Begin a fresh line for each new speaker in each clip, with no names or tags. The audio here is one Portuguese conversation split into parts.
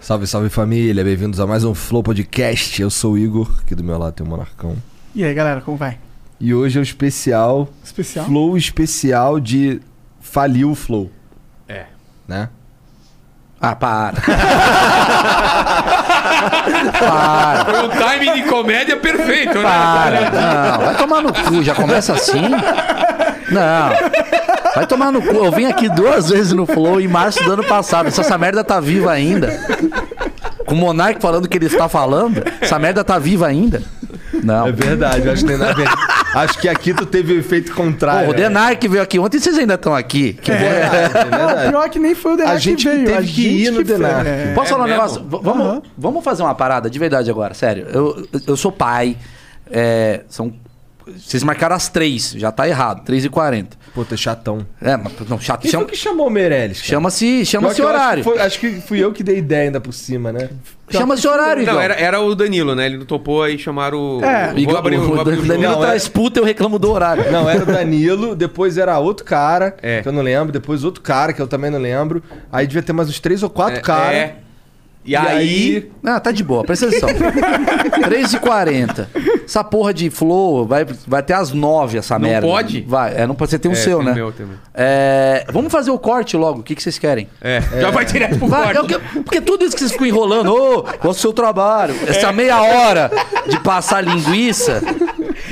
Salve, salve família, bem-vindos a mais um Flow Podcast. Eu sou o Igor, aqui do meu lado tem o Monarcão.
E aí, galera, como vai?
E hoje é o especial,
Especial?
Flow especial de Faliu o Flow.
É.
Né? Ah, para. para,
Foi um timing de comédia perfeito, né?
para.
Não, vai tomar no cu, já começa assim? Não. Vai tomar no cu. Eu vim aqui duas vezes no Flow em março do ano passado. Se essa merda tá viva ainda. Com o Monark falando o que ele está falando, essa merda tá viva ainda. Não.
É verdade, eu acho que tem nada a ver. Acho que aqui tu teve o efeito contrário.
Pô, o Denark veio aqui ontem, vocês ainda estão aqui. Que
É verdade, é
Não,
verdade.
Tá, pior que nem foi o Denark
A gente
que veio.
teve
a
que
gente
ir no
foi,
Denark.
é.
Posso falar um
É
negócio? V- vamos,
Aham.
vamos fazer uma parada de verdade agora, sério. Eu, eu- eu sou pai. é, são, vocês marcaram as três, já tá errado, 3h40.
Pô, tu é chatão.
É, mas não, chato.
Quem
Chama,
foi que chamou o Meirelles? cara?
chama-se
Pior
chama-se
que eu acho que
horário.
foi- acho que fui eu que dei ideia ainda por cima, né?
Chama-se horário, Igor.
Não, era, era o Danilo, né? Ele não topou e chamaram o.
É.
vou
Igor,
abrir o- tá vou
o
abrir o
Danilo
jogo.
Não,
traz puta, eu reclamo do horário.
Não, era o Danilo, depois era outro cara,
É.
que eu não lembro, depois outro cara, que eu também não lembro. Aí devia ter mais uns três ou quatro
É,
caras.
é. E, aí.
Ah, tá de boa, presta atenção. 3h40. Essa porra de flow vai, vai até às 9 essa
Não
merda.
pode?
Vai, é, não pode. Você tem o
É,
seu,
tem
né?
o meu, tem o meu.
É, vamos fazer o corte logo, o que, que vocês querem?
É. Já vai direto pro
Vai,
quarto.
é o que- porque tudo isso que vocês ficam enrolando, ô, gosto do seu trabalho, essa meia hora de passar linguiça.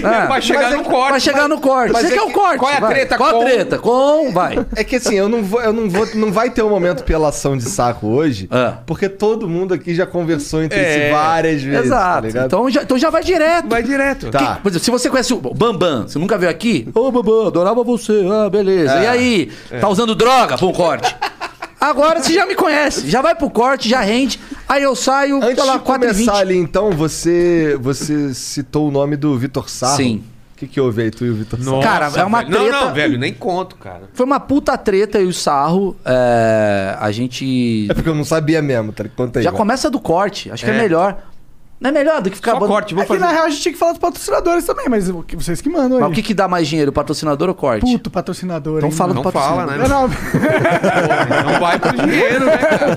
Ah,
Vai chegar
Mas é
no
que-
corte.
vai chegar no corte.
mas
Você
é
quer
que-
o corte?
qual é a
vai.
treta
Qual
com-
a treta? Com. Vai.
É que assim, eu não vou, eu não vou, não vai ter um momento pelação de saco hoje,
Ah.
porque todo mundo aqui já conversou entre si
É.
várias vezes. tá
Exato.
ligado?
então, já, então já vai direto.
Vai direto.
Tá.
Por exemplo, se você conhece o Bambam, você nunca veio aqui? Ô, Bambam, adorava você. Ah, beleza. E aí? Tá usando droga? Pô, corte. Agora você já me conhece. Já vai pro corte, já rende. Aí eu saio,
Antes
sei tá lá,
de
4 h
começar ali, então, você você citou o nome do Vitor Sarro.
Sim.
O que, que houve aí, tu e o Vitor Sarro?
Nossa,
Cara, é uma
velho. Não,
treta-
não, velho, nem conto, cara.
Foi uma puta treta e o sarro. é, a gente.
É porque eu não sabia mesmo, tá? Conta aí.
Já
vai.
começa do corte. Acho que é,
É.
melhor. Não é melhor do que ficar.
Só corte, vou
É que na
fazer.
real a gente tinha que falar dos patrocinadores também, mas o que- vocês que mandam aí.
Mas o que, que dá mais dinheiro, patrocinador ou corte?
Puto patrocinador.
Então
hein,
fala
mano.
do
Não fala,
patrocinador.
É, não.
né? Não vai pro dinheiro, né, cara?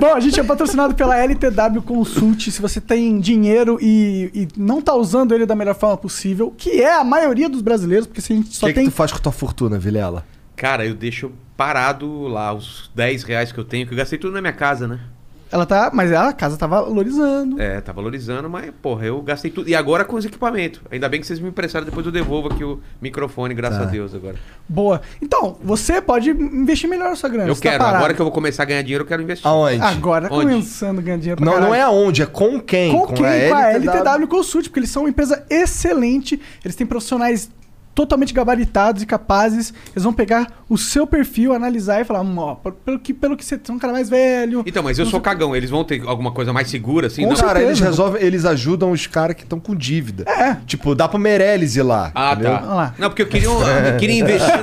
Bom, a gente é patrocinado pela LTW Consult. Se você tem dinheiro e, e não tá usando ele da melhor forma possível, que é a maioria dos brasileiros, porque se a gente
O
só
que,
tem.
que tu faz com a tua fortuna, Vilela?
Cara, eu deixo parado lá os 10 reais que eu tenho, que eu gastei tudo na minha casa, né?
Ela tá. Mas a casa tá valorizando.
É, tá valorizando, mas, porra, eu gastei tudo. E agora com os equipamentos. Ainda bem que vocês me emprestaram, depois eu devolvo aqui o microfone, graças a Deus agora.
Boa. Então, você pode investir melhor a sua grana.
Eu
você tá
quero,
parado.
agora que eu vou começar a ganhar dinheiro, eu quero investir.
Aonde?
Agora
Onde?
começando a ganhar dinheiro pra
Não, não
caralho.
é aonde, é com quem?
Com quem? Com a
LTW.
LTW Consult, porque eles são uma empresa excelente, eles têm profissionais totalmente gabaritados e capazes. Eles vão pegar o seu perfil, analisar e falar, "Hum, ó, pelo que, pelo que você você é um cara mais velho.
Então, mas eu sou cagão, eles vão ter alguma coisa mais segura, assim?
Com
Não?
certeza.
Cara, eles resolvem, eles ajudam os caras que estão com dívida. É. Tipo, dá pro Meirelles ir lá.
Ah,
entendeu?
Olha lá.
tá. Não, porque eu queria, um- eu queria investir.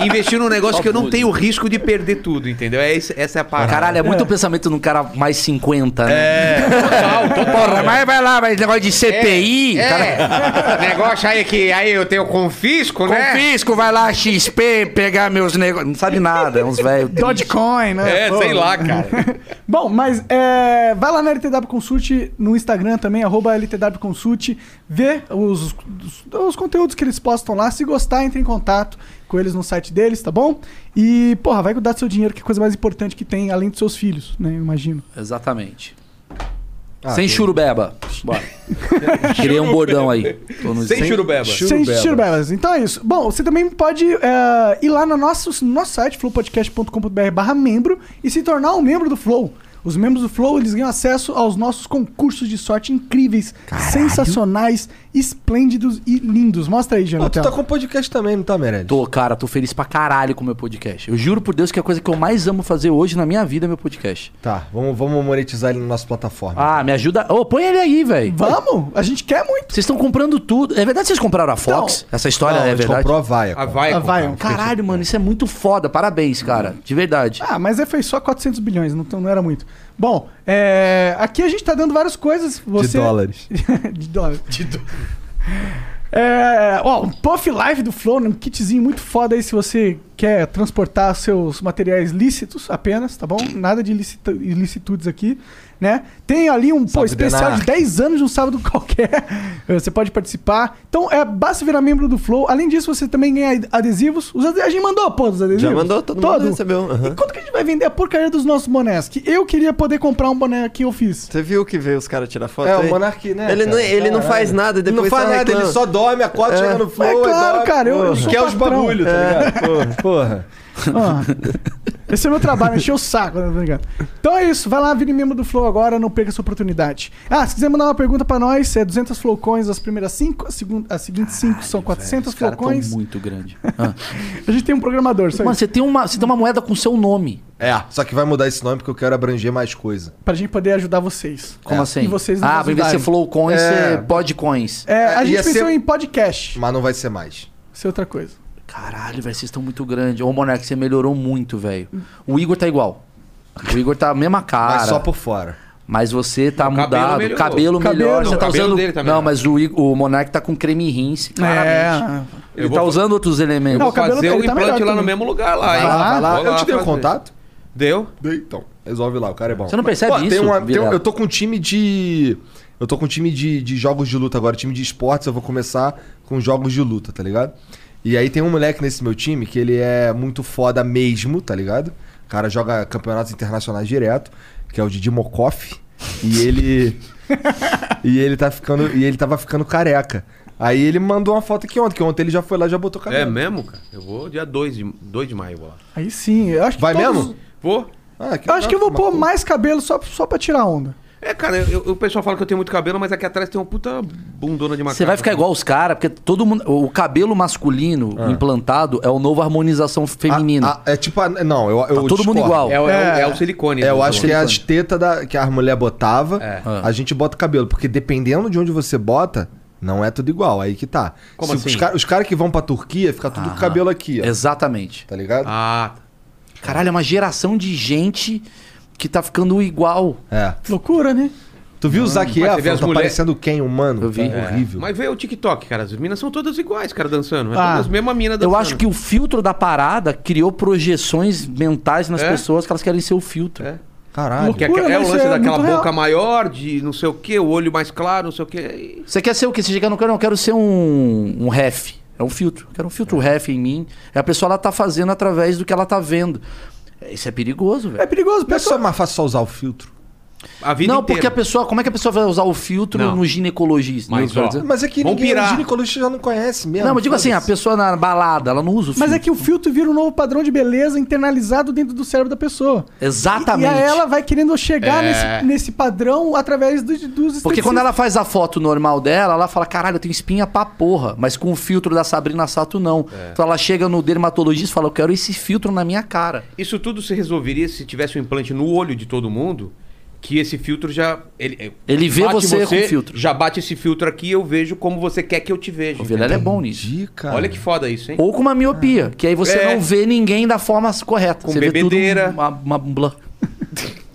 investir num negócio que eu não tenho risco de perder tudo, entendeu? É esse- essa é a parada.
Caralho, é muito pensamento num cara mais 50, né? É, total, Porra, mas vai lá, mas negócio de CPI, cara.
É, negócio aí que aí eu tenho confisco, né?
Confisco, vai lá, XP, pegar meus negócios. Não sabe nada, é uns velhos.
Dogecoin, né?
É,
Pô.
sei lá,
Uhum.
cara.
Bom, mas é, vai lá na LTW Consult, no Instagram também, arroba LTW Consult, vê os, os, os conteúdos que eles postam lá. Se gostar, entre em contato com eles no site deles, tá bom? E, porra, vai cuidar do seu dinheiro, que é a coisa mais importante que tem, além dos seus filhos, né? Eu imagino.
Exatamente. Sem churubeba. Bora. Criei um bordão aí. Tô no-
Sem churubeba.
Sem
Churubelas.
churubelas. Então é isso. Bom, você também pode é, ir lá no nosso, no nosso site, flowpodcast.com.br barra membro, e se tornar um membro do Flow. Os membros do Flow, eles ganham acesso aos nossos concursos de sorte incríveis, sensacionais, esplêndidos e lindos. Mostra aí,
Pô, tu
Jonathan.
tá com podcast também, não tá, Meirelles?
Tô, cara, tô feliz pra caralho com o meu podcast. Eu juro por Deus que é a coisa que eu mais amo fazer hoje na minha vida é meu podcast.
Tá, vamos, vamos monetizar ele na nossa plataforma.
Ah, me ajuda. Ô, põe ele aí, velho.
Vamos? A gente quer muito.
Vocês estão comprando tudo. É verdade que vocês compraram a Fox? Essa história
Não, a
é
gente
verdade?
comprou a Viacom.
A vai,
Ah, vai,
compadre.
um
Caralho, mano, isso é muito foda. Parabéns, cara. De verdade.
Ah, mas aí foi só 400 bilhões, não, não era muito. Bom, é, aqui a gente tá dando várias coisas.
de
Você,
dólares.
de dólar. É, ó, um Puff Live do Flow, um kitzinho muito foda aí se você quer transportar seus materiais lícitos apenas, tá bom? Nada de ilicita- ilicitudes aqui, né? Tem ali um pô,
Salve,
especial
Denar.
de 10 anos de um sábado qualquer, você pode participar. Então, é, basta virar membro do Flow. Além disso, você também ganha adesivos. Os adesivos a gente mandou, pô, os adesivos.
Já mandou, todo mundo recebeu, um. né? aham.
E quanto que a gente vai vender a porcaria dos nossos bonés? Que eu queria poder comprar um boné que eu fiz.
Você viu que veio os caras tirar foto
É,
aí?
o Monark, né?
Ele,
cara?
não, ele não faz nada e
Ele
depois
não faz
só
nada,
reclama.
ele só dorme, acorda, chega no flow.
É
e
claro,
dorme.
cara, eu- eu sou
Quer os
patrão.
bagulho, tá ligado? Porra, porra.
Ah, esse é meu trabalho, encher o saco, né, tá ligado? Então é isso, vai lá, vire membro do Flow agora, não perca essa oportunidade. Ah, se quiser mandar uma pergunta pra nós, é 200 Flowcoins as primeiras 5, as, segun- as seguintes 5 são 400
Os caras tão
Flowcoins.
muito grande. Ah.
A gente tem um programador, só
Mano,
isso.
você tem, uma, você tem uma moeda com seu nome.
É, só que vai mudar esse nome porque eu quero abranger mais coisa.
Pra gente poder ajudar vocês.
Como
É.
assim?
E vocês nos
ah, ao invés de
ajudarem.
ser Flow Coins,
É.
é Pod Coins.
É, a
É,
gente
ia
pensou
ser-
em podcast.
Mas não vai ser mais.
Isso é outra coisa.
Caralho, velho, vocês estão muito grandes. Ô, Monark, você melhorou muito, velho. O Igor tá igual. O Igor tá a mesma cara.
Mas
Mas,
só por fora.
você tá
cabelo
mudado.
melhorou.
cabelo melhor.
Cabelo.
Você tá
O cabelo
usando.
dele tá
não,
melhor.
mas o, Igor- o Monark tá com creme rins. Claramente.
É,
Ele
Eu
tá
vou-
usando outros elementos.
Não,
Vou
o cabelo
fazer
dele
o
tá melhor
implante lá no
também.
mesmo lugar lá,
Vai lá, vai lá.
Vou
eu te dei o
fazer.
contato?
Deu?
Dei, então. Resolve lá, o cara é bom.
Você não percebe
tem
isso,
uma- tem um-
Vilela?
eu tô com um time de... Eu tô com um time de, de jogos de luta agora, time de esportes. Eu vou começar com jogos de luta, tá ligado? E aí tem um moleque nesse meu time que ele é muito foda mesmo, tá ligado? O cara joga campeonatos internacionais direto, que é o Didi Mokoff. E ele... e ele tá ficando... E ele tava ficando careca. Aí ele mandou uma foto aqui ontem, que ontem ele já foi lá e já botou
É
cabelo.
mesmo, cara? Eu vou dia 2 de, 2 de maio, vou lá.
Aí sim, eu acho que.
Vai
todos-
mesmo?
Vou?
Ah, que
Eu acho que eu vou pôr
bacana.
mais cabelo só, só pra tirar onda.
É, cara, eu- eu- o pessoal fala que eu tenho muito cabelo, mas aqui atrás tem uma puta bundona de macaco.
Você vai ficar igual os caras, porque todo mundo. O cabelo masculino
Ah.
implantado é o novo harmonização feminina.
Ah, ah, é tipo. a- Não, eu. eu
Tá todo mundo
discordo.
igual.
É, o- é o-
É.
é o silicone.
É, eu
né?
acho que é as tetas da- que a mulher botava,
É.
Ah.
a gente bota o cabelo. Porque dependendo de onde você bota, não é tudo igual. Aí que tá.
Como assim?
Os caras que vão pra Turquia, fica tudo com o cabelo aqui, ó.
Exatamente.
Tá ligado?
Ah, tá.
Caralho, é uma geração de gente que tá ficando igual.
É.
Loucura, né?
Tu viu o Zac
Ah. Hum, mas você vê
Efron?
as
Tá
mulher-
parecendo quem, humano?
Eu vi. É.
Tá horrível.
Mas vê o TikTok, cara. As minas são todas iguais, cara, dançando. É
Ah.
todas as mesmas minas dançando.
Eu acho que o filtro da parada criou projeções mentais nas
É?
pessoas que elas querem ser o filtro.
É.
Caralho.
Que é,
Loucura,
é o
mas
lance
é
daquela
muito
boca
real.
maior, de não sei o quê, o olho mais claro, não sei o quê. E-
Você quer ser o quê? Você chega no cara, não, eu quero ser um, um ref. É um filtro. Eu quero um filtro ref em mim. É a pessoa ela tá fazendo através do que ela tá vendo. Isso é perigoso,
É
velho.
perigoso,
Não é só,
pessoal.
mas fácil só usar o filtro.
A vida
Não,
inteira.
porque a pessoa. Como é que a pessoa vai usar o filtro
Não.
no ginecologista?
Mas,
Entendeu o que eu quero
ó,
dizer?
Mas é que
Vão
ninguém,
pirar.
o ginecologista já não conhece mesmo.
Não, mas digo assim, a
foda-se.
pessoa na balada, ela não usa o filtro.
Mas é que o filtro vira um novo padrão de beleza internalizado dentro do cérebro da pessoa.
Exatamente.
E aí ela vai querendo chegar
É.
nesse, nesse padrão através dos, dos
Porque quando ela faz a foto normal dela, ela fala, caralho, eu tenho espinha pra porra. Mas com o filtro da Sabrina Sato, não.
É.
Então ela chega no dermatologista e fala, eu quero esse filtro na minha cara.
Isso tudo se resolveria se tivesse um implante no olho de todo mundo que esse filtro já. Ele, é,
Ele vê
bate
você com o filtro.
Já bate esse filtro aqui e eu vejo como você quer que eu te veja.
O Vilela é bom nisso.
Entendi, cara.
Olha que foda isso, hein?
Ou com uma miopia, que aí você
É.
não vê ninguém da forma correta.
Com
você
bebedeira.
vê tudo uma, uma blã.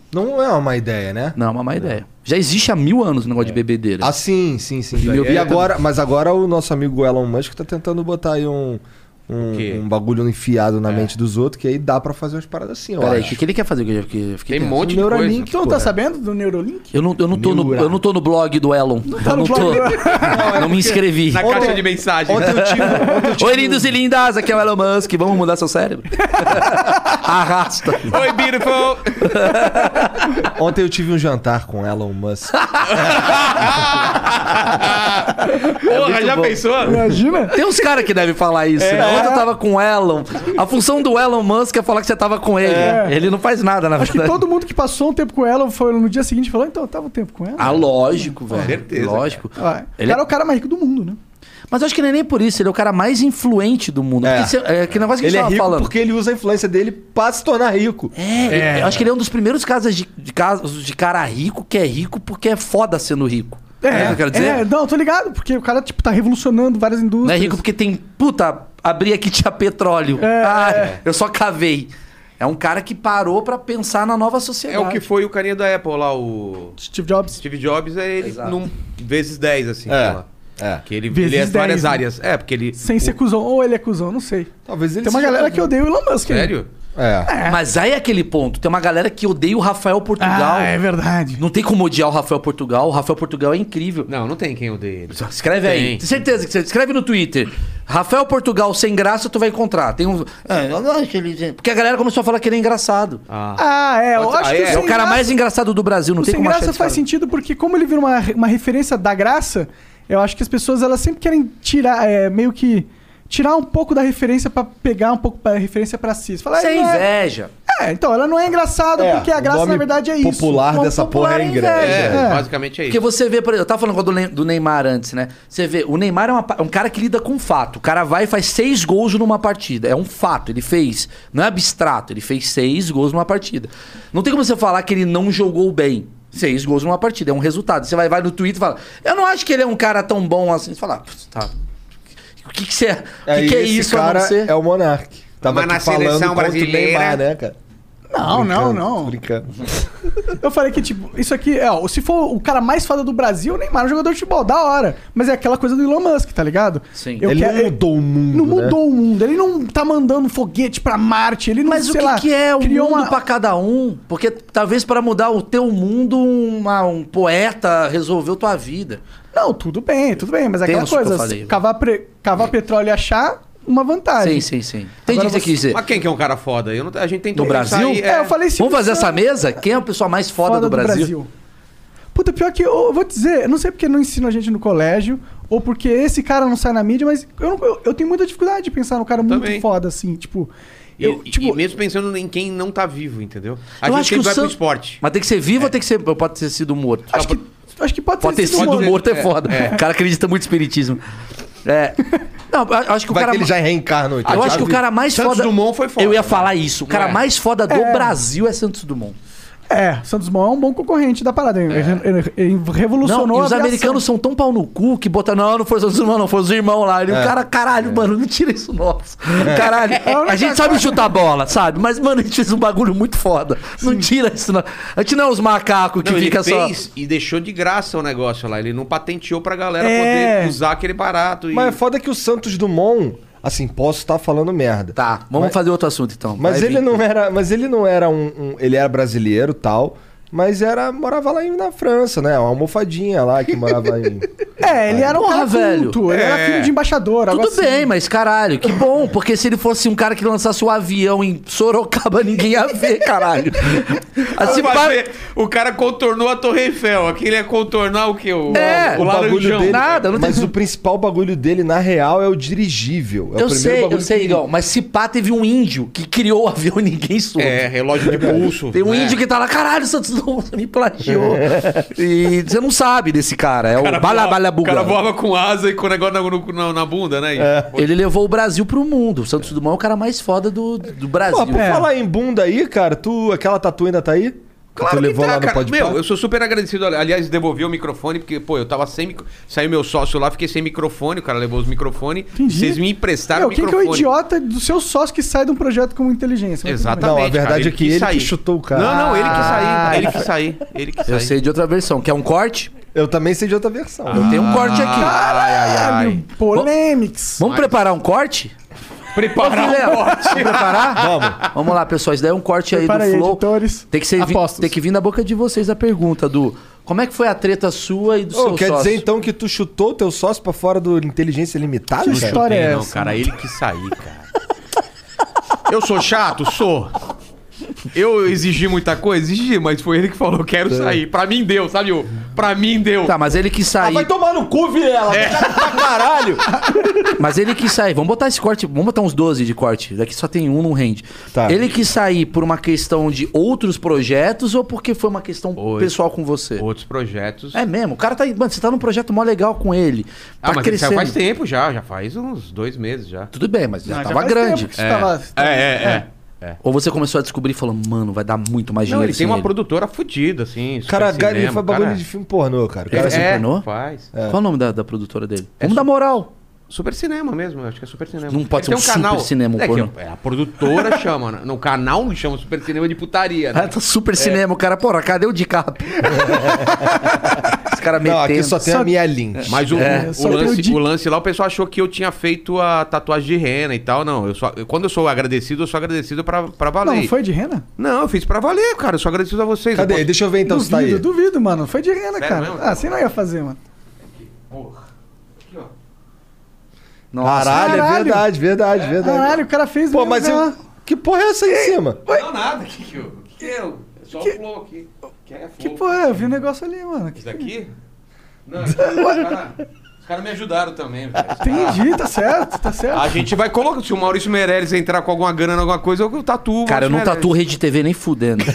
Não é uma ideia, né?
Não, é uma má ideia. Já existe há mil anos o negócio de bebedeira.
Ah, sim, sim, sim.
E meu
E
pai
agora, mas agora o nosso amigo Elon Musk tá tentando botar aí um,
O quê?
um, um bagulho enfiado na mente dos outros, que aí dá pra fazer umas paradas assim, ó.
É. Peraí, o que, que ele quer fazer? Que eu já fiquei- fiquei
Tem um
tenso.
monte de coisa.
Neuralink,
Então
pô.
tá sabendo do Neurolink?
Eu não, eu, não tô no,
Miura.
eu não tô no blog do Elon. Não,
tá no
não, é tô,
blog do-
não me inscrevi.
Na caixa de mensagem.
Ontem eu tive, ontem eu tive
Oi, lindos e lindas, aqui é o Elon Musk. Vamos mudar seu cérebro? Arrasta.
Oi, beautiful!
Ontem eu tive um jantar com Elon Musk.
Porra, já pensou?
Imagina?
Tem uns caras que devem falar isso. né? Ontem eu tava com o Elon. A função do Elon Musk é falar que você tava com ele. Ele não faz nada, na
Acho que
verdade.
todo mundo que passou um tempo com ela foi no dia seguinte e falou: então, eu tava um tempo com ela.
Ah, lógico, velho.
certeza,
Lógico.
Ah, o
Ele
cara é o cara mais rico do mundo, né?
Mas eu acho que não é nem por isso. Ele é o cara mais influente do mundo.
É.
Porque esse- é, que negócio que
Ele
a
é
gente tava
rico
falando.
porque ele usa a influência dele pra se tornar rico.
É, eu acho que ele é um dos primeiros casos de, de casos de cara rico que é rico porque é foda sendo rico. É, isso que eu quero dizer.
é, não, tô ligado, porque o cara, tipo, tá revolucionando várias
Não é
indústrias.
rico porque tem, puta, abri aqui tinha petróleo. ah, eu só cavei. É um cara que parou pra pensar na nova
É
sociedade.
o que foi o carinha da Apple lá, o
Steve Jobs.
Steve Jobs, é ele
Exato.
num, vezes 10, assim. sei
É.
lá.
É.
Que ele,
Vezes
ele é
10,
várias
né?
áreas. É, porque ele.
Sem ser cuzão. Ou ele é cuzão, não sei.
Talvez ele
Tem uma
seja-
galera que odeia o Elon Musk. né?
Sério?
É.
Mas aí é aquele ponto. Tem uma galera que odeia o Rafael Portugal.
Ah, é verdade.
Não tem como odiar o Rafael Portugal. O Rafael Portugal é incrível.
Não, não tem quem odeia ele.
Escreve aí.
Tem.
Tem certeza que você escreve no Twitter. Rafael Portugal sem graça, tu vai encontrar. Tem um. Ah, eu não acho ele gente. Porque a galera começou a falar que ele é engraçado.
Ah.
Ah, é. Eu
Pode-
acho
ah,
que
é, é
É
sem
o cara
graça-
mais engraçado do Brasil, não
O
tem
sem
como achar
graça
esse
faz
cara.
sentido porque, como ele vira uma, uma referência da graça, eu acho que as pessoas elas sempre querem tirar, é, meio que tirar um pouco da referência pra pegar um pouco da referência pra si. Você fala,
Isso é
"Ah, não é-
inveja.
É, então, ela não é engraçada
É,
porque a
o
graça,
nome
na verdade, é isso.
popular
O nome
dessa
popular
porra é
inveja.
É,
É.
basicamente é isso.
Porque você vê, por exemplo, eu tava falando agora do Ne- do Neymar antes, né? Você vê, o Neymar é, uma pa- é um cara que lida com fato. O cara vai e faz seis gols numa partida. É um fato. Ele fez. Não é abstrato, ele fez seis gols numa partida. Não tem como você falar que ele não jogou bem. Seis gols numa partida, é um resultado. Você vai, vai no Twitter e fala: Eu não acho que ele é um cara tão bom assim. Você fala, "Putz, tá. O que, que você é? O que,
Aí
que é
esse
isso
cara
a não ser?
é o Monark. Tava
Mas
aqui
na
falando
seleção
contra o
brasileira-
Neymar, né, cara?
Não, não, não.
Brincando.
Eu falei que, tipo, isso aqui, é, ó, se for o cara mais foda do Brasil, o Neymar é um jogador de futebol, da hora. Mas é aquela coisa do Elon Musk, tá ligado?
Sim.
Eu
ele
quero-
não mudou o mundo,
Não
né?
mudou o mundo. Ele não tá mandando foguete pra Marte. Ele não
Mas o
sei
que,
lá,
que é o
criou
mundo
uma...
pra cada um? Porque talvez para mudar o teu mundo, uma- um poeta resolveu tua vida.
Não, tudo bem, tudo bem. Mas é aquela
Tenso que eu
coisa,
falei. né?
cavar, pre- cavar petróleo e achar, uma vantagem.
Sim, sim, sim. Tem
Agora
gente que
você-
dizer.
Mas quem que é um cara foda? Eu não- a gente tem
No Brasil?
Aí,
É, eu falei assim.
Vamos fazer essa mesa? Quem é o pessoal mais foda, do, Brasil?
Puta, pior que eu, eu vou te dizer, eu não sei porque não ensina a gente no colégio, ou porque esse cara não sai na mídia, mas eu, não- eu- eu tenho muita dificuldade de pensar num cara muito
Também.
foda, assim, tipo.
E,
Eu,
e-
tipo,
e mesmo pensando em quem não tá vivo, entendeu? A
Eu
gente
acho que
sempre
o
vai
Sam-
pro esporte.
Mas tem que ser vivo ou tem que ser. Pode ter sido morto?
acho, que, acho que pode,
pode ter sido
um
morto,
homem.
é, foda. O cara acredita muito em espiritismo. É. Não, eu acho que o
Vai
cara.
que ele já é tá reencarna. o
Eu
Thiago.
acho que o cara mais
Santos
foda.
Dumont foi foda,
Eu ia
né?
falar isso. O cara
é?
mais foda do
É.
Brasil é Santos Dumont.
É, Santos Dumont é um bom concorrente da parada.
É.
Ele, ele- ele
Não,
revolucionou
e
a
os
aviação.
americanos são tão pau no cu que botam. Não, não foi os Santos Dumont, não, foi os irmãos lá.
É.
E o cara, caralho, mano, não tira isso nosso. Caralho. A gente sabe chutar bola, sabe? Mas, mano, a gente fez um bagulho muito foda. Não tira isso, não. A gente não é os macacos que
Não, ele
fica só.
fez e deixou de graça o negócio lá. Ele não patenteou pra galera
É.
poder usar aquele barato. E...
Mas é foda que o Santos Dumont, assim, posso estar falando merda.
Tá, vamos fazer outro assunto então.
Mas
Vai
ele
vir.
não era, mas ele não era um, um- ele era brasileiro, tal, mas era morava lá em- na França, né? Uma almofadinha lá que morava em
É, ele era um
Porra,
cara
velho. É.
culto, ele era filho de embaixador. algo
Tudo
assim.
bem, mas caralho, que bom, porque se ele fosse um cara que lançasse o avião em Sorocaba, ninguém ia ver, caralho.
Ah,
Assim,
Vai
é,
para-
ver, Ah, O cara contornou a Torre Eiffel. Aquele é contornar o quê? O,
É,
o,
o
laranjão.
dele- Nada, não tem-
mas o principal bagulho dele na real é o dirigível. É
Eu
o primeiro
sei, eu
bagulho
sei,
que-
Igão, mas se pá teve um índio que criou o avião e ninguém soube.
É, relógio de pulso.
Tem um
né?
índio que tá lá, caralho, Santos Dumont me plagiou. e você não sabe desse cara, é o,
cara
Bala
voava-
Bala
O cara
Buga.
voava com asa e com o negócio na, no- na- na bunda, né?
É.
Ele levou o Brasil pro mundo. O Santos Dumont é o cara mais foda do, do Brasil.
Pô, por falar em bunda aí, cara, tu aquela tatu ainda tá aí?
Claro
tu
que
levou
tá,
lá no
cara.
Pode
Meu,
Pá?
eu sou super agradecido. Ali- Aliás, devolvi o microfone, porque, pô, eu tava sem... micro- Saiu meu sócio lá, fiquei sem microfone, o cara levou os microfones.
Entendi.
Vocês me emprestaram
Meu,
o
quem que é
microfone.
o idiota do seu sócio que sai de um projeto como inteligência? Mas tudo bem.
Exatamente.
Não, a verdade
cara,
é que
quis
ele que chutou o cara.
Não, não, ele que
Ah.
saiu. Ele que saiu. Ele que saiu.
Eu sei de outra versão. Quer um corte?
Eu também sei de outra versão.
Eu tenho um corte aqui.
Ai, ai, ai.
Polêmics.
Vamos preparar um corte?
Preparar
Léo,
um corte.
Vamos preparar? Vamos. Vamos lá, pessoal. Isso daí é um corte aí
Prepara
do
aí,
Flow.
editores.
Tem que, ser vi-
Apostos.
tem que vir da boca de vocês a pergunta do... Como é que foi a treta sua e do
Ô,
seu
quer
sócio?
dizer então que tu chutou teu sócio pra fora do Inteligência Limitada?
Que
cara?
história é
Não,
essa?
cara, ele que sair, cara. Eu sou chato? Sou. Eu exigi muita coisa? Exigi, mas foi ele que falou, quero
É.
sair. Pra mim deu, sabe? o- Pra mim deu.
Tá, mas ele quis sair.
Ah, tomar no cu, Vilela! Cara Pra caralho!
Mas ele quis sair. Vamos botar esse corte. Vamos botar uns 12 de corte. Daqui só tem um, não rende.
Tá.
Ele quis sair por uma questão de outros projetos ou porque foi uma questão
Oi.
pessoal com você?
Outros projetos.
É mesmo. O cara tá. Mano, você tá num projeto mó legal com ele. Tá
ah, mas isso já
crescendo.
faz tempo já, já faz uns dois meses já.
Tudo bem, mas já
Ah, já
tava
faz
grande.
tempo que isso tava-
é.
Ou você começou a descobrir e falou, mano, vai dar muito mais
Não,
dinheiro.
ele tem
sem
uma produtora fodida, assim.
O
super
assim, cara
cinema,
ele faz bagulho
cara.
de filme pornô, cara. assim, O
É,
cara
faz
é,
pornô?
faz.
Qual é o nome da, da produtora dele?
É
Vamos dar moral.
Super cinema mesmo, eu acho que é super cinema.
Não pode ser
Tem
um super cinema,
é, que
pornô.
é, a produtora chama, né? no canal não chama super cinema de putaria, né?
Ah, tá super cinema, o cara. Porra, cadê o DiCaprio? Os caras metendo.
Não, aqui só tem
Só-
a minha Lynch.
Mas o, o-
só
o
tem o
lance,
di-
o lance lá, o pessoal achou que eu tinha feito a tatuagem de rena e tal. Não, eu só, eu- quando eu sou agradecido, eu sou agradecido pra, pra valer.
Não, foi de rena?
Não, eu fiz pra valer, cara. Eu sou agradecido a vocês.
Cadê?
Eu posso-
Deixa eu ver então se tá aí.
duvido, duvido, mano. Foi de rena,
Sério
cara.
mesmo?
Ah, você não ia fazer, mano.
assim. Nossa.
Caralho, é
Caralho.
verdade, verdade, verdade.
Caralho, o cara fez
Pô,
mesmo,
mas
né?
eu... Que porra é essa aí em cima?
Não, nada. Que que eu... Que eu? É só o flow aqui. Que é flow.
Que porra, eu vi um negócio ali, mano.
Isso daqui? Não, isso daqui, os caras cara me ajudaram também, velho.
Entendi, tá certo, tá certo.
A gente vai colocar. Se o Maurício Meirelles entrar com alguma grana, alguma coisa, eu tatuo. o
Cara, eu não
Maurício
tatuo rede TV nem fudendo.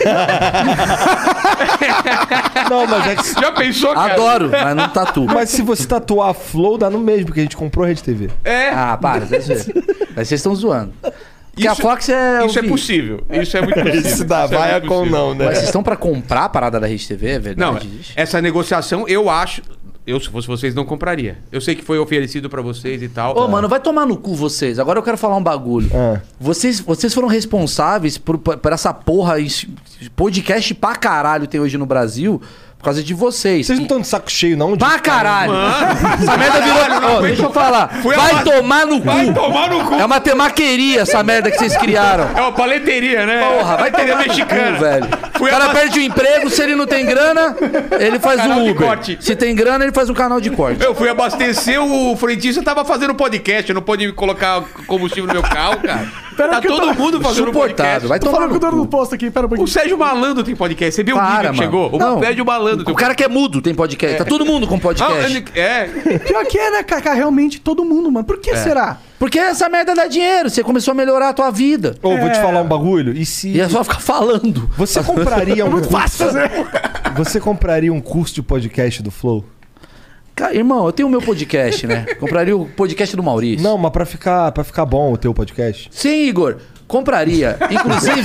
Não, mas é que...
Meirelles. Já pensou, cara?
Adoro, mas não tatuo.
Mas se você tatuar a Flow, dá no mesmo, porque a gente comprou a Rede TV.
É.
Ah, para, vocês zoam. Mas vocês estão zoando. Porque a
Isso-
Fox é.
Isso é
ouvinte.
possível. Isso é muito possível.
Se dá
Isso é
vaia
muito
com
possível.
não, né?
Mas vocês estão pra comprar a parada da Rede TV, é
Não,
verdade? isso?
essa negociação, eu acho. Eu, se fosse vocês, não compraria. Eu sei que foi oferecido pra vocês e tal.
Ô, mano, vai tomar no cu vocês. Agora eu quero falar um bagulho.
Ah.
Vocês, vocês foram responsáveis por, por essa porra, esse podcast pra caralho tem hoje no Brasil, por causa de vocês.
Vocês não estão de saco cheio, não? De...
Pra caralho! Essa merda virou. Ó, deixa eu falar.
Fui
vai
amado.
tomar no cu!
Vai tomar no cu.
É uma temaqueria essa merda que vocês criaram.
É uma paleteria, né?
Porra, vai
Paleteria
tomar no
mexicana.
cu, velho.
Fui
o cara
amado.
perde o emprego, se ele não tem grana, ele faz
Canal
um
de
Uber.
corte.
Se tem grana, ele faz um canal de corte.
Eu fui abastecer, o frentista tava fazendo podcast, não pôde colocar combustível no meu carro, cara.
Pera
tá
que eu tô-
todo mundo fazendo podcast.
Suportável. Vai
Tô
tomar
falando com
no
o dono do
cu.
posto aqui, pera um pouquinho.
O Sérgio Malandro tem podcast. Você viu o
Para,
nível
mano.
que chegou?
Não.
O Sérgio Malandro tem um
O cara que é mudo tem podcast. Tá todo mundo com podcast.
Ah, é,
Pior que é, né, Kaká? Realmente todo mundo, mano. Por que será?
Porque essa merda dá dinheiro. Você começou a melhorar a tua vida.
Ô, vou te falar um bagulho. E se...
E é só ficar falando.
Você compraria um curso...
né?
Você compraria um curso de podcast do Flow?
Cara, irmão, eu tenho o meu podcast, né? Compraria o podcast do Maurício.
Não, mas pra ficar, pra ficar bom o teu podcast.
Sim, Igor. Compraria. Inclusive,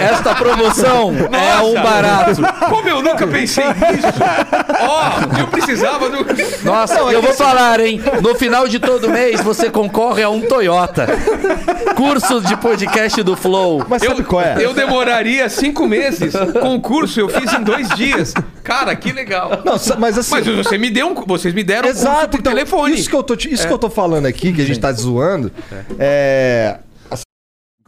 esta promoção é um barato.
Como eu nunca pensei nisso? Ó, eu precisava do.
Nossa,
é
eu vou falar, hein? No final de todo mês, você concorre a um Toyota. Curso de podcast do Flow.
Mas
Eu,
sabe qual é?
eu demoraria cinco meses. Concurso eu fiz em dois dias. Cara, que legal.
Não, sa- mas assim...
Mas você me deu um, vocês me deram um curso
Exato,
por
então,
telefone. É.
Isso que eu tô, te- isso que eu tô falando aqui, que a gente tá zoando, é.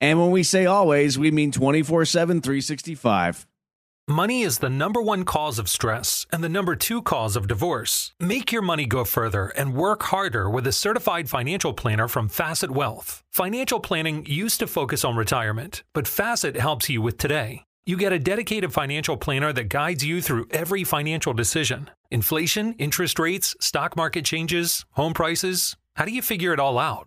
And when we say always, we mean 24 7, 365.
Money is the number one cause of stress and the number two cause of divorce. Make your money go further and work harder with a certified financial planner from Facet Wealth. Financial planning used to focus on retirement, but Facet helps you with today. You get a dedicated financial planner that guides you through every financial decision inflation, interest rates, stock market changes, home prices. How do you figure it all out?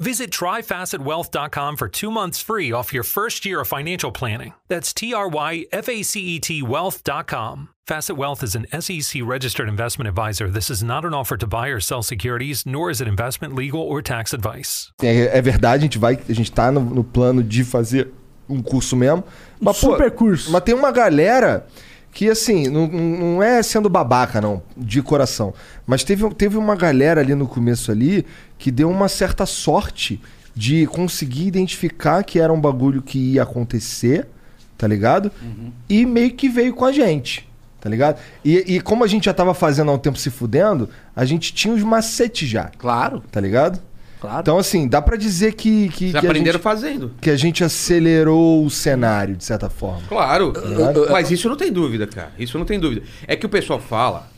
Visit tryfacetwealth.com for two months free off your first year of financial planning. That's T R Y F A C E T wealth.com. Facet Wealth is an SEC registered investment advisor. This is not an offer to buy or sell securities, nor is it investment, legal, or tax advice.
Assim, É, é verdade, a gente vai, a gente tá no, no plano de fazer um curso mesmo. Mas, pô,
super curso.
Mas tem uma galera que, assim, não, não- não é sendo babaca, não, de coração. Mas teve, teve uma galera ali no começo ali que deu uma certa sorte de conseguir identificar que era um bagulho que ia acontecer, tá ligado? E meio que veio com a gente. Tá ligado? E, e como a gente já tava fazendo há um tempo se fudendo, a gente tinha os macetes já,
Claro,
tá ligado?
claro.
Então, assim, dá pra dizer que, que,
Vocês
que, a,
aprenderam
gente,
fazendo.
que a gente acelerou o cenário, de certa forma.
Claro.
Claro.
Mas isso não tem dúvida, cara. Isso não tem dúvida. É que o pessoal fala,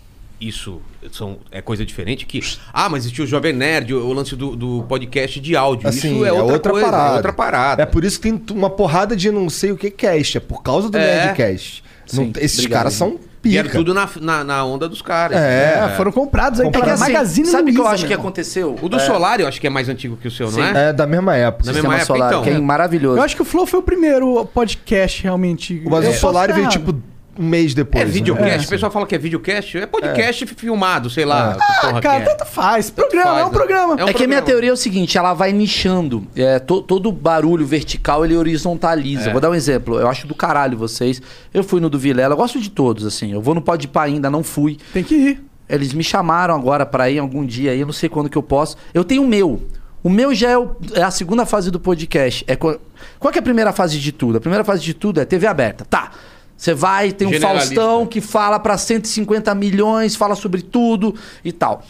isso são, é coisa diferente, que. Ah, mas existiu o Jovem Nerd, o, o lance do, do podcast de áudio.
Assim,
isso é outra, coisa, é outra parada.
É por isso que tem t- uma porrada de não sei o que cast, é por causa do
É.
Nerdcast. Não
Sim,
t- esses
obrigado,
caras
hein.
são
E era
pica.
tudo na, na, na onda dos caras.
É,
né?
É, foram comprados aí
É que
pela
assim,
Magazine
sabe o que eu
Luiza,
acho
meu
que
irmão.
aconteceu?
O do
É,
Solar, eu acho que é mais antigo que o seu, não
Sim.
é?
É, da mesma época.
Na
Sistema
mesma época,
solar,
então.
que é maravilhoso.
Eu acho que o Flow foi o primeiro podcast realmente.
Mas
Eu
é o
posso
Solar
estar
veio,
errado.
tipo, um mês depois.
É videocast,
né?
o pessoal fala que é videocast, é podcast filmado, sei lá. que
Ah,
porra que
Ah,
tá
Cara,
é.
tanto faz. Programa,
faz,
é um
né?
programa.
É um
é que a minha
programa.
teoria é o seguinte, ela vai nichando. É, to- todo barulho vertical, ele horizontaliza. Vou dar um exemplo. Eu acho do caralho vocês. Eu fui no do Vilela, eu gosto de todos, assim. Eu vou no Pode Pá ainda, não fui.
Tem que ir.
Eles me chamaram agora pra ir algum dia aí, eu não sei quando que eu posso. Eu tenho o meu. O meu já é, o- é a segunda fase do podcast. É co- qual que é a primeira fase de tudo? A primeira fase de tudo é TV aberta. Tá. Você vai, tem um
Generalista.
Faustão que fala pra 150 milhões, fala sobre tudo e tal.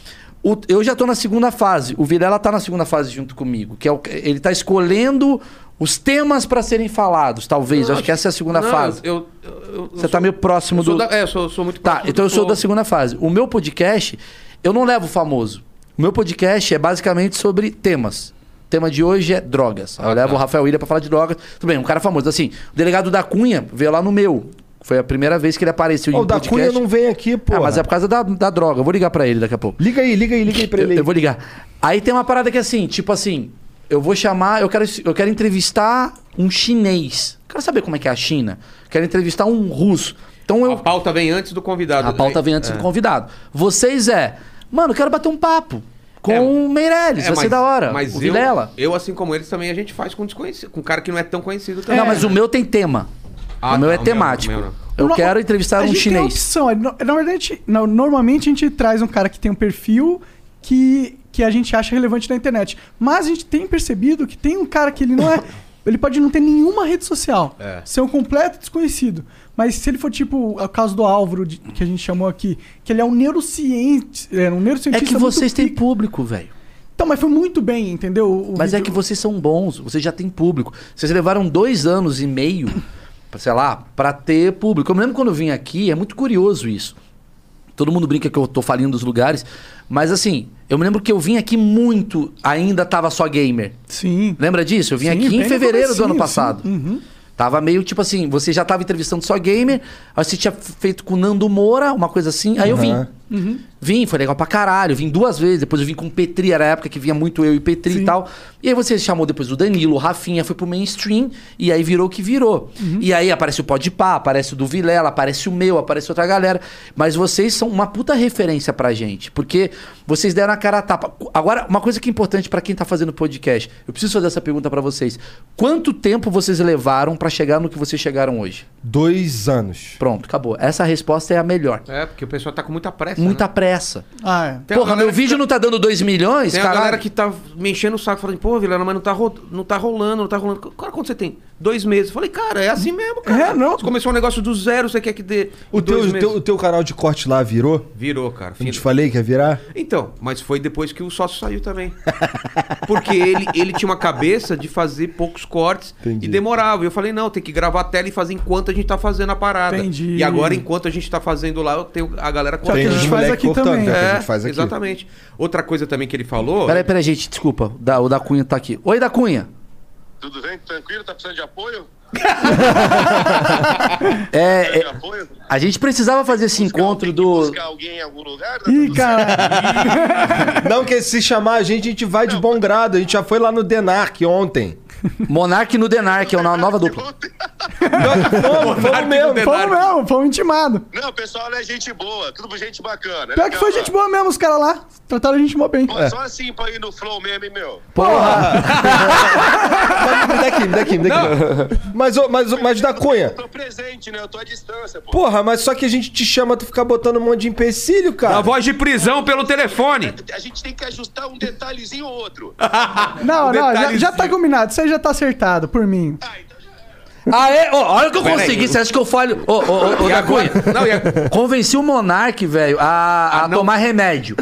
O- eu já tô na segunda fase. O Vilela tá na segunda fase junto comigo, que é o, ele tá escolhendo os temas pra serem falados, talvez. acho que essa é a segunda
Não,
fase.
eu- eu- eu- eu
Você
sou-
tá meio próximo
eu sou
do
da- é, eu sou, sou muito
Tá,
próximo
então
do
eu sou
povo.
da segunda fase. O meu podcast, eu não levo o famoso. O meu podcast é basicamente sobre temas. O tema de hoje é drogas. Aí eu levo o Rafael Ilha pra falar de drogas. Tudo bem, um cara famoso. Assim, o delegado da Cunha veio lá no meu. Foi a primeira vez que ele apareceu em
Ó, o
um
É. da
podcast.
Cunha não vem aqui, pô.
Ah, mas é por causa da, da droga. Eu vou ligar pra ele daqui a pouco.
Liga aí, liga aí, liga aí pra
Eu,
ele. aí.
eu vou ligar. Aí tem uma parada que é assim, tipo assim, eu vou chamar, eu quero, eu quero entrevistar um chinês. Quero saber como é que é a China. Quero entrevistar um russo. Então eu
A pauta é- vem antes do convidado.
a pauta vem antes do convidado. Vocês é, mano, eu quero bater um papo com
É,
o Meirelles,
É,
vai ser da hora.
Mas
o
eu,
Vilela.
eu, assim como eles, também a gente faz com desconhecido, com um cara que não é tão conhecido também.
Não, mas o meu tem tema.
Ah,
o
não, o
meu é
meu não,
temático.
o meu não.
Eu
No-
quero entrevistar
a
um
gente Tem a
chinês.
opção. é, no- Na verdade, a gente- não, normalmente a gente traz um cara que tem um perfil que, que a gente acha relevante na internet. Mas a gente tem percebido que tem um cara que ele não é. Ele pode não ter nenhuma rede social.
É.
Ser um completo desconhecido. Mas se ele for tipo o caso do Álvaro, de- que a gente chamou aqui, que ele é um neurociente. É um
É
neurocientista.
que
muito
vocês têm
pica.
público, velho.
Então, mas foi muito bem, entendeu? O- o
Mas é
vídeo-
que vocês são bons, vocês já têm público. Vocês levaram dois anos e meio, pra, sei lá, pra ter público. Eu me lembro quando eu vim aqui, é muito curioso isso. Todo mundo brinca que eu tô falindo dos lugares, mas assim, eu me lembro que eu vim aqui muito, ainda tava só gamer.
Sim.
Lembra disso? Eu vim
Sim,
aqui
bem
em
no
fevereiro do
comecinho,
ano
sim. Uhum.
passado. Tava meio tipo assim, você já tava entrevistando só gamer, aí você tinha feito com o Nando Moura, uma coisa assim, aí eu vim.
Uhum.
Vim, foi legal pra caralho. Vim duas vezes, depois eu vim com o Petri, era a época que vinha muito eu e o Petri e tal. E aí você chamou depois o Danilo, o Rafinha, foi pro mainstream e aí virou o que virou.
Uhum.
E aí aparece o Podpah, aparece o do Vilela, aparece o meu, aparece outra galera. Mas vocês são uma puta referência pra gente, porque vocês deram a cara a tapa. Agora, uma coisa que é importante pra quem tá fazendo podcast, eu preciso fazer essa pergunta pra vocês. Quanto tempo vocês levaram pra chegar no que vocês chegaram hoje?
Dois anos.
Pronto, acabou. Essa resposta é a melhor.
É, porque o pessoal tá com muita pressa.
Muita
né?
pressa.
Ah, é.
Tem a
Porra,
galera
meu
que
vídeo
fica-
não tá dando 2 milhões,
Tem a
caralho.
galera que tá me enchendo o saco, falando, pô, Vilena, mas não tá, ro- não tá rolando, não tá rolando. Cara, quando você tem dois meses? Eu falei, cara, é assim mesmo, cara.
É, não.
Você começou um negócio do zero, você quer que dê
O teu,
dois
o
meses.
teu, o teu canal de corte lá virou?
Virou, cara.
Eu não
Fim-
te falei que ia virar?
Então, mas foi depois que o sócio saiu também. Porque ele, ele tinha uma cabeça de fazer poucos cortes
Entendi.
e demorava. E eu falei, não, tem que gravar a tela e fazer enquanto a gente tá fazendo a parada.
Entendi.
E agora, enquanto a gente tá fazendo lá, eu tenho a galera
que a
Tem
gente
uns
faz
moleque
aqui
cortando,
também.
que é o que a
É,
gente faz aqui.
exatamente. Outra coisa também que ele falou...
Peraí, peraí, gente, desculpa. Da- o da Cunha tá aqui. Oi, da Cunha.
Tudo bem? Tranquilo? Tá precisando de apoio?
É,
Precisa
é,
de apoio?
a gente precisava fazer esse encontro
Tem que
do.
Buscar alguém em algum lugar? Tá
é?
Ih,
tudo
cara.
Não, que se chamar a gente, a gente vai de bom grado. A gente já foi lá no Denark ontem.
Monark no Denar, que é uma nova
certo?
dupla.
Nós fomos, fomos mesmo.
Fomos é um mesmo, fomos intimados.
Não, o pessoal é gente boa, tudo gente bacana. é
Pior que
legal,
foi
mano.
gente É. boa mesmo, os caras lá. Trataram a gente mó bem.
Pô, Só assim pra ir no flow mesmo, hein, meu?
Me dá aqui, me dá aqui, me dá aqui. Mas, ô, mas, ô, mas da
Eu
Cunha.
tô presente, né? Eu tô à distância, pô.
Porra, mas só que a gente te chama, tu ficar botando um monte de empecilho,
A
cara.
voz de prisão pelo telefone.
A gente tem que ajustar um detalhezinho ou outro. Ah,
É. Não, não, já, já tá
um detalhezinho.
combinado. Isso aí já tá acertado por mim.
Ah, então já
Ah,
era.
é? Ó, olha o que eu
Peraí.
consegui. Você acha que eu falho? Ô, ô, ô, ô,
E
da Cunha.
agora... Não, e a-
Convenci o Monark, velho, a, a
não-
tomar remédio.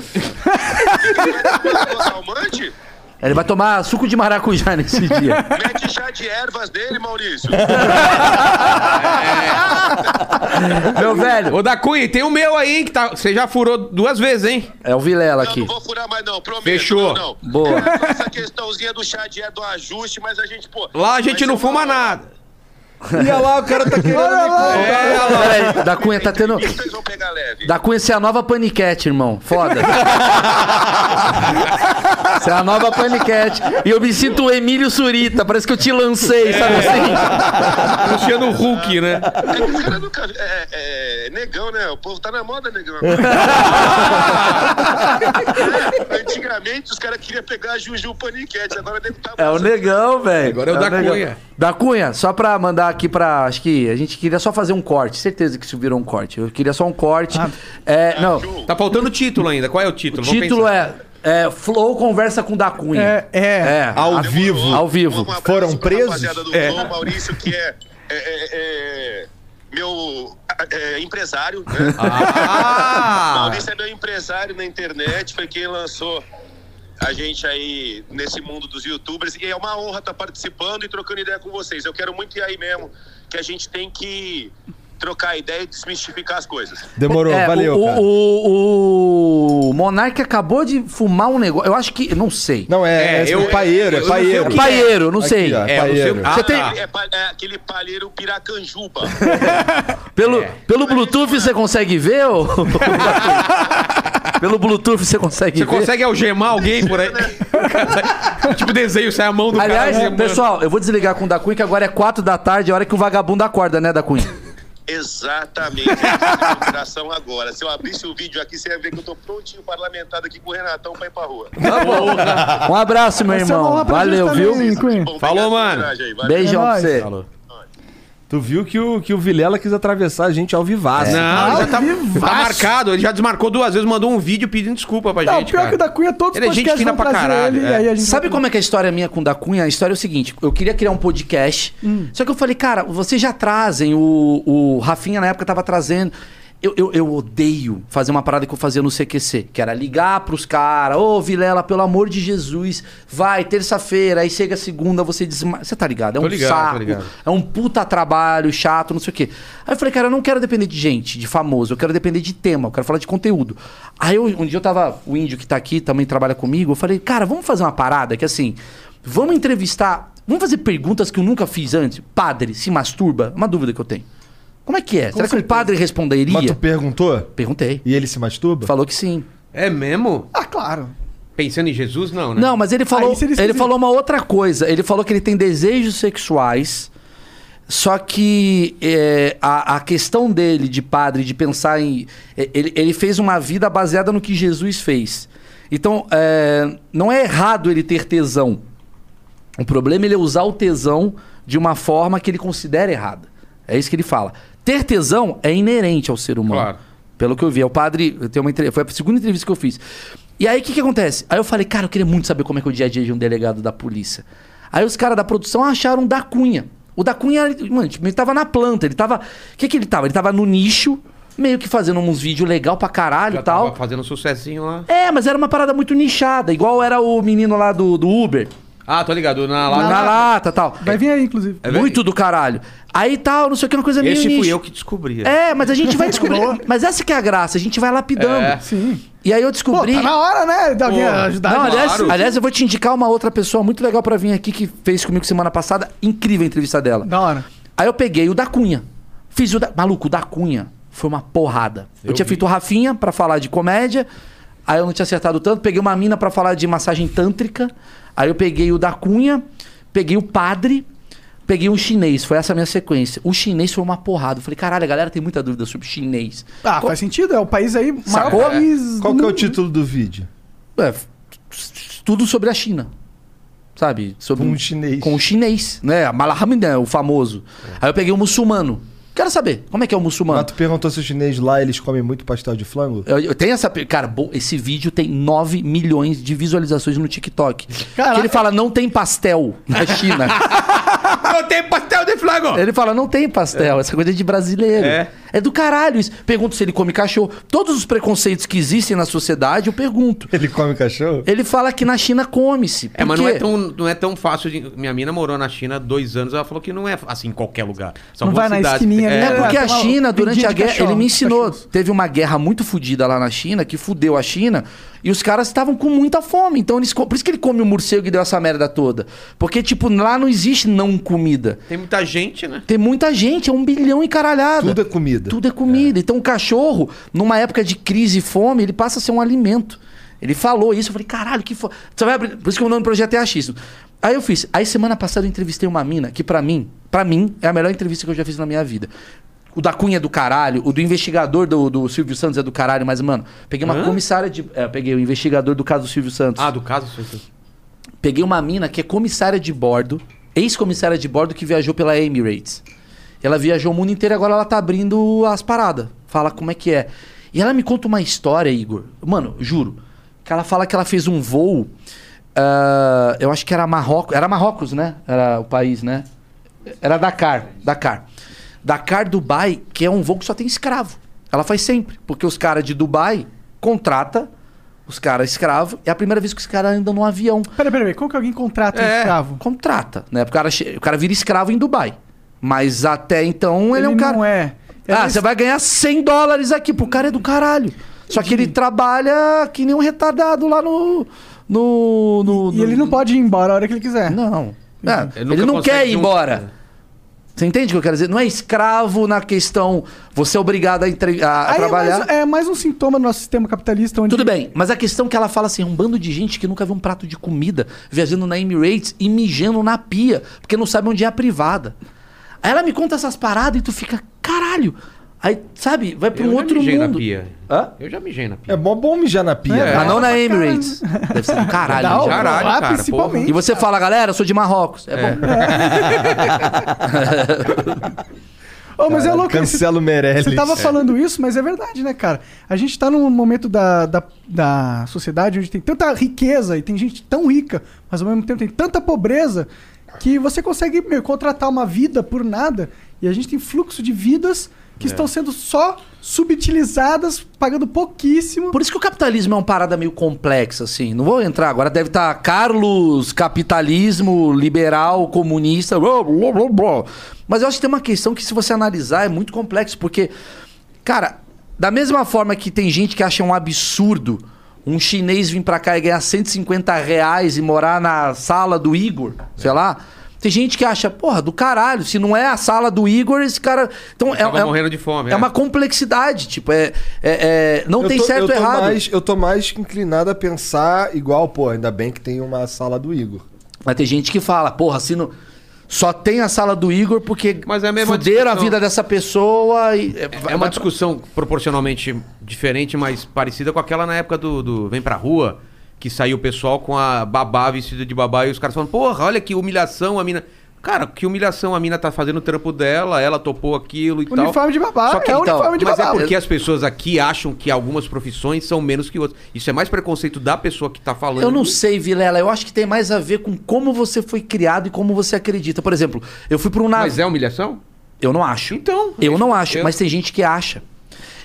Botar o mante?
Ele vai tomar suco de maracujá nesse dia.
Mete chá de ervas dele, Maurício.
Meu velho,
Ô, da Cunha, e tem o meu aí, hein, que tá... Você já furou duas vezes, hein?
é o Vilela
Não,
aqui.
não vou furar mais, não, prometo.
Fechou.
Não, não.
Boa.
Só Essa questãozinha do chá de erva, é do ajuste, mas a gente, pô.
Lá a gente
mas é
não
eu
fuma
vou-
nada. É,
Olha lá, o cara tá querendo.
Olha lá.
Peraí, da Cunha tá tendo.
Isso Vocês vão pegar leve.
Da Cunha, você é a nova paniquete, irmão. Foda. Você é a nova paniquete. E eu me sinto o Emílio Surita. Parece que eu te lancei, sabe assim?
Luciano Huck, né?
É que os caras nunca. É, é, é negão, né? O povo tá na moda, negão. agora. É, antigamente os caras queriam pegar a Juju Paniquete, agora deve tá estar.
É o negão, velho.
Agora é o da
negão.
Cunha.
Da Cunha, só pra mandar aqui pra. Acho que a gente queria só fazer um corte. Certeza que isso virou um corte. Eu queria só um corte.
Ah.
É, não.
Tá faltando o título ainda. Qual é o título?
O
Vamos
título
pensar.
é, é Flow conversa com da Cunha.
É, é.
É.
Ao vivo.
Ao vivo.
Foram presos?
Do Flow, Maurício, que é. é, é, é, meu é, empresário, né?
Ah!
Maurício é meu empresário na internet, foi quem lançou a gente aí nesse mundo dos youtubers. E é uma honra estar participando e trocando ideia com vocês. Eu quero muito ir aí mesmo, que a gente tem que trocar ideia e desmistificar as coisas.
Demorou,
É,
valeu,
o,
cara.
o, o Monark acabou de fumar um negócio. Eu acho que. Não sei.
Não, é, é,
É, eu-
paeiro, é
eu não sei
paeiro.
o
é
que
paeiro, não
Aqui,
sei.
ó,
É, eu não sei o-
paeiro.
Ah,
Você tem-
tá.
É, pa- é aquele palheiro piracanjuba.
é.
Pelo, pelo Bluetooth você consegue ver? Ou... pelo Bluetooth você consegue
Você
ver?
consegue algemar alguém por aí? tipo desenho, sai a mão do
Aliás,
cara. algemando.
pessoal, eu vou desligar com o da Cunha, que agora é 4 da tarde, a hora que o vagabundo acorda, né, da Cunha?
Exatamente. é isso que eu coração agora. Se eu abrisse o vídeo aqui, você ia ver que eu tô prontinho parlamentado aqui com o Renatão pra ir pra rua.
Um abraço, meu
Vai ser uma honra
irmão.
pra gente
Valeu, viu?
também, Cunha.
Falou,
Bom, obrigado pela
mano.
homenagem aí, valeu.
Beijão
É
pra
nóis.
você.
Tu viu que o, que o Vilela quis atravessar a gente ao vivaço.
Não, ele já tá, tá marcado. Ele já desmarcou duas vezes, mandou um vídeo pedindo desculpa pra
Não,
é gente.
pior
cara.
que o da Cunha, todos
Ele é
os
gente
podcasts
fina
vão
pra
trazer
caralho,
ele.
é.
E aí a gente
Sabe como é que é a história minha com o da Cunha? A história é o seguinte: eu queria criar um podcast,
Hum.
só que eu falei, cara, vocês já trazem, o, o Rafinha na época tava trazendo. Eu, eu, eu odeio fazer uma parada que eu fazia no CQC, que era ligar pros caras, ô Vilela, pelo amor de Jesus, vai, terça-feira, aí chega segunda, você desma. Você tá ligado? É um
Tô ligado, tô
saco.
ligado.
É um puta trabalho, chato, não sei o quê. Aí eu falei, cara, eu não quero depender de gente, de famoso, eu quero depender de tema, eu quero falar de conteúdo. Aí eu, um dia eu tava, o índio que tá aqui também trabalha comigo, eu falei, cara, vamos fazer uma parada que assim, vamos entrevistar, vamos fazer perguntas que eu nunca fiz antes. Padre se masturba? É Uma dúvida que eu tenho. Como é que é? Será que
certeza.
o padre responderia?
Mas tu perguntou?
Perguntei.
E ele se masturba?
Falou que sim.
É mesmo?
Ah, claro.
Pensando em Jesus, não, né?
Não, mas ele falou,
Aí seria
ele
esquisito.
falou uma outra coisa. Ele falou que ele tem desejos sexuais, só que é, a, a questão dele de padre, de pensar em. é, Ele, ele fez uma vida baseada no que Jesus fez. Então, é, não é errado ele ter tesão. O problema é ele usar o tesão de uma forma que ele considera errada. É isso que ele fala. Ter tesão é inerente ao ser humano.
Claro.
Pelo que eu vi. É o padre. Eu tenho uma entre- Foi a segunda entrevista que eu fiz. E aí o que, que acontece? Aí eu falei, cara, eu queria muito saber como é que é o dia a dia de um delegado da polícia. Aí os caras da produção acharam o da Cunha. O da Cunha, ele- mano, tipo, ele tava na planta, ele tava. O que, que ele tava? Ele tava no nicho, meio que fazendo uns vídeos legal pra caralho
Já
e tal.
tava fazendo um sucessinho lá.
É, mas era uma parada muito nichada, igual era o menino lá do, do Uber.
Ah, tô ligado. Na, lá,
Na,
na-
lata e tal.
Vai vir aí, inclusive.
É verdade.
Muito do caralho. Aí tal, não sei o que, uma coisa meio
Esse
nicho.
fui eu que descobri.
É, mas a gente vai descobrir. mas essa que é a graça, a gente vai lapidando.
É.
Sim.
E aí eu
Pô,
descobri.
tá na hora, né, de alguém
Pô.
ajudar.
Não, aliás,
Claro.
aliás, eu vou te indicar uma outra pessoa muito legal pra vir aqui que fez comigo semana passada. Incrível a entrevista dela.
Da hora.
Aí eu peguei o da Cunha. Fiz o da... Maluco, o da Cunha foi uma porrada. Eu,
Eu
tinha
vi.
feito o Rafinha pra falar de comédia. Aí eu não tinha acertado tanto. Peguei uma mina pra falar de massagem tântrica. Aí eu peguei o da Cunha. Peguei o padre. Peguei um chinês. Foi essa a minha sequência. O chinês foi uma porrada. Eu falei, caralho, a galera tem muita dúvida sobre chinês.
Ah, faz sentido. É o país aí, maior
Sacou?
país
Qual
do
que é o
mundo.
título do vídeo?
É, tudo sobre a China. Sabe? Sobre
Com o chinês.
Com o chinês, né? Malahaminé, o famoso. Aí eu peguei o muçulmano. Quero saber, como é que é o muçulmano?
Mas tu perguntou se os chineses lá eles comem muito pastel de flango?
Eu, eu tenho essa. pe- Cara, bo- esse vídeo tem 9 milhões de visualizações no TikTok.
Caraca.
Que ele fala, não tem pastel na China.
Eu tenho pastel de flago!
ele fala, não tem pastel, essa coisa é de brasileiro.
É.
é do caralho isso. Pergunto se ele come cachorro. Todos os preconceitos que existem na sociedade, eu pergunto.
Ele come cachorro?
Ele fala que na China come-se.
É,
Por
mas não é,
quê?
tão, não é tão fácil. De... Minha mina morou na China há dois anos. Ela falou que não é assim em qualquer lugar. São
Não
boas
vai na
cidades.
esquininha,
é,
É
né?
porque
Ah,
a
tem uma
China, durante
vendinha
a
de
guerra,
cachorro,
ele me ensinou.
cachorros.
Teve uma guerra muito fodida lá na China, que fudeu a China, e os caras estavam com muita fome. Então, eles, co- por isso que ele come o morcego e deu essa merda toda. Porque, tipo, lá não existe não comida.
Tem muita gente, né?
Tem muita gente, é um bilhão encaralhado.
Tudo é comida.
Tudo é comida. Então o cachorro, numa época de crise e fome, ele passa a ser um alimento. Ele falou isso, eu falei, caralho, que foda. Você vai abrir. Por isso que o nome do projeto é achismo. Aí eu fiz. Aí semana passada eu entrevistei uma mina que, pra mim, para mim, é a melhor entrevista que eu já fiz na minha vida. O da Cunha é do caralho, o do investigador do, do Silvio Santos é do caralho, mas, mano, peguei uma comissária de. É, peguei o investigador do caso do Silvio Santos.
Ah, do caso, seu- seu-
Peguei uma mina que é comissária de bordo, ex-comissária de bordo que viajou pela Emirates. Ela viajou o mundo inteiro e agora ela tá abrindo as paradas. Fala como é que é. E ela me conta uma história, Igor. Mano, juro. Que ela fala que ela fez um voo. ah, eu acho que era Marrocos. Era Marrocos, né? Era o país, né? Era Dakar. Dakar. Dakar, Dubai, que é um voo que só tem escravo. Ela faz sempre. Porque os caras de Dubai contrata os caras escravos. É a primeira vez que os caras andam num avião.
Peraí, peraí, peraí. Como que alguém contrata um escravo?
Contrata, né? O cara, che- o cara vira escravo em Dubai. Mas até então ele, é um cara.
não é. É
Ah,
desse-
você vai ganhar 100 dólares aqui. Pô, o cara é do caralho. Só que ele trabalha que nem um retardado lá no. no, no-
E ele não
no-
pode ir embora a hora que ele quiser.
Não. É,
Ele
ele,
nunca
não
consegue
quer ir
junto,
embora.
né?
Você entende o que eu quero dizer? Não é escravo na questão. Você é obrigado a, entre- a- a
Aí é
trabalhar.
mais, é mais um sintoma do nosso sistema capitalista onde
Tudo bem, mas a questão que ela fala assim, é um bando de gente que nunca viu um prato de comida viajando na Emirates e mijando na pia, porque não sabe onde é a privada. Aí ela me conta essas paradas e tu fica, caralho. Aí, sabe, vai pra
Eu
um
já
outro
mijei na
mundo.
pia.
Hã?
Eu já mijei na pia.
É bom, bom mijar na pia.
É.
né?
Mas não na Emirates. Deve ser do caralho.
Dá,
mijar.
ó,
um Caralho,
lá,
cara,
principalmente.
E você fala, galera, eu sou de Marrocos. É, bom.
Ô, mas é louco esse
Cancelo Meirelles.
Você tava falando isso, mas é verdade, né, cara? A gente tá num momento da, da, da sociedade onde tem tanta riqueza e tem gente tão rica, mas ao mesmo tempo tem tanta pobreza que você consegue meu, contratar uma vida por nada e a gente tem fluxo de vidas que
É.
estão sendo só subutilizadas, pagando pouquíssimo.
Por isso que o capitalismo é uma parada meio complexa, assim. Não vou entrar agora. Deve estar Carlos, capitalismo, liberal, comunista. blá, blá, blá, blá. Mas eu acho que tem uma questão que, se você analisar, é muito complexo. Porque, cara, da mesma forma que tem gente que acha um absurdo um chinês vir pra cá e ganhar 150 reais e morar na sala do Igor, sei lá. Tem gente que acha, porra, do caralho, se não é a sala do Igor, esse cara. Então é,
Acaba
é-
morrendo de fome,
É
é.
uma complexidade, tipo, é. é- é- não
Eu
tem
tô- eu
certo
tô
ou errado.
Mais, eu tô mais inclinado a pensar igual, pô, ainda bem que tem uma sala do Igor.
Mas tem gente que fala, porra, se não. Só tem a sala do Igor porque
Mas é a mesma
fuderam a
discussão.
vida dessa pessoa e.
É uma discussão proporcionalmente diferente, mas parecida com aquela na época do, do Vem Pra Rua, que saiu o pessoal com a babá vestida de babá e os caras falando, porra, olha que humilhação a mina... Cara, que humilhação, a mina tá fazendo o trampo dela, ela topou aquilo e tal.
Uniforme de babá,
Só que
é
então,
uniforme de
mas
babá.
é porque as pessoas aqui acham que algumas profissões são menos que outras. Isso é mais preconceito da pessoa que tá falando.
Eu não sei, Vilela. Eu acho que tem mais a ver com como você foi criado e como você acredita. Por exemplo, eu fui para um navio.
Mas é humilhação?
Eu não acho.
Então,
Eu não acho,
eu-
mas tem gente que acha.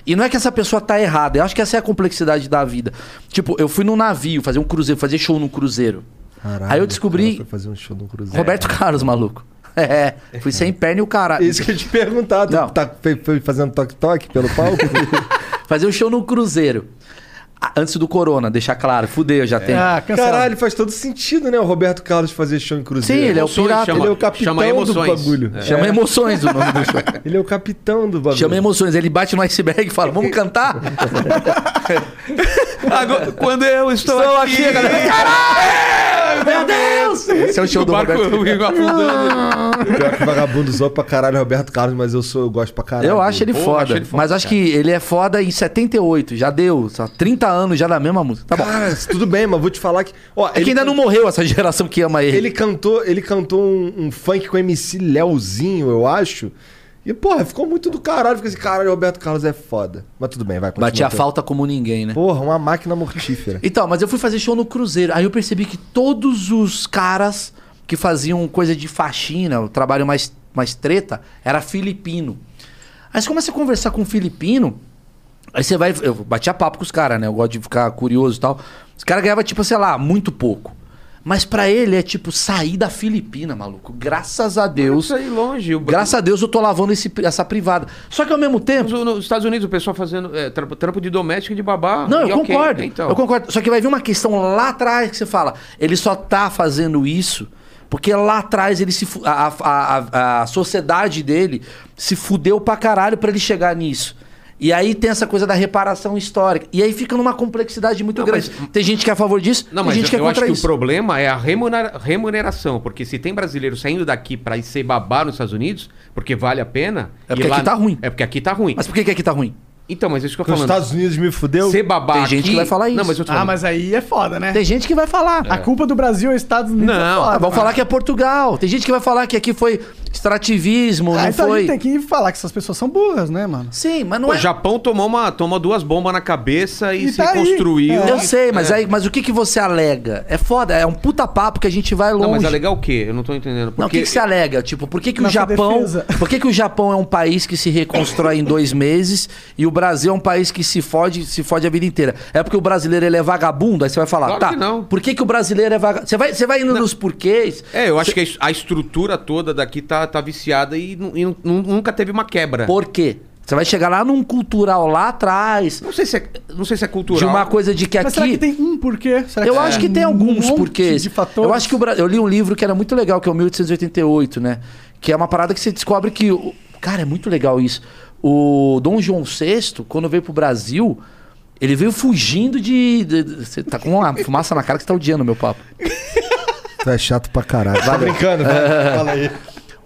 E não é que essa pessoa tá errada. Eu acho que essa é a complexidade da vida. Tipo, eu fui num navio fazer um cruzeiro, fazer show num cruzeiro. Aí eu
o cara
descobri
foi fazer um show no Cruzeiro.
É. Roberto Carlos, maluco. É, fui sem perna e o cara.
Isso que eu ia te perguntar, tu
Não.
tá foi, foi fazendo toque-toque pelo palco?
Fazer o show no cruzeiro. Ah, Antes do corona, deixar claro. Fudeu, eu já
É.
tenho.
Ah, cancela.
Caralho, faz todo sentido, né? O Roberto Carlos fazer show em Cruzeiro.
Sim, ele é o
Emoções,
pirata.
chama-
Ele é o capitão
chama emoções. É.
do bagulho.
Chama emoções o nome do show.
Ele é o capitão do bagulho.
Chama emoções. Ele bate no iceberg e fala, vamos cantar?
é
Agora, quando eu estou, aqui,
Meu Deus! Esse é o show
o
do
barco
Roberto.
o Igor afundando.
Pior que vagabundo zoa pra caralho o Roberto Carlos, mas eu, sou, eu gosto pra caralho.
Eu acho ele
Porra,
foda.
acho ele foda,
mas acho que ele é foda em 78. Já deu. Só 30 anos já da mesma música. Tá bom.
Cara, tudo bem, mas vou te falar que. Ó,
É que ainda não morreu essa geração que ama ele.
Ele cantou, ele cantou um, um funk com o MC Leozinho, eu acho. E, porra, ficou muito do caralho. Fica assim, caralho, o Roberto Carlos é foda. Mas tudo bem, vai. continua. então.
Batia falta como ninguém, né?
Porra, uma máquina mortífera.
Então, mas eu fui fazer show no Cruzeiro. Aí eu percebi que todos os caras que faziam coisa de faxina, o trabalho mais, mais treta, era filipino. Aí você começa a conversar com um filipino, aí você vai. Eu batia papo com os caras, né? Eu gosto de ficar curioso e tal. Os caras ganhavam, tipo, sei lá, muito pouco. Mas pra ele é tipo sair da Filipina, maluco. Graças a Deus.
Isso aí longe. O...
Graças a Deus eu tô lavando esse- essa privada. Só que ao mesmo tempo.
Nos, nos Estados Unidos, o pessoal fazendo é, trampo, trampo de doméstica e de babá.
Não,
Ah, E
eu
ok,
concordo.
Então.
Eu concordo. Só que vai vir uma questão lá atrás que você fala, ele só tá fazendo isso porque lá atrás ele se fu- a, a, a, a sociedade dele se fudeu pra caralho pra ele chegar nisso. E aí tem essa coisa da reparação histórica. E aí fica numa complexidade muito grande. Tem gente que é a favor disso,
Não,
tem
mas
gente que é
eu acho
contra
que o
isso.
problema é a remunera- remuneração, porque se tem brasileiro saindo daqui pra ir ser babá nos Estados Unidos, porque vale a pena.
É
e
porque aqui tá ruim.
É porque aqui tá ruim.
Mas por que, que aqui tá ruim?
Então, mas isso que eu tô
Porque os
falando.
Estados Unidos me fudeu.
Ser babá
Tem gente
aqui-
que vai falar isso.
Não, mas eu tô
Ah,
falando.
mas aí é foda, né?
Tem gente que vai falar.
A culpa do Brasil é Estados Unidos. é
Não,
Ah,
foda,
vão falar que é Portugal. Tem gente que vai falar que aqui foi extrativismo,
Ah,
não
então a
foi.
gente tem que falar que essas pessoas são burras, né, mano?
Sim, mas não
Pô,
é.
O Japão tomou uma, toma duas bombas na cabeça e,
E
se
tá aí.
construiu.
É.
Eu sei, mas, aí, mas o que, que você alega? É foda, é um puta papo que a gente vai longe.
Não, mas é legal o quê? Eu não tô entendendo.
Não, o que, que você alega? Tipo, por que, que o
Nossa
Japão.
defesa.
Por que, que o Japão é um país que se reconstrói em dois meses e o Brasil é um país que se fode, se fode a vida inteira? É porque o brasileiro ele é vagabundo? Aí você vai falar,
Claro
tá.
que não.
Por que, que o brasileiro é vagabundo? Você vai, você vai indo nos porquês.
É, eu acho que a es- a estrutura toda daqui tá, tá viciada e, nu- e nu- nunca teve uma quebra.
Por quê? Você vai chegar lá num cultural lá atrás.
Não sei se é, não sei se é cultural.
De uma coisa de que
Mas
aqui.
será que tem um porquê? Será um
Eu acho que
É, um
tem alguns
monte
porquês.
De fatores?
eu acho que o Bra- eu li um livro que era muito legal, que é o 1888, né? Que é uma parada que você descobre que. o- Cara, é muito legal isso. O Dom João VI, quando veio pro Brasil, ele veio fugindo de. de- de- Você tá com uma fumaça na cara que você tá odiando o meu papo.
Tu é chato pra caralho. Tá brincando, velho? Fala aí.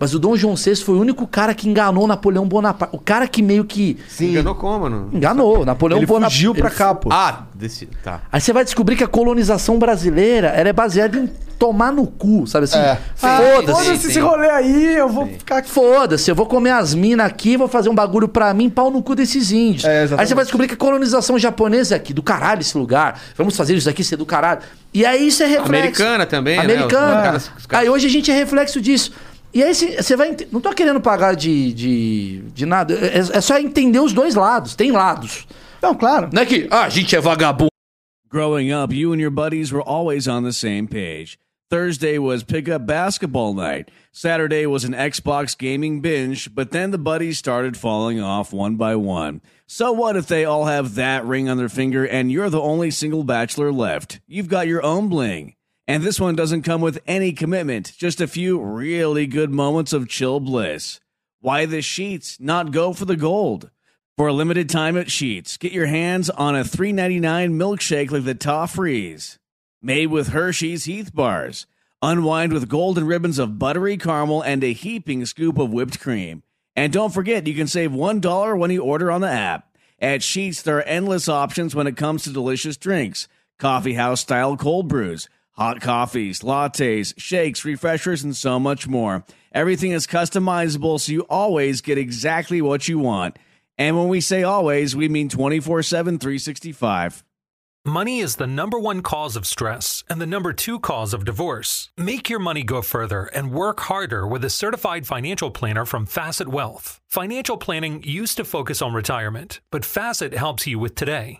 Mas o Dom João VI foi o único cara que enganou Napoleão Bonaparte. O cara que meio que.
Sim. Enganou como, mano?
Enganou. Napoleão
Ele
Bonaparte.
fugiu pra cá, pô.
Ah, desse, tá.
Aí você vai descobrir que a colonização brasileira era baseada em tomar no cu, sabe assim?
É.
Foda-se.
Ah, Foda-se esse rolê aí, eu vou ficar aqui.
Foda-se, eu vou comer as minas aqui, vou fazer um bagulho pra mim, pau no cu desses índios.
É, exatamente.
aí você vai descobrir que a colonização japonesa é aqui, do caralho esse lugar. Vamos fazer isso aqui ser do caralho. E aí isso é reflexo.
Americana também, né?
Americana.
Os caras- os caras-
Aí hoje a gente é reflexo disso. E aí você você vai. ente- Não tô querendo pagar de, de, de nada. É, é só entender os dois lados. Tem lados.
Não, claro.
Não é que, ah, a gente é vagabundo.
Growing up, you and your buddies were always on the same page. Thursday was pickup basketball night. Saturday was an Xbox gaming binge, but then the buddies started falling off one by one. So what if they all have that ring on their finger and you're the only single bachelor left? You've got your own bling. And this one doesn't come with any commitment, just a few really good moments of chill bliss. Why the sheets not go for the gold? For a limited time at Sheets, get your hands on a $3.99 milkshake like the Toffrees, made with Hershey's Heath bars. Unwind with golden ribbons of buttery caramel and a heaping scoop of whipped cream. And don't forget, you can save $1 when you order on the app. At Sheets, there are endless options when it comes to delicious drinks coffee house style cold brews, hot coffees, lattes, shakes, refreshers, and so much more. Everything is customizable, so you always get exactly what you want. And when we say always, we mean 24 7, 365.
Money is the number one cause of stress and the number two cause of divorce. Make your money go further and work harder with a certified financial planner from Facet Wealth. Financial planning used to focus on retirement, but Facet helps you with today.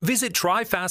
Visit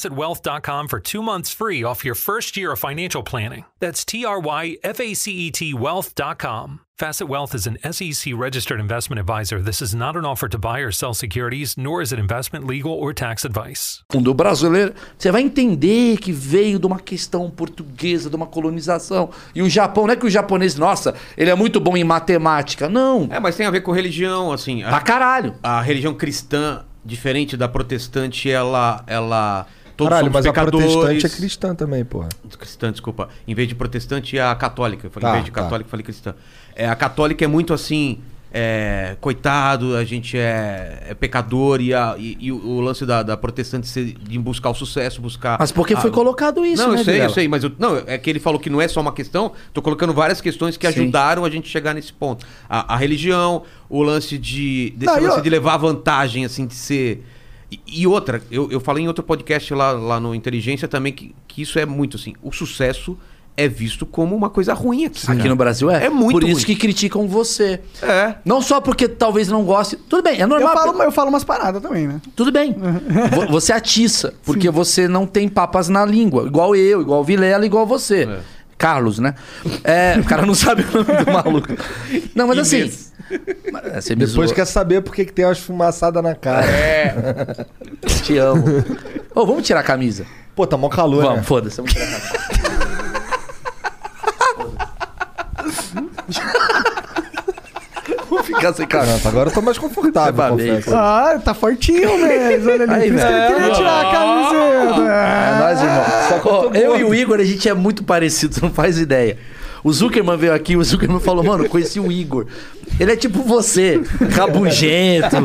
tryfacetwealth.com for two months free off your first year of financial planning. That's T R Y F A C E T wealth.com. Facet Wealth is an SEC registered investment advisor. This is not an offer to buy or sell securities, nor is it investment, legal, or tax advice.
fundo brasileiro, você vai entender que veio de uma questão portuguesa, de uma colonização. E o Japão, não é que o japonês, nossa, ele é muito bom em matemática. Não,
É, mas tem a ver com religião, assim.
Tá.
pra caralho.
a religião cristã, diferente da protestante, ela. ela todos
Caralho,
somos
mas a
pecadores.
protestante é cristã também, porra.
Cristã, desculpa. Em vez de protestante, é a católica. Eu falei,
Tá,
em vez de
tá.
católica, eu falei cristã. É, a católica é muito assim. é, coitado, a gente é, é pecador e, a- e- e o, o lance da, da protestante ser de buscar o sucesso, buscar.
Mas porque foi
a-
colocado isso,
Ah. não,
né,
eu sei,
Vilela?
eu sei, mas eu- não, é que ele falou que não é só uma questão, tô colocando várias questões que
Sim.
ajudaram a gente chegar nesse ponto. A, a religião, o lance de desse
Não, e
lance
o-
de levar vantagem assim de ser e, e outra, eu, eu falei em outro podcast lá, lá no Inteligência também que, que isso é muito assim, o sucesso é visto como uma coisa ruim aqui.
Aqui
cara.
no Brasil é.
É muito
Por isso
ruim.
que criticam você.
É.
Não só porque talvez não goste. Tudo bem, é
Eu
normal.
falo, eu falo umas paradas também, né?
Tudo bem. Vo- Você atiça, porque você não tem papas na língua. Igual eu, igual o Vilela, igual você. Carlos, né? É, o cara não sabe o nome do maluco. Não, mas assim. Mas, é, Você me
Depois
zoou.
quer saber por que que tem umas fumaçadas na cara.
É. Te amo. Ô, vamos tirar a camisa.
Pô, tá mó calor,
Vamos,
né?
foda-se. Vamos tirar a camisa. Vou ficar sem camisa.
Caramba, agora eu tô mais confortável,
Parabéns.
confesso.
Ah, tá fortinho, velho. Olha ali.
Aí,
Por isso que
velho.
ele queria tirar a camiseta.
É nóis, irmão. Ó, eu e o Igor, a gente é muito parecido, você não faz ideia. O Zuckerman veio aqui, o Zuckerman falou, mano, conheci o Igor. Ele é tipo você, rabugento,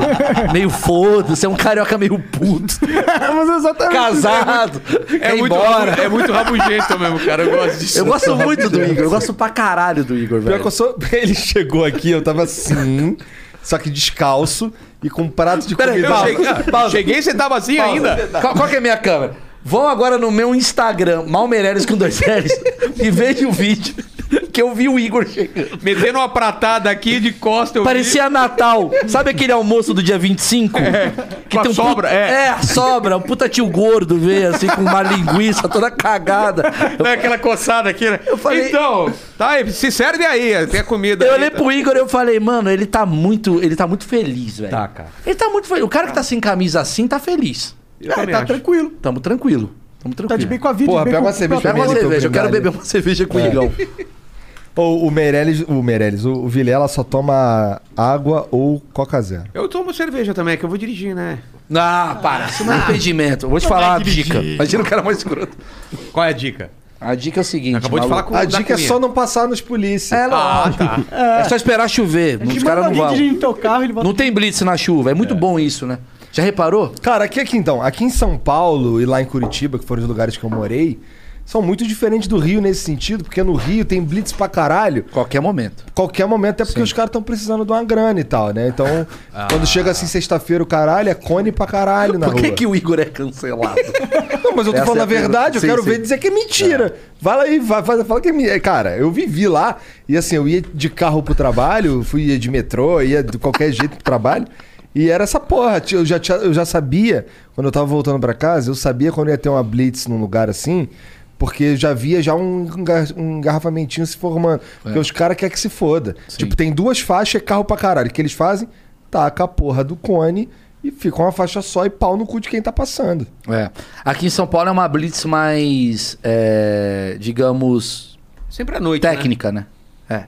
meio foda, você é um carioca meio puto,
Mas exatamente.
casado, quer ir embora.
é muito rabugento mesmo, cara. Eu gosto disso.
Eu gosto muito do Igor, eu gosto pra caralho do Igor,
Pior que
velho.
eu sou. Ele chegou aqui, eu tava assim, só que descalço e com um prato de
Peraí,
comida.
Eu cheguei, ah, cheguei e você tava assim ainda.
Qual, qual que é a minha câmera? Vão agora no meu Instagram, Malmeireles com dois L's, e veja o vídeo que eu vi o Igor chegando.
Metendo uma pratada aqui de costa. Eu vi.
Parecia Natal. Sabe aquele almoço do dia 25?
com a sobra,
puta-
é.
É, a sobra. O puta tio gordo veio assim com uma linguiça toda cagada.
Dá aquela coçada aqui, né? Então- Eu
falei-
Então, tá aí, se serve aí, tem a comida.
Eu
aí,
olhei
tá.
pro Igor e eu falei, mano, ele tá muito, ele tá muito feliz, velho.
Tá, cara.
Ele tá muito feliz. O cara que tá sem camisa assim tá feliz.
Eu
É,
também
tá
acho.
tranquilo.
Tamo tranquilo. Tamo
Tá de bem
tranquilo.
com a vida.
Porra,
de bem
pega
com-
uma cerveja
Pega uma
Também,
cerveja,
tô
eu quero
brindado.
beber uma cerveja com o Igão.
Ou o Meirelles. O Meirelles, o, o Vilela só toma água ou Coca Zero.
tá? Eu tomo cerveja também, que eu vou dirigir, né?
Ah, para. Isso não é impedimento. Eu Vou te falar a dica. Imagina o cara mais escroto.
Qual é a dica?
A dica é o seguinte.
Acabou de
maluco.
falar com
A
da
dica é
Cunha.
só não passar nos polícia. Ah, tá.
É lógico. É só esperar chover.
Te
Os
manda
caras não
alguém
vão.
dirigir teu carro, ele volta.
Não tem blitz na chuva, é muito bom isso, né? Já reparou?
Cara, aqui, aqui então, aqui em São Paulo e lá em Curitiba, que foram os lugares que eu morei, são muito diferentes do Rio nesse sentido, porque no Rio tem blitz pra caralho.
Qualquer momento.
Qualquer momento, até porque os caras estão precisando de uma grana e tal, né? Então, quando chega assim sexta-feira, o caralho, é cone pra caralho na
Ah. Por que,
rua.
que o Igor é cancelado?
Não, mas eu tô
Essa
falando
é
a
a pergunta.
verdade, eu
Sim,
quero
sim. Tá.
ver dizer que é mentira. Vai lá e vai, faz- fala que é mentira. Cara, eu vivi lá e assim, eu ia de carro pro trabalho, fui ia de metrô, ia de qualquer jeito pro trabalho. E era essa porra. Tinha- Eu já, tinha- eu já sabia, quando eu tava voltando pra casa, eu sabia quando ia ter uma blitz num lugar assim, porque eu já via já um, enga- um engarrafamentinho se formando. Porque
É.
os caras querem que se foda. Tipo, tem duas faixas, é carro pra caralho. O que eles fazem? Taca a porra do cone e fica uma faixa só e pau no cu de quem tá passando.
É. Aqui em São Paulo é uma blitz mais, é, digamos,
Sempre à noite. né?
técnica, né? É.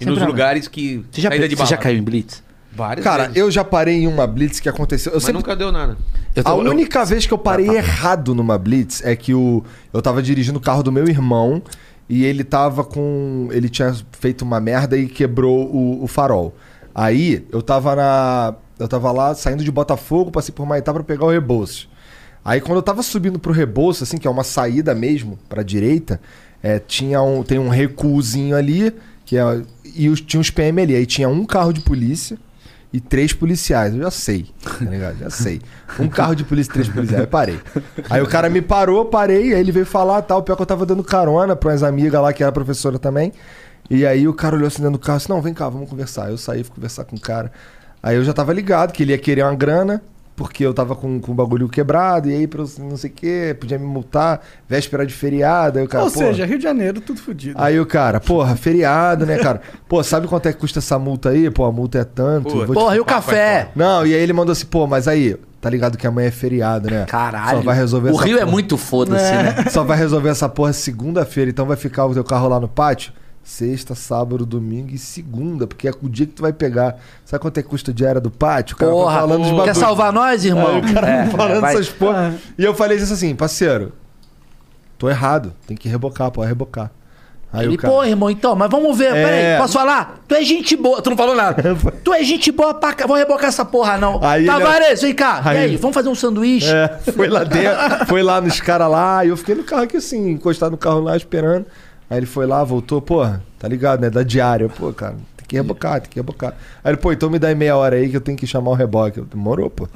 E nos
Sempre-
lugares que.
Você já,
saída
você já
balada.
caiu em blitz?
Várias
Cara,
vezes.
eu já parei em uma blitz que aconteceu. Eu
Mas
sempre...
nunca deu nada.
Eu
A
tô- eu-
única vez que eu parei errado numa blitz é que o... eu tava dirigindo o carro do meu irmão e ele tava com. Ele tinha feito uma merda e quebrou o, o farol. Aí eu tava na. Eu tava lá saindo de Botafogo, passei por Maitá pra pegar o Rebouças. Aí quando eu tava subindo pro Rebouças, assim, que é uma saída mesmo pra direita, é, tinha um, tem um recuozinho ali, que é, e os- tinha uns PM ali. Aí tinha um carro de polícia e três policiais. Eu já sei, tá ligado? Já sei. Um carro de polícia e três policiais. Aí parei. Aí o cara me parou, parei, aí ele veio falar tal. Pior que eu tava dando carona pra umas amigas lá que era professora também. E aí o cara olhou assim dentro do carro assim, não, vem cá, vamos conversar. Eu saí, fui conversar com o cara. Aí eu já tava ligado que ele ia querer uma grana, porque eu tava com, com o bagulho quebrado, e aí pra eu não sei o que, podia me multar, véspera de feriado, aí o cara.
Ou
pô,
seja, Rio de Janeiro, tudo fodido.
Aí o cara, porra, feriado, né, cara? Pô, sabe quanto é que custa essa multa aí? Pô, a multa é tanto.
Puta.
vou te
Porra, e o café?
não, e aí ele mandou assim, pô, mas aí, tá ligado que amanhã é feriado, né?
Caralho.
Só vai resolver
o
essa
Rio é
porra-
muito foda-se, né?
Só vai resolver essa porra segunda-feira, então vai ficar o teu carro lá no pátio? Sexta, sábado, domingo e segunda, porque é o dia que tu vai pegar. Sabe quanto é que custa a diária do pátio? O cara vai
Porra,
falando de
quer salvar nós, irmão?
o cara
É,
falando
é, vai.
essas porra. E eu falei isso assim, parceiro, tô errado, tem que rebocar, pô, rebocar. Aí
Ele,
o cara...
pô, irmão, então, mas vamos ver,
É.
peraí, posso falar? Tu é gente boa, tu não falou nada. tu é gente boa pra cá, vou rebocar essa porra, não.
Aí ele-
Tavares, vem cá,
Aí
e é aí,
ele-
vamos fazer um sanduíche?
É, foi lá dentro, foi lá nos caras lá, e eu fiquei no carro aqui assim, encostado no carro lá, esperando. Aí ele foi lá, voltou, porra, tá ligado, né? Da diária, pô, cara, tem que rebocar, tem que rebocar. Aí ele, pô, então me dá aí meia hora aí que eu tenho que chamar o reboque. Eu, Demorou, pô.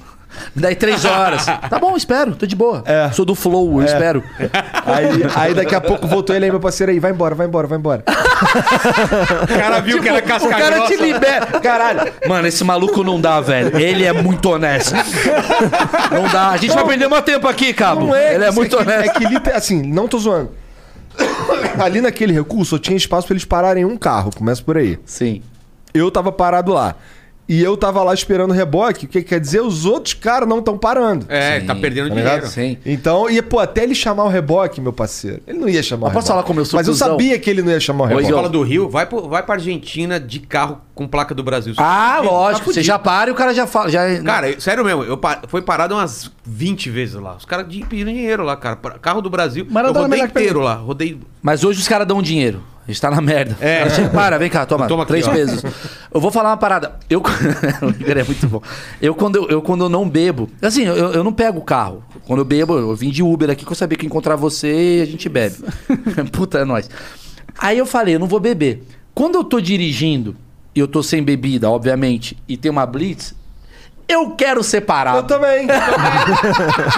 Daí três horas. tá bom, espero, tô de boa.
É.
Sou do flow, eu espero.
Aí, aí daqui a pouco voltou ele aí, meu parceiro aí, vai embora, vai embora, vai embora.
O cara viu que era casca
O cara
grossa.
te libera. É, Caralho. Mano, esse maluco não dá, velho. Ele é muito honesto. Não dá. A gente vai perder muito tempo aqui, cabo. Ele é
isso
muito
que-
honesto.
É que, liter- assim, não tô zoando. Ali naquele recurso, eu tinha espaço pra eles pararem um carro, começa por aí.
Sim.
Eu tava parado lá. E eu tava lá esperando o reboque, o que quer dizer? Os outros caras não estão parando.
É,
Sim,
tá perdendo
tá
dinheiro.
ligado? Sim.
Então, ia, pô, até ele chamar o reboque, meu parceiro. Ele não ia chamar
Mas posso
o reboque.
falar como eu sou
Mas eu
cuzão?
sabia que ele não ia chamar o
Oi,
reboque.
Idiota.
Fala do Rio, vai, pro, vai pra Argentina de carro com placa do Brasil.
Ah,
Tá
lógico. Você
fudido.
já para e o cara já fala. Já... é-
Cara, eu- sério mesmo, eu pa- foi parado umas 20 vezes lá. Os caras de- pediram dinheiro lá, cara. Pra- Carro do Brasil.
Maradona
eu rodei
melhor que
inteiro lá. Rodei.
Mas hoje os caras dão dinheiro. A gente tá na merda.
É.
Aí chega, para, vem cá, toma.
Toma aqui,
três
ó.
pesos. Eu vou falar uma parada. Eu, o Igor é muito bom. Eu quando eu, eu, quando eu não bebo. Assim, eu, eu não pego o carro. Quando eu bebo, eu vim de Uber aqui que eu sabia que ia encontrar você e a gente bebe. Puta, é nóis. Aí eu falei, eu não vou beber. Quando eu tô dirigindo e eu tô sem bebida, obviamente, e tem uma blitz, eu quero separar.
Eu também.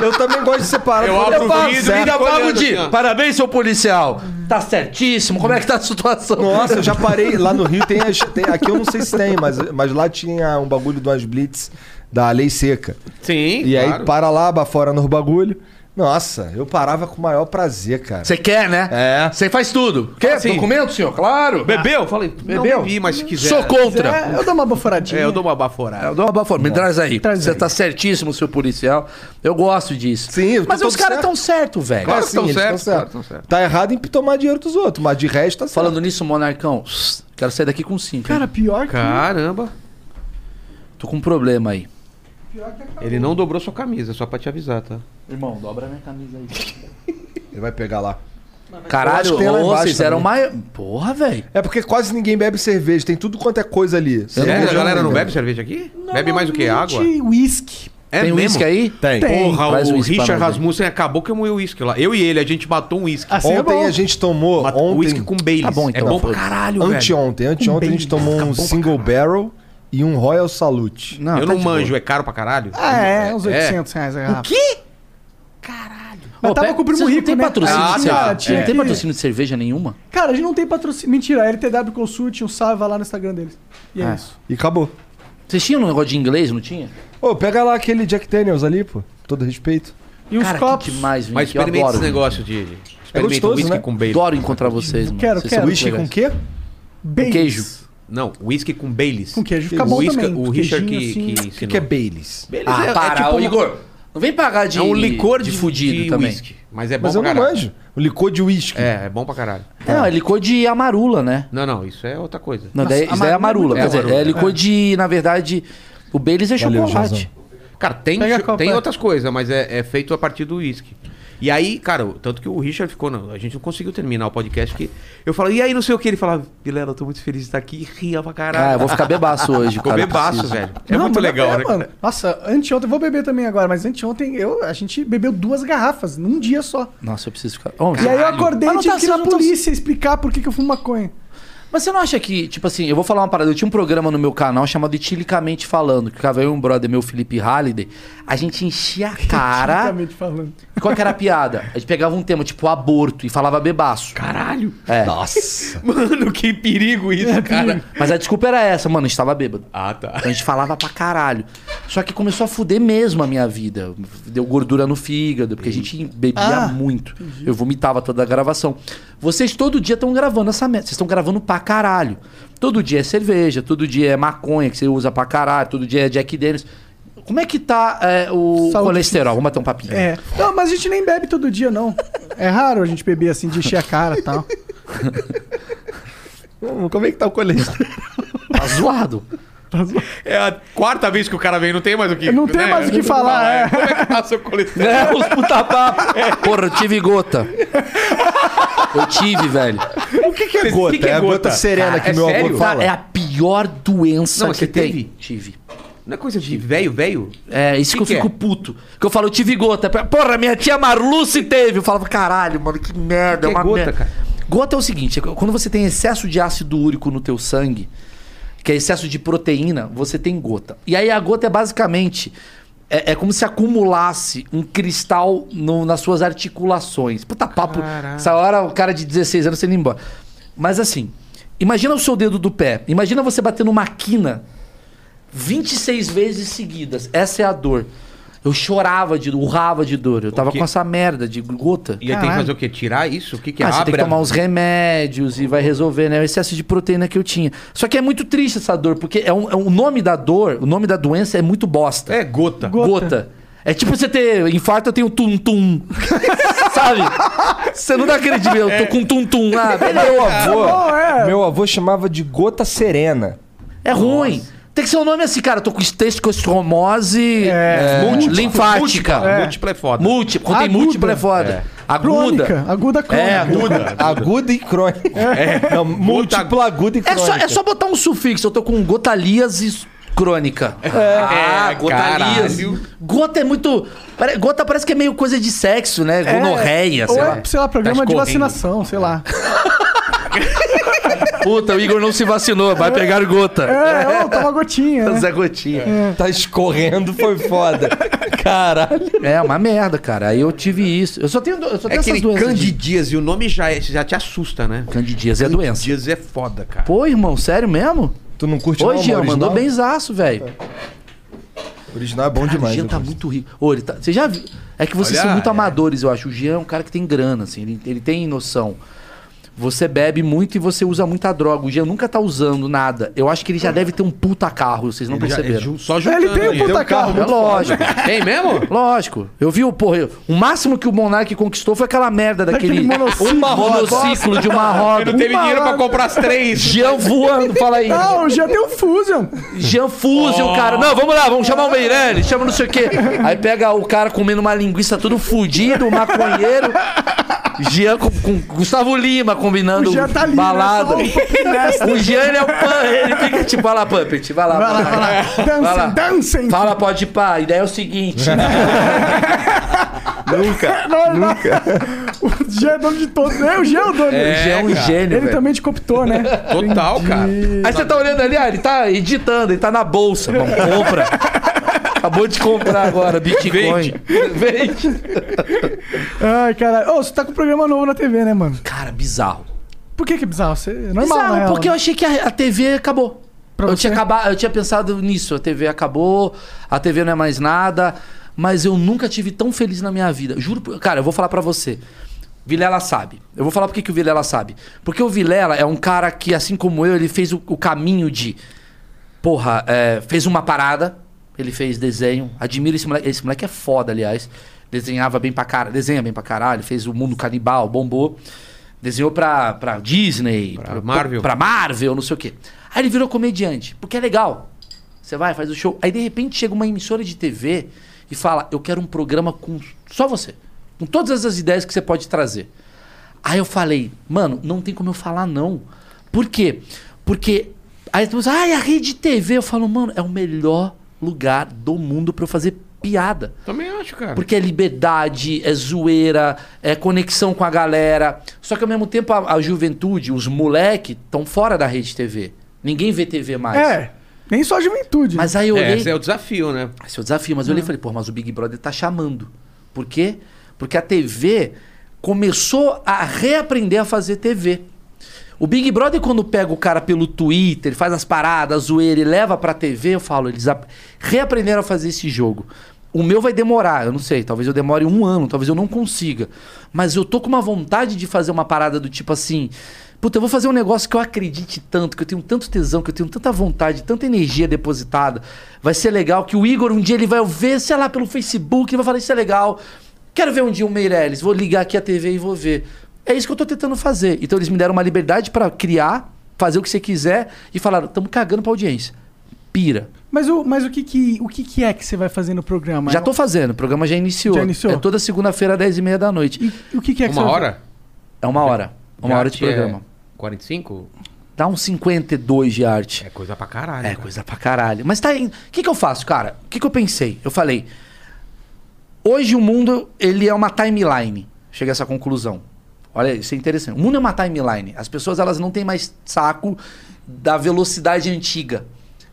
eu também gosto de separar.
Eu
Pô,
abro o
falo
vidro e
sério.
fica
Ainda pago
olhando
de.
assim, ó.
Parabéns, seu policial. Tá certíssimo. Como é que tá a situação?
Nossa, eu já parei. Lá no Rio tem, as, tem- Aqui eu não sei se tem, mas, mas lá tinha um bagulho de umas blitz da lei seca.
Sim,
E
claro.
aí para lá, bafora nos bagulho. Nossa, eu parava com o maior prazer, cara.
Você quer, né?
É.
Você faz tudo. Quer?
Assim.
Documento, senhor? Claro.
Bebeu? Falei, não
Bebeu?
bebi, mas se quiser.
Sou contra.
É, eu dou uma baforadinha.
É, eu dou uma baforada.
Eu dou uma baforada. Me traz aí.
Traz
Você
aí.
tá certíssimo, seu policial. Eu gosto disso.
Sim, eu tô
Mas
todo
os caras
certo.
tão certo, velho.
Claro que tão
É assim, eles
certo,
tão
claro que tão certo.
Tá errado em tomar dinheiro dos outros, mas de resto tá certo.
Falando nisso, Monarcão, quero sair daqui com cinco.
Cara,
Cara,
É pior que.
Caramba.
tô com um problema aí.
Ele não dobrou sua camisa, só pra te avisar, tá?
Irmão, dobra minha camisa aí.
Ele vai pegar lá.
Caralho,
Eu acho que tem lá
ô,
embaixo
vocês eram
também.
mais. Porra, velho.
É porque quase ninguém bebe cerveja, tem tudo quanto é coisa ali.
não
Sério,
vejo
a galera não
ainda.
bebe cerveja aqui? bebe mais o que? Água?
Whisky.
É
Tem
mesmo?
uísque aí?
Tem.
Porra,
Traz
o
uísque pra
Richard
nós aí.
Rasmussen acabou que eu moí o uísque lá. Eu e ele, a gente matou um uísque.
Assim é
Ontem
bom.
a gente tomou.
Mat-
Ontem,
Uísque um com Baileys.
Tá bom, então.
É bom pra
Foi.
caralho, velho.
anteontem, anteontem a gente tomou um single barrel e um Royal Salute.
Não,
eu
tá
não
de boa.
manjo, é caro pra caralho.
Ah, é, uns 800 reais a garrafa.
quê?
Mas
Ô,
tava
pega-
com o primo
vocês
rico,
não tem
né?
patrocínio
Ah,
de
tá.
cerveja?
Tinha
Não tem
que-
patrocínio de cerveja nenhuma?
Cara, a gente não tem patrocínio. Mentira, a LTW Consult, um salve, vai lá no Instagram deles. E é,
É.
isso.
E acabou.
Vocês tinham um negócio de inglês, não tinha?
Ô, pega lá aquele Jack Daniels ali, pô. Todo respeito.
E uns
Cara,
copos.
que demais, Vini.
Mas
eu
experimenta
adoro.
esse negócio de... Experimenta
gostoso,
um whisky
né?
com Baileys.
Adoro encontrar vocês, mano.
Quero,
vocês
quero.
são muito
Whisky com o
legais.
quê?
Baileys.
queijo.
Não, whisky com Baileys.
Com queijo. Fica bom
o whisky-
também.
O
com
Richard que,
queijinho, assim.
que
O que,
ensinou.
que é Baileys?
Baileys
Ah,
é- é
para,
tipo
ô
uma-
Igor. Não vem pagar de
É um licor de,
fudido
de
também.
whisky. Mas é bom
Mas
pra
eu não
caralho.
manjo. O licor de uísque.
É, é bom pra caralho.
Não, é licor de amarula, né?
Não, não, isso é outra coisa.
Não, daí, isso daí é amarula.
amarula é
Quer dizer,
muito bom.
é
né?
licor de, na verdade, o Baileys é
Valeu,
chocolate.
Cara, tem,
Pega a
cho-
copa,
tem
é.
outras coisas, mas é, é feito a partir do uísque. E aí, cara, o- tanto que o Richard ficou. na- a gente não conseguiu terminar o podcast que eu falo, e aí não sei o que. Ele falava, Vilela, eu tô muito feliz de estar aqui e ria pra caralho.
Ah, eu vou ficar bebaço hoje,
Ficou
cara.
bebaço,
preciso.
velho. É
Não,
muito
mas
legal,
é,
né?
mano?
cara?
Nossa, anteontem, vou beber também agora, mas anteontem eu, a gente bebeu duas garrafas num dia só.
Nossa, eu preciso ficar... Ô,
E aí eu
Caralho.
acordei e
Mas não
tive
tá-
que ir na
não tá-
polícia explicar por que, que eu fumo maconha.
Mas você não acha que, tipo assim, eu vou falar uma parada. Eu tinha um programa no meu canal chamado Itilicamente Falando, que ficava eu e um brother meu, Felipe Halliday. A gente enchia a cara.
Tecnicamente falando.
Qual que era a piada? A gente pegava um tema, tipo aborto, e falava bebaço.
Caralho!
É.
Nossa.
Mano, que perigo isso, cara.
Mas a desculpa era essa, mano, a gente tava bêbado.
Ah, tá.
Então a gente falava pra caralho. Só que começou a fuder mesmo a minha vida. Deu gordura no fígado, porque a gente bebia
Ah,
muito. Eu vomitava toda a gravação. Vocês todo dia estão gravando essa merda. Vocês estão gravando pra caralho. Todo dia é cerveja, todo dia é maconha que você usa pra caralho, todo dia é Jack Daniels. Como é que tá é, o
Saúde.
colesterol? Vamos bater um papinho.
É. Não, mas a gente nem bebe todo dia, não. É raro a gente beber assim, de encher a cara e tal.
Hum, Como é que tá o colesterol?
Tá zoado.
É a quarta vez que o cara vem, não tem mais o que né?
Não tem mais o que falar, é.
Como é que tá seu colesterol?
É, os puta papo.
É.
Porra, eu tive gota. Eu tive, velho.
O que, que é
gota? É a gota serena que
é
meu avô
sério?
fala.
Cara, é a pior doença
Não, mas
que
você
tem.
teve?
Tive.
Não é coisa de velho, velho?
É, isso que,
Que que
eu fico
é?
puto. Que eu falo, eu tive gota. Porra, minha tia Marluce teve. Eu falava, caralho, mano, que merda.
Que
é uma
gota,
merda.
cara?
Gota é o seguinte, é quando você tem excesso de ácido úrico no teu sangue, que é excesso de proteína, você tem gota. E aí a gota é basicamente... É, é como se acumulasse um cristal no- nas suas articulações. Puta papo. Essa hora o cara de 16 anos você indo embora. Mas assim, imagina o seu dedo do pé. Imagina você bater numa quina 26 vezes seguidas. Essa é a dor. Eu chorava de urrava de dor. Eu tava
quê?
com essa merda de gota.
E aí tem que
Caralho.
fazer o quê? Tirar isso? O que que é?
Ah, você tem que
Abre a-
tomar uns remédios e vai resolver, né? O excesso de proteína que eu tinha. Só que é muito triste essa dor, porque é um- é um- o nome da dor, o nome da doença é muito bosta.
É, gota.
gota. É tipo você ter infarto, eu tenho tum-tum. Sabe? Você não dá credibilidade.
É.
Eu tô com tum-tum. Ah, beleza.
Meu avô, meu avô chamava de gota serena.
É ruim. Tem que ser um nome assim, cara. Eu tô com estescostomose é. linfática.
Múltipla, múltipla é foda.
Múltipla. Quando tem
Aguda.
múltipla é foda. Aguda.
Crônica. Aguda crônica.
É, aguda.
Aguda e crônica. É. Não, múltipla aguda e
É
crônica.
só, é só botar um sufixo. Eu tô com gotalias crônica.
É, caralho.
Gota é muito. pare- Gota parece que é meio coisa de sexo, né? Gonorreia,
Ou
sei lá. Tá
é, sei lá, programa de
escorrendo.
vacinação, sei lá.
Puta, o Igor não se vacinou. Vai pegar gota.
É, ô, toma gotinha, né?
Zé Gotinha.
É
Tá escorrendo, foi foda. Caralho.
É uma merda, cara. Aí eu tive isso. Eu só tenho, do- eu só
É
tenho
aquele
essas doenças. de-
candidias e o nome já, é- já te assusta, né?
Candidíase é doença.
Candidias é foda, cara.
Pô, irmão, sério mesmo?
Tu não curte
Ô,
não,
Jean,
original?
mandou benzaço, velho.
Original é bom
O
demais.
Jean
né?
tá muito rico. Ô, ele tá... Você já viu? É que vocês
Olha,
são muito
é.
amadores, eu acho. O Jean é um cara que tem grana, assim. Ele, ele tem noção. Você bebe muito e você usa muita droga. O Jean nunca tá usando nada. Eu acho que ele já deve ter um puta carro, vocês não
Já- é
perceberam.
ju- só
É,
juntando
ele tem um
aí.
puta
É
carro. né?
lógico.
Tem mesmo?
Lógico. Eu vi o porra. eu- O máximo que o Monark conquistou foi aquela merda
Daquele
daquele
monociclo.
uma monociclo de uma roda.
Ele não teve
Uma
dinheiro pra
roda.
comprar as três.
Jean voando, fala aí.
Não, o Jean tem um Fusion.
Jean Fusion, cara. Não, vamos lá, vamos chamar o Meirelles, chama não sei o quê. Aí pega o cara comendo uma linguiça todo fudido, um maconheiro. Jean com, com Gustavo Lima, com combinando
O Jean tá ali, né?
balada.
Só um pouquinho
o Jean ele é o pan, ele fica tipo, vai lá, Puppet, vai lá,
Vai lá, vai lá. Dancem,
Vai lá.
dancem.
Fala, pode pá. A ideia é o seguinte.
Nunca.
O Jean é dono de todos, né? O Jean é o dono.
o Jean é um
cara.
gênio,
Ele
velho.
também te cooptou, né?
Total, cara.
Aí você tá olhando ali, ah, ele tá editando, ele tá na bolsa, mano. Compra. Acabou de comprar agora, Bitcoin. Vende.
Ai, caralho. Ô, você tá com um programa novo na TV, né, mano?
Cara, bizarro.
Por que que é bizarro? Você... É normal,
Bizarro,
né,
porque eu
Alan?
achei que a, a TV acabou.
Pra
eu,
você?
tinha acaba- eu tinha pensado nisso, a TV acabou, a TV não é mais nada, mas eu nunca tive tão feliz na minha vida. Juro, por- cara, eu vou falar pra você. Vilela sabe. Eu vou falar porque que o Vilela sabe. Porque o Vilela é um cara que, assim como eu, ele fez o, o caminho de. Porra, é, fez uma parada, ele fez desenho. Admiro esse moleque. Esse moleque é foda, aliás. Desenhava bem pra caralho, desenha bem pra caralho, fez o mundo canibal, bombou. Desenhou pra, pra Disney, pra
Marvel.
pra Marvel, não sei o quê. Aí ele virou comediante, porque é legal. Você vai, faz o show. Aí de repente chega uma emissora de TV e fala: Eu quero um programa com só você. Com todas as ideias que você pode trazer. Aí eu falei, mano, não tem como eu falar não. Por quê? Porque aí as pessoas, ai, a rede TV. Eu falo, mano, é o melhor lugar do mundo pra eu fazer piada.
Também acho, cara.
Porque é liberdade, é zoeira, é conexão com a galera. Só que ao mesmo tempo a, a juventude, os moleque, estão fora da rede TV. Ninguém vê TV mais.
É, nem só a juventude.
Mas aí eu
É,
olhei.
esse é o desafio, né?
Esse é o desafio, mas eu olhei e falei, pô, mas o Big Brother tá chamando. Por quê? Porque a TV começou a reaprender a fazer TV. O Big Brother, quando pega o cara pelo Twitter, ele faz as paradas, zoeira e leva pra TV, eu falo, eles ap- reaprenderam a fazer esse jogo. O meu vai demorar, eu não sei, talvez eu demore um ano, talvez eu não consiga. Mas eu tô com uma vontade de fazer uma parada do tipo assim. Puta, eu vou fazer um negócio que eu acredite tanto, que eu tenho tanto tesão, que eu tenho tanta vontade, tanta energia depositada. Vai ser legal que o Igor um dia ele vai ver, sei lá, pelo Facebook, ele vai falar, isso é legal. Quero ver um dia o Meirelles, vou ligar aqui a TV e vou ver. É isso que eu tô tentando fazer. Então eles me deram uma liberdade pra criar, fazer o que você quiser e falaram, estamos cagando pra audiência. Pira.
Mas, o, mas o, que que, o que que é que você vai fazer no programa?
já tô fazendo, o programa já iniciou.
Já iniciou?
É toda segunda-feira, 10h30 da noite.
E o que que é que você
Uma
vai-
hora?
É uma hora. Uma
Já
hora de
te é
programa.
45?
Dá uns 52 de arte.
É coisa pra caralho.
É
cara.
coisa pra caralho. Mas tá aí. O que, que eu faço, cara? O que, que eu pensei? Eu falei. Hoje o mundo, ele é uma timeline. Cheguei a essa conclusão. Olha, isso é interessante. O mundo é uma timeline. As pessoas, elas não têm mais saco da velocidade antiga.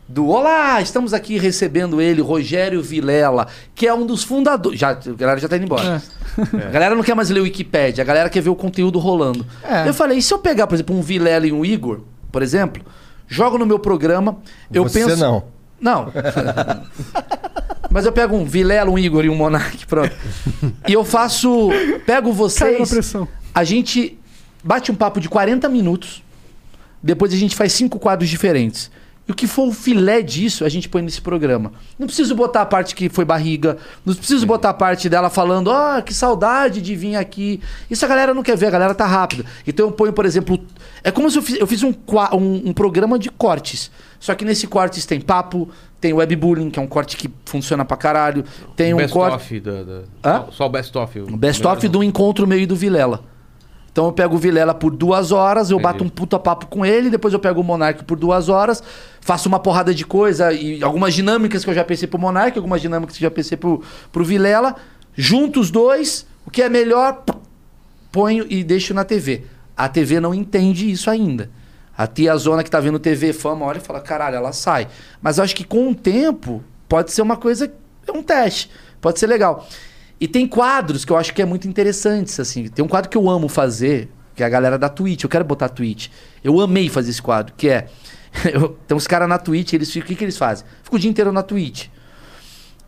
Do Olá, estamos aqui recebendo ele, Rogério Vilela, que é um dos fundadores. Já, a galera já tá indo embora. A galera não quer mais ler o Wikipedia, a galera quer ver o conteúdo rolando.
É.
Eu falei, e se eu pegar, por exemplo, um Vilela e um Igor, por exemplo, jogo no meu programa, eu
Você
penso.
não.
Não. Mas eu pego um Vilela, um Igor e um Monark, pronto. E eu faço. Pego
Caiu na
vocês.
pressão.
A gente bate um papo de 40 minutos. Depois a gente faz cinco quadros diferentes. E o que for o filé disso, a gente põe nesse programa. Não preciso botar a parte que foi barriga. Não preciso botar a parte dela falando, ah, que saudade de vir aqui. Isso a galera não quer ver, a galera tá rápida. Então eu ponho, por exemplo. É como se eu fiz, eu fiz um, qua- um- um programa de cortes. Só que nesse cortes tem papo, tem webbullying, que é um corte que funciona pra caralho. Tem um corte.
best-of da, da-
Hã?
só- Só o best-of.
O best-of do encontro meio e do Vilela. Então eu pego o Vilela por duas horas, eu bato um puta papo com ele, depois eu pego o Monark por duas horas, faço uma porrada de coisa e algumas dinâmicas que eu já pensei pro Monark, algumas dinâmicas que eu já pensei pro, pro Vilela, junto os dois, o que é melhor, pá, ponho e deixo na TV. A TV não entende isso ainda. A tia Zona que tá vendo TV fama olha e fala, caralho, ela sai. Mas eu acho que com o tempo pode ser uma coisa, é um teste, pode ser legal. E tem quadros que eu acho que é muito interessantes, assim. Tem um quadro que eu amo fazer, que é a galera da Twitch, eu quero botar Twitch. Eu amei fazer esse quadro, que é... eu- tem uns caras na Twitch, eles, ficam- o que, que eles fazem? Ficam o dia inteiro na Twitch.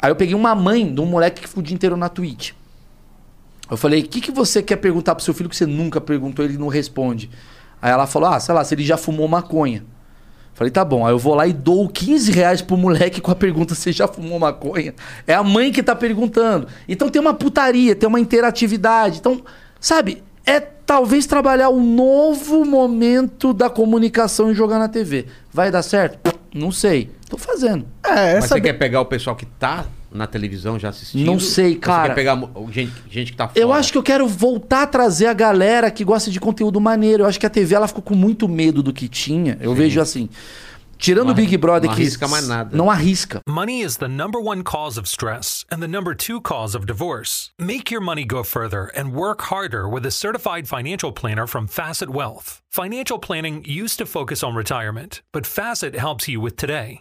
Aí eu peguei uma mãe de um moleque que ficou o dia inteiro na Twitch. Eu falei, o que, que você quer perguntar pro seu filho que você nunca perguntou ele não responde? Aí ela falou, ah, sei lá, se ele já fumou maconha. Falei, tá bom. Aí eu vou lá e dou 15 reais pro moleque com a pergunta: você já fumou maconha? É a mãe que tá perguntando. Então tem uma putaria, tem uma interatividade. Então, sabe, é talvez trabalhar um novo momento da comunicação e jogar na TV. Vai dar certo? Não sei. Tô fazendo.
É,
Mas
essa...
você quer pegar o pessoal que tá na televisão já assistindo?
Não sei,
Ou você
cara.
Quer pegar mo- gente, gente que tá fora?
Eu acho que eu quero voltar a trazer a galera que gosta de conteúdo maneiro. Eu acho que a TV ela ficou com muito medo do que tinha. Eu vejo assim. Tirando
Não
o Big
arri-
Brother
não
que.
arrisca mais nada.
Não arrisca.
Money is the number one cause of stress and the number two cause of divorce. Make your money go further and work harder with a certified financial planner from Facet Wealth. Financial planning used to focus on retirement, but Facet helps you with today.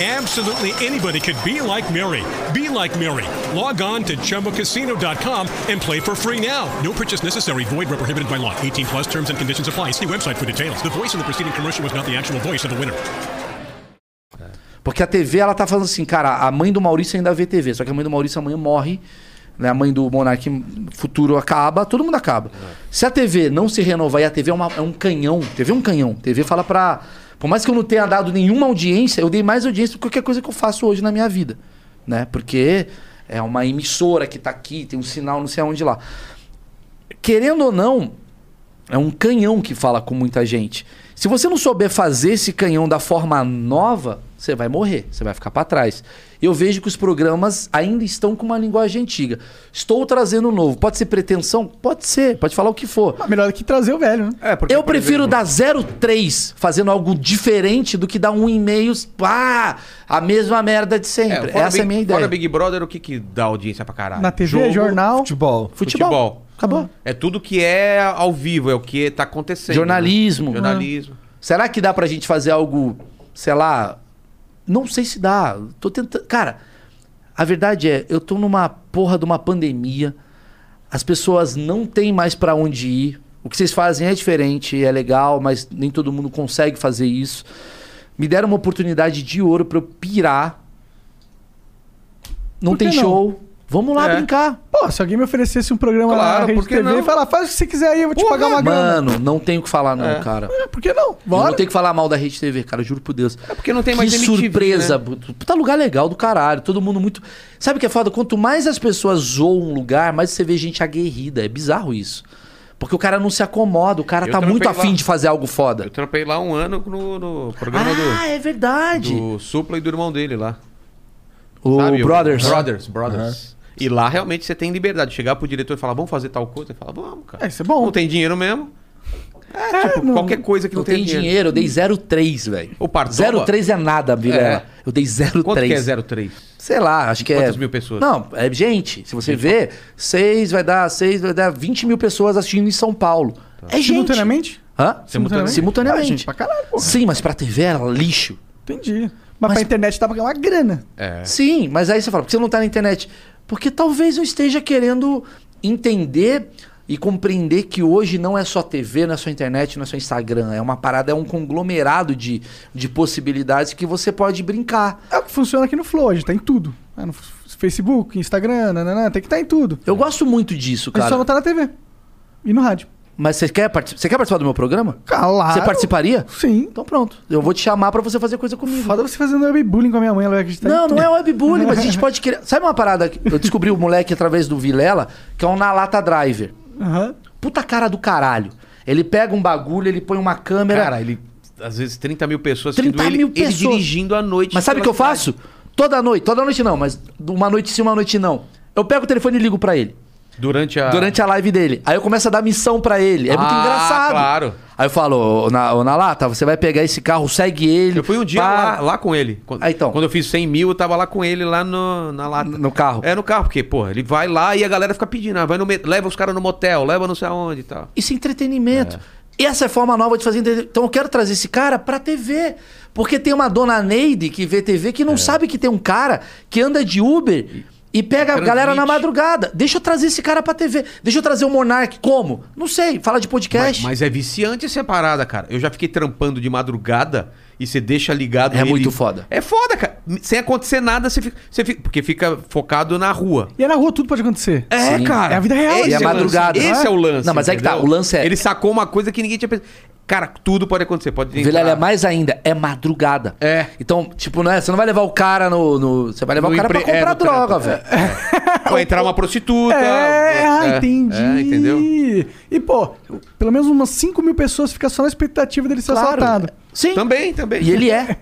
Absolutely anybody could be like Mary. Be like Mary. Log on to chumbacasino.com and play for free now. No purchase necessary. Void where prohibited by law. 18 plus terms and conditions apply. See website for details. The voice in the preceding commercial was not the actual voice of the winner.
Porque a TV, ela tá falando assim, cara, a mãe do Maurício ainda vê TV. Só que a mãe do Maurício amanhã morre. Né? A mãe do Monark futuro acaba, todo mundo acaba. Se a TV não se renovar, e a TV é, uma- é um canhão. TV é um canhão. TV fala pra. Por mais que eu não tenha dado nenhuma audiência, eu dei mais audiência do que qualquer coisa que eu faço hoje na minha vida. Né? Porque é uma emissora que tá aqui, tem um sinal, não sei aonde lá. Querendo ou não, é um canhão que fala com muita gente. Se você não souber fazer esse canhão da forma nova, você vai morrer, você vai ficar para trás. Eu vejo que os programas ainda estão com uma linguagem antiga. Estou trazendo um novo. Pode ser pretensão? Pode ser, pode falar o que for.
Ah, melhor do que trazer o velho, né?
É, porque,
Eu
por
prefiro
exemplo,
dar 03 fazendo algo diferente do que dar 1,5. Ah, a mesma merda de sempre.
fora
Essa é
Big-
a minha
Fora
ideia.
Big Brother, o que que dá audiência pra caralho?
Na TV, jornal,
Futebol.
Futebol.
futebol.
Acabou.
É tudo que é ao vivo, é o que tá acontecendo.
Jornalismo. Ah.
né? Jornalismo.
Será que dá pra gente fazer algo, sei lá? Não sei se dá. Tô tentando. Cara, a verdade é, eu tô numa porra de uma pandemia. As pessoas não têm mais pra onde ir. O que vocês fazem é diferente, é legal, mas nem todo mundo consegue fazer isso. Me deram uma oportunidade de ouro pra eu pirar. Não
Por que
tem
não?
show. Vamos lá
É.
brincar.
Pô, se alguém me oferecesse um programa
Claro,
na rede
por que
TV e
não?
falar, faz o que você quiser aí, eu vou te pagar uma grana.
Mano, não tenho o que falar não, cara.
É, Por que não?
Eu
Bora.
não tenho que falar mal da Rede TV, cara, juro por Deus. É
porque não tem mais
Que
MTV,
surpresa. puto. Puta lugar legal do caralho. Todo mundo muito. Sabe o que é foda? Quanto mais as pessoas zoam um lugar, mais você vê gente aguerrida. É bizarro isso. Porque o cara não se acomoda, o cara
Eu
tá
trampei
muito afim
lá.
de fazer algo foda.
Eu trampei lá um ano no, no programa
Ah, é
do,
verdade.
do Supla e do irmão dele lá.
O
Sabe,
Brothers.
Brothers, Brothers. E lá realmente você tem liberdade. Chegar pro diretor e falar, vamos fazer tal coisa. Ele fala, vamos, cara.
É, isso é bom.
Não tem dinheiro mesmo. É, tipo, qualquer coisa que não,
Eu tenho
tem dinheiro.
dinheiro, eu dei 0,3, velho.
O Pardoba-
0,3 é nada, Vilela.
É.
Eu dei
Quanto
0,3.
que é 03?
Sei lá, acho que é.
Quantas mil pessoas?
Não, é gente. Se você vê, seis vai dar, seis vai dar 20 mil pessoas assistindo em São Paulo.
Tá.
É gente.
Simultaneamente?
Hã?
Simultaneamente.
Ah,
Simultaneamente.
gente, pra caralho, pô.
Sim, mas pra TV era lixo.
Entendi. Mas, pra internet dá pra ganhar uma grana.
É.
Sim, mas aí você fala, por que você não tá na internet? Porque talvez eu esteja querendo entender e compreender que hoje não é só TV, não é só internet, não é só Instagram. É uma parada, é um conglomerado de, de possibilidades que você pode brincar.
É o que funciona aqui no Flow, a gente tá em tudo. Ah, no f- Facebook, Instagram, nananã, tem que estar em tudo.
Eu gosto muito disso,
A gente só
cara.
não tá na TV. E no rádio.
Mas você quer, partici- você quer participar do meu programa?
Claro.
Você participaria?
Sim.
Então pronto. Eu vou te chamar pra você fazer coisa comigo.
Foda você fazendo webbullying com a minha mãe, ela vai acreditar. em
Não,
tudo.
não é
"Tá."
webbullying, mas a gente pode criar. Sabe uma parada? que Eu descobri o moleque através do Vilela, que é um Nalata Driver.
Aham.
Puta cara do caralho. Ele pega um bagulho, ele põe uma câmera.
Cara, ele. Às vezes 30 mil pessoas
30
assistindo ele,
mil
ele
pessoas.
dirigindo à noite.
mas sabe o que
pela
eu faço? Toda noite, toda noite não, mas uma noite sim, uma noite não. Eu pego o telefone e ligo pra ele.
Durante a.
Durante a live dele. Aí eu começo a dar missão pra ele. É muito
Ah,
engraçado.
claro.
Aí eu falo, ô, na, ô, Nalata, você vai pegar esse carro, segue ele.
Eu fui um dia
pá.
lá, lá com ele. Quando,
Ah, então.
quando eu fiz 100 mil, eu tava lá com ele, lá no, na lata.
No carro.
É, no carro, porque, porra, ele vai lá e a galera fica pedindo, ah, vai no, me- leva os caras no motel, leva não sei aonde e tal.
Isso é entretenimento. E essa é a forma nova de fazer entretenimento. Então eu quero trazer esse cara pra TV. Porque tem uma dona Neide que vê TV que
É.
não sabe que tem um cara que anda de Uber e pega a
Transmite.
galera na madrugada. Deixa eu trazer esse cara pra TV. Deixa eu trazer o Monark. Como? Não sei. Fala de
Mas,
podcast.
mas é viciante essa parada, cara. Eu já fiquei trampando de madrugada e você deixa ligado.
É
nele.
muito foda.
É foda, cara. Sem acontecer nada, você fica, você fica- Porque fica focado na rua.
E é na rua tudo pode acontecer.
É,
Sim.
cara.
É a vida real,
Esse
E
é
a
o lance.
madrugada, não
Esse
é?
é o lance.
Não, mas é que tá, o lance é-
Ele sacou uma coisa que ninguém tinha pensado. Cara, tudo pode acontecer. Pode
Vilela, é mais ainda, é madrugada.
É.
Então, tipo, né? Você não vai levar o cara no. no- você vai levar
No
o cara pra
empre- é,
comprar
no
droga,
trampo,
velho.
Vai entrar uma prostituta.
É, ah,
É,
entendi.
é, entendeu?
E, pô, pelo menos umas 5 mil pessoas ficam só na expectativa dele ser assaltado.
Sim.
Também, também.
E ele é.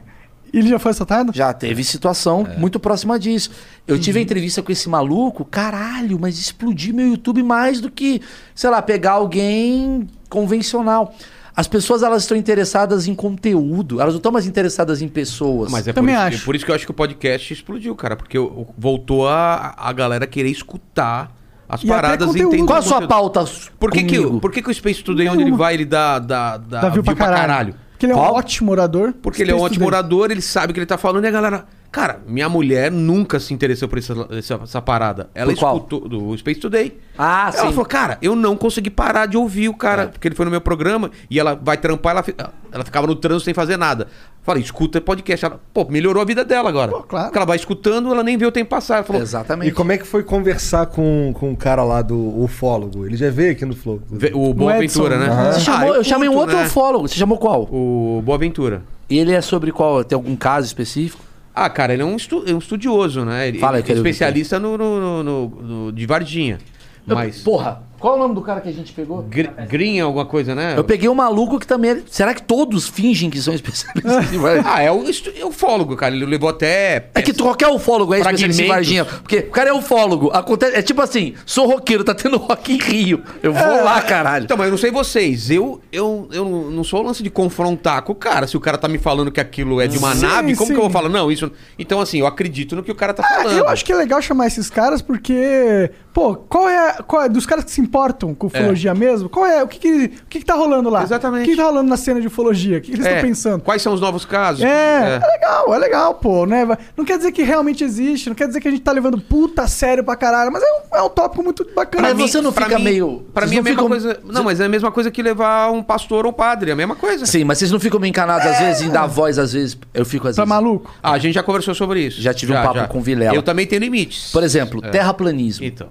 E ele já foi assaltado?
Já teve situação
É.
muito próxima disso. Eu
Uhum.
tive a entrevista com esse maluco, caralho, mas explodiu meu YouTube mais do que, sei lá, pegar alguém convencional. As pessoas elas estão interessadas em conteúdo, elas não estão mais interessadas em pessoas.
Mas é
Também
por, isso-
acho.
é por isso que eu acho que o podcast explodiu, cara. Porque o- o- voltou a, a galera querer escutar as
E até
paradas
conteúdo.
entender
Qual a
o
sua
conteúdo.
pauta?
Por que, que,
comigo?
o- por que, que o Space Today, onde ele vai, ele dá, dá, dá,
Da viu pra caralho. Porque ele é um
Qual?
ótimo orador.
Porque ele é um
Esse texto
ótimo
dele.
orador, ele sabe o que ele tá falando e a galera. Cara, minha mulher nunca se interessou por essa, essa, essa parada. Ela
Por qual?
escutou do Space Today.
Ah,
ela
sim.
falou, cara, eu não consegui parar de ouvir o cara, porque ele foi no meu programa e ela vai trampar, ela, fi- ela ficava no trânsito sem fazer nada. Falei, escuta podcast. Ela, pô, melhorou a vida dela agora.
Pô, claro.
Porque ela vai escutando, ela nem vê o tempo passar. Ela falou,
Exatamente.
E como é que foi conversar com, com o cara lá do ufólogo? Ele já veio aqui no Flow.
"Vê- o Boa
Edson,
Ventura, né?
aham.
Ah,
Você chamou- eu,
curto,
chamei um outro
né?
ufólogo. Você chamou qual?
O Boa Ventura.
E ele é sobre qual? Tem algum caso específico?
Ah, cara, ele é um, estu- é um estudioso, né? Ele,
Fala aí,
ele é
quero ouvir.
especialista no, no- no- no- de Vardinha. Mas.
Porra, qual é o nome do cara que a gente pegou?
Gr- Green alguma coisa, né?
Eu peguei um maluco que também. é- Será que todos fingem que são especialistas em Varginha?
Ah, é o estu- é o ufólogo, cara. Ele levou até.
É que tu- qualquer ufólogo é especialista em
Fragmentos.
Varginha. Porque o cara é ufólogo. Acontece, é tipo assim, sou roqueiro, tá tendo rock em Rio. Eu vou
É.
lá, caralho.
Então, mas eu não sei vocês. Eu, eu, eu não sou o lance de confrontar com o cara. Se o cara tá me falando que aquilo é de uma
Sim,
nave, como
sim.
que eu vou falar? Não, isso. Então, assim, eu acredito no que o cara tá
Ah,
falando.
eu acho que é legal chamar esses caras porque, pô, qual é, a- qual é- dos caras que se importam com ufologia mesmo? Qual é, o que que, o que que tá rolando lá?
Exatamente.
O que que tá rolando na cena de ufologia? O que, que eles estão
É.
pensando?
Quais são os novos casos?
É, é. legal, é legal, pô, né? Vai- Não quer dizer que realmente existe, não quer dizer que a gente tá levando puta a sério pra caralho, mas é um, é um tópico muito bacana.
Mas você não
pra
fica
mim-
meio-
Pra
vocês
mim é a
não
mesma
ficam-
coisa. Não, mas é a mesma coisa que levar um pastor ou padre. É a mesma coisa.
Sim, mas vocês não ficam meio encanados às vezes em dar voz, às vezes. Eu fico às
É. Tá
vezes.
maluco?
Ah, a gente já conversou sobre isso.
Já tive um papo com o Vilela.
Eu também tenho limites.
Por exemplo,
É.
terraplanismo.
Então.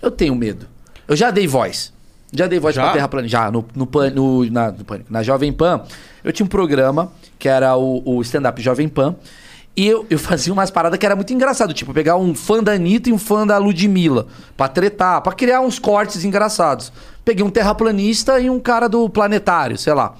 Eu tenho medo. Eu já dei voz. Já dei voz
Já?
pra terraplanista. Já, no, no, pan- no, na, no Pânico. Na Jovem Pan, eu tinha um programa que era o, o stand-up Jovem Pan. E eu, eu fazia umas paradas que era muito engraçado. Tipo, pegar um fã da Anitta e um fã da Ludmilla. Pra tretar, pra criar uns cortes engraçados. Peguei um terraplanista e um cara do planetário, sei lá.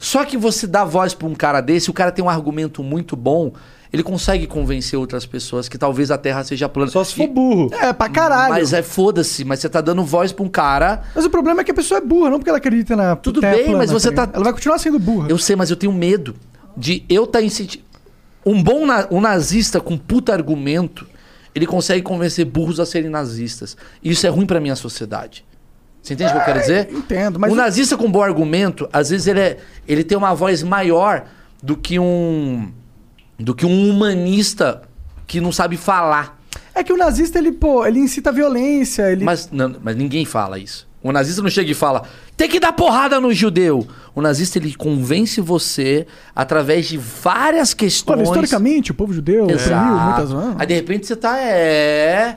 Só que você dá voz pra um cara desse, o cara tem um argumento muito bom, ele consegue convencer outras pessoas que talvez a Terra seja plana.
Só se for
E-
burro.
É, pra caralho.
mas é foda-se, mas você tá dando voz pra um cara.
Mas o problema é que a pessoa é burra, não porque ela acredita na
Tudo
terra
bem, mas você
ligado?
tá-
Ela vai continuar sendo burra.
Eu sei, mas eu tenho medo de eu tá incentivo. Um bom na- um nazista com puta argumento, ele consegue convencer burros a serem nazistas. E isso é ruim pra minha sociedade. Você entende o que eu quero dizer?
É, entendo, mas
Um
eu-
nazista com bom argumento, às vezes ele, é, ele tem uma voz maior do que um. do que um humanista que não sabe falar.
É que o nazista, ele, pô, ele incita a violência, ele...
Mas, não, mas ninguém fala isso. O nazista não chega e fala, tem que dar porrada no judeu. O nazista, ele convence você através de várias questões.
Olha, historicamente, o povo judeu oprimiu muitas... né?
Exato. Aí, de repente, você tá, é...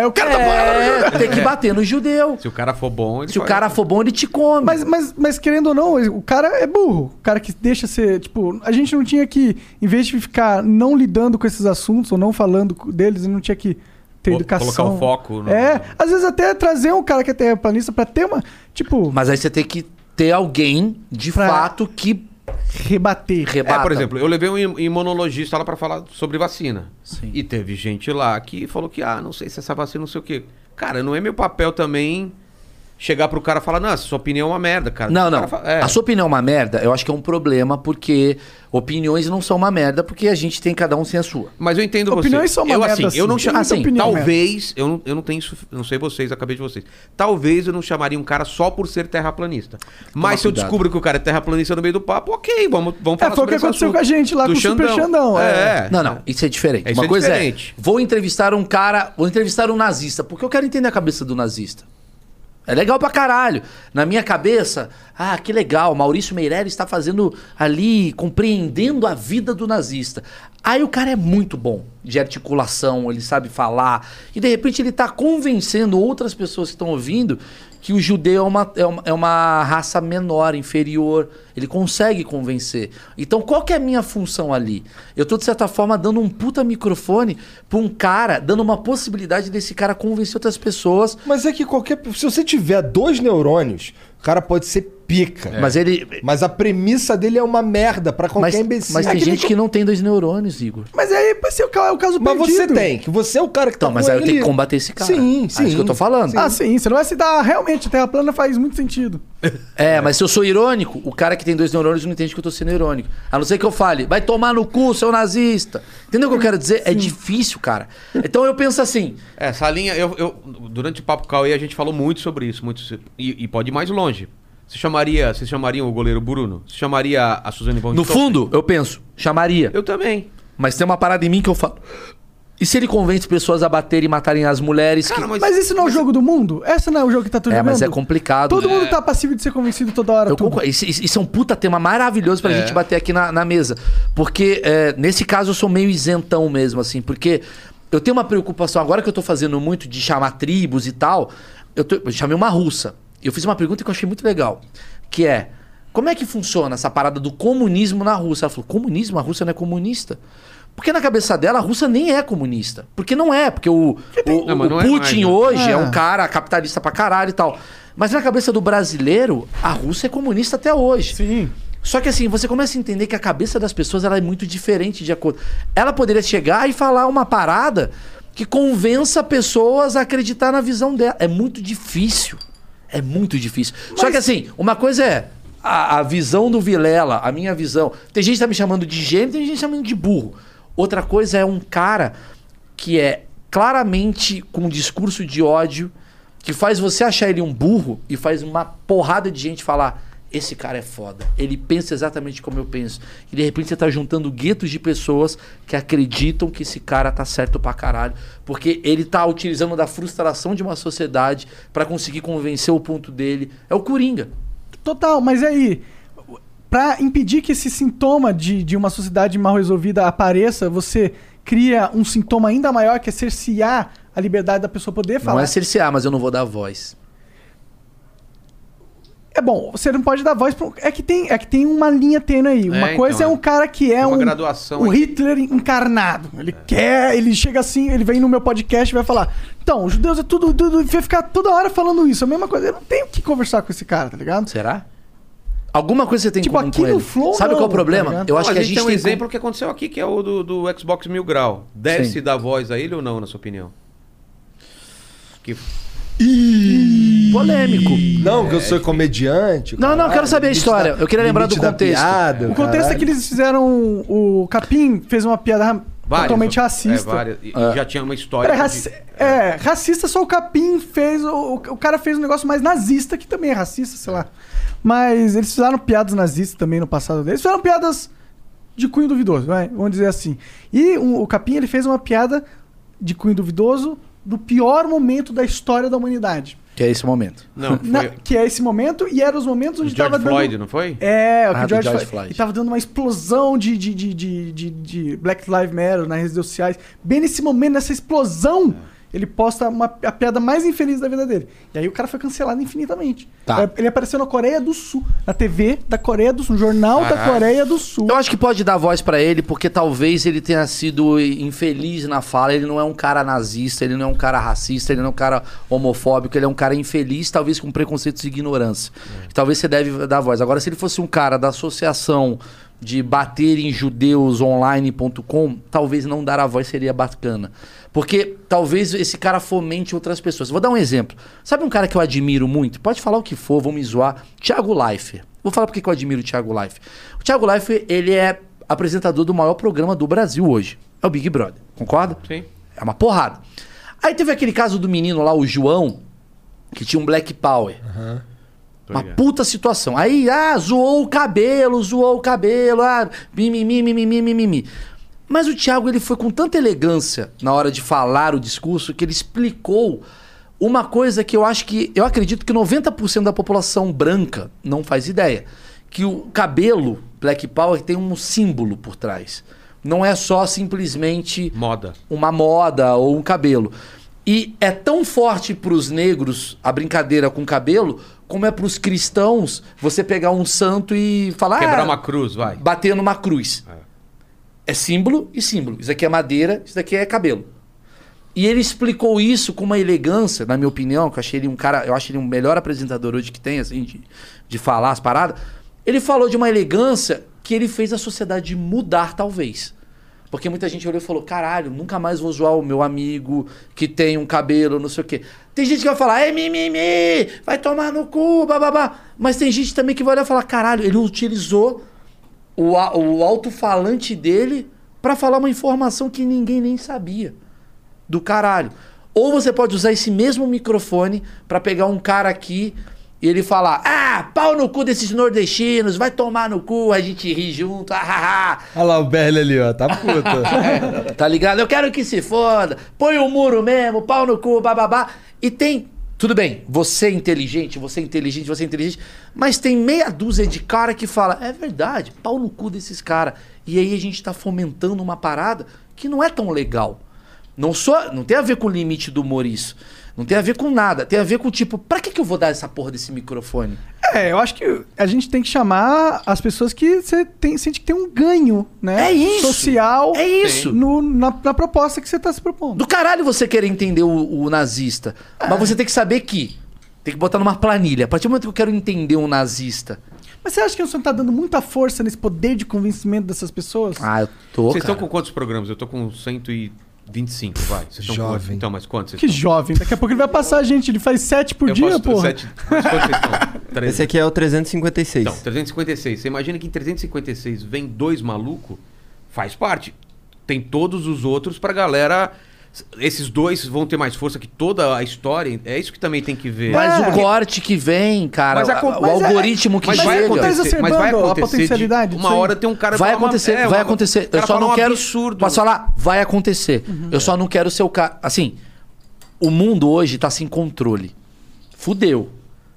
É, o cara tá porra no
é tem que bater no judeu.
Se o cara for bom, ele
Se o
faz.
cara for bom, ele te come.
Mas, mas, mas querendo ou não, o cara é burro. O cara que deixa ser. Tipo, a gente não tinha que. Em vez de ficar não lidando com esses assuntos ou não falando co- deles, não tinha que ter
Bo-
educação.
colocar o foco no-
É, às vezes até trazer um cara que é terraplanista pra ter uma. Tipo,
Mas aí você tem que ter alguém, de
Pra-
fato, que
rebater.
rebata.
É, por exemplo, eu levei um im- imunologista lá pra falar sobre vacina. E teve gente lá que falou que, ah, não sei se essa vacina, não sei o quê. Cara, não é meu papel também chegar pro cara e falar, não, sua opinião é uma merda, cara.
Não,
O cara
não.
fa- é.
A sua opinião é uma merda, eu acho que é um problema, porque opiniões não são uma merda, porque a gente tem cada um sem a sua.
Mas eu entendo você.
Opiniões são uma
eu,
merda,
assim,
sim.
eu não
Tem
chamo.
muita
Assim,
opinião
talvez, eu não, eu não tenho isso, eu não sei vocês, acabei de vocês. Talvez eu não chamaria um cara só por ser terraplanista. Mas se eu
cuidado.
descubro que o cara é terraplanista no meio do papo, ok, vamos, vamos falar
É, foi o que
sobre esse
aconteceu
assunto.
com a gente lá
Do
com o Super Xandão, é.
É.
Não, não, isso é diferente.
Isso
Uma
é
coisa
diferente.
é, vou entrevistar um cara, vou entrevistar um nazista, porque eu quero entender a cabeça do nazista. É legal pra caralho. Na minha cabeça, ah, que legal, Maurício Meirelles está fazendo ali, compreendendo a vida do nazista. Aí o cara é muito bom de articulação, ele sabe falar. E de repente ele tá convencendo outras pessoas que estão ouvindo que o judeu é uma, é, uma, é uma raça menor, inferior. Ele consegue convencer. Então qual que é a minha função ali? Eu tô, de certa forma, dando um puta microfone pra um cara, dando uma possibilidade desse cara convencer outras pessoas
Mas é que qualquer. Se você tiver dois neurônios, o cara pode ser pica.
Mas ele.
Mas a premissa dele é uma merda pra qualquer
Mas,
imbecil.
mas
É
tem
que nem
gente que não tem dois neurônios, Igor.
Mas aí vai ser o ca- o caso
Mas você
perdido.
tem, que você é o cara que
Então,
tá
mas
com
aí eu tenho
ele.
que combater esse cara.
Sim,
É
sim.
isso que eu tô falando.
Ah, sim, você não vai se dar. Realmente, Terra plana faz muito sentido.
É, mas se eu sou irônico, o cara que tem dois neurônios não entende que eu tô sendo irônico. A não ser que eu fale, vai tomar no cu, seu nazista. Entendeu o que eu quero dizer? É difícil, cara. Então eu penso assim.
Essa linha, eu, eu- durante o Papo Cauê a gente falou muito sobre isso, muito, se- e, e pode ir mais longe. Você chamaria, vocês chamariam o goleiro Bruno? Você chamaria a Suzane von
Então-
No
Richthofen?
fundo, eu penso, chamaria.
Eu também.
Mas tem uma parada em mim que eu falo. E se ele convence pessoas a baterem e matarem as mulheres? que...
Mas esse não é o jogo do mundo? Esse não é o jogo que tá tudo
É,
jogando?
mas é complicado.
Todo
né?
mundo tá passivo de ser convencido toda hora.
Eu
tudo.
concordo. Isso, isso- isso é um puta tema maravilhoso pra gente bater aqui na, na mesa. Porque, é, nesse caso, eu sou meio isentão mesmo, assim, porque eu tenho uma preocupação, agora que eu tô fazendo muito de chamar tribos e tal, eu, tô- eu chamei uma russa. Eu fiz uma pergunta que eu achei muito legal, que é. Como é que funciona essa parada do comunismo na Rússia? Ela falou: comunismo? A Rússia não é comunista? Porque na cabeça dela, a Rússia nem é comunista. Porque não é, porque o, o-
Não, mas
o
não é mais,
Putin
né?
hoje é
Ah.
um cara capitalista pra caralho e tal. Mas na cabeça do brasileiro, a Rússia é comunista até hoje.
Sim.
Só que assim, você começa a entender que a cabeça das pessoas ela é muito diferente de acordo. Ela poderia chegar e falar uma parada que convença pessoas a acreditar na visão dela. É muito difícil. É muito difícil. Só que assim, uma coisa é a, a visão do Vilela, a minha visão. Tem gente que tá me chamando de gênio, tem gente que tá me chamando de burro. Outra coisa é um cara que é claramente com um discurso de ódio que faz você achar ele um burro e faz uma porrada de gente falar: esse cara é foda, ele pensa exatamente como eu penso. E de repente você tá juntando guetos de pessoas que acreditam que esse cara tá certo pra caralho, porque ele tá utilizando da frustração de uma sociedade pra conseguir convencer o ponto dele. É o Coringa.
Total, mas aí, pra impedir que esse sintoma de, de uma sociedade mal resolvida apareça, você cria um sintoma ainda maior que é cercear a liberdade da pessoa poder
Não
falar.
é cercear, mas eu não vou dar voz.
É bom, você não pode dar voz pra... um- É que tem, é que tem uma linha tênue aí. uma
então,
coisa
é.
é um cara que é
Tem uma
um
graduação
o
aí.
Hitler encarnado. Ele quer, ele chega assim, ele vem no meu podcast e vai falar: "Então, os judeus é tudo, tudo vai ficar toda hora falando isso, é a mesma coisa. Eu não tenho o que conversar com esse cara, tá ligado?
Será? Alguma coisa você tem
Tipo,
em comum
aqui
com
no
ele.
Flow,
Sabe qual é
não,
o
tá
problema?
ligado?
eu
Não,
acho que a gente
tem um
tem com-
exemplo que aconteceu aqui, que é o do, do Xbox Mil Grau. Deve-se
Sim.
dar voz a ele ou não, na sua opinião? Que
polêmico.
Não, que eu sou comediante.
Não, não, eu quero saber a
limite
história.
da-
Eu queria lembrar do
limite da
contexto.
piada,
O contexto é que
caralho.
eles fizeram. O Capim fez uma piada ra-
várias-
totalmente racista.
É, várias. E- e Já tinha uma história.
Era
de-
raci- é, racista só o Capim fez. O, o cara fez um negócio mais nazista, que também é racista, sei lá. Mas eles fizeram piadas nazistas também no passado deles. Fizeram piadas de cunho duvidoso, vai, vamos dizer assim. E um- o Capim ele fez uma piada de cunho duvidoso do pior momento da história da humanidade.
Que é esse momento.
Não, foi
Na- que é esse momento, e eram os momentos onde
George
estava dando.
Floyd, não foi?
É, o que
Ah,
o
do
George, Floyd.
George Floyd.
E tava dando uma explosão de, de, de, de, de, de Black Lives Matter nas redes sociais. Bem nesse momento, nessa explosão,
É.
ele posta uma, a piada mais infeliz da vida dele. E aí o cara foi cancelado infinitamente.
Tá.
É, Ele apareceu na Coreia do Sul, na TV da Coreia do Sul, no Jornal da
Caralho.
Coreia do Sul.
Então,
Eu acho que pode dar voz pra ele, porque talvez ele tenha sido infeliz na fala. Ele não é um cara nazista, ele não é um cara racista, ele não é um cara homofóbico, ele é um cara infeliz, talvez com preconceitos e ignorância. Talvez você deve dar voz. Agora, se ele fosse um cara da associação de bater em judeusonline.com, talvez não dar a voz seria bacana. Porque talvez esse cara fomente outras pessoas. Vou dar um exemplo. Sabe um cara que eu admiro muito? Pode falar o que for, vão me zoar. Thiago Leifert. Vou falar porque que eu admiro o Thiago Leifert. O Thiago Leifert, ele é apresentador do maior programa do Brasil hoje. É o Big Brother. Concorda?
Sim.
É uma porrada. Aí teve aquele caso do menino lá, o João, que tinha um Black Power. Uma puta situação. Aí, ah, zoou o cabelo, zoou o cabelo, ah, mimimi, mimimi, mimimi. Mas o Thiago, ele foi com tanta elegância na hora de falar o discurso que ele explicou uma coisa que eu acho que, eu acredito que 90% da população branca não faz ideia. Que o cabelo Black Power tem um símbolo por trás. Não é só simplesmente
Moda.
uma moda ou um cabelo. E é tão forte para os negros a brincadeira com cabelo, como é para os cristãos você pegar um santo e falar.
Quebrar
é.
"Ah,
uma cruz, vai.
Bater numa cruz. É. símbolo e símbolo. Isso aqui é madeira, isso daqui é cabelo. E ele explicou isso com uma elegância, na minha opinião, que eu achei ele um cara, eu acho ele um melhor apresentador hoje que tem, assim, de, de falar as paradas. Ele falou de uma elegância que ele fez a sociedade mudar, talvez. Porque muita gente olhou e falou: caralho, nunca mais vou zoar o meu amigo que tem um cabelo, não sei o quê. Tem gente que vai falar, é mimimi, vai tomar no cu, bababá. Mas tem gente também que vai olhar e falar: caralho, ele utilizou o, a- o alto-falante dele pra falar uma informação que ninguém nem sabia. Do caralho. Ou você pode usar esse mesmo microfone pra pegar um cara aqui e ele falar: Ah, pau no cu desses nordestinos, vai tomar no cu, a gente ri junto, ah, ah, ah."
Olha lá o Berle ali, ó. Tá puta.
Tá ligado? Eu quero que se foda, põe o muro mesmo, pau no cu, bababá. E tem. Tudo bem, você é inteligente, você é inteligente, você é inteligente, mas tem meia dúzia de cara que fala, é verdade, pau no cu desses caras. E aí a gente tá fomentando uma parada que não é tão legal. Não só, não tem a ver com o limite do humor isso. Não tem a ver com nada. Tem a ver com tipo, pra que que eu vou dar essa porra desse microfone?
É, eu acho que a gente tem que chamar as pessoas que você tem- sente que tem um ganho, né?
É isso.
Social.
É isso.
no- na, na proposta que você tá se propondo.
Do caralho você querer entender o, o nazista. Mas você tem que saber que. Tem que botar numa planilha. A partir do momento que eu quero entender um nazista.
Mas você acha que você não tá dando muita força nesse poder de convencimento dessas pessoas?
Ah, eu tô.
Vocês estão
cara.
com quantos programas? Eu tô com 125, vai. Vocês estão com-
Jovem.
Então, mas quantos? vocês
Que
estão?
jovem. Daqui a pouco ele vai passar a gente. Ele faz sete por
Eu
dia,
posso-
porra.
sete- mas quantos vocês estão? Treze.
Esse aqui é o 356.
Então, 356. Você imagina que em 356 vem dois malucos? Faz parte. Tem todos os outros pra galera. Esses dois vão ter mais força que toda a história. É isso que também tem que ver.
Mas
É.
o corte que vem, cara,
Mas a co-
o
mas é-
algoritmo que
mas
vai
chega.
acontecer- exacerbando a potencialidade
de
disso
uma
aí.
hora tem um cara
Vai
falar uma-
acontecer,
é,
vai
uma-
acontecer.
o cara
Eu só
fala
não
um
quero.
absurdo.
Posso falar? Vai acontecer. Eu só não quero ser o cara. Assim, o mundo hoje tá sem controle. Fudeu.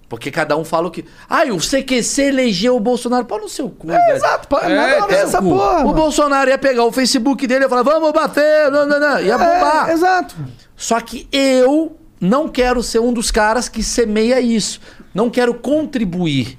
Porque cada um fala o que. Ai, o CQC elegeu o Bolsonaro. Pau no seu cu. velho.
Exato, pô,
É,
nada a ver
cara,
essa
O cu.
porra.
o
mano.
Bolsonaro ia pegar o Facebook dele e falar: vamos bater, não, não, não. ia bombar.
É, exato.
Só que eu não quero ser um dos caras que semeia isso. Não quero contribuir.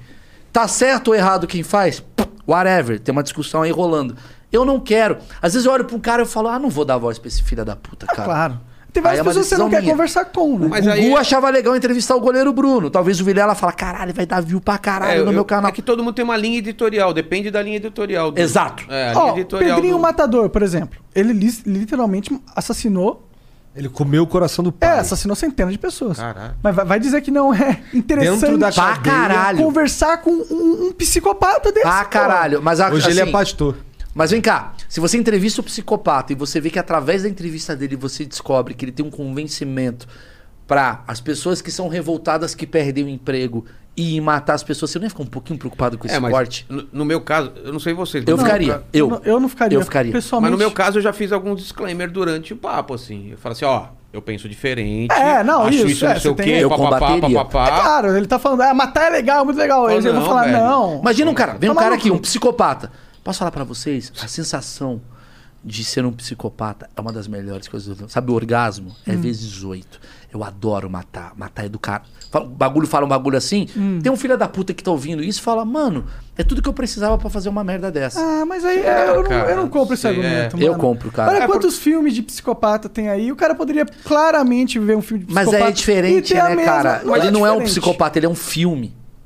Tá certo ou errado quem faz? Pff, Whatever. Tem uma discussão aí rolando. Eu não quero. Às vezes eu olho pra um cara e eu falo, ah, não vou dar voz pra esse filho da puta, cara.
Ah, Claro. Tem
Aí
várias
é uma
pessoas que você não
decisão
quer
minha.
conversar com, né?
Mas
o
aí- é-
Gu achava legal entrevistar o goleiro Bruno. Talvez o Vilela fala, caralho, vai dar view pra
É,
caralho no
eu-
meu canal.
é que todo mundo tem uma linha editorial, depende da linha editorial. do-
Exato.
É, a linha
Ó,
editorial.
Pedrinho
do-
Matador, por exemplo. Ele lis- literalmente assassinou
Ele comeu o coração do
É,
pai.
assassinou centenas de pessoas.
Caralho.
Mas vai, vai dizer que não é interessante
Dentro da
Pra
cadeia.
caralho.
conversar com um, um psicopata desse.
Ah,
pô.
caralho. Mas a-
Hoje ele é
assim,
pastor.
Mas vem cá, se você entrevista o psicopata e você vê que através da entrevista dele você descobre que ele tem um convencimento pra as pessoas que são revoltadas que perdem o emprego e matar as pessoas, você não ia ficar um pouquinho preocupado com esse
É, mas
corte?
no, no meu caso, eu não sei vocês.
Eu
mas-
ficaria.
Eu,
Eu.
não- eu não ficaria.
Eu ficaria.
Pessoalmente.
Mas no meu caso eu já fiz algum disclaimer durante o papo, assim. Eu falo assim, ó, eu penso diferente.
É, não,
acho
isso,
isso, não
é,
sei
você
o
tem-
quê,
Eu
papapá,
combateria.
papapá.
É claro, ele tá falando, ah, matar é legal, muito legal.
Fala
Aí eu vou
não,
falar,
velho.
não.
Imagina um cara, vem um
Tá
cara
maluco.
aqui, um psicopata. Posso falar pra vocês? A sensação de ser um psicopata é uma das melhores coisas. do- Sabe o orgasmo? É
Hum.
vezes oito. Eu adoro matar. Matar é do cara. Fala- O bagulho fala um bagulho assim.
Hum.
Tem um filho da puta que tá ouvindo isso e fala, mano, é tudo que eu precisava pra fazer uma merda dessa.
Ah, mas aí é, eu, não,
cara,
eu não compro esse
sei,
argumento.
é. Eu
mano.
compro, cara.
Olha
É
quantos filmes de psicopata tem aí. O cara poderia claramente ver um filme de
Mas
psicopata.
é diferente,
e ter a
né,
mesma-
cara?
mas
ele não é um
diferente.
psicopata, ele é um filme.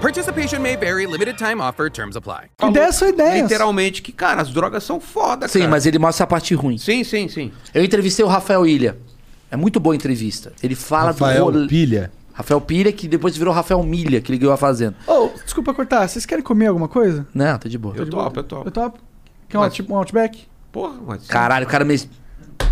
Participation may vary, limited time offer, terms apply.
Ideias são ideias.
literalmente que, cara, as drogas são foda,
Sim,
cara.
mas ele mostra a parte ruim.
Sim, sim, sim.
Eu entrevistei o Rafael Ilha. É muito boa a entrevista. Ele fala
Rafael
do rolê-
Pilha.
Rafael Pilha, que depois virou Rafael Milha, que ele ganhou a fazenda.
Ô, desculpa cortar, vocês querem comer alguma coisa?
Não, tá de boa.
Eu topo, eu topo.
Eu topo. Quer um,
Mas-
tipo um Outback?
Porra, mas.
Caralho, o cara mesmo.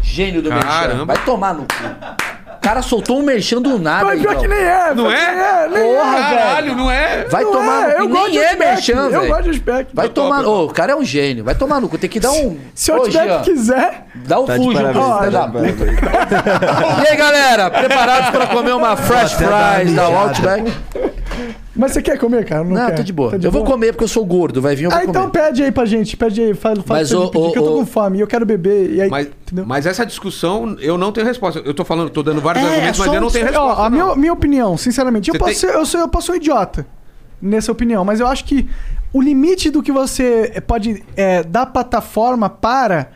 Gênio do merchan.
Caramba.
Vai tomar no cu. O cara soltou um merchan do nada.
Mas pior
irmão.
que nem é.
Não
pior que nem
é?
nem
Porra,
é.
Caralho, não é?
Vai
Não
tomar
é,
no
eu
cu.
gosto
Nem
de
é
Outback,
merchan,
Eu gosto de
velho.
Outback.
Vai
Eu topo,
tomar.
eu
Ô,
topo.
o cara é um gênio. Vai tomar no cu. Tem que dar um.
Se o
Ô,
Outback
Jean,
quiser,
Dá um
Tá de
fujo pra
parabéns,
esse
tá de
stand-up.
parabéns.
E aí, galera? Preparados pra comer uma Fresh
Vou até dar uma
Fries da
mijada.
Outback?
Mas você quer comer, cara? Não,
Não,
quer.
tô de boa.
Tá
eu vou comer porque eu sou gordo. Vai vir, eu vou
Ah,
comer.
então pede aí pra gente. Pede aí. Fala, fala
Mas
pra
o-
gente pedir,
o-
que eu tô
o-
com fome e eu quero beber. E aí,
Mas,
entendeu?
mas essa discussão, eu não tenho resposta. Eu tô falando, tô dando vários
É,
argumentos, mas
só
eu não
um-
tenho
ó,
resposta.
a
não.
minha, minha opinião, sinceramente, eu
Você
posso,
tem-
ser, eu, sou, eu posso ser um idiota nessa opinião, mas eu acho que o limite do que você pode é, dar plataforma para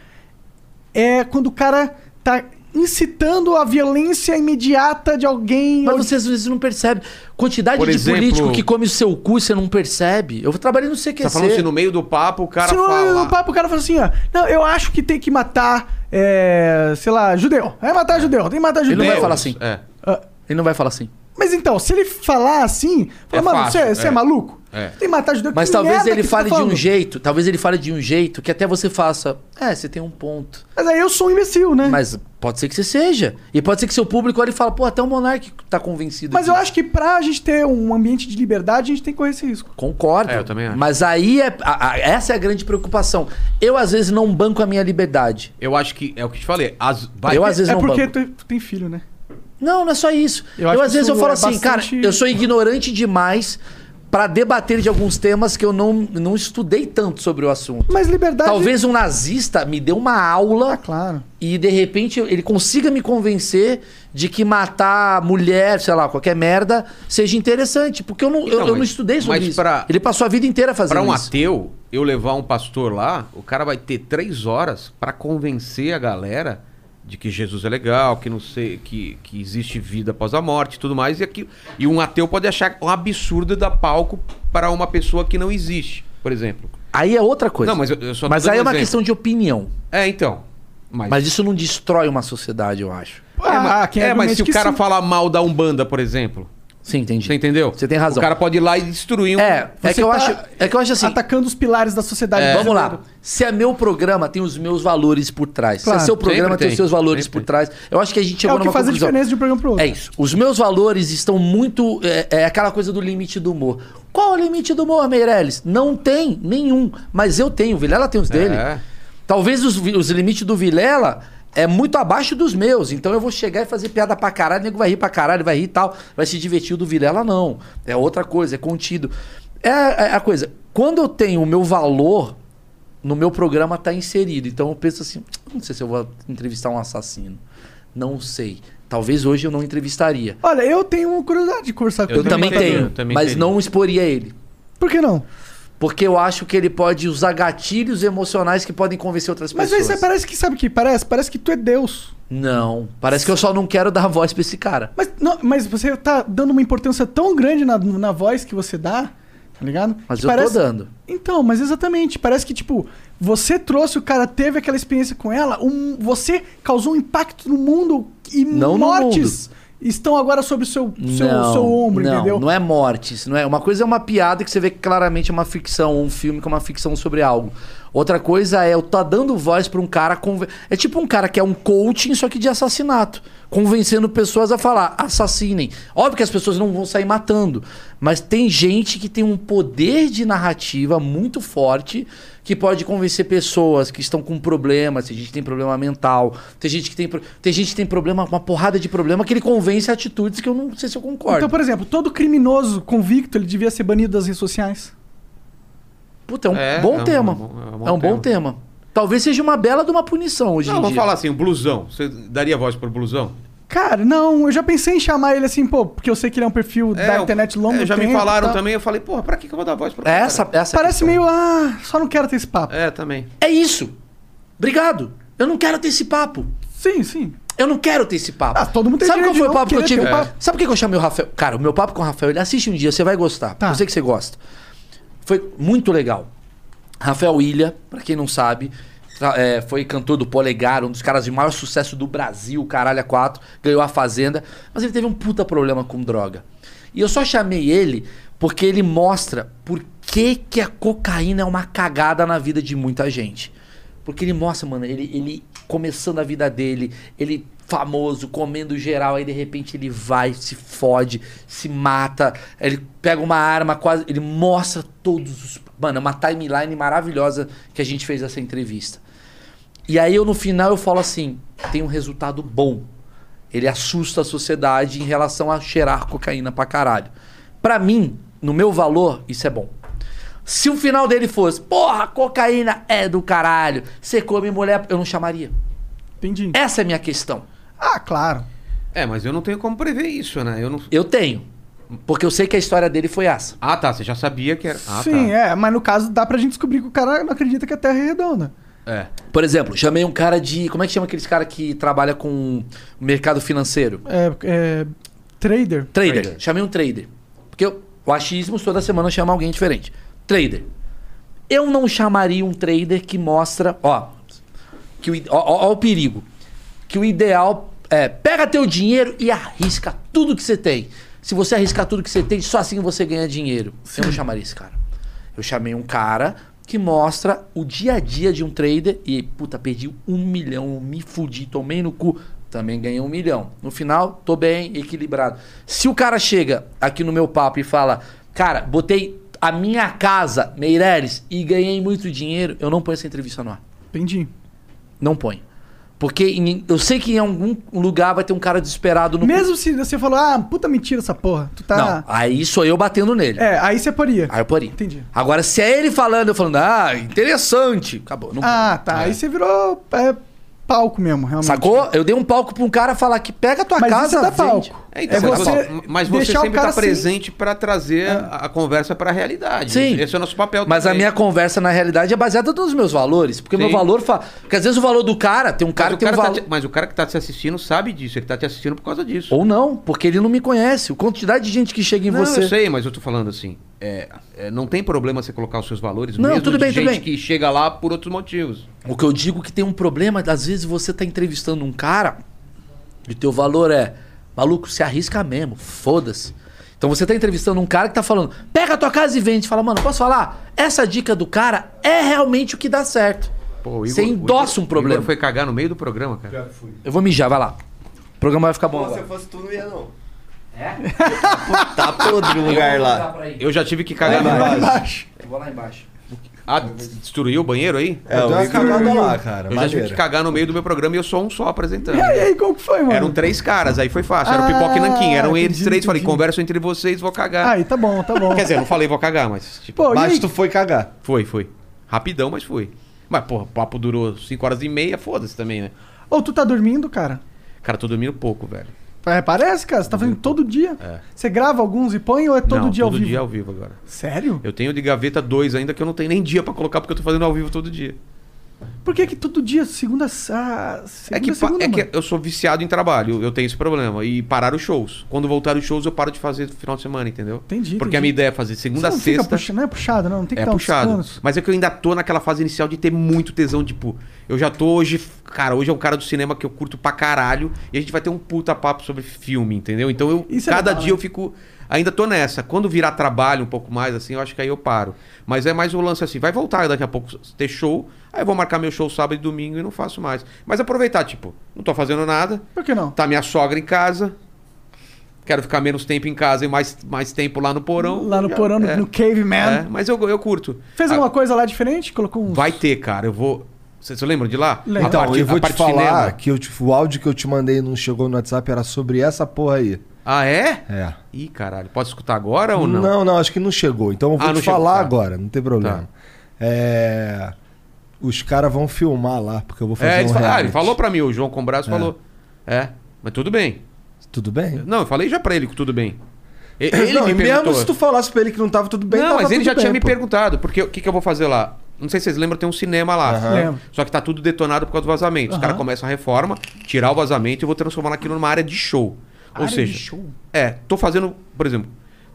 é quando o cara tá incitando a violência imediata de alguém.
Mas
ou-
vocês, vocês não percebem. Quantidade
Por
de
exemplo-
político que come o seu cu, você não percebe. Eu trabalhei no CQC.
Tá falando se no meio do papo o cara
Se não,
fala.
o papo o cara fala assim, ó. Não, eu acho que tem que matar, é, sei lá, judeu. É matar judeu, tem que matar judeu.
Ele não vai
Deus,
falar assim.
É.
Ele não vai falar assim.
Mas então, se ele falar assim, fala,
É
mano,
fácil,
você é.
é.
maluco?
É.
Tem que matar judeu.
Mas
que
talvez
merda
ele
que você
fale
tá
de um
falando?
jeito, talvez ele fale de um jeito que até você faça. É, você tem um ponto.
Mas aí eu sou um imbecil, né?
Mas pode ser que você seja. E pode ser que seu público olhe e fale, pô, até o Monark tá convencido.
Mas eu
disso.
acho que pra gente ter um ambiente de liberdade, a gente tem que correr esse risco.
Concordo.
É, eu também acho.
Mas aí é. a- a- essa é a grande preocupação. Eu, às vezes, não banco a minha liberdade.
Eu acho que é o que te falei. As, vai-
Eu, às vezes,
é
não
porque
banco.
tu, tu tem filho, né?
Não, não é só isso.
Eu
Eu,
acho que
às vezes, eu
isso
falo
é
assim,
bastante-
cara, eu sou ignorante demais pra debater de alguns temas que eu não, não estudei tanto sobre o assunto.
Mas liberdade.
Talvez um nazista me dê uma aula
Ah, claro.
e de repente ele consiga me convencer de que matar mulher, sei lá, qualquer merda, seja interessante. Porque eu não, eu- eu,
Então,
não
mas-
estudei sobre
mas
isso.
pra-
Ele passou a vida inteira fazendo
Pra um
isso.
ateu, eu levar um pastor lá, o cara vai ter três horas pra convencer a galera de que Jesus é legal, que não sei, que, que existe vida após a morte, e tudo mais e aquilo. E um ateu pode achar um absurdo dar palco pra uma pessoa que não existe, por exemplo.
Aí é outra coisa.
Não, mas eu- eu só tô
Mas
dando um
aí é uma
exemplo.
questão de opinião.
É, então. Mas,
Mas ah, isso não destrói uma sociedade, eu acho.
é, mas,
Ah, quem
é, mas
argumente
se o
que
cara
sim.
falar mal da Umbanda, por exemplo,
Sim, entendi.
você entendeu?
Você tem razão.
O cara pode ir lá e destruir um
É, é
Você
que eu
tá
acho, é que eu acho assim.
Atacando os pilares da sociedade.
É.
Vamos
brasileira.
lá. Se é meu programa, tem os meus valores por trás.
Claro.
Se é seu programa,
Sempre
tem os
tem.
seus valores
Sempre
por trás. Eu acho que a gente
É
chegou
o que
numa
faz a
conclusão.
diferença de um programa pro outro.
É isso. Os meus valores estão muito. É, é aquela coisa do limite do humor. Qual é o limite do humor, Meirelles? Não tem nenhum. Mas eu tenho. O Vilela tem os dele.
É.
Talvez os, vi- os limites do Vilela é muito abaixo dos meus. Então eu vou chegar e fazer piada pra caralho. O nego vai rir pra caralho, vai rir e tal. Vai se divertir o do Vilela, não. É outra coisa, é contido. É, é a coisa. Quando eu tenho o meu valor. No meu programa tá inserido. Então eu penso assim: não sei se eu vou entrevistar um assassino. Não sei. Talvez hoje eu não entrevistaria.
Olha, eu tenho uma curiosidade de conversar com
Eu,
Eu
ele.
também
também
tenho,
teria, eu também
mas
teria.
não exporia ele.
Por que não?
Porque eu acho que ele pode usar gatilhos emocionais que podem convencer outras
Mas aí
pessoas.
você parece que sabe o que parece? Parece que tu é Deus.
Não, parece que eu só não quero dar voz pra esse cara.
Mas, não, mas você tá dando uma importância tão grande na, na voz que você dá, tá ligado?
Mas
Que
eu
parece-
tô dando.
Então, mas exatamente. Parece que, tipo, você trouxe, o cara teve aquela experiência com ela, um, você causou um impacto no mundo e
Não no
mortes estão agora sobre o seu, seu,
não,
seu ombro,
não,
entendeu?
Não é morte, isso não é. Uma coisa é uma piada que você vê que claramente é uma ficção, um filme que é uma ficção sobre algo. Outra coisa é eu tá dando voz pra um cara. conven- É tipo um cara que é um coaching, só que de assassinato. Convencendo pessoas a falar, assassinem. Óbvio que as pessoas não vão sair matando. Mas tem gente que tem um poder de narrativa muito forte que pode convencer pessoas que estão com problemas. Tem gente que tem problema mental, tem gente que tem, pro- tem, gente que tem problema, uma porrada de problema, que ele convence atitudes que eu não sei se eu concordo.
Então, por exemplo, todo criminoso convicto ele devia ser banido das redes sociais.
Puta, é um
É,
bom
é um
tema.
bom-
é um bom, tema. Talvez seja uma bela de uma punição hoje
Não,
em
vamos
dia.
falar assim, o blusão. Você daria voz pro blusão?
Cara, não, eu já pensei em chamar ele assim, pô, porque eu sei que ele é um perfil
É,
da internet longo
é, já
tempo
me
e
falaram
tal.
também, eu falei, porra, pra que que eu vou dar voz pra
É essa, essa
Parece meio, ah, só não quero ter esse papo.
É, também.
É isso. Obrigado. Eu não quero ter esse papo.
Sim, sim.
Eu não quero ter esse papo.
Ah, todo mundo tem
Sabe
direito
qual foi
de
o
não
papo que eu
querer
tive?
ter um papo.
Sabe por que que eu chamei o Rafael? Cara, o meu papo com o Rafael, ele assiste um dia, você vai gostar.
Tá.
Eu sei que você gosta. Foi muito legal. Rafael Ilha, pra quem não sabe, tra- é, foi cantor do Polegar, um dos caras de maior sucesso do Brasil, caralho, a quatro, ganhou a Fazenda, mas ele teve um puta problema com droga. E eu só chamei ele porque ele mostra por que, que a cocaína é uma cagada na vida de muita gente. Porque ele mostra, mano, ele, ele começando a vida dele, ele famoso, comendo geral, aí de repente ele vai, se fode, se mata, ele pega uma arma, quase. Ele mostra todos os. Mano, é uma timeline maravilhosa que a gente fez essa entrevista. E aí eu no final eu falo assim: tem um resultado bom. Ele assusta a sociedade em relação a cheirar cocaína pra caralho. Pra mim, no meu valor, isso é bom. Se o final dele fosse, porra, cocaína é do caralho, você come mulher, eu não chamaria.
Entendi.
Essa é a minha questão.
Ah, claro.
É, mas eu não tenho como prever isso, né? Eu, não...
eu tenho. Porque eu sei que a história dele foi essa.
Ah, tá, você já sabia que era. Ah,
sim,
tá.
é, mas no caso dá pra gente descobrir que o cara não acredita que a Terra é redonda.
É.
Por exemplo, chamei um cara de. Como é que chama aqueles cara que trabalha com o mercado financeiro?
É, é, trader.
Trader. Chamei um trader. Porque eu- o achismo toda semana chama alguém diferente. Trader. Eu não chamaria um trader que mostra. Ó, que o, i- ó, ó, ó o perigo. Que o ideal é pega teu dinheiro e arrisca tudo que você tem. Se você arriscar tudo que você tem, só assim você ganha dinheiro. Eu não chamaria esse cara. Eu chamei um cara que mostra o dia a dia de um trader e, puta, perdi um milhão, me fudi, tomei no cu, também ganhei um milhão. No final, tô bem, equilibrado. Se o cara chega aqui no meu papo e fala, cara, botei a minha casa, Meireles, e ganhei muito dinheiro, eu não ponho essa entrevista no ar.
Entendi.
Não ponho. Porque em- eu sei que em algum lugar vai ter um cara desesperado no.
Mesmo se você falou, ah, puta mentira essa porra, tu tá...
Não, aí sou eu batendo nele.
É, aí você poria.
Aí eu poria.
Entendi.
Agora, se é ele falando, eu falando, ah, interessante. Acabou. Não
Ah, tá, aí você virou é, palco mesmo, realmente.
Sacou? Eu dei um palco pra um cara falar que pega a tua
Mas
casa.
isso dá
vende.
palco.
É, então,
É
mas-
você
mas você
deixar o
sempre tá
cara É. assim.
presente pra trazer a a conversa pra realidade.
Sim.
Esse é o nosso papel
Mas a
também.
minha conversa, na realidade, é baseada nos meus valores. Porque o meu
Sim.
valor fala. Porque às vezes o valor do cara tem um
Mas,
cara
o
que tem
cara
um
tá
valor.
te- mas o cara que tá te assistindo sabe disso, ele tá te assistindo por causa disso.
Ou não, porque ele não me conhece. A quantidade de gente que chega em
não,
você.
eu sei, mas eu tô falando assim. é, é, não tem problema você colocar os seus valores
Não,
mesmo
tudo
de
bem, tudo
gente
bem.
que chega lá por outros motivos.
O que eu digo que tem um problema, às vezes você tá entrevistando um cara e o teu valor é, maluco, se arrisca mesmo, foda-se. Então você tá entrevistando um cara que tá falando, pega a tua casa e vende. Fala, mano, posso falar? Essa dica do cara é realmente o que dá certo.
Pô, o
Você
Igor- o
endossa
Igor-
um
O
problema.
Igor foi cagar no meio do programa, cara.
Eu vou mijar, vai lá. O programa vai ficar bom
Pô, se eu
agora.
fosse tu, não ia não. É? tá podre o lugar lá.
Eu já tive que cagar no
Vai
meio.
embaixo.
Eu vou lá embaixo.
Ah, destruiu o banheiro aí?
É,
Deu
o
uma
Igor
cagada lá, cara.
Eu já tive que
maneiro.
cagar no meio do meu programa e eu sou um só apresentando.
E aí, aí, qual que foi, mano?
Eram três caras, aí foi fácil. Era o
Ah,
Pipoca e Nanquim, eram eles
entendi,
três. Falei,
entendi.
converso entre vocês, vou cagar.
Aí, tá bom, tá bom.
Quer dizer, eu não falei vou cagar, mas tipo,
Pô, e
Mas
aí?
tu foi cagar.
foi, foi. Rapidão, mas foi. Mas, porra, o papo durou cinco horas e meia, foda-se também, né?
Ou tu tá dormindo, cara?
Cara, tô dormindo pouco, velho.
É, Parece, cara, você tá fazendo todo dia. Você grava alguns e põe ou é todo
É. Não,
dia ao
todo
vivo?
dia ao vivo agora.
Sério?
Eu tenho de gaveta dois ainda que eu não tenho nem dia pra colocar porque eu tô fazendo ao vivo todo dia.
Por que que todo dia, segunda, ah, segunda
é que, pa-
segunda,
é
mano?
que eu sou viciado em trabalho, eu tenho esse problema. E pararam os shows. Quando voltaram os shows, eu paro de fazer no final de semana, entendeu?
Entendi,
Porque a
entendi.
minha ideia é fazer segunda,
Você não
sexta.
Fica puxando, não é puxado, não. Não tem que
É
dar uns
puxado.
planos.
Mas é que eu ainda tô naquela fase inicial de ter muito tesão. Tipo, eu já tô hoje. Cara, hoje é um cara do cinema que eu curto pra caralho. E a gente vai ter um puta papo sobre filme, entendeu? Então eu.
Isso é
cada
legal,
dia
né?
eu fico. Ainda tô nessa. Quando virar trabalho um pouco mais, assim, eu acho que aí eu paro. Mas é mais um lance assim, vai voltar daqui a pouco ter show, aí eu vou marcar meu show sábado e domingo e não faço mais. Mas aproveitar, tipo, não tô fazendo nada.
Por que não?
Tá minha sogra em casa. Quero ficar menos tempo em casa e mais, mais tempo lá no porão.
Lá no
Já-
porão, no-
é.
no caveman.
É, mas eu, eu curto.
Fez
Ah,
alguma coisa lá diferente? Colocou um.
Vai ter, cara. Eu vou. Vocês lembram de lá?
Lembro.
A
Então,
parte-
eu
a
vou te
parte
falar
cinema.
que eu te- o áudio que eu te mandei e não chegou no WhatsApp era sobre essa porra aí.
Ah, é?
É.
Ih, caralho. Posso escutar agora ou não?
Não, acho que não chegou. Então eu vou
Ah,
te
não chegou,
falar
tá.
agora, não tem problema. É, Os caras vão filmar lá, porque eu vou fazer
É, ele,
um
fala- ah,
reality.
ele falou pra mim, o João Combraço
É.
falou. É, mas tudo bem.
Tudo bem?
Não, eu falei já pra ele que tudo bem. E- Ele
não,
me
e
perguntou.
mesmo se tu falasse pra ele que não tava tudo bem,
não,
tava
mas ele
tudo
já tinha
bem,
me
pô.
perguntado, porque o que, que eu vou fazer lá? Não sei se vocês lembram, tem um cinema lá.
Aham. Lembro.
Só que tá tudo detonado por causa do vazamento. Os
Aham.
caras começam a reforma, tirar o vazamento e eu vou transformar aquilo numa área de show. Ou
Área de
seja,
show?
é, tô fazendo, por exemplo,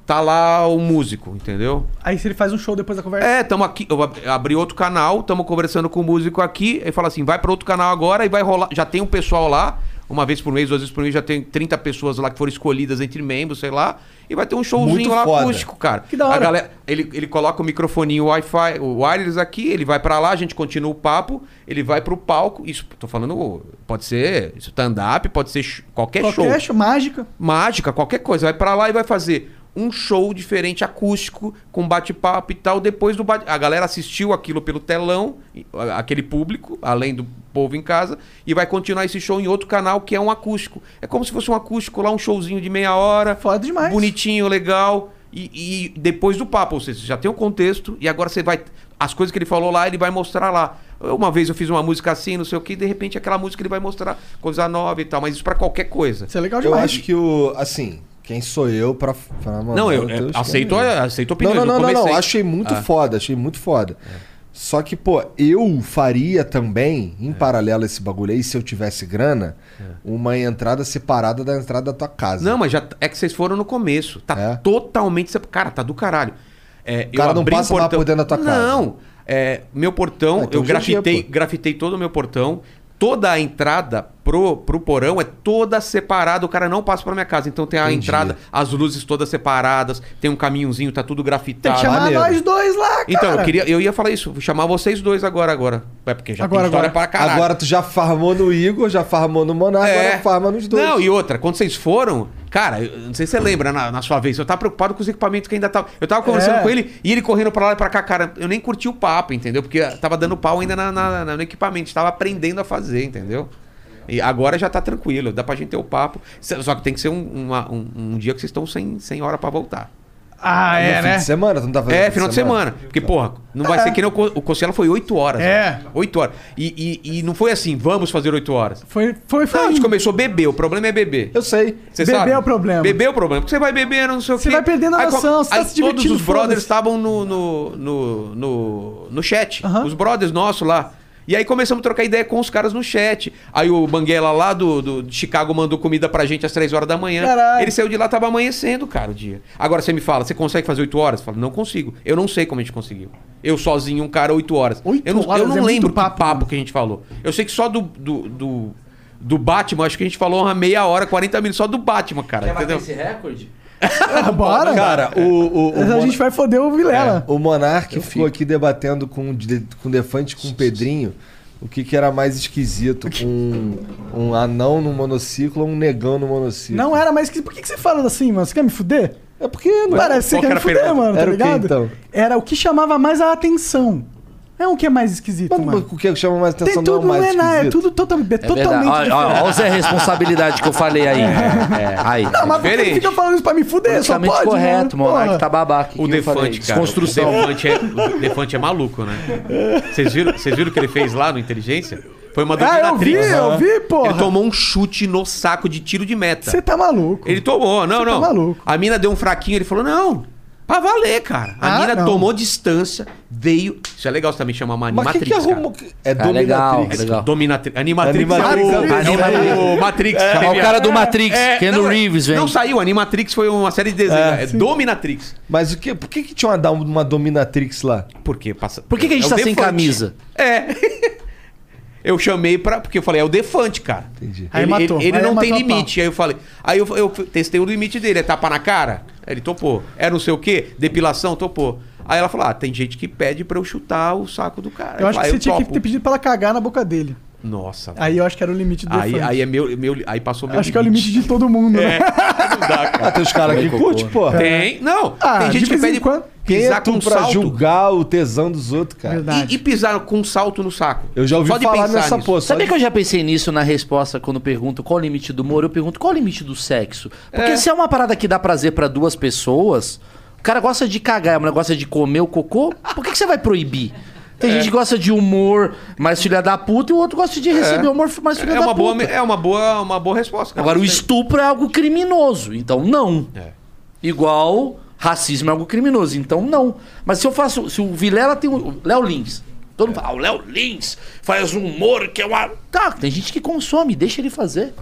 tá lá o músico, entendeu?
É.
Aí se ele faz um show depois da conversa.
É, tamo aqui, eu ab- abri outro canal, tamo conversando com o músico aqui, aí fala assim, vai pra outro canal agora e vai rolar, já tem um pessoal lá, uma vez por mês, duas vezes por mês, já tem 30 pessoas lá que foram escolhidas entre membros, sei lá, e vai ter um showzinho
Muito
lá
foda.
acústico, cara.
Que da hora.
A galera, ele, ele coloca o microfoninho Wi-Fi, o wireless aqui, ele vai pra lá, a gente continua o papo, ele vai pro palco, isso, tô falando, pode ser stand-up, pode ser sh- qualquer,
Qualquer
show
é show, mágica.
mágica, qualquer coisa. Vai pra lá e vai fazer um show diferente acústico com bate-papo e tal. Depois do bate... a galera assistiu aquilo pelo telão, e- a- aquele público, além do povo em casa, e vai continuar esse show em outro canal que é um acústico. É como se fosse um acústico lá, um showzinho de meia hora.
Foda demais.
Bonitinho, legal. E, e depois do papo, ou seja, você já tem o contexto e agora você vai. As coisas que ele falou lá, ele vai mostrar lá. Uma vez eu fiz uma música assim, não sei o que, de repente aquela música ele vai mostrar coisa nova e tal, mas isso pra qualquer coisa.
Isso é legal
Eu acho que o. Assim, quem sou eu pra falar uma
Não, eu-
merda,
eu
esquema
aceito-
aí.
aceito opiniões,
Não, não,
não
não, não, não.
comecei.
Achei muito
Ah. É.
foda, achei muito foda. Só que, pô, eu faria também, em paralelo a esse bagulho aí, se eu tivesse grana, uma entrada separada da entrada da tua casa.
É. Não, mas já t- é que vocês foram no começo. Tá totalmente. sep- Cara, tá do caralho. É,
É. O cara não passa mais por dentro da tua
não,
casa.
Não. É, meu portão,
Ah, então
eu
já tinha,
grafitei,
pô.
grafitei todo o meu portão. Toda a entrada pro, pro porão é toda separada. O cara não passa pra minha casa. Então tem a
Entendi.
entrada, as luzes todas separadas, tem um caminhozinho, tá tudo
Tem
grafitado.
que chamar nós dois lá, cara.
Então, eu, queria, eu ia falar isso. Vou chamar vocês dois agora, agora. É porque já
Agora,
tem história
agora.
pra caralho.
Agora tu já farmou no Igor, já farmou no Monarca,
É.
agora farma nos dois.
Não, e outra, quando vocês foram, cara, eu não sei se você lembra na, na sua vez, eu tava preocupado com os equipamentos que ainda tava. Eu tava conversando
É.
com ele e ele correndo pra lá e pra cá, cara. Eu nem curti o papo, entendeu? Porque tava dando pau ainda na, na- na- no equipamento, tava aprendendo a fazer, entendeu? E agora já tá tranquilo, dá pra gente ter o papo. Cê- Só que tem que ser um, uma- um- um dia que vocês estão sem, sem hora pra voltar.
Ah,
no
é,
fim
né?
de semana, tu não tá fazendo
É, final de semana. Porque, porra, não vai
É.
ser que nem o, Co- o Cossielo foi 8 horas.
É.
né? 8 horas. E, e- e não foi assim, vamos fazer 8 horas.
Foi, foi, foi.
Não, a gente começou a beber, o problema é beber.
Eu sei.
Você
Beber
sabe?
é o problema.
Beber é o problema. Porque você vai beber, não sei o quê.
Você vai perdendo a
Aí,
noção,
com-
você tá
aí
se divertindo,
Todos os brothers
foda-se.
estavam no, no, no, no, no chat. Os brothers nossos lá. E aí começamos a trocar ideia com os caras no chat. Aí o Banguela lá do, do de Chicago mandou comida pra gente às 3 horas da manhã.
Caralho.
Ele saiu de lá, tava amanhecendo, cara, o dia. Agora você me fala, você consegue fazer 8 horas? Eu falo, não consigo. Eu não sei como a gente conseguiu. Eu sozinho, um cara, 8 horas. eu não,
horas
eu não
é muito
lembro papo, papo que a gente falou. Eu sei que só do, do, do, do Batman, acho que a gente falou uma meia hora, 40 minutos, só do Batman, cara.
Quer bater
entendeu?
esse recorde?
Ah, Bora.
Cara,
É.
o, o, o
Mas a
Mona-
gente vai foder o Vilela.
O Monark ficou aqui debatendo com, o de- com o Defante e com o Pedrinho o que, que era mais esquisito: um, um anão no monociclo ou um negão no
É.
monociclo.
Não era mais que. Por que, que você fala assim, mano? Você quer me fuder?
É porque não
Parece que você
qual
quer
que
me
era a
fuder, mano,
pergunta?
tá
Era o quê,
ligado?
então?
Era o que chamava mais a atenção. É o que é mais esquisito,
Mas
mano.
o que chama mais atenção
Tem
não é o
tudo, não
mais
é nada, é
esquisito.
tudo total- é
Verdade.
totalmente
Olha, olha, olha
diferente.
Zé, a responsabilidade que eu falei aí.
É,
Aí.
Não, mas por que ele
Diferente.
fica falando isso pra me fuder? Só
Politicamente
pode,
correto,
mano.
Monark
Porra.
tá babaca.
né? O
que eu falei,
Defante, cara.
Desconstrução.
O Defante é, o Defante é maluco, né? Vocês viram, vocês viram o que ele fez lá no Inteligência? Foi uma
Ah, eu vi,
dominatrix.
eu vi, porra.
Ele tomou um chute no saco de tiro de meta.
Você tá maluco.
Ele tomou, não,
Você tá
não.
maluco.
A mina deu um fraquinho, ele falou, não. Pra valer, cara. A
Ah,
mina
não.
tomou distância, veio. Isso é legal você também chamar uma
Mas que
animatrix.
que arrumou.
cara.
que- É
Ah, legal,
dominatrix.
legal.
Dominatrix. Animatrix.
Animatrix.
é o-
Animatrix.
É o Matrix.
É,
teve
o cara
a-
do Matrix, Keanu
não, é-
Reeves, velho.
Não saiu, Animatrix foi uma série de desenhos. É, Dominatrix.
Mas o que, por que, que tinha uma, da- uma dominatrix lá?
Por quê? Passa...
Por que, que a gente
é o
tá sem
Defante.
camisa?
É. eu chamei pra. Porque eu falei, é o Defante, cara.
Entendi.
Aí
ele
matou.
ele
Aí
não
matou
tem
a
limite. Aí eu falei. Aí eu, eu testei o limite dele, é tapa na cara? Ele topou. Era não sei o quê, depilação, topou. Aí ela falou: ah, tem gente que pede pra eu chutar o saco do cara.
Eu acho
falo,
que
"Ah,
você tinha que
topo."
ter pedido pra ela cagar na boca dele.
Nossa,
Aí eu acho que era o limite do
aí,
elefante.
aí é meu, meu. Aí passou meu.
Acho que é o limite de todo mundo, né?
É, não dá, cara.
Tem os caras que
Cocô.
curte, pô.
Tem. Não,
Ah,
tem
de
gente que
vez em
pede
quando,
pisar
quem é
com um
tu pra
salto.
julgar o tesão dos outros,
É
cara.
E, e pisar com um salto no saco.
Eu já ouvi
Só de
falar
pensar
nessa
nisso.
porra.
Sabia que eu já pensei nisso na resposta quando pergunto qual o limite do humor? Eu pergunto qual o limite do sexo. Porque
É.
se é uma parada que dá prazer pra duas pessoas, o cara gosta de cagar, a mulher gosta de comer o cocô, por que, que você vai proibir?
É.
Tem gente que gosta de humor mais filha da puta e o outro gosta de receber humor mais filha
É
da
uma,
puta.
boa, é uma boa, uma boa resposta. cara. É.
Agora, o
Não sei.
estupro é algo criminoso, então não. Igual racismo é algo criminoso, então não. Mas se eu faço. Se o Vilela tem. um, O o Léo Lins. Todo mundo fala, ah, o Léo Lins faz um humor que é uma. Tá, tem gente que consome, deixa ele fazer.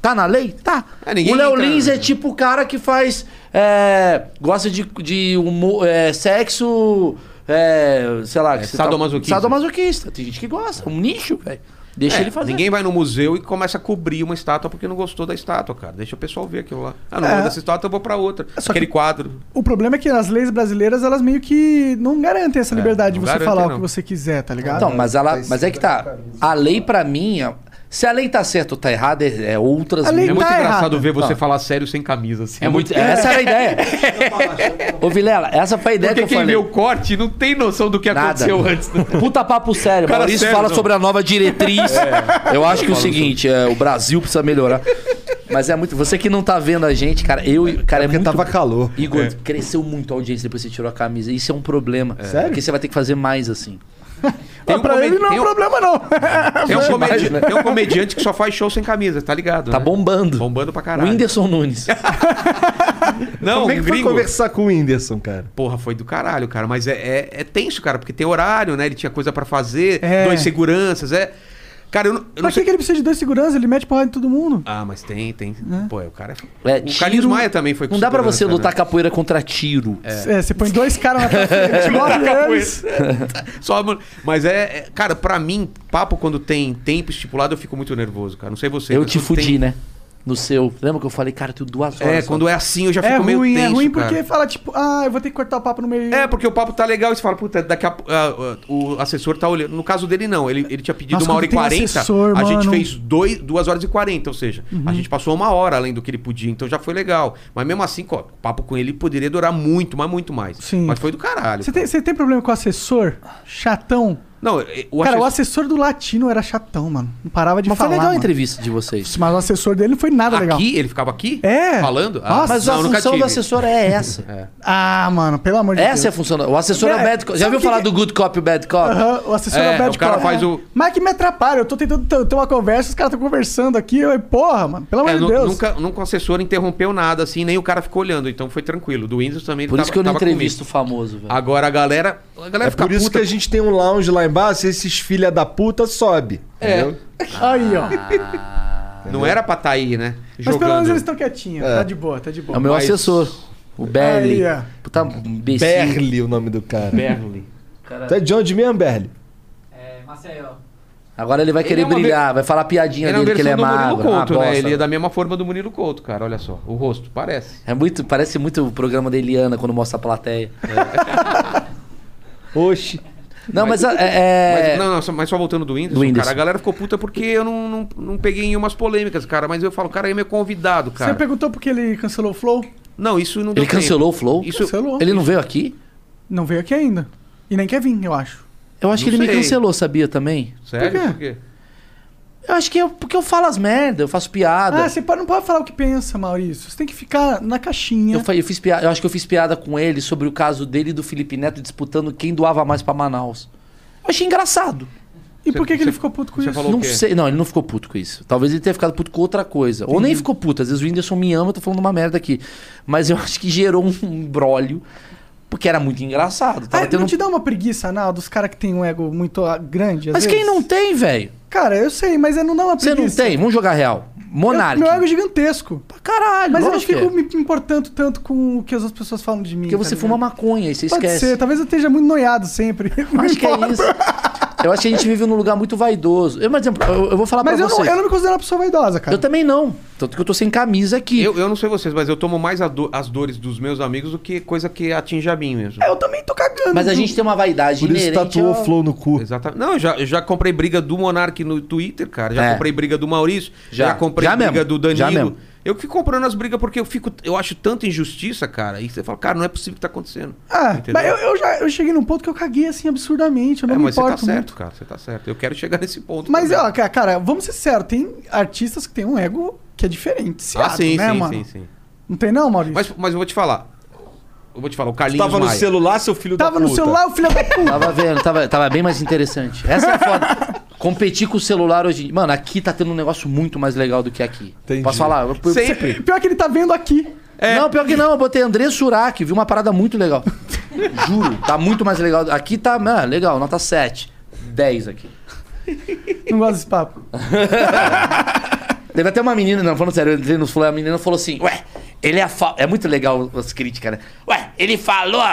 Tá na lei? Tá.
É, ninguém
o Léo
entra-
Lins é tipo o cara que faz. é, gosta de, de humor, é, sexo. é, sei lá. que você tá-
sadomasoquista.
sadomasoquista. Tem gente que gosta, um nicho, velho. Deixa
É,
ele fazer.
Ninguém vai no museu e começa a cobrir uma estátua porque não gostou da estátua, cara. Deixa o pessoal ver aquilo lá. Ah, não
É.
gosto dessa estátua, eu vou pra outra.
É,
Aquele quadro.
O problema é que as leis brasileiras, elas meio que não garantem essa liberdade de
não
você
garantem,
falar o
não.
que você quiser, tá ligado?
Então, mas, ela, mas é que tá. A lei, pra mim, é- se a lei tá certa ou tá errada, é, é outras
A lei
É muito
Tá
engraçado
errada.
ver você
Tá.
falar sério sem camisa. Assim.
É muito, essa era a ideia. Ô, Vilela, essa foi a ideia
Porque
que eu
quem
falei.
vê o corte não tem noção do que
Nada.
aconteceu antes. né?
Puta papo sério.
Cara
Maurício
sério,
fala
não.
sobre a nova diretriz. Eu acho que é o seguinte, é, o Brasil precisa melhorar. Mas é muito. Você que não tá vendo a gente, cara, eu. Cara, é, muito.
tava calor.
Igor,
É.
cresceu muito a audiência depois que você tirou a camisa. Isso é um problema.
Sério?
Porque você vai ter que fazer mais assim.
Tem um
pra
comen-
ele não é
tem
um
um-
problema, não.
É
Tem um,
Demais,
comedi-
né?
tem um comediante que só faz show sem camisa, tá ligado?
Tá
né?
bombando.
Bombando pra
O
caralho.
Whindersson Nunes.
Não,
Como é que
um
foi
gringo.
conversar com o Whindersson, cara?
Porra, foi do caralho, cara. Mas é, é, é tenso, cara, porque tem horário, né? Ele tinha coisa pra fazer,
É.
dois seguranças, é. Cara, eu não, eu não
Pra que,
sei.
que ele precisa de dois seguranças? Ele mete porrada em todo mundo.
Ah, mas tem, tem.
Né?
Pô, é, o cara é.
É,
o Carlinhos
tiro-
Maia também foi
Não dá pra você
segurança,
lutar capoeira contra tiro.
É, você põe dois caras na tua frente, bota eles.
Só, mano. mas é, é- Cara, pra mim, papo quando tem tempo estipulado, eu fico muito nervoso, cara. Não sei você.
Eu
mas
te
quando tem-
fudi, né? No seu. Lembra que eu falei, cara, eu tenho duas horas.
É,
só.
quando é assim, eu já
É
fico meio
ruim,
tenso.
é ruim
cara.
porque fala tipo, ah, eu vou ter que cortar o papo no meio.
É, porque o papo tá legal e você fala, puta, daqui a, po- ah, ah, o assessor tá olhando. No caso dele, não. Ele, ele tinha pedido
Nossa,
uma hora e
quando tem
quarenta.
assessor,
a gente
mano. Uhum.
fez dois, duas horas e quarenta, ou seja, a gente passou uma hora além do que ele podia, então já foi legal. Mas mesmo assim, ó, o papo com ele poderia durar muito, mas muito mais.
Sim.
Mas foi do caralho.
Você tem, você tem problema com o assessor? Chatão?
Não, eh, o
cara, o
assessor.
assessor do latino era chatão, mano. Não parava
é
de
Mas foi
falar.
legal a
mano.
entrevista de vocês.
Mas o assessor dele não foi nada legal.
Aqui, ele ficava aqui?
É.
Falando? Ah,
Nossa,
Mas
não,
a
eu nunca
função do
tive.
assessor é essa.
Ah, mano, pelo amor de
Essa é a
Deus.
função. do- O assessor é, o
É,
bad cop. Já
sabe
viu
que
falar
que-
do good cop e bad cop?
Aham, o assessor
É,
é, o bad
o cara
cop.
faz o-
Mas que me atrapalha, eu tô tentando ter- ter uma conversa, os caras estão conversando aqui, eu, porra, mano, pelo amor
É,
de
nu-
Deus.
nunca, nunca o assessor interrompeu nada, assim, nem o cara ficou olhando, então foi tranquilo. Do Windows também ele
Por isso
tava-
que eu não
tava comigo.
entrevisto o famoso, velho.
Agora a galera. A galera
É
fica
por isso
puta.
que a gente tem um lounge lá embaixo, esses filha da puta sobe.
É.
Entendeu?
Ah,
Aí, ó.
Não era pra tá aí, né?
Mas pelo menos
Jogando.
eles estão quietinhos, tá de boa, tá de boa.
É o meu
mas-
assessor. O Berli.
Aí, é.
Puta imbecil.
Berli o nome do cara.
Berli.
Tu é de onde mesmo, Berli?
Agora ele vai querer
é uma
brilhar, vai falar piadinha
Ele é a
dele que
versão
ele é
do Murilo
magro.
Couto,
ah,
né?
bosta.
Ele é da mesma forma do Murilo Couto, cara. Olha só. O rosto, parece.
É muito, parece muito o programa da Eliana quando mostra a plateia.
Oxi.
Não, mas, a- é, é-
É. Mas, não, não, só- mas só voltando do Whindersson,
Do Whindersson.
cara, a galera ficou puta porque eu não, não, não peguei em umas polêmicas, cara. Mas eu falo, cara, ele é meu convidado, cara.
Você perguntou por que ele cancelou o Flow?
Não, isso não deu
ele cancelou o Flow?
Isso-
Cancelou.
Ele não veio aqui?
Não veio aqui ainda. E nem quer vir, eu acho.
Eu acho
Não
que ele me
sei.
cancelou, sabia também?
tempo. Sério?
Por
Por quê?
Eu acho que é porque eu falo as merda, eu faço piada.
Ah, você pode- não pode falar o que pensa, Maurício. Você tem que ficar na caixinha.
Eu, fa- eu fiz piada, eu acho que eu fiz piada com ele sobre o caso dele e do Felipe Neto disputando quem doava mais pra Manaus. Eu achei engraçado.
E por que, que
você-
ele ficou puto com
você
isso?
falou- o
não
quê?
sei, não, ele não ficou puto com isso. Talvez ele tenha ficado puto com outra coisa. Ou nem ficou puto, às vezes o Whindersson me ama, eu tô falando uma merda aqui. Mas eu acho que gerou um embrólio, porque era muito engraçado.
Ah,
Tava
não
tendo... um
te dá uma preguiça, Nal, dos caras que tem um ego muito ah, grande? às
Mas quem
vezes?
não tem, velho?
Cara, eu sei, mas é não dá uma
Você
preguiça.
não tem? Vamos jogar real.
Eu-
Monark.
Meu ego é gigantesco.
Pra caralho,
Mas eu não
lógico que
fico
é.
me importando tanto com o que as outras pessoas falam de mim.
Porque
tá
você
ligado?
fuma maconha e você
Pode
esquece.
ser, talvez eu esteja muito noiado sempre.
Acho que é isso. Eu acho que a gente vive num lugar muito vaidoso. Eu, por exemplo, eu, eu vou falar
Mas
pra
eu não,
vocês.
eu não me considero uma pessoa vaidosa, cara.
Eu também não. Tanto que eu tô sem camisa aqui.
Eu, eu não sei vocês, mas eu tomo mais a do- as dores dos meus amigos do que coisa que atinge a mim mesmo.
É, Eu também tô cagando.
Mas a gente tem uma vaidade
Por isso
inerente
tatuou
ao-
flow no cu.
Exatamente. Não, eu já, eu já comprei briga do Monark no Twitter, cara. Já
É.
comprei briga do Maurício. Já,
Já.
comprei
Já
briga
mesmo.
do Danilo.
Já mesmo.
Eu fico comprando as brigas porque eu fico, eu acho tanta injustiça, cara. E você fala, cara, não é possível que tá acontecendo.
Ah,
Entendeu?
mas eu, eu já eu cheguei num ponto que eu caguei assim absurdamente. Eu não
É,
me
mas você tá
importo
certo,
muito.
cara. Você tá certo. Eu quero chegar nesse ponto.
Mas,
também.
ó, ca- cara, vamos ser sérios, tem artistas que têm um ego que é diferente.
Ah,
Seado,
sim,
né,
sim,
mano?
sim, sim.
Não tem não, Maurício?
Mas, mas eu vou te falar. Eu vou te falar, o Carlinhos
Tava no
Maia.
celular, seu filho
Tava
da
no
puta.
celular, o filho da puta.
Tava vendo, tava, tava bem mais interessante. Essa é a foda. Competir com o celular hoje. em dia. Mano, aqui tá tendo um negócio muito mais legal do que aqui.
Entendi.
Posso falar? Eu- eu-
Sempre. é.
Pior que ele tá vendo aqui.
Não, pior que não. Eu botei André Surak, vi uma parada muito legal. Juro, tá muito mais legal. Aqui tá, mano, legal, nota 7. 10 aqui.
Não gosta desse papo. Tá
Teve até uma menina, não, falando sério, eu entrei no Flow, a menina falou assim, ué, ele é fa... É muito legal as críticas, né? Ué, ele falou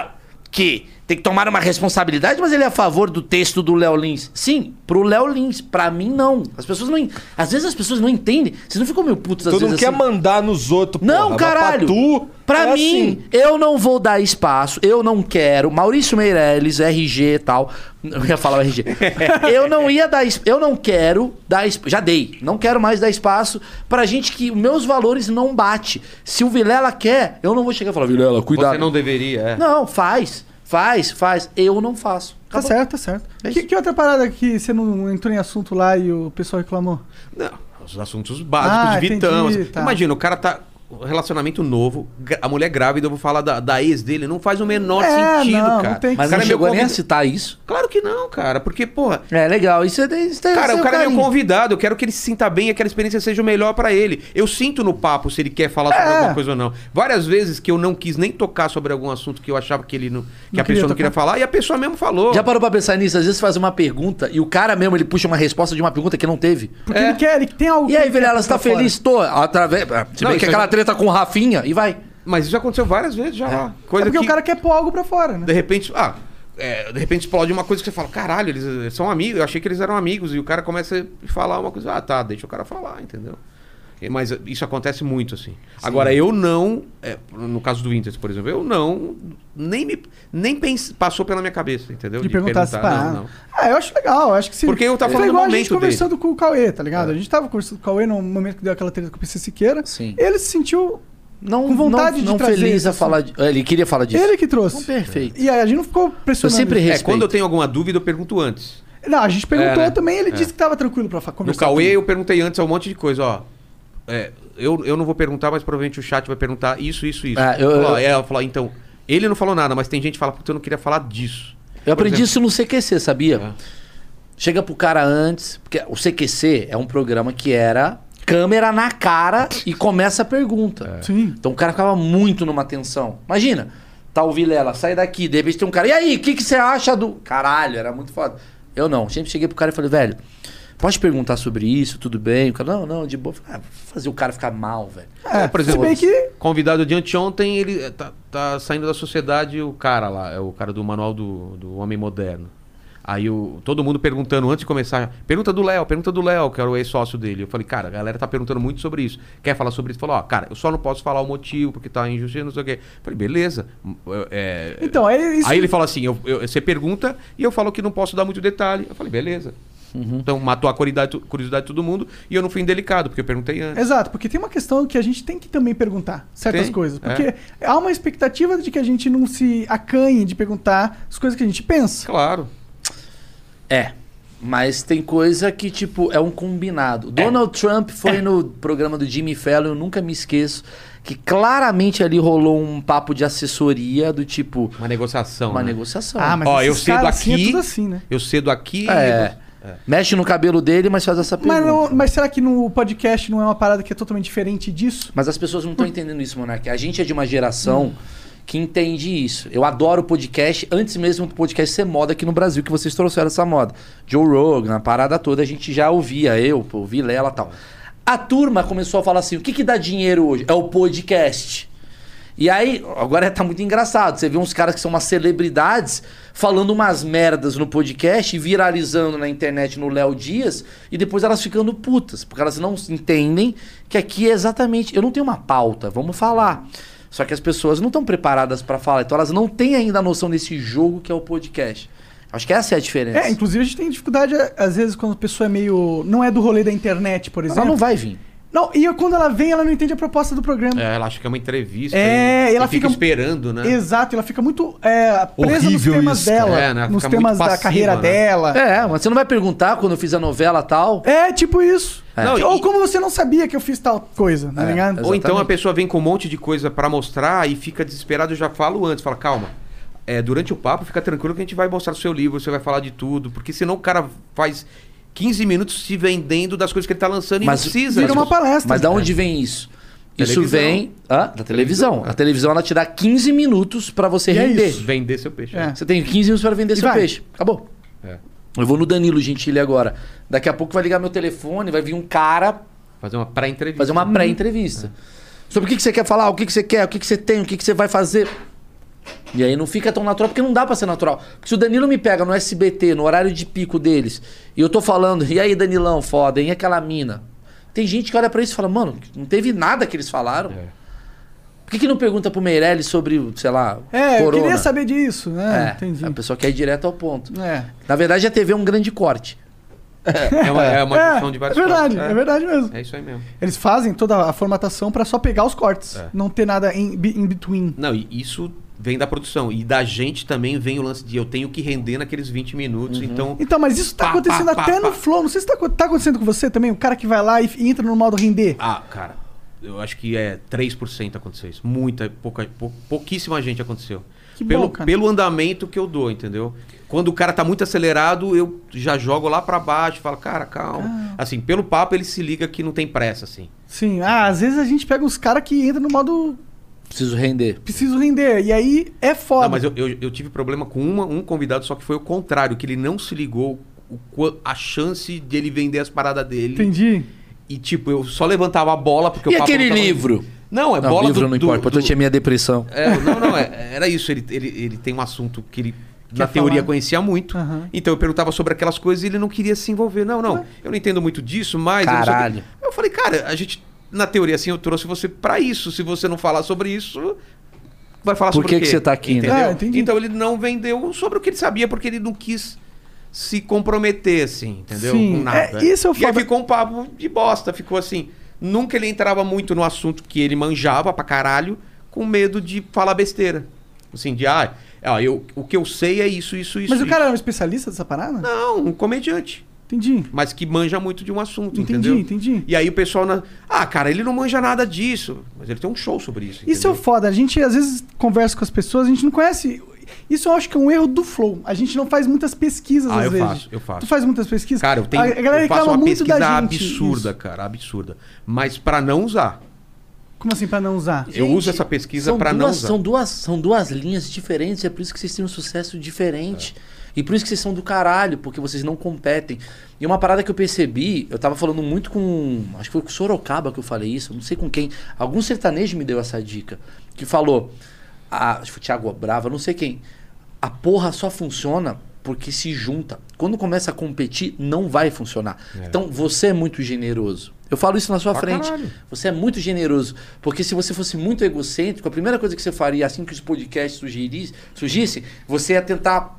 que tem que tomar uma responsabilidade, mas ele é a favor do texto do Léo Lins. Sim, pro Léo Lins, pra mim não. As pessoas não... en- Às vezes as pessoas não entendem. Vocês não ficam meio putos às
Tu não
vezes
quer
assim?
mandar nos outros,
Não,
porra, mas
caralho.
Pra, tu,
Pra
é
assim.
mim, eu não vou dar espaço, eu não quero. Maurício Meirelles, RG e tal. Eu ia falar o RG. eu não ia dar es- Eu não quero dar es- Já dei. Não quero mais dar espaço pra gente que meus valores não bate. Se o Vilela quer, eu não vou chegar e falar, Vilela, cuidado.
Você não deveria, é.
Não, faz. Faz, faz. Eu não faço.
Tá
Acabou.
certo, tá certo.
É
que, que outra parada que você não entrou em assunto lá e o pessoal reclamou?
Não, os assuntos básicos
Ah,
de Vitão.
entendi,
assim.
tá.
Imagina, o cara tá. Relacionamento novo, gra- a mulher grávida, eu vou falar da, da ex dele, não faz o menor
É,
sentido,
não,
cara.
não tem que-
O
Mas
cara
não
é
chegou
meu
nem a
convid-
citar isso.
Claro que não, cara, porque, porra.
É, legal. Isso é... Isso é
Cara,
isso
o cara é meu
carinho.
convidado, eu quero que ele se sinta bem e aquela experiência seja o melhor pra ele. Eu sinto no papo se ele quer falar sobre
É.
alguma coisa ou não. Várias vezes que eu não quis nem tocar sobre algum assunto que eu achava que ele não, que a pessoa não queria falar e a pessoa mesmo falou.
Já parou pra pensar nisso? Às vezes você faz uma pergunta e o cara mesmo ele puxa uma resposta de uma pergunta que não teve.
Porque
É.
ele quer, ele tem algo.
E
que
aí,
ele quer
Vilela, você tá
pra fora.
feliz? Tô. Através... eh, Se
Não,
bem
isso é
que aquela
já-
treta com o Rafinha e vai.
Mas isso aconteceu várias vezes já lá.
É
Coisa
porque
que
o cara quer pôr algo pra fora, né?
de repente, ah, é, de repente explode uma coisa que você fala, caralho, eles, eh, são amigos, eu achei que eles eram amigos e o cara começa a falar uma coisa, ah, tá, deixa o cara falar, entendeu? E- Mas eh, isso acontece muito assim. Agora eu não, eh, no caso do Inter, por exemplo, eu não nem me nem pens- passou pela minha cabeça, entendeu?
De perguntar se
não,
pá.
não.
Ah, eu acho legal. eu acho que se...
Porque eu tava
Foi
falando do
igual a
momento É.
gente conversando com o Cauê, tá ligado? A gente tava conversando com o Cauê no momento que deu aquela treta com o PC Siqueira.
Sim.
Ele se sentiu.
Não,
Com vontade
não,
de
não
trazer
feliz
esse
a falar. de- eh, Ele queria falar disso.
Ele que trouxe.
Então, perfeito.
E aí a gente não ficou
Eu
pressionando.
sempre
ele.
É,
respeito.
quando eu tenho alguma dúvida, eu pergunto antes.
Não, a gente perguntou
É, né?
também, ele
É.
disse que tava tranquilo pra fa-
No
conversar.
Cauê,
comigo.
eu perguntei antes um monte de coisa, ó. É, eu, eu não vou perguntar, mas provavelmente o chat vai perguntar isso, isso, isso.
Ah, eu-
Falou, ó,
eu-
é, ela falou, então, ele não falou nada, mas tem gente que fala, puta, eu não queria falar disso.
Eu
Por
aprendi
exemplo.
isso no CQC, sabia?
É.
Chega pro cara antes, porque o CQC é um programa que era câmera na cara e começa a pergunta.
É.
Sim.
Então o cara ficava muito numa tensão. Imagina, tá o Vilela, sai daqui, de repente tem um cara, e aí, o que, que você acha do. Caralho, era muito foda. Eu não, sempre cheguei pro cara e falei, velho, posso te perguntar sobre isso, tudo bem? O cara, não, não, de boa. Eu falei, ah, vou fazer o cara ficar mal, velho.
É,
por
se
exemplo,
bem que.
Convidado de anteontem, ele eh, tá, tá saindo da sociedade o cara lá, é o cara do manual do, do homem moderno. Aí o, todo mundo perguntando antes de começar, pergunta do Léo, pergunta do Léo, que era o ex-sócio dele. Eu falei, cara, a galera tá perguntando muito sobre isso. Quer falar sobre isso? Falou, ó, cara, eu só não posso falar o motivo, porque tá injustiça, não sei o quê. Eu falei, beleza. Hum, eu- é-
Então, é isso.
Aí ele fala assim: eu- eu- você pergunta e eu falo que não posso dar muito detalhe. Eu falei, beleza.
Uhum.
Então matou a curiosidade, curiosidade de todo mundo e eu não fui indelicado, porque eu perguntei antes.
Exato, porque tem uma questão que a gente tem que também perguntar certas
Tem, é.
coisas. Porque há uma expectativa de que a gente não se acanhe de perguntar as coisas que a gente pensa.
Claro.
É. Mas tem coisa que, tipo, é um combinado. Donald Trump foi no programa do Jimmy Fallon, eu nunca me esqueço, que claramente ali rolou um papo de assessoria do tipo,
Uma negociação.
uma
né?
negociação.
Ah, mas
Ó, eu
esses
cedo
caras assim é
aqui.
tudo assim, né?
Eu cedo aqui.
É. Mexe no cabelo dele, mas faz essa pergunta.
Mas,
Mas,
não- mas será que no podcast não é uma parada que é totalmente diferente disso?
as pessoas não estão entendendo isso, Monark. A gente é de uma geração que entende isso. Eu adoro podcast, antes mesmo do podcast ser moda aqui no Brasil, que vocês trouxeram essa moda. Joe Rogan, a parada toda, a gente já ouvia, eu, pô, Vilela e tal. A turma começou a falar assim: o que, que dá dinheiro hoje? É o podcast. E aí, agora tá muito engraçado. Você vê uns caras que são umas celebridades falando umas merdas no podcast, e viralizando na internet no Léo Dias, e depois elas ficando putas, porque elas não entendem que aqui é exatamente. Eu não tenho uma pauta, vamos falar. Só que as pessoas não estão preparadas pra falar, então elas não têm ainda a noção desse jogo que é o podcast. Acho que essa é a diferença.
É, inclusive a gente tem dificuldade, às vezes, quando a pessoa é meio. não é do rolê da internet, por exemplo.
não vai vir.
Não, e quando ela vem, ela não entende a proposta do programa.
É, ela acha que é uma entrevista.
É,
e-
e
e
ela fica-
esperando, né?
Exato, ela fica muito é, presa
Horrível
nos temas
isso, cara.
dela,
É, né?
nos
Fica muito
temas da
passiva,
carreira
né?
dela.
É, mas você não vai perguntar quando eu fiz a novela tal.
É, tipo isso.
É.
Não,
Ou como você não sabia que eu fiz tal coisa, tá ligado?
Ou então a pessoa vem com um monte de coisa pra mostrar e fica desesperado, eu já falo antes, fala, calma. É, durante o papo, fica tranquilo que a gente vai mostrar o seu livro, você vai falar de tudo, porque senão o cara faz 15 minutos se vendendo das coisas que ele tá lançando e não precisa.
mas- Mas da onde vem isso? Isso
Televisão.
vem hã? da televisão. A televisão ela te dá 15 minutos pra você
E é
render.
isso. Vender seu peixe.
É.
Você tem 15 minutos pra vender
E
seu
vai.
peixe. Acabou.
É.
Eu vou no Danilo Gentili agora. Daqui a pouco vai ligar meu telefone, vai vir um cara
Fazer uma pré-entrevista.
fazer uma
Uhum.
pré-entrevista. Sobre o que que você quer falar, o que que você quer, o que que você tem, o que que você vai fazer. E aí não fica tão natural, porque não dá pra ser natural. Porque se o Danilo me pega no SBT, no horário de pico deles, e eu tô falando, e aí Danilão, foda, e aquela mina? Tem gente que olha pra isso e fala, mano, não teve nada que eles falaram.
É.
Por que, que não pergunta pro Meirelles sobre, sei lá,
É, eu
corona?
queria saber disso, né?
É, a pessoa quer ir direto ao ponto.
É.
Na verdade, a TV é um grande corte.
É uma, é uma
É,
junção de várias
é verdade,
coisas.
é verdade mesmo.
É isso aí mesmo.
Eles fazem toda a formatação pra só pegar os cortes,
É.
não ter nada in, be- in between.
Não, e isso vem da produção. E da gente também vem o lance de eu tenho que render naqueles 20 minutos, então...
Então, mas isso tá
Pá,
acontecendo
pá, pá,
até no
pá.
Flow. Não sei se tá, co- tá acontecendo com você também, o cara que vai lá e, f- entra no modo render.
Ah, cara, eu acho que é 3% aconteceu isso. Muita, pouca, pou- pouquíssima gente aconteceu.
Que
pelo,
bom, cara.
pelo andamento que eu dou, entendeu? Quando o cara tá muito acelerado, eu já jogo lá pra baixo, falo, cara, calma. Assim, pelo papo ele se liga que não tem pressa, assim.
Sim, ah, às vezes a gente pega uns caras que entram no modo
Preciso render.
preciso render, e aí é foda.
Não, mas eu, eu, eu tive problema com uma- um convidado, só que foi o contrário, que ele não se ligou o qua- a chance de ele vender as paradas dele.
Entendi.
E tipo, eu só levantava a bola porque
E
o papo
aquele
não tava-
livro?
Não, é
não,
bola
livro
do,
não
do-
importa, o importante é minha depressão.
É, não, não, é- era isso. Ele, ele, ele tem um assunto que ele, na
falar?
teoria, conhecia muito. Então eu perguntava sobre aquelas coisas e ele não queria se envolver. Não, não, eu não entendo muito disso, mas. eu não sei o quê.
Caralho.
Eu falei, cara, a gente, na teoria, assim, eu trouxe você pra isso. Se você não falar sobre isso. Vai falar
Por
sobre
que
o quê?
que você tá aqui, né?
Entendeu?
Ah, entendi.
então ele não vendeu sobre o que ele sabia, porque ele não quis se comprometer, assim, entendeu?
Sim,
Com nada.
é, isso é o
e aí
foda.
ficou um papo de bosta, ficou assim. Nunca ele entrava muito no assunto que ele manjava pra caralho, com medo de falar besteira. Assim, de, ah, ó, eu, o que eu sei é isso, isso, isso.
Mas o
isso.
cara é um especialista dessa parada?
Não, um comediante.
Entendi.
Mas que manja muito de um assunto,
Entendi,
entendeu?
entendi.
E aí o pessoal. na- Ah, cara, ele não manja nada disso. Mas ele tem um show sobre isso.
Isso é o foda. A gente às vezes conversa com as pessoas, a gente não conhece. Isso eu acho que é um erro do Flow. A gente não faz muitas pesquisas
Ah,
às
eu
vezes.
faço, eu faço.
Tu faz muitas pesquisas?
Cara, eu tenho
A a galera
eu faço
reclama
uma
muito
pesquisa
da gente.
absurda,
Isso.
cara, absurda. Mas pra não usar.
Como assim, pra não usar?
eu uso essa pesquisa
São
pra não
duas,
usar.
são duas São duas linhas diferentes, é por isso que vocês têm um sucesso diferente. E por isso que vocês são do caralho, porque vocês não competem. E uma parada que eu percebi, eu tava falando muito com. Acho que foi com o Sorocaba que eu falei isso, não sei com quem. Algum sertanejo me deu essa dica. Que falou. a- acho que foi o Thiago Brava, não sei quem. A porra só funciona porque se junta. Quando começa a competir, não vai funcionar. Então você é muito generoso. Eu falo isso na sua
Pra
frente.
caralho.
Você é muito generoso. Porque se você fosse muito egocêntrico, a primeira coisa que você faria assim que os podcasts sugerissem, surgissem, você ia tentar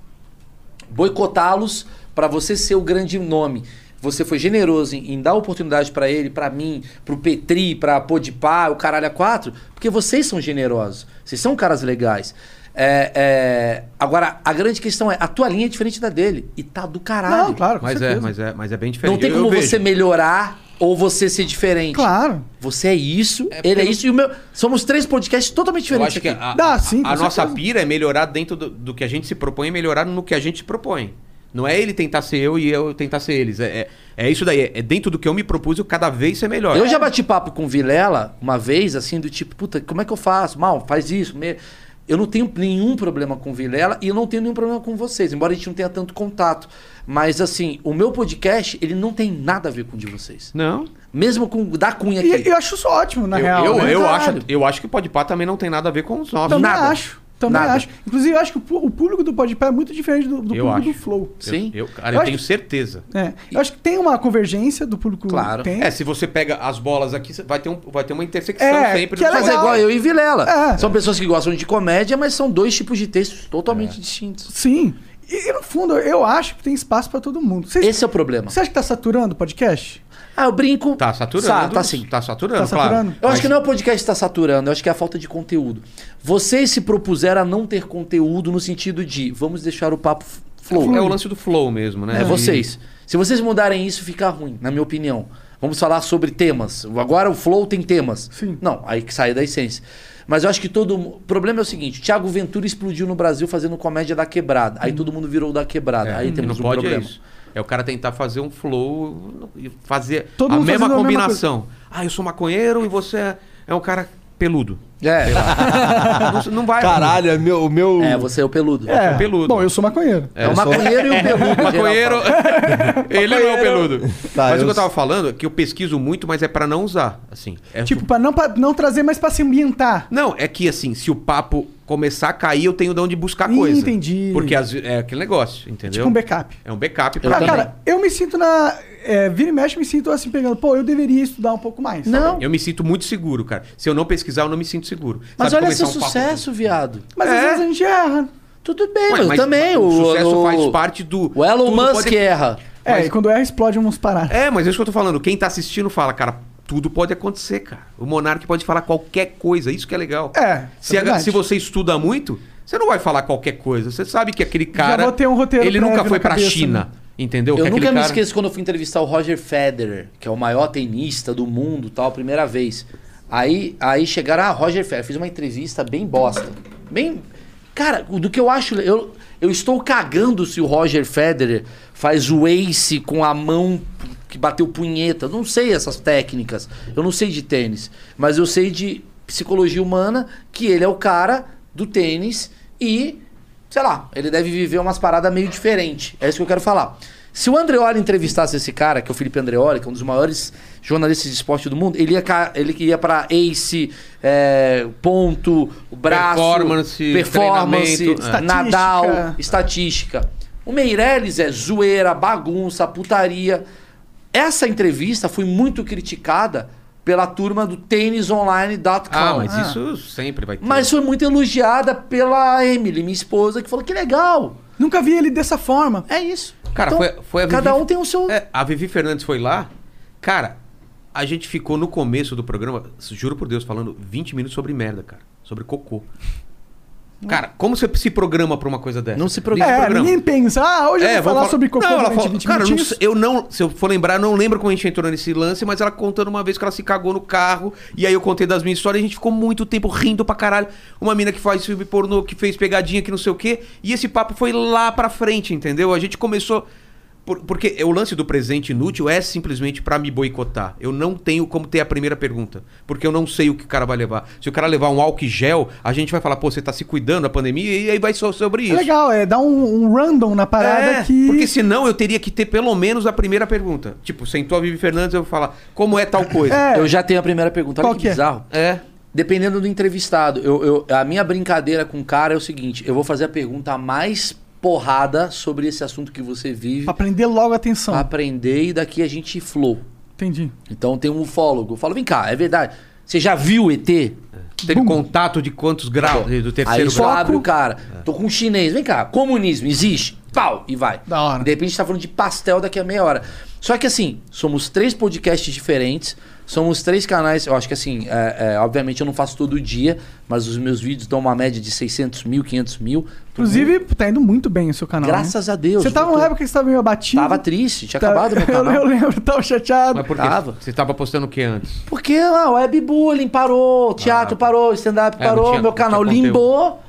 boicotá-los para você ser o grande nome. Você foi generoso em, em dar oportunidade para ele, para mim, pro Petri, pra Podpah, o caralho a quatro, porque vocês são generosos. Vocês são caras legais. É, é, Agora, a grande questão é, a tua linha é diferente da dele. E tá do caralho.
Não, claro, com
Mas é,
certeza.
mas é, mas é bem diferente.
Não tem
Eu-
como
eu
você
vejo.
melhorar ou você ser diferente.
Claro.
Você é isso, ele é isso e o meu. Somos três podcasts totalmente
Eu
diferentes
acho que
aqui.
a,
Dá,
a-
sim, com
a nossa
certeza.
pira é melhorar dentro do, do que a gente se propõe e melhorar no que a gente se propõe. Não é ele tentar ser eu e eu tentar ser eles. É, é, é isso daí. É, é dentro do que eu me propus, eu cada vez ser melhor.
Eu já bati papo com o Vilela uma vez, assim, do tipo, puta, como é que eu faço? Mal, faz isso. me- Eu não tenho nenhum problema com o Vilela e eu não tenho nenhum problema com vocês, embora a gente não tenha tanto contato. Mas, assim, o meu podcast, ele não tem nada a ver com o de vocês.
Não.
Mesmo com da cunha aqui.
E eu acho isso ótimo, na
eu,
real.
eu,
né?
eu acho,
Caralho.
eu acho que o Podpah também não tem nada a ver com os nossos.
Também
nada.
acho. Também
Nada.
acho. Inclusive, eu acho que o pu- o público do Podpah é muito diferente do, do
Eu
público do
acho.
Flow.
Sim. Eu, cara,
Eu
eu,
acho
tenho
que-
certeza.
É. Eu acho que tem uma convergência do público.
Claro.
Tem.
É, se você pega as bolas aqui, você vai ter, um, vai ter uma intersecção
É,
sempre.
que é
do
Mas
seu-
é igual eu e Vilela.
É.
São pessoas que gostam de comédia, mas são dois tipos de textos totalmente
É.
distintos.
Sim. E, e, no fundo, eu acho que tem espaço pra todo mundo. Vocês-
Esse é o problema.
Você acha que tá saturando o podcast?
Ah, eu brinco.
Tá saturando.
Sa- tá sim.
Tá saturando,
Tá saturando?
claro.
Eu acho que não é o podcast que está saturando, eu acho que é a falta de conteúdo. Vocês se propuseram a não ter conteúdo no sentido de vamos deixar o papo f- flow.
É o lance do flow mesmo, né?
É vocês. Se vocês mudarem isso, fica ruim, na minha opinião. Vamos falar sobre temas. Agora o flow tem temas.
Sim.
Não, aí que sai da essência. Mas eu acho que todo. mu- O problema é o seguinte: o Thiago Ventura explodiu no Brasil fazendo comédia da quebrada. Aí todo mundo virou o da quebrada.
É,
aí
e não
temos um
pode é
problema.
isso. É o cara tentar fazer um flow e fazer
Todo
a
mundo
mesma
fazendo a mesma
combinação. ah, eu sou maconheiro e você é- é um cara peludo.
É,
Não, não vai.
Caralho, é meu, o meu.
é, você é o peludo.
É.
peludo.
Bom, eu sou maconheiro.
É o maconheiro e o peludo.
Maconheiro.
tá.
Ele não é o peludo.
Tá,
mas o
eu-
que eu tava falando é que eu pesquiso muito, mas é pra não usar. Assim, é
Tipo, pra não, pra não trazer, mas pra se ambientar.
Não, é que assim, se o papo começar a cair, eu tenho de onde buscar
Ih,
coisa.
entendi.
Porque às ve- é aquele negócio, entendeu?
Tipo um backup.
É um backup
Eu
pra
ah,
mim.
cara, eu me sinto na. É, vira e mexe, me sinto assim pegando. Pô, eu deveria estudar um pouco mais.
Não,
Eu me sinto muito seguro, cara. Se eu não pesquisar, eu não me sinto seguro.
mas
Sabe,
olha
começar
seu
um papo-
sucesso, viado.
Mas às
É.
vezes a gente erra.
Tudo bem,
Ué,
mas, eu também.
O,
O,
sucesso
o-
faz parte do.
O Elon
tudo
Musk
pode-
erra.
É,
Mas-
e quando erra, explode uns paradas.
É, mas é isso que eu tô falando. Quem tá assistindo fala, cara, tudo pode acontecer, cara. O Monark pode falar qualquer coisa, isso que é legal.
É,
Se,
é
a-
verdade.
se você estuda muito, você não vai falar qualquer coisa. Você sabe que aquele cara.
vou ter um roteiro
ele
prévio
nunca
na
foi pra
cabeça, né?
China. Entendeu?
Eu
Que
nunca
aquele
me
cara-
esqueço quando eu fui entrevistar o Roger Federer, que é o maior tenista do mundo, tal, a primeira vez. Aí, aí chegaram, ah, Roger Federer, fiz uma entrevista bem bosta. Bem. Cara, o do que eu acho. Eu, eu estou cagando se o Roger Federer faz o ace com a mão que bateu punheta. Eu Não sei essas técnicas. Eu não sei de tênis. Mas eu sei de psicologia humana que ele é o cara do tênis e sei lá, ele deve viver umas paradas meio diferente. É isso que eu quero falar. Se o Andreoli entrevistasse esse cara, que é o Felipe Andreoli, que é um dos maiores jornalistas de esporte do mundo, ele ia, ca- ele ia pra ace, é, ponto, braço,
Performance,
performance
treinamento,
é. Nadal, estatística. O Meirelles é zoeira, bagunça, putaria. Essa entrevista foi muito criticada pela turma do tênisonline.com.
Ah, mas isso sempre vai ter.
Mas foi muito elogiada pela Emily, minha esposa, que falou que legal.
Nunca vi ele dessa forma.
É isso.
Cara, foi- foi a
cada
Vivi-
um tem o seu.
É, a Vivi Fernandes foi lá. Cara, a gente ficou no começo do programa, juro por Deus, falando 20 minutos sobre merda, cara. Sobre cocô. Cara, como você se programa pra uma coisa dessa?
Não se programa.
Ninguém
é, ninguém pensa. Ah, hoje eu vou
É, vamos
falar sobre cocô
não, ela
durante
falou,
20
Cara, eu não
minutinhos.
sei- é eu não. Se eu for lembrar, eu não lembro como a gente entrou nesse lance, mas ela contando uma vez que ela se cagou no carro. E aí eu contei das minhas histórias e a gente ficou muito tempo rindo pra caralho. Uma mina que faz filme pornô, que fez pegadinha, que não sei o quê. E esse papo foi lá pra frente, entendeu? A gente começou. por- porque o lance do presente inútil é simplesmente pra me boicotar. Eu não tenho como ter a primeira pergunta. Porque eu não sei o que o cara vai levar. Se o cara levar um álcool em gel, a gente vai falar, pô, você tá se cuidando da pandemia, e aí vai só sobre
É
isso.
legal, é dar um, um random na parada
É,
que.
Porque senão eu teria que ter pelo menos a primeira pergunta. Tipo, sentou a Vivi Fernandes, eu vou falar, como é tal coisa?
É.
Eu já tenho a primeira pergunta. Olha
Qual
que
que é?
bizarro.
É.
Dependendo do entrevistado, eu, eu- a minha brincadeira com o cara é o seguinte: eu vou fazer a pergunta mais porrada sobre esse assunto que você vive,
Pra prender logo a atenção.
pra aprender e daqui a gente flow.
Entendi.
Então tem um ufólogo. Eu falo, vem cá, é verdade. Você já viu o ET?
Teve contato de quantos graus do
Aí
terceiro
só
grau?
abre o cara. Tô com um chinês. Vem cá, comunismo existe? Pau! E vai.
Da hora.
De repente a gente tá falando de pastel daqui a meia hora. Só que assim, somos três podcasts diferentes. Somos três canais. Eu acho que assim, é, é, obviamente eu não faço todo dia, mas os meus vídeos dão uma média de 600 mil, 500 mil.
Inclusive, tá indo muito bem o seu canal.
Graças
né?
a Deus,
Você tava numa
doutor.
época que você tava meio abatido.
Tava triste, tinha
Tá-
acabado meu canal.
Eu, eu lembro, tava chateado.
Mas por quê?
Tava.
Você tava postando o que antes?
Porque ah, webbullying parou, teatro parou, stand-up
Ah, É, não
parou,
tinha-
meu
não tinha
canal
conteúdo.
limbou.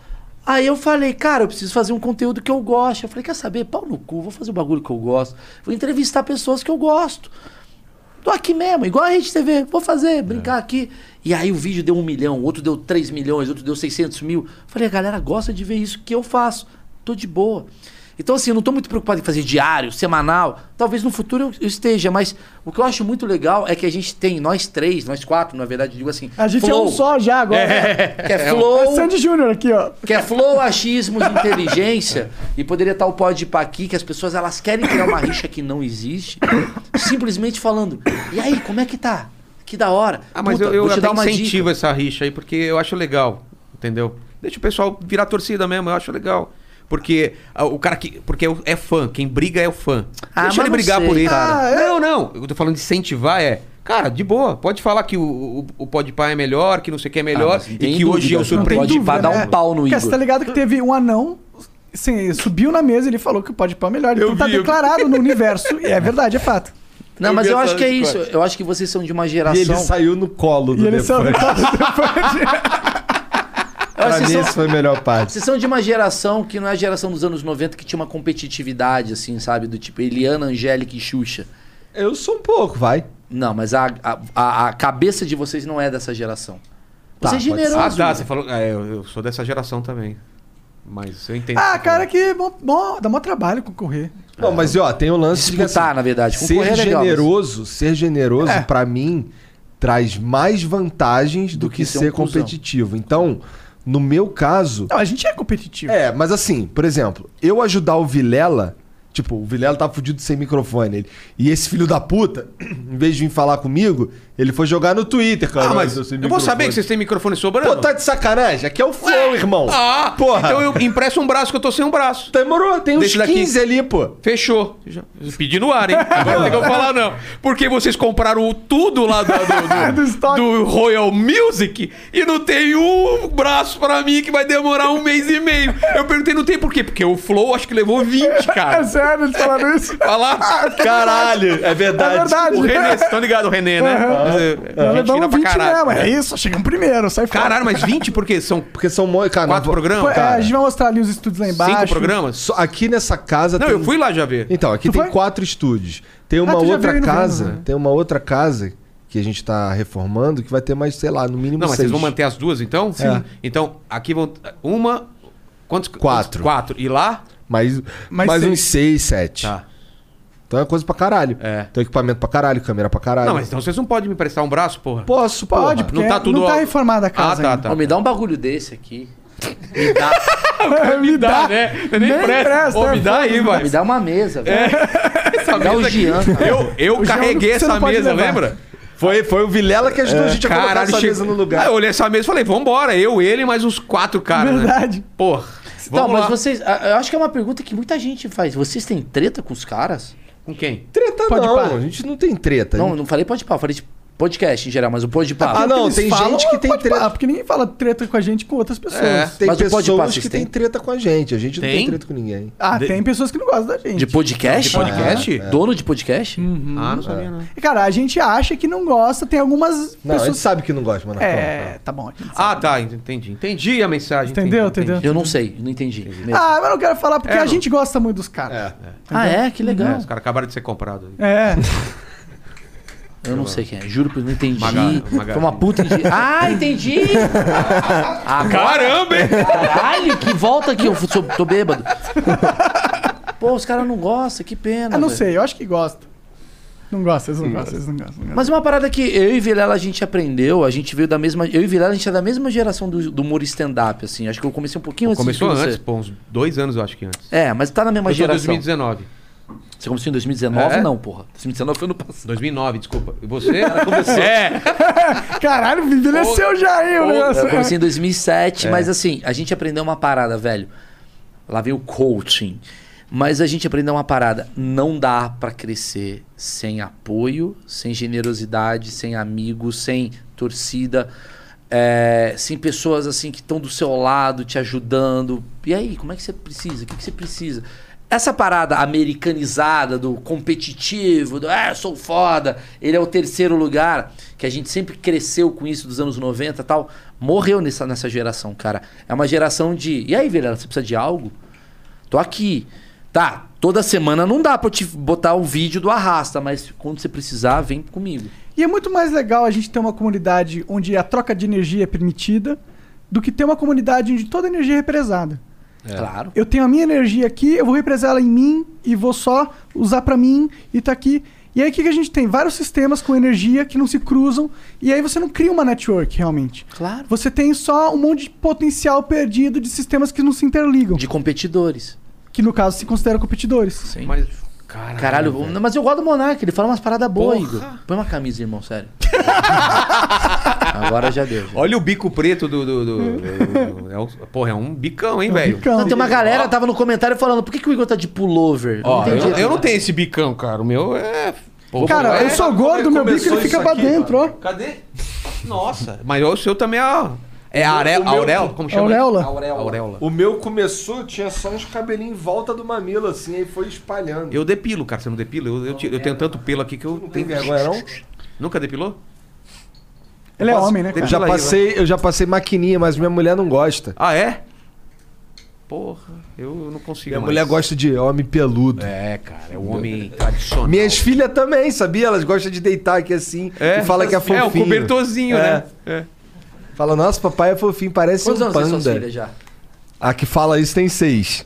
Aí eu falei, cara, eu preciso fazer um conteúdo que eu gosto. Eu falei, quer saber? Pau no cu, vou fazer o bagulho que eu gosto. Vou entrevistar pessoas que eu gosto. Tô aqui mesmo, igual a Rede TV. Vou fazer,
É.
brincar aqui. E aí o vídeo deu um milhão, outro deu 3 milhões, outro deu 600 mil. Falei, a galera gosta de ver isso que eu faço. Tô de boa. Então, assim, eu não tô muito preocupado em fazer diário, semanal. Talvez no futuro eu- eu esteja, mas o que eu acho muito legal é que a gente tem, nós três, nós quatro, na verdade, eu digo assim.
A gente é
flow.
um só já agora.
Que é flow.
É o Sandy Júnior aqui, ó.
Que é flow, achismos, inteligência. E poderia estar o pode pra aqui, que as pessoas elas querem criar uma rixa que não existe, simplesmente falando. E aí, como é que tá? Que da hora.
Ah, mas
Puta,
eu, eu
vou te
até
dar uma
incentivo essa rixa aí, porque eu acho legal, entendeu? Deixa o pessoal virar torcida mesmo, eu acho legal. Porque ah, o cara que. Porque é o- é fã, quem briga é o fã.
Ah,
Deixa
mas
ele
não
brigar
sei,
por isso. Ah, é.
cara.
Não, não. Eu tô falando de incentivar, é. Cara, de boa. Pode falar que o, o, o Podpah é melhor, que não sei o que é
Ah,
melhor,
mas
e
não
que
tem
hoje
dúvida,
eu
não tem
surpreendi.
Podpah, dá um pau no
Porque
Igor.
você tá ligado que teve um anão. Assim, subiu na mesa e ele falou que o pode pão é melhor. Então tá
vi, eu vi.
declarado no universo. E é verdade, é fato.
Não, mas
vi
eu
essa
acho que é isso.
história.
Eu acho que vocês são de uma
E
geração.
ele saiu no colo do
ele saiu no
Defante.
colo
pra
Vocês
mim,
são-
essa foi a melhor parte.
Vocês são de uma geração que não é a geração dos anos 90 que tinha uma competitividade, assim, sabe? Do tipo Eliana, Angélica e Xuxa.
Eu sou um pouco, vai.
Não, mas a, a, a- a cabeça de vocês não é dessa geração.
Tá,
Você é
pode ser.
generoso.
Ah, tá.
Igor.
Você falou. É, eu, eu sou dessa geração também. Mas eu entendo.
Ah, cara, que bom, bom- dá mó trabalho concorrer.
Não, mas ó, tem o lance de que, assim,
na verdade.
Ser
Concorrer é legal, mas-
generoso, ser generoso
É.
pra mim traz mais vantagens do, que,
que ser
ser,
um cuzão.
competitivo. Então, no meu caso,
Não, a gente é competitivo.
é, mas assim, por exemplo, eu ajudar o Vilela, tipo, o Vilela tá fudido sem microfone, ele, e esse filho da puta, em vez de vir falar comigo, ele foi jogar no Twitter, cara.
Ah, mas
sem
eu vou saber
microfone.
que vocês têm microfone sobrando.
Pô, tá de sacanagem? Aqui é o flow, irmão.
Ah,
porra.
Então eu impresso um braço que eu tô sem um braço.
Demorou, tem uns
Deixa daqui.
15 ali, pô.
Fechou. Já- Pedi no ar, hein? Agora não tem como falar, não. Porque vocês compraram o tudo lá do, do, do- do Royal Music e não tem um braço pra mim que vai demorar um mês e meio. Eu perguntei, não tem por quê? Porque o Flow acho que levou 20, cara.
É sério eles falaram isso?
Falar.
Caralho, é verdade.
É verdade.
O René, vocês estão ligados, o René, né?
Nós
assim. Gente fina
levamos
pra
20
caralho.
mesmo, é isso, chegamos primeiro, sai fora.
Caralho, mas 20 porque são
Porque são mo- cara,
quatro
não-
Pô,
programas?
é, a gente vai mostrar ali os estúdios lá embaixo.
Cinco programas?
Só- Aqui nessa casa
Não,
tem-
eu fui lá já ver.
Então, aqui
Tu
tem
foi?
quatro estúdios. Tem uma
Ah, tu já veio
outra
no
casa,
Vênus, né?
tem uma outra casa que a gente tá reformando que vai ter mais, sei lá, no mínimo
Não, mas
seis.
vocês vão manter as duas então?
Sim. É.
Então, aqui vão. Uma. Quantos?
Quatro.
Quatro. E lá?
Mais,
Mais
mais,
seis.
uns seis, sete.
Tá.
Então é coisa pra caralho.
É.
Tem equipamento pra caralho, câmera pra caralho.
Não, mas então vocês não podem me prestar um braço, porra.
Posso,
Pode,
pode.
porque
não tá tudo
não tá
ao-
reformada a casa.
Ah, tá,
ainda.
tá.
Pô, me dá um bagulho desse aqui. Me dá,
me
dá,
né? Eu nem,
nem
presta.
presta,
Ô,
é
me dá aí, vai.
me dá uma mesa, velho.
Essa
me dá o
mesa aqui.
Jean, cara.
Eu, eu
O Jean é o único
carreguei
que você
essa
não pode
mesa,
levar.
lembra?
Foi, foi o Vilela que ajudou a gente a colocar essa
chegou-
mesa no lugar.
Ah, eu olhei essa mesa e falei, vambora. Eu, ele e mais uns quatro caras,
Verdade.
né? Porra.
Então,
vamos
mas
lá.
vocês. a- Eu acho que é uma pergunta que muita gente faz. Vocês têm treta com os caras?
Com quem?
Treta
Pode
não,
parar.
a gente não tem treta.
Não, eu não falei pode pá, eu falei de podcast em geral, mas o pode pá.
Ah, não,
Eles
tem
falam,
gente que tem
pode
treta.
parar, porque ninguém fala treta com a gente com outras pessoas.
Tem
É.
Mas o Pode Pá,
pessoas
vocês
que tem
têm?
treta com a gente. A gente não tem
Tem?
treta com ninguém.
Ah, tem pessoas que não gostam da gente.
De podcast?
De podcast?
Ah, Dono de podcast?
Ah, não sabia, não.
E, Cara, a gente acha que não gosta, tem algumas
Não, a gente
pessoas.
sabe que não gosta, mano.
É, tá bom. a gente sabe.
Ah, tá. Entendi. Entendi a mensagem.
Entendeu,
entendi, entendi.
entendeu?
Eu não sei, não entendi. mesmo.
Ah, mas eu não quero falar porque
É,
a
não.
gente gosta muito dos caras.
É.
Ah, é? Que
É,
legal.
os caras acabaram de ser comprados. aí.
É.
Eu não sei quem é. Juro que eu não entendi.
Maga- Maga-
Foi uma puta entendi. Ah, entendi! Agora,
Caramba, hein?
caralho, que volta aqui. Eu sou- tô bêbado. Pô, os caras não gostam, que pena.
Ah, não
velho.
sei, eu acho que gosta. Não gosta, eles não gostam, eles não gostam. não gostam.
Mas uma parada que eu e Vilela a gente aprendeu, a gente veio da mesma. Eu e Vilela a gente é da mesma geração do, do humor stand-up, assim. Acho que eu comecei um pouquinho antes
Começou
do que você.
antes, pô, uns dois anos eu acho que antes.
É, mas tá na mesma
Eu sou
geração.
2019.
Você começou em 2019?
É?
Não, porra. 2019 foi no passado.
2009, desculpa. E você? é.
Caralho, envelheceu é já, hein, o negócio.
Eu comecei em 2007,
É.
mas assim, a gente aprendeu uma parada, velho. Lá vem o coaching. Mas a gente aprendeu uma parada. Não dá pra crescer sem apoio, sem generosidade, sem amigos, sem torcida, é, sem pessoas assim que estão do seu lado, te ajudando. E aí, como é que você precisa? O que, que você precisa? Essa parada americanizada do competitivo, do ah, eu sou foda, ele é o terceiro lugar, que a gente sempre cresceu com isso dos anos 90 e tal, morreu nessa, nessa geração, cara. É uma geração de. E aí, velho, você precisa de algo? Tô aqui. Tá, toda semana não dá pra eu te botar um vídeo do arrasta, mas quando você precisar, vem comigo.
E é muito mais legal a gente ter uma comunidade onde a troca de energia é permitida do que ter uma comunidade onde toda a energia é represada.
É. Claro.
Eu tenho a minha energia aqui, eu vou represar ela em mim e vou só usar pra mim e tá aqui. E aí o que, que a gente tem? Vários sistemas com energia que não se cruzam e aí você não cria uma network realmente.
Claro.
Você tem só um monte de potencial perdido de sistemas que não se interligam.
De competidores.
Que no caso se consideram competidores. Sim.
Mas,
caralho. não, mas eu gosto do Monark, ele fala umas paradas boas,
Porra.
Igor. Põe uma camisa, irmão, sério. Agora já deu.
Olha o bico preto do. do, do- é um- porra, é um bicão, hein, velho?
Não, tem uma galera tava no comentário falando, por que, que o Igor tá de pullover?
Ó, eu,
entendi.
eu não tenho esse bicão, cara. O meu é. Porra,
Cara,
é-
eu sou gordo, meu bico
começou
ele fica
isso
pra
aqui,
dentro, ó.
Cadê? Nossa. Mas o seu também é. a- É are,
O meu-
Aurel? Como chama?
Auréola.
Auréola. Auréola.
O meu começou, tinha só uns cabelinhos em volta do mamilo, assim, aí foi espalhando.
Eu depilo, cara. Você não depila? Eu, eu, te- eu tenho tanto pelo aqui que eu. Não
tem vergonha, não?
Nunca depilou?
Ele é homem, né,
Eu
cara?
já passei, eu já passei maquininha, mas minha mulher não gosta.
Ah, é? Porra, eu não consigo.
Minha
mais.
mulher gosta de homem peludo.
É, cara, é o homem tradicional.
Minhas filhas também, sabia? Elas gostam de deitar aqui assim e fala que é fofinho.
É, o cobertorzinho,
É.
né? É.
Fala, nossa, papai é fofinho, parece
Quantos
um
anos tem suas
panda.
filhas já?
A que fala isso tem seis.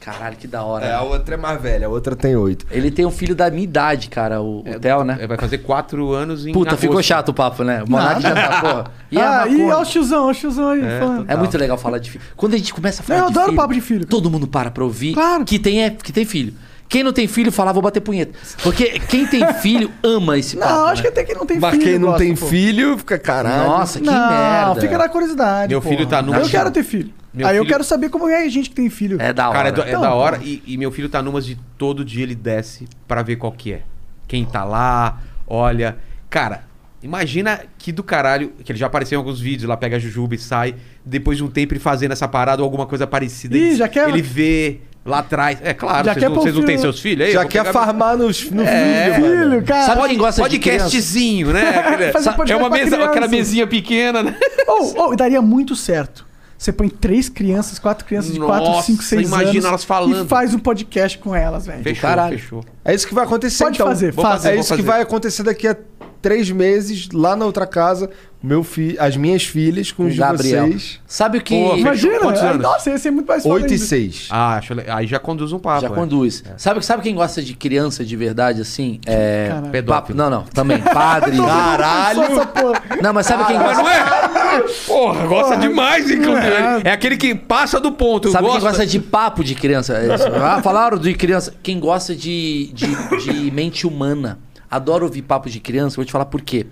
Caralho, que da hora.
É, a outra é mais velha, a outra tem oito.
Ele tem um filho da minha idade, cara, o, o Theo, né?
É, Vai fazer quatro anos em.
Puta, ficou
agosto.
chato o papo, né? O Monark já tá, porra. E a
ah, e
maconha?
olha o tiozão, olha o tiozão aí.
É,
falando.
É muito legal falar de filho. Quando a gente começa a falar
Eu
de
adoro
filho,
papo de filho, cara.
Todo mundo para pra ouvir
Claro.
que, tem, é, que tem filho. Quem não tem filho, fala, vou bater punheta. Porque quem tem filho ama esse papo.
tá,
Não, acho que
né?
até que não tem
Mas
filho.
quem não
gosta,
tem
pô.
filho, fica caralho.
Nossa, que
não,
merda.
fica na curiosidade.
é Meu filho tá numa-
Eu quero ter filho.
Meu
aí eu
filho-
quero saber como é a gente que tem filho.
É da hora.
Cara, é, do- é
Então,
da
pô.
hora. E, e meu filho tá numas de todo dia ele desce pra ver qual que é. Quem tá lá, olha. Cara, imagina que do caralho. Que ele já apareceu em alguns vídeos lá, pega a Jujuba e sai. Depois de um tempo ele fazendo essa parada ou alguma coisa parecida.
Ih,
ele,
já quer-
ele vê lá atrás. É claro,
Já
vocês,
quer
não,
pôr o
vocês não
filho-
têm seus filhos aí?
Já
Vou
quer
pegar-
farmar nos, no
É.
filho, mano.
Filho, cara.
Sabe quem gosta de criança?
Podcastzinho, né? Aquele-
Fazer
Sa- é
podcast
uma
pra
mesa,
criança.
aquela mesinha pequena, né?
Ou ou daria muito certo. Você põe três crianças, quatro crianças de quatro,
Nossa,
cinco, seis
imagina
anos.
elas falando.
E faz um podcast com elas, velho.
Fechou,
caralho.
fechou.
É isso que vai acontecer,
Pode
então.
fazer,
um, Vou
faz.
fazer.
é isso que vai acontecer daqui a três meses, lá na outra casa, meu fi... as minhas filhas com os de
Gabriel.
vocês.
Sabe o que.
Pô, fechou.
Imagina,
Quantos
aí,
anos?
nossa, ia ser muito mais foda
Oito e
ainda.
seis.
Ah, acho le- aí já conduz um papo.
Já
é.
conduz. Sabe, sabe quem gosta de criança de verdade, assim? É.
Caralho.
Pedófilo. Não, não. Também. Padre.
Essa porra.
Não, mas sabe quem
Mas
gosta.
não é? Porra, gosta demais, inclusive. É aquele que passa do ponto.
Sabe
gosta.
quem gosta de papo de criança? É isso. Ah, falaram de criança. Quem gosta de, de, de mente humana. Adoro ouvir papo de criança. Vou te falar por quê.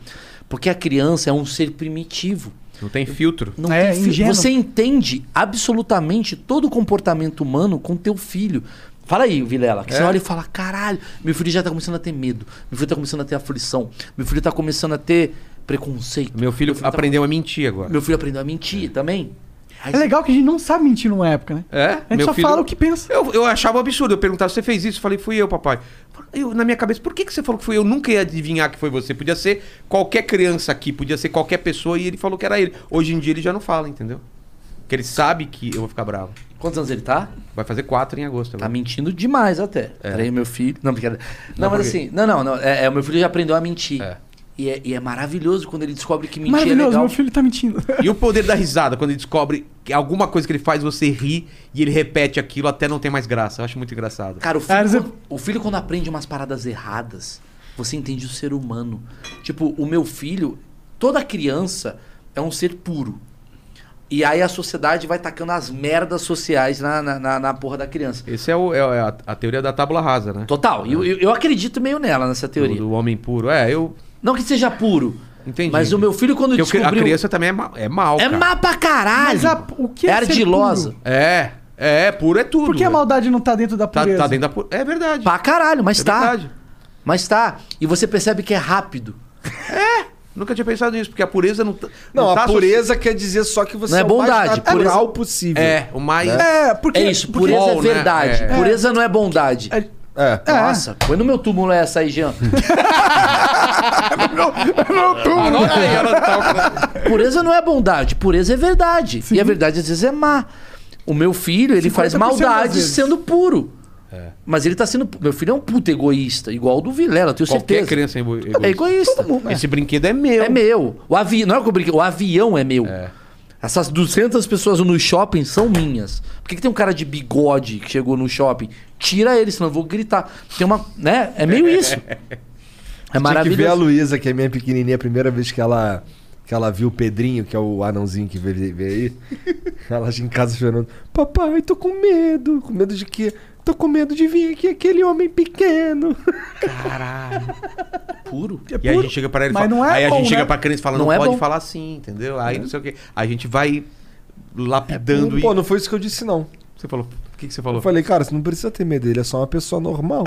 Porque a criança é um ser primitivo.
Não tem filtro.
Não
É,
tem filtro.
ingênuo.
Você entende absolutamente todo o comportamento humano com teu filho. Fala aí, Vilela,
É.
que você olha e fala: caralho, meu filho já tá começando a ter medo, meu filho tá começando a ter aflição, meu filho tá começando a ter preconceito.
Meu filho
tá-
aprendeu a mentir agora.
Meu filho aprendeu a mentir também. Aí
É legal que a gente não sabe mentir numa época, né?
É?
A gente
Meu
só
filho-
fala o que pensa.
Eu, eu achava um absurdo. Eu perguntava, você fez isso? Eu falei, fui eu, papai. Eu, na minha cabeça, por que, que você falou que fui eu? Eu nunca ia adivinhar que foi você. Podia ser qualquer criança aqui, podia ser qualquer pessoa e ele falou que era ele. Hoje em dia ele já não fala, entendeu? Porque ele sabe que eu vou ficar bravo.
é
Quantos anos ele tá?
Vai fazer quatro em agosto
Tá
agora.
mentindo demais até. Peraí, meu filho. Não, brincadeira. Não, mas assim, não, não, não. É, é, o meu filho já aprendeu a mentir.
É.
E, é, e é maravilhoso quando ele descobre que mentir é
Maravilhoso,
legal.
meu filho tá mentindo.
E o poder da risada, quando ele descobre que alguma coisa que ele faz, você ri e ele repete aquilo até não ter mais graça. Eu acho muito engraçado.
Cara, o filho,
Cara, você-
quando, o filho quando aprende umas paradas erradas, você entende o ser humano. Tipo, o meu filho, toda criança é um ser puro. E aí a sociedade vai tacando as merdas sociais na, na, na- na porra da criança.
Esse é, o, é a, a teoria da tábula rasa, né?
Total, e eu, eu, eu acredito meio nela, nessa
Do,
teoria.
do homem puro. É, eu
Não que seja puro.
entendi.
Mas o meu filho, quando
Porque
descobriu.
A criança também é, ma, é mal,
É
cara.
má pra caralho.
Mas a- o que é
é
ser
ardilosa.
É, é, puro é tudo.
Por que a
velho.
maldade não tá dentro da
Tá,
pureza?
tá dentro da... pu- É verdade.
Pra caralho, mas
é
tá.
verdade.
Mas tá. E você percebe que é rápido.
Nunca tinha pensado nisso, porque a pureza não... tá-
Não,
tá
a
associ-
pureza quer dizer só que você
Não é
o mais
bondade,
natural
pureza-
possível.
É, o mais...
É, porque...
é isso,
porque-
pureza é
Bom, né?
verdade.
É.
Pureza não é bondade.
É-
É.
Nossa, põe no meu túmulo essa aí, Jean.
é,
Anota aí, anota.
Pureza não é bondade, pureza é verdade. E a verdade às vezes é má. O meu filho, ele faz
50% das
maldade
vezes.
sendo puro.
É.
Mas ele tá sendo. pu- Meu filho é um puto egoísta, igual o do Vilela, eu tenho
Qualquer
certeza.
criança é egoísta.
É egoísta.
Esse brinquedo é meu.
É meu. O avi... Não é que eu brinquei, o avião é meu. Essas 200 pessoas no shopping são minhas. Por que, que tem um cara de bigode que chegou no shopping? Tira ele, senão eu vou gritar. Tem uma. Né? É meio isso. É
Tinha que ver a
maravilhoso.
Luísa, que é minha pequenininha, a primeira vez que ela, que ela viu o Pedrinho, que é o anãozinho que veio, veio aí. ela em casa chorando. Papai, tô com medo. Com medo de quê? Tô com medo de vir aqui aquele homem pequeno.
Caralho.
Puro.
e aí a gente chega pra
É
ele e
Mas
fala,
não é
aí a
bom,
gente chega
né?
pra criança e fala, não,
Não é
pode
bom. É.
falar assim, entendeu? Aí não sei o quê. A gente vai lapidando
Pô,
e...
não foi isso que eu disse, não.
Você falou, o que, que você falou?
Eu falei, cara, você não precisa ter medo dele, é só uma pessoa normal.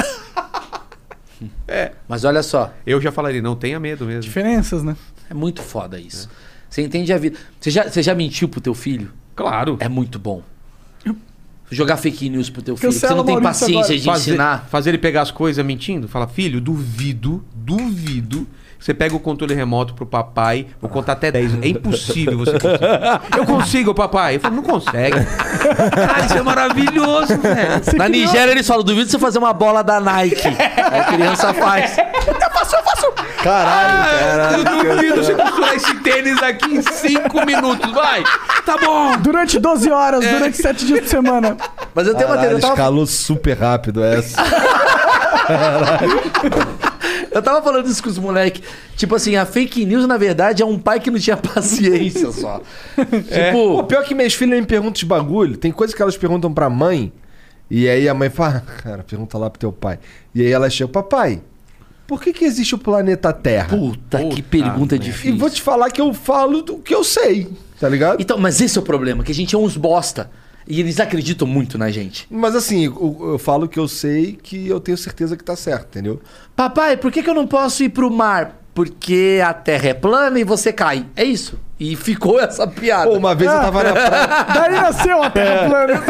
É.
Mas olha só.
Eu já falaria, não tenha medo mesmo.
Diferenças, né?
É muito foda isso. Você entende a vida. Você já, você já mentiu pro teu filho?
Claro.
É muito bom. Jogar fake news pro teu filho. que Você
Cancela
não
o
tem
Maurício
paciência
agora.
de
fazer,
ensinar.
Fazer ele pegar as coisas mentindo. Fala, filho, duvido, duvido. que Você pega o controle remoto pro papai, vou contar até 10. É impossível você conseguir. Eu consigo, papai. Eu falo, não consegue. Cara, isso é maravilhoso, velho.
Na Nigéria eles falam, duvido você fazer uma bola da Nike. Aí a criança faz.
Eu faço, eu faço.
Caralho,
Eu duvido você costurar esse tênis aqui em 5 minutos, vai! Tá bom!
Durante 12 horas, durante 7 dias por semana.
Mas eu tenho uma
Caralho,
teoria, eu tava-
escalou super rápido essa.
Eu tava falando isso com os moleques. Tipo assim, a fake news, na verdade, é um pai que não tinha paciência só.
Tipo,
Tipo,
pior que minhas filhas me perguntam de bagulho. Tem coisa que elas perguntam pra mãe. E aí a mãe fala, "Ah, cara, pergunta lá pro teu pai. E aí ela chega, papai, por que que existe o planeta Terra?
Puta, que pergunta
E
difícil.
vou te falar que eu falo do que eu sei, tá ligado?
Então, mas esse é o problema, que a gente é uns bosta. E eles acreditam muito na gente.
Mas assim, eu, eu falo que eu sei que eu tenho certeza que tá certo, entendeu?
Papai, por que, que eu não posso ir pro mar? Porque a terra é plana e você cai. É isso. E ficou essa piada.
Pô, uma vez eu tava na praia.
Daí nasceu a terra plana.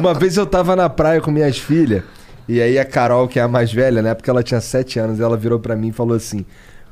Uma vez eu tava na praia com minhas filhas, e aí a Carol, que é a mais velha, na época ela tinha 7 anos, ela virou pra mim e falou assim: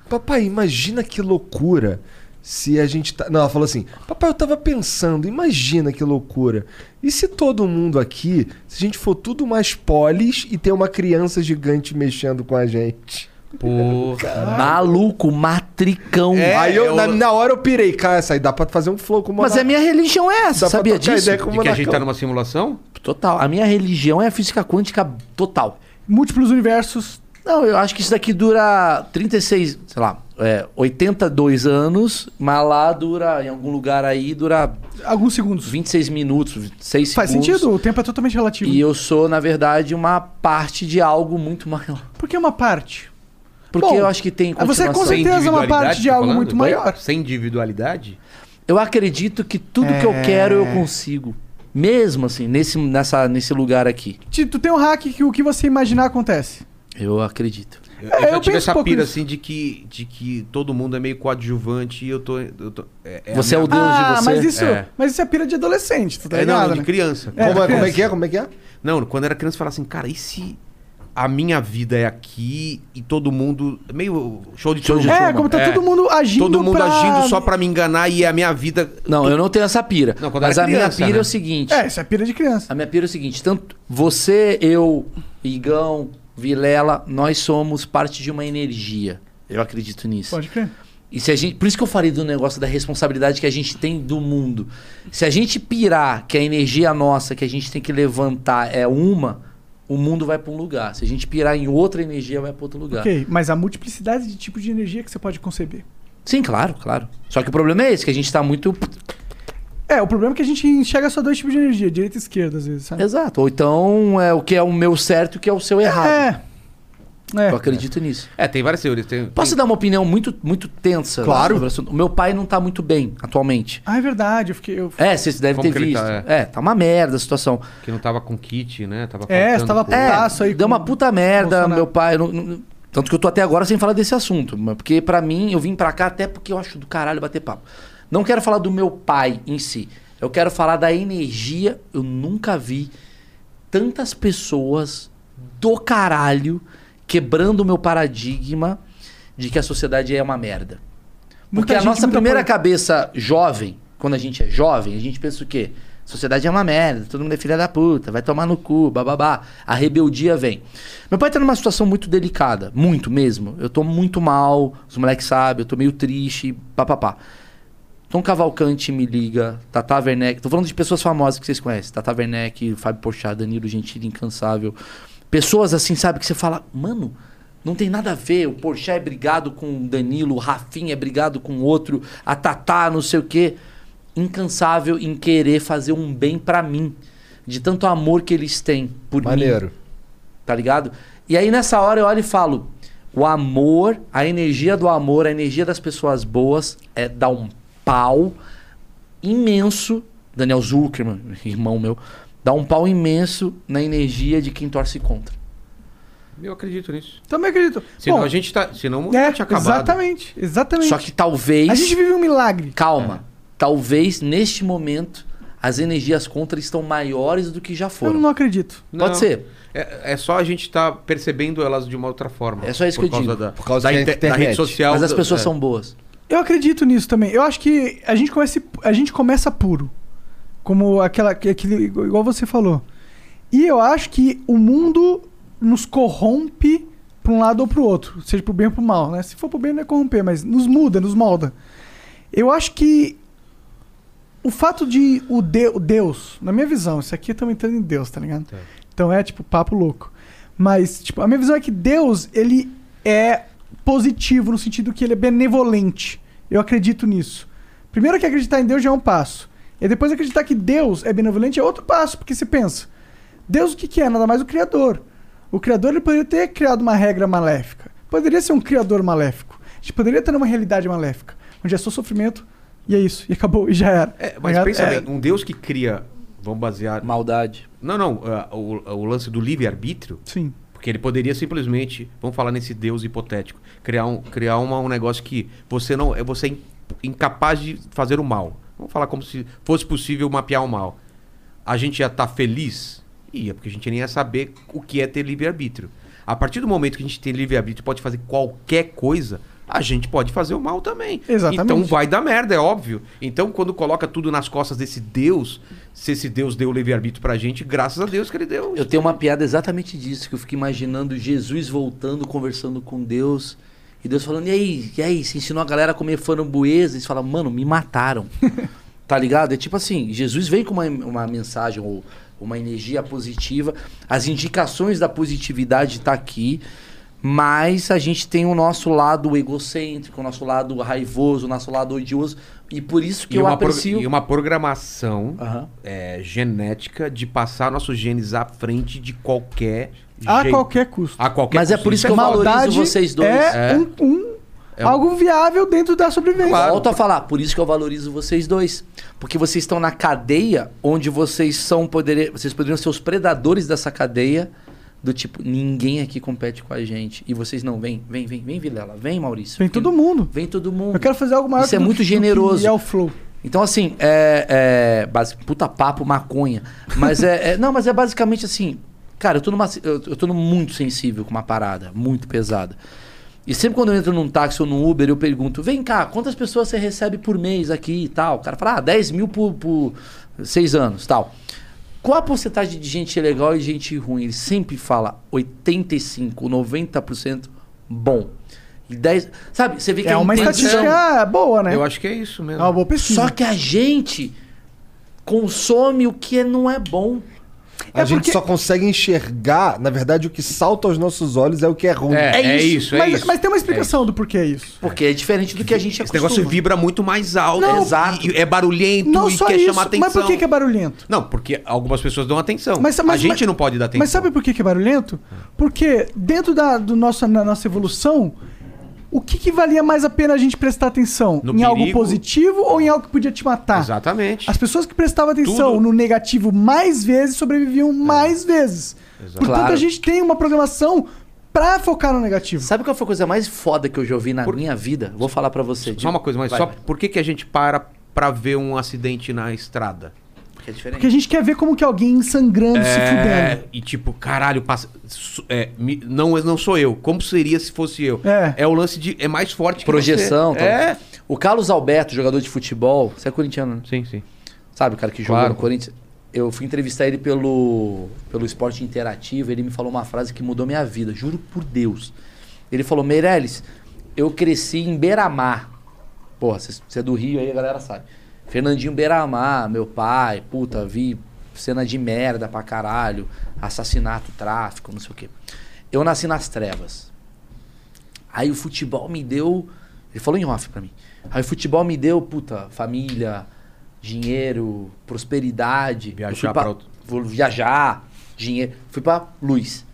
Papai, imagina que loucura se a gente tá. Não, ela falou assim: Papai, eu tava pensando, imagina que loucura. E se todo mundo aqui, se a gente for tudo mais polis e ter uma criança gigante mexendo com a gente?
Porra.
Maluco, matricão.
aí eu,
É, eu-
Na, na hora eu pirei, cara, essa aí dá pra fazer um flow com É, uma.
Mas a minha religião é essa,
Dá pra
sabia
trocar
disso?
ideia com
De que a gente tá numa simulação?
Total. A minha religião é a física quântica total.
Múltiplos universos.
Não, eu acho que isso daqui dura 36, sei lá, é, 82 anos, mas lá dura, em algum lugar aí, dura
Alguns segundos.
26 minutos, 6
Faz
segundos.
sentido? O tempo é totalmente relativo.
E eu sou, na verdade, uma parte de algo muito maior.
Por que uma parte?
Porque
Bom,
eu acho que tem
aí você é
continuação.
Com certeza é uma
individualidade,
parte de
tá
algo
falando?
muito
Oi?
maior.
Sem individualidade?
Eu acredito que tudo que eu
É.
quero eu consigo. Mesmo assim, nesse, nessa, nesse lugar aqui.
Ti- Tu tem um hack que o que você imaginar acontece.
Eu acredito.
Eu,
É,
eu já
eu
tive
penso um
essa
pouco
pira
nisso.
assim de que, de que todo mundo é meio coadjuvante e eu tô. eu tô- a
Você é
minha-
o Deus
ah,
de você.
mas isso,
É.
mas isso é pira de adolescente, tu tá
É,
ligado,
não, de
né?
criança.
É,
Como é, como é
criança.
que é? Como é que é?
Não, quando eu era criança eu falava assim, cara, e se a minha vida é aqui e todo mundo. Meio show de
Show
Truman.
de Truman.
É, como tá
É.
todo mundo agindo
Todo mundo
pra-
agindo só pra me enganar e a minha vida.
Não, eu não tenho essa pira.
Não, quando
mas
era
a minha
criança,
pira
né?
é o seguinte.
É, isso é pira de criança.
A minha pira é o seguinte: tanto você, eu, Igão, Vilela, nós somos parte de uma energia. Eu acredito nisso.
Pode crer.
E se a gente, por isso que eu falei do negócio da responsabilidade que a gente tem do mundo. Se a gente pirar que a energia nossa que a gente tem que levantar é uma, o mundo vai para um lugar. Se a gente pirar em outra energia, vai para outro
Tá.
lugar.
Ok, mas a multiplicidade de tipos de energia que você pode conceber.
Sim, claro, claro. Só que o problema é esse, que a gente tá muito.
É, o problema é que a gente enxerga só dois tipos de energia, direita e esquerda, às vezes, sabe?
Exato. Ou então é o que é o meu certo e o que é o seu errado.
É.
Eu acredito nisso.
É, tem várias teorias. Tem,
Posso dar uma opinião muito, muito tensa? né,
Claro.
sobre o assunto? O meu pai não tá muito bem atualmente.
Ah, é verdade, eu fiquei. eu-
É, vocês devem
Como
ter
que ele
visto.
tá,
é. tá uma merda a situação.
tem- que não tava com kit, né? Tava
É,
faltando
você tava
coisa.
É,
É,
aí
deu
com
uma puta merda,
Bolsonaro.
meu pai. não- não- tanto que eu tô até agora sem falar desse assunto. mas Porque pra mim, eu vim pra cá até porque eu acho do caralho bater papo. Não quero falar do meu pai em si. Eu quero falar da energia. Eu nunca vi tantas pessoas do caralho quebrando o meu paradigma de que a sociedade é uma merda. Porque
Muita
a
gente,
nossa
muita
primeira
coisa.
cabeça jovem, quando a gente é jovem, a gente pensa o quê? Sociedade é uma merda, todo mundo é filha da puta, vai tomar no cu, bababá. A rebeldia vem. Meu pai tá numa situação muito delicada, muito mesmo. Eu tô muito mal, os moleques sabem, eu tô meio triste, papapá. Tom Cavalcante me liga, Tata Werneck. Tô falando de pessoas famosas que vocês conhecem. Tata Werneck, Fábio Porchat, Danilo Gentili, incansável. Pessoas assim, sabe, que você fala, mano, não tem nada a ver. O Porchat é brigado com o Danilo, o Rafinha é brigado com o outro, a Tatá, não sei o quê. Incansável em querer fazer um bem pra mim. De tanto amor que eles têm por mim.
Maneiro.
Tá ligado? E aí nessa hora eu olho e falo: o amor, a energia do amor, a energia das pessoas boas é dar um pau imenso. Daniel Zuckerman, irmão meu, dá um pau imenso na energia de quem torce contra. É.
Eu acredito nisso.
Também acredito.
Senão
Bom,
a gente tá. Senão o mundo
é,
tinha acabado.
Exatamente, exatamente.
Só que talvez.
A gente vive um milagre.
Calma. Talvez neste momento as energias contra estão maiores do que já
Eu
foram.
não acredito.
Não.
Pode ser.
É, é só a gente estar tá percebendo elas de uma outra forma.
É só isso
por
que eu
causa
digo.
Da,
Por
causa
da,
da
inte- da
internet.
rede social.
Mas as
do-
pessoas
é.
são boas.
Eu acredito nisso também. Eu acho que a gente começa, a gente começa puro. Como aquela, aquele, igual você falou. E eu acho que o mundo nos corrompe para um lado ou para o outro, seja pro bem ou pro mal, né? Se for pro bem não é corromper, mas nos muda, nos molda. Eu acho que o fato de o, de, o Deus, na minha visão, isso aqui eu tô entrando em Deus, tá ligado? Então é tipo papo louco. Mas, tipo, a minha visão é que Deus, ele é positivo no sentido que ele é benevolente. Eu acredito nisso. Primeiro que acreditar em Deus já é um passo. E depois acreditar que Deus é benevolente é outro passo, porque você pensa, Deus o que, que é? Nada mais o Criador. O Criador ele poderia ter criado uma regra maléfica. Poderia ser um Criador maléfico. A gente poderia ter uma realidade maléfica, onde é só sofrimento e é isso, e acabou, e já era.
É, mas
Tá ligado?
pensa
É,
bem, um Deus que cria. Vamos basear.
Maldade.
Não, não. ah, o, o lance do livre-arbítrio.
É, Sim.
Porque ele poderia simplesmente, vamos falar nesse Deus hipotético, criar um, criar uma, um negócio que você não é você é in- incapaz de fazer o mal. Vamos falar como se fosse possível mapear o mal. A gente ia estar feliz? Ia, porque a gente nem ia saber o que é ter livre-arbítrio. A partir do momento que a gente tem livre-arbítrio e pode fazer qualquer coisa, a gente pode fazer o mal também.
Exatamente.
Então vai dar merda, é óbvio. Então quando coloca tudo nas costas desse Deus, se esse Deus deu o livre-arbítrio pra gente, graças a Deus que ele deu.
Eu tenho uma piada exatamente disso, que eu fico imaginando Jesus voltando, conversando com Deus. E Deus falando, e aí, e aí, você ensinou a galera a comer framboesa? E você fala, mano, me mataram. tá ligado? É tipo assim, Jesus vem com uma, uma mensagem ou uma energia positiva. As indicações da positividade tá aqui. Mas a gente tem o nosso lado egocêntrico, o nosso lado raivoso, o nosso lado odioso. E por isso que
e
eu
uma, pro-
aprecio...
e uma programação
Aham.
é, genética de passar nossos genes à frente de qualquer
A
jeito.
Ah, qualquer custo.
A qualquer
Mas é
custo.
por isso
é
que eu
mal-
valorizo
Maldade
vocês dois.
É,
É.
um, um-
É um-
algo viável dentro da sobrevivência.
Volto a falar, por isso que eu valorizo vocês dois. Porque vocês estão na cadeia onde vocês são poderi... vocês poderiam ser os predadores dessa cadeia do tipo, ninguém aqui compete com a gente. E vocês não, vem, vem, vem, vem, Vilela, vem, Maurício.
Vem todo mundo.
Vem todo mundo.
Eu quero fazer algo maior
Isso é
do
muito
que- do que
generoso.
É o flow.
Então, assim, é. é basi- Puta papo, maconha. Mas é, é- Não, mas é basicamente assim. Cara, eu tô, numa, eu, eu tô num muito sensível com uma parada, muito pesada. E sempre quando eu entro num táxi ou num Uber, eu pergunto: vem cá, quantas pessoas você recebe por mês aqui e tal? O cara fala: ah, 10 mil por, por seis anos tal. Qual a porcentagem de gente legal e gente ruim? Ele sempre fala 85, 90% bom. E 10. Sabe, você vê que
É
a
uma
intenção-
estatística boa, né?
Eu acho que é isso
É
mesmo.
uma boa pesquisa.
só que a gente consome o que não é bom.
A
É
gente
porque-
só consegue enxergar, na verdade, o que salta aos nossos olhos é o que é ruim.
É, é isso, é
mas,
isso.
mas tem uma
É
explicação do porquê é isso.
Porque é diferente do que a gente
Esse negócio
acostuma.
vibra muito mais alto.
Não.
e-
Exato.
e é barulhento
Não
e
só
quer
isso,
chamar atenção.
mas por que, que é barulhento?
Não, porque algumas pessoas dão atenção.
Mas-
a
mas-
gente
mas-
não pode dar atenção.
Mas sabe por que, que é barulhento? Porque dentro da do nosso, na nossa evolução, o que, que valia mais a pena a gente prestar atenção?
No
em algo
perigo.
positivo ou em algo que podia te matar?
Exatamente.
As pessoas que prestavam atenção
Tudo.
no negativo mais vezes sobreviviam
É.
mais vezes. Portanto,
Claro.
a gente tem uma programação pra focar no negativo.
Sabe qual foi a coisa mais foda que eu já ouvi na minha vida? Vou falar pra você.
Só uma coisa, mas
Vai,
só
vai.
por que, que a gente para pra ver um acidente na estrada?
Porque é diferente.
Porque a gente quer ver como que alguém sangrando, se
É,
fudendo.
e tipo, caralho, passa, su- é, me- não, não sou eu. Como seria se fosse eu?
É.
o lance de. É mais forte que
Projeção.
você.
tal.
É.
O Carlos Alberto, jogador de futebol, você é corintiano, né?
Sim, sim.
Sabe, o cara que jogou
Claro.
no Corinthians. Eu fui entrevistar ele pelo, pelo esporte interativo, ele me falou uma frase que mudou minha vida, juro por Deus. Ele falou, Meirelles, eu cresci em Beira-Mar. Porra, se você é do Rio aí, a galera sabe. Fernandinho Beiramar, meu pai, puta, vi cena de merda pra caralho, assassinato, tráfico, não sei o quê. Eu nasci nas trevas. Aí o futebol me deu. Ele falou em off pra mim. Aí o futebol me deu, puta, família, dinheiro, prosperidade. Eu fui
Viajar pra outro-
Vou viajar, dinheiro. Fui pra luz.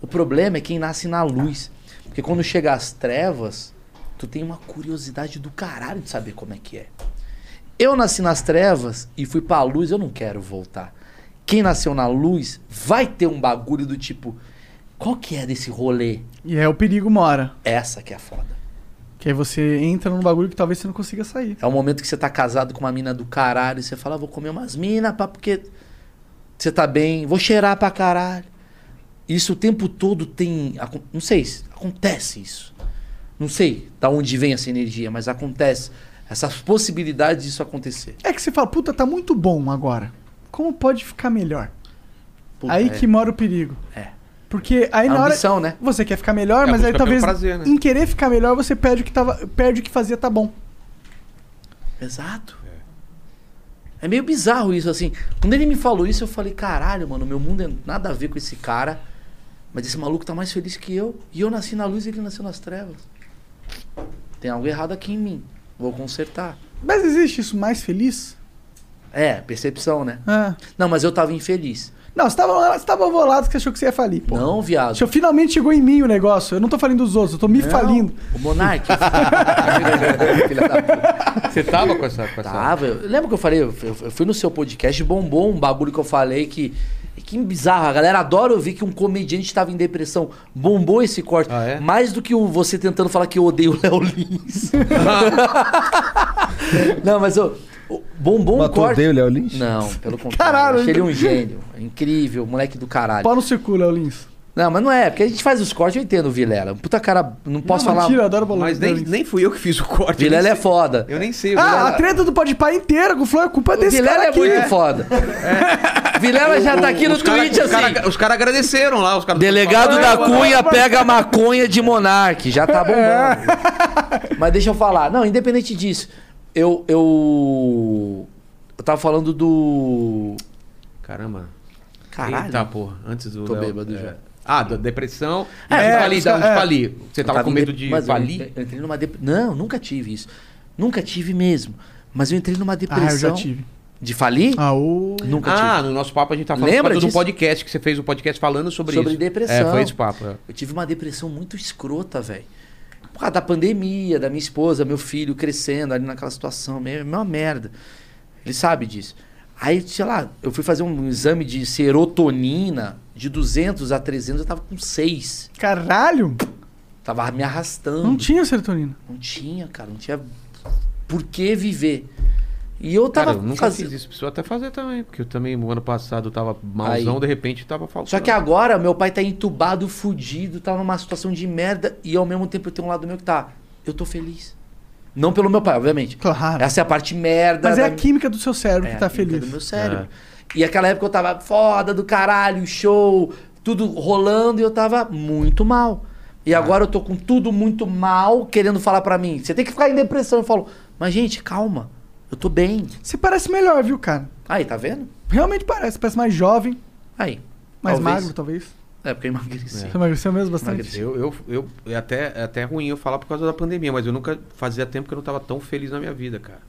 O problema é quem nasce na luz. Porque quando chega às trevas, tu tem uma curiosidade do caralho de saber como é que é. Eu nasci nas trevas e fui pra luz, eu não quero voltar. Quem nasceu na luz vai ter um bagulho do tipo, qual que é desse rolê?
E é o perigo mora.
Essa que é a foda.
Que aí você entra num bagulho que talvez você não consiga sair.
É o momento que você tá casado com uma mina do caralho e você fala, "Ah, vou comer umas minas, pá, porque você tá bem, vou cheirar pra caralho. Isso o tempo todo tem. acon- Não sei, se- acontece isso. Não sei da onde vem essa energia, mas acontece. Essas possibilidades disso acontecer.
É que você fala, puta, tá muito bom agora. Como pode ficar melhor?
Puta,
aí
é.
que mora o perigo.
É.
Porque aí
A
na hora.
ambição, né?
Você quer ficar melhor,
É a
mas aí
busca pelo
talvez.
prazer, né?
Em querer ficar melhor, você perde o que, tava, perde o que fazia tá bom.
Exato. É. meio bizarro isso, assim. Quando ele me falou isso, eu falei, caralho, mano, meu mundo é nada a ver com esse cara. Mas esse maluco tá mais feliz que eu. E eu nasci na luz e ele nasceu nas trevas. Tem algo errado aqui em mim. Vou consertar.
Mas existe isso mais feliz?
É, percepção, né?
Ah.
Não, mas eu tava infeliz.
Não, você tava, você tava volado que você achou que você ia falir, pô.
Não, viado.
Seu finalmente chegou em mim o negócio. Eu não tô falando dos outros, eu tô me
Não.
falindo.
O Monark. Filha da puta. Você tava com essa. Com tava. Eu, Tá, lembra que eu falei? Eu, eu fui no seu podcast, bombou um bagulho que eu falei que. Que bizarro, a galera adora ouvir que um comediante estava em depressão. Bombou esse corte.
Ah, é?
Mais do que o você tentando falar que eu odeio o Léo Lins. Não, mas ô, ô, bombou um
Mas tu
corte.
odeia o Léo Lins?
Não, pelo contrário.
Caralho,
achei ele
então.
um gênio. Incrível, moleque do caralho.
Pau no seu cu, Léo Lins.
Não, mas não é, porque a gente faz os cortes, eu entendo o Vilela. É um Puta cara, não posso
Não,
falar.
mentira, eu adoro bolar
Mas
do
nem,
Vilela.
nem fui eu que fiz o corte.
eu
Vilela
nem
é
sei.
foda.
Eu nem sei.
Ah, a treta do Pode Pai inteira com o Flor é culpa
O
desse
Vilela
cara
é
aqui.
muito foda. Vilela já tá aqui no
Os cara-
Twitch
os cara-
assim.
Os caras agradeceram lá. Os cara
Delegado da Cunha pega a maconha de Monark. Já tá bombando. Mas deixa eu falar. Não, independente disso, eu. Eu, eu tava falando do.
Caramba.
Caralho.
Eita, porra. Antes do.
Tô
Léo-
bêbado
é.
já.
Ah, da depressão.
É,
É,
é,
falir,
os
da
ca-
onde
é.
falir. Você
Eu
tava, com
em
medo
dep-
de
mas eu
falir?
entre- Eu entrei numa depressão. Não, nunca tive isso. Nunca tive mesmo. Mas eu entrei numa depressão.
Ah, tive.
De falir?
Ah, o...
Nunca tive.
Ah, no nosso papo a gente tava
Lembra
falando do
disso?
podcast que você fez um podcast falando sobre,
Sobre
isso.
depressão.
É, foi esse papo. é.
Eu tive uma depressão muito escrota, velho. Por causa da pandemia, da minha esposa, meu filho crescendo ali naquela situação, meio uma merda. Ele sabe disso. Aí, sei lá, eu fui fazer um exame de serotonina de 200 a 300, eu tava com 6.
Caralho!
Tava me arrastando.
Não tinha serotonina.
Não tinha, cara. Não tinha por que viver. E eu tava
Cara, eu nunca
fazendo-
fiz isso. Preciso até fazer também. Porque eu também, o ano passado, eu tava malzão,
Aí.
de repente tava faltando.
Só que agora meu pai tá entubado, fudido, tá numa situação de merda e ao mesmo tempo eu tenho um lado meu que tá. Eu tô feliz. Não pelo meu pai, obviamente.
Claro.
Essa é a parte merda.
Mas é
da
a química do seu cérebro
É
que
a
tá
química
feliz.
do meu cérebro. E aquela época eu tava foda do caralho, show, tudo rolando e eu tava muito mal. E agora eu tô com tudo muito mal, querendo falar pra mim, você tem que ficar em depressão. Eu falo, mas gente, calma, eu tô bem.
Você parece melhor, viu, cara?
Aí, tá vendo?
Realmente parece. Parece mais jovem,
Aí.
mais
Talvez.
magro, talvez.
É, porque eu emagreci.
Você emagreceu mesmo bastante?
Eu, eu, eu, é até, é até ruim eu falar por causa da pandemia, mas eu nunca fazia tempo que eu não tava tão feliz na minha vida, cara.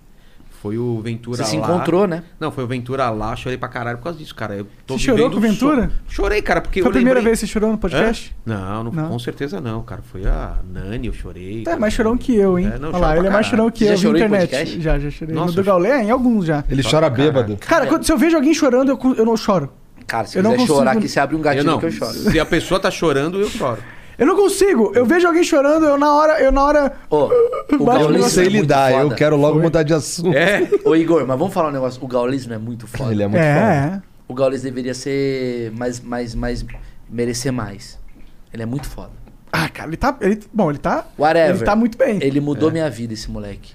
Foi o Ventura
Você
lá.
se encontrou, né?
Não, foi o Ventura lá, chorei pra caralho por causa disso, cara. Eu tô
Você chorou
vivendo
com o Ventura?
só- Chorei, cara, porque
Foi
eu
a primeira
lembrei-
vez que você chorou no podcast?
Hã? Não, não, com certeza não, cara. Foi a Nani, eu chorei.
Tá, mais chorão que eu, hein?
É, não,
Olha
chora
lá,
pra
ele é mais
caralho.
chorão que
Você já
eu na
chorou em
internet.
podcast?
Já, já chorei.
Nossa,
no do
eu-
Gaulé, em alguns já.
Ele chora bêbado.
Cara, quando, se eu vejo alguém chorando, eu, cu- eu não choro.
Cara, se
Eu não
quiser
consigo-
chorar aqui, você abre um gatinho
Eu não.
que eu choro.
Se a pessoa tá chorando, eu choro.
Eu não consigo. Eu vejo alguém chorando, eu na hora... Eu na hora...
Ô, o
Baixo
Eu não
gaulismo
sei
é muito
lidar, eu
foda.
quero logo mudar de assunto.
É.
Ô, Igor, mas vamos falar um negócio. O gaulismo é muito foda.
Ele é muito foda.
É, é.
O gaulismo deveria ser mais, mais, mais... Merecer mais. Ele é muito foda.
Ah, cara, ele tá... Ele, bom, ele tá...
Whatever.
Ele tá muito bem.
Ele mudou minha vida, esse moleque.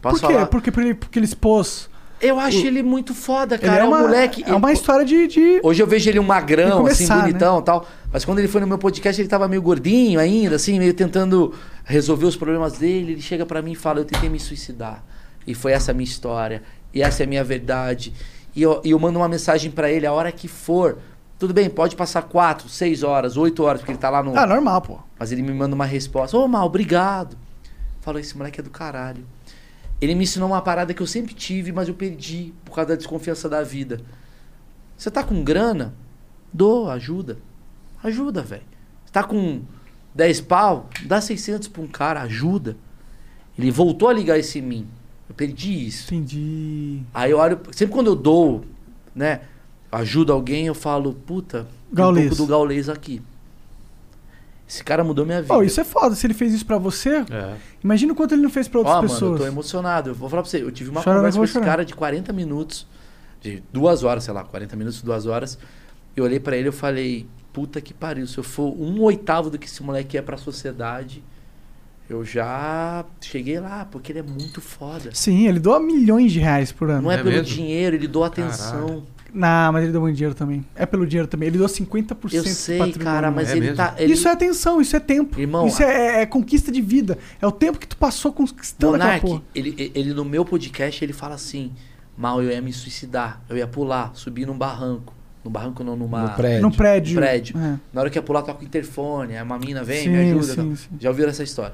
Posso
Por quê?
falar?
Porque, porque, ele, porque ele expôs
Eu acho ele muito foda, cara.
Ele
é,
é uma-
um moleque.
é uma história de.
Hoje eu vejo ele um magrão,
de começar, né?
assim, bonitão e tal. Mas quando ele foi no meu podcast, ele tava meio gordinho ainda, assim, meio tentando resolver os problemas dele. Ele chega pra mim e fala: Eu tentei me suicidar. E foi essa a minha história. E essa é a minha verdade. E eu, e eu mando uma mensagem pra ele a hora que for. Tudo bem, pode passar quatro, seis horas, oito horas, porque ele tá lá no.
Ah, normal, pô.
Mas ele me manda uma resposta. Ô, Mal, obrigado. Falou, esse moleque é do caralho. Ele me ensinou uma parada que eu sempre tive, mas eu perdi por causa da desconfiança da vida. Você tá com grana? Dou, ajuda. Ajuda, velho. Você tá com 10 pau? Dá 600 pra um cara, ajuda. Ele voltou a ligar esse em mim. Eu perdi isso.
Entendi.
Aí eu olho, sempre quando eu dou, né, ajuda alguém, eu falo, puta, tem um
Gaulês.
pouco do gaulês aqui. Esse cara mudou minha vida.
Pô, isso é foda. Se ele fez isso pra você, imagina o quanto ele não fez pra outras
Ó, mano, eu
pessoas.
tô emocionado. Eu vou falar pra você, eu tive uma
Chora,
conversa
não
com
vou
esse
chorar.
cara de 40 minutos, de duas horas, sei lá, 40 minutos, duas horas. Eu olhei pra ele e falei, puta que pariu, se eu for um oitavo do que esse moleque é pra sociedade, eu já cheguei lá, porque ele é muito foda.
Sim, ele doa milhões de reais por ano.
Não é, pelo dinheiro, ele doa atenção.
Não, mas ele deu muito dinheiro também. É pelo dinheiro também. Ele deu 50%
Eu
do
sei,
patrimônio. né?
cara, mas É ele mesmo? tá- ele-
Isso é atenção, isso é tempo.
Irmão,
isso é, é- é conquista de vida. É o tempo que tu passou conquistando aquela
Monark,
porra.
ele, ele no meu podcast ele fala assim: mal eu ia me suicidar, eu ia pular, subir num barranco. No barranco não, numa.
No prédio. No prédio.
prédio.
É.
Na hora que ia pular, toca o interfone, aí uma mina vem,
Sim,
me ajuda.
sim,
tal.
sim.
Já ouviram essa história?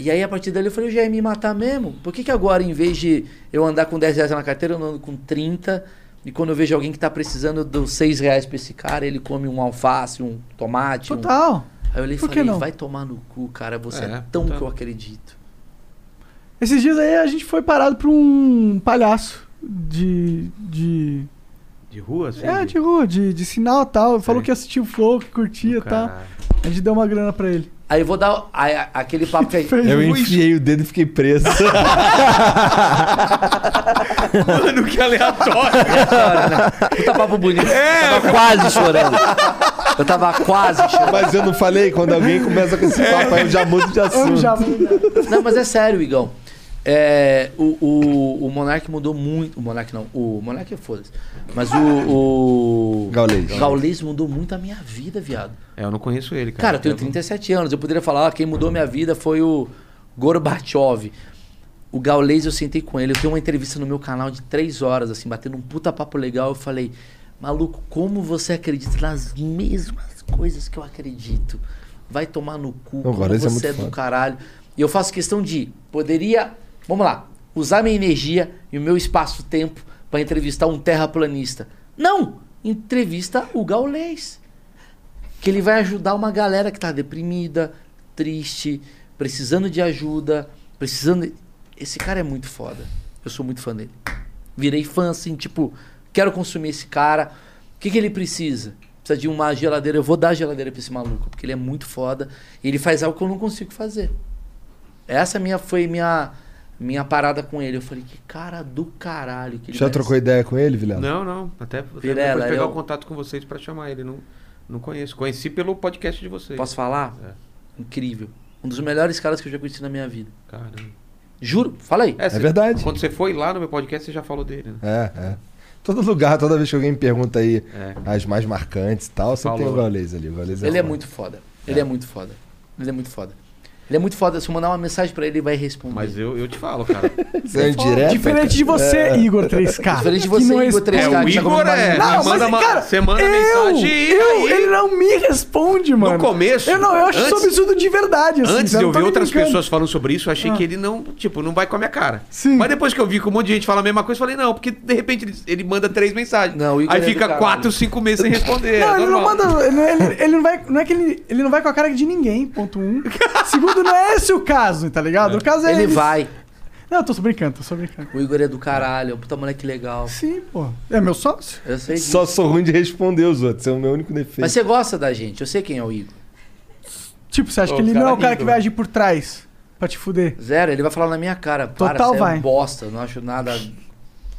E aí, a partir dali, eu falei, eu já ia me matar mesmo. Por que, que agora, em vez de eu andar com 10 reais na carteira, eu ando com 30? E quando eu vejo alguém que tá precisando dos 6 reais pra esse cara, ele come um alface, um tomate. um-
Total.
Aí eu olhei e
Por que
falei,
não?
vai tomar no cu, cara. Você é,
É,
tão
total.
que eu acredito.
Esses dias aí a gente foi parado por um palhaço de. de.
De rua, assim?
É, de rua, de, de sinal e tal. Falou que assistiu o Flow, que curtia e tal.
caralho.
A gente deu uma grana pra ele. um
Aí eu vou dar aí, a- aquele papo que a gente...
Eu enfiei
o dedo e fiquei preso.
Mano, que aleatório.
Puta tá papo bonito.
É,
Eu tava quase chorando. Eu tava quase chorando.
Mas eu não falei, quando alguém começa com
É.
esse papo aí, eu já mudo de assunto.
Não, mas é sério, Igão. É, o, o, o Monark mudou muito. O Monark não. O Monark é foda-se. Mas o. o
Gaulês.
Gaulês mudou muito a minha vida, viado.
É, eu não conheço ele, cara.
Cara, eu tenho 37 anos. Eu poderia falar, ah, quem mudou minha vida foi o Gorbachev. O Gaules, eu sentei com ele. Eu tenho uma entrevista no meu canal de três horas, assim, batendo um puta papo legal. Eu falei, maluco, como você acredita nas mesmas coisas que eu acredito? Vai tomar no cu,
Não,
como
Gaules é muito
você é, do
foda.
caralho. E eu faço questão de, poderia, vamos lá, usar minha energia e o meu espaço-tempo pra entrevistar um terraplanista. Não! Entrevista o Gaulês que ele vai ajudar uma galera que tá deprimida, triste, precisando de ajuda, precisando. de- Esse cara é muito foda. Eu sou muito fã dele. Virei fã, assim, tipo, quero consumir esse cara. O que, que ele precisa? Precisa de uma geladeira. Eu vou dar a geladeira pra esse maluco, porque ele é muito foda. E ele faz algo que eu não consigo fazer. Essa minha foi minha minha parada com ele. Eu falei, que cara do caralho. Que ele
Já
merece.
trocou ideia com ele, Vilela?
Não, não. Até vou
Vilela,
pegar
eu-
o contato com vocês pra chamar ele. Não, não conheço. Conheci pelo podcast de vocês.
Posso falar? Incrível. Um dos melhores caras que eu já conheci na minha vida.
Caramba. É,
Juro, fala
É
aí.
cê-
verdade.
Quando você foi lá no meu podcast, você já falou dele, né?
É, é. Todo lugar, toda vez que alguém me pergunta aí
É.
as mais marcantes e tal, sempre tem o
Falou.
Gaulês ali. O Gaulês
Ele é muito foda. Ele é. muito foda. Ele é muito foda. Ele é muito foda. Se eu mandar uma mensagem pra ele, ele vai responder.
Mas eu, eu te falo, cara.
Você é indireto?
Diferente de você, Igor 3K.
Diferente
que
de você,
não
Igor 3K.
É, o
que tá
Igor
comendo
é.
mais-
Não,
Não,
manda
mas,
uma-
cara,
você manda
eu,
mensagem e
eu,
aí?
ele não me responde, mano.
começo,
Eu não, eu acho
antes-
isso absurdo de verdade. assim,
Antes
eu
de
não tô
eu ver
nem
outras
brincando.
pessoas falando sobre isso, eu achei
Ah.
que ele não, tipo, não vai com a minha cara. Mas depois que eu vi que um monte de gente fala a mesma coisa, eu falei, não, porque de repente ele, ele manda três mensagens.
Não, o Igor
aí
é do
fica
caralho.
quatro, cinco meses sem responder. é
Não, ele não
normal.
manda. Ele, ele- ele não vai. Não é que ele, ele não vai com a cara de ninguém, ponto um. Segundo, não é esse o caso, tá ligado? O caso é
Ele vai.
Não, eu tô só brincando, tô só brincando.
O Igor é do caralho. é um Puta moleque legal.
Sim, pô. É meu sócio?
Eu sei disso.
Só sou ruim de responder os outros, é o meu único defeito.
Mas você gosta da gente. Eu sei quem é o Igor.
Tipo, você acha
Ô,
que ele
cara
não é o cara que
rico.
né?
vai agir por trás pra te fuder?
Zero, ele vai falar na minha cara. Para,
Total
você é
vai.
um bosta. eu Não acho nada.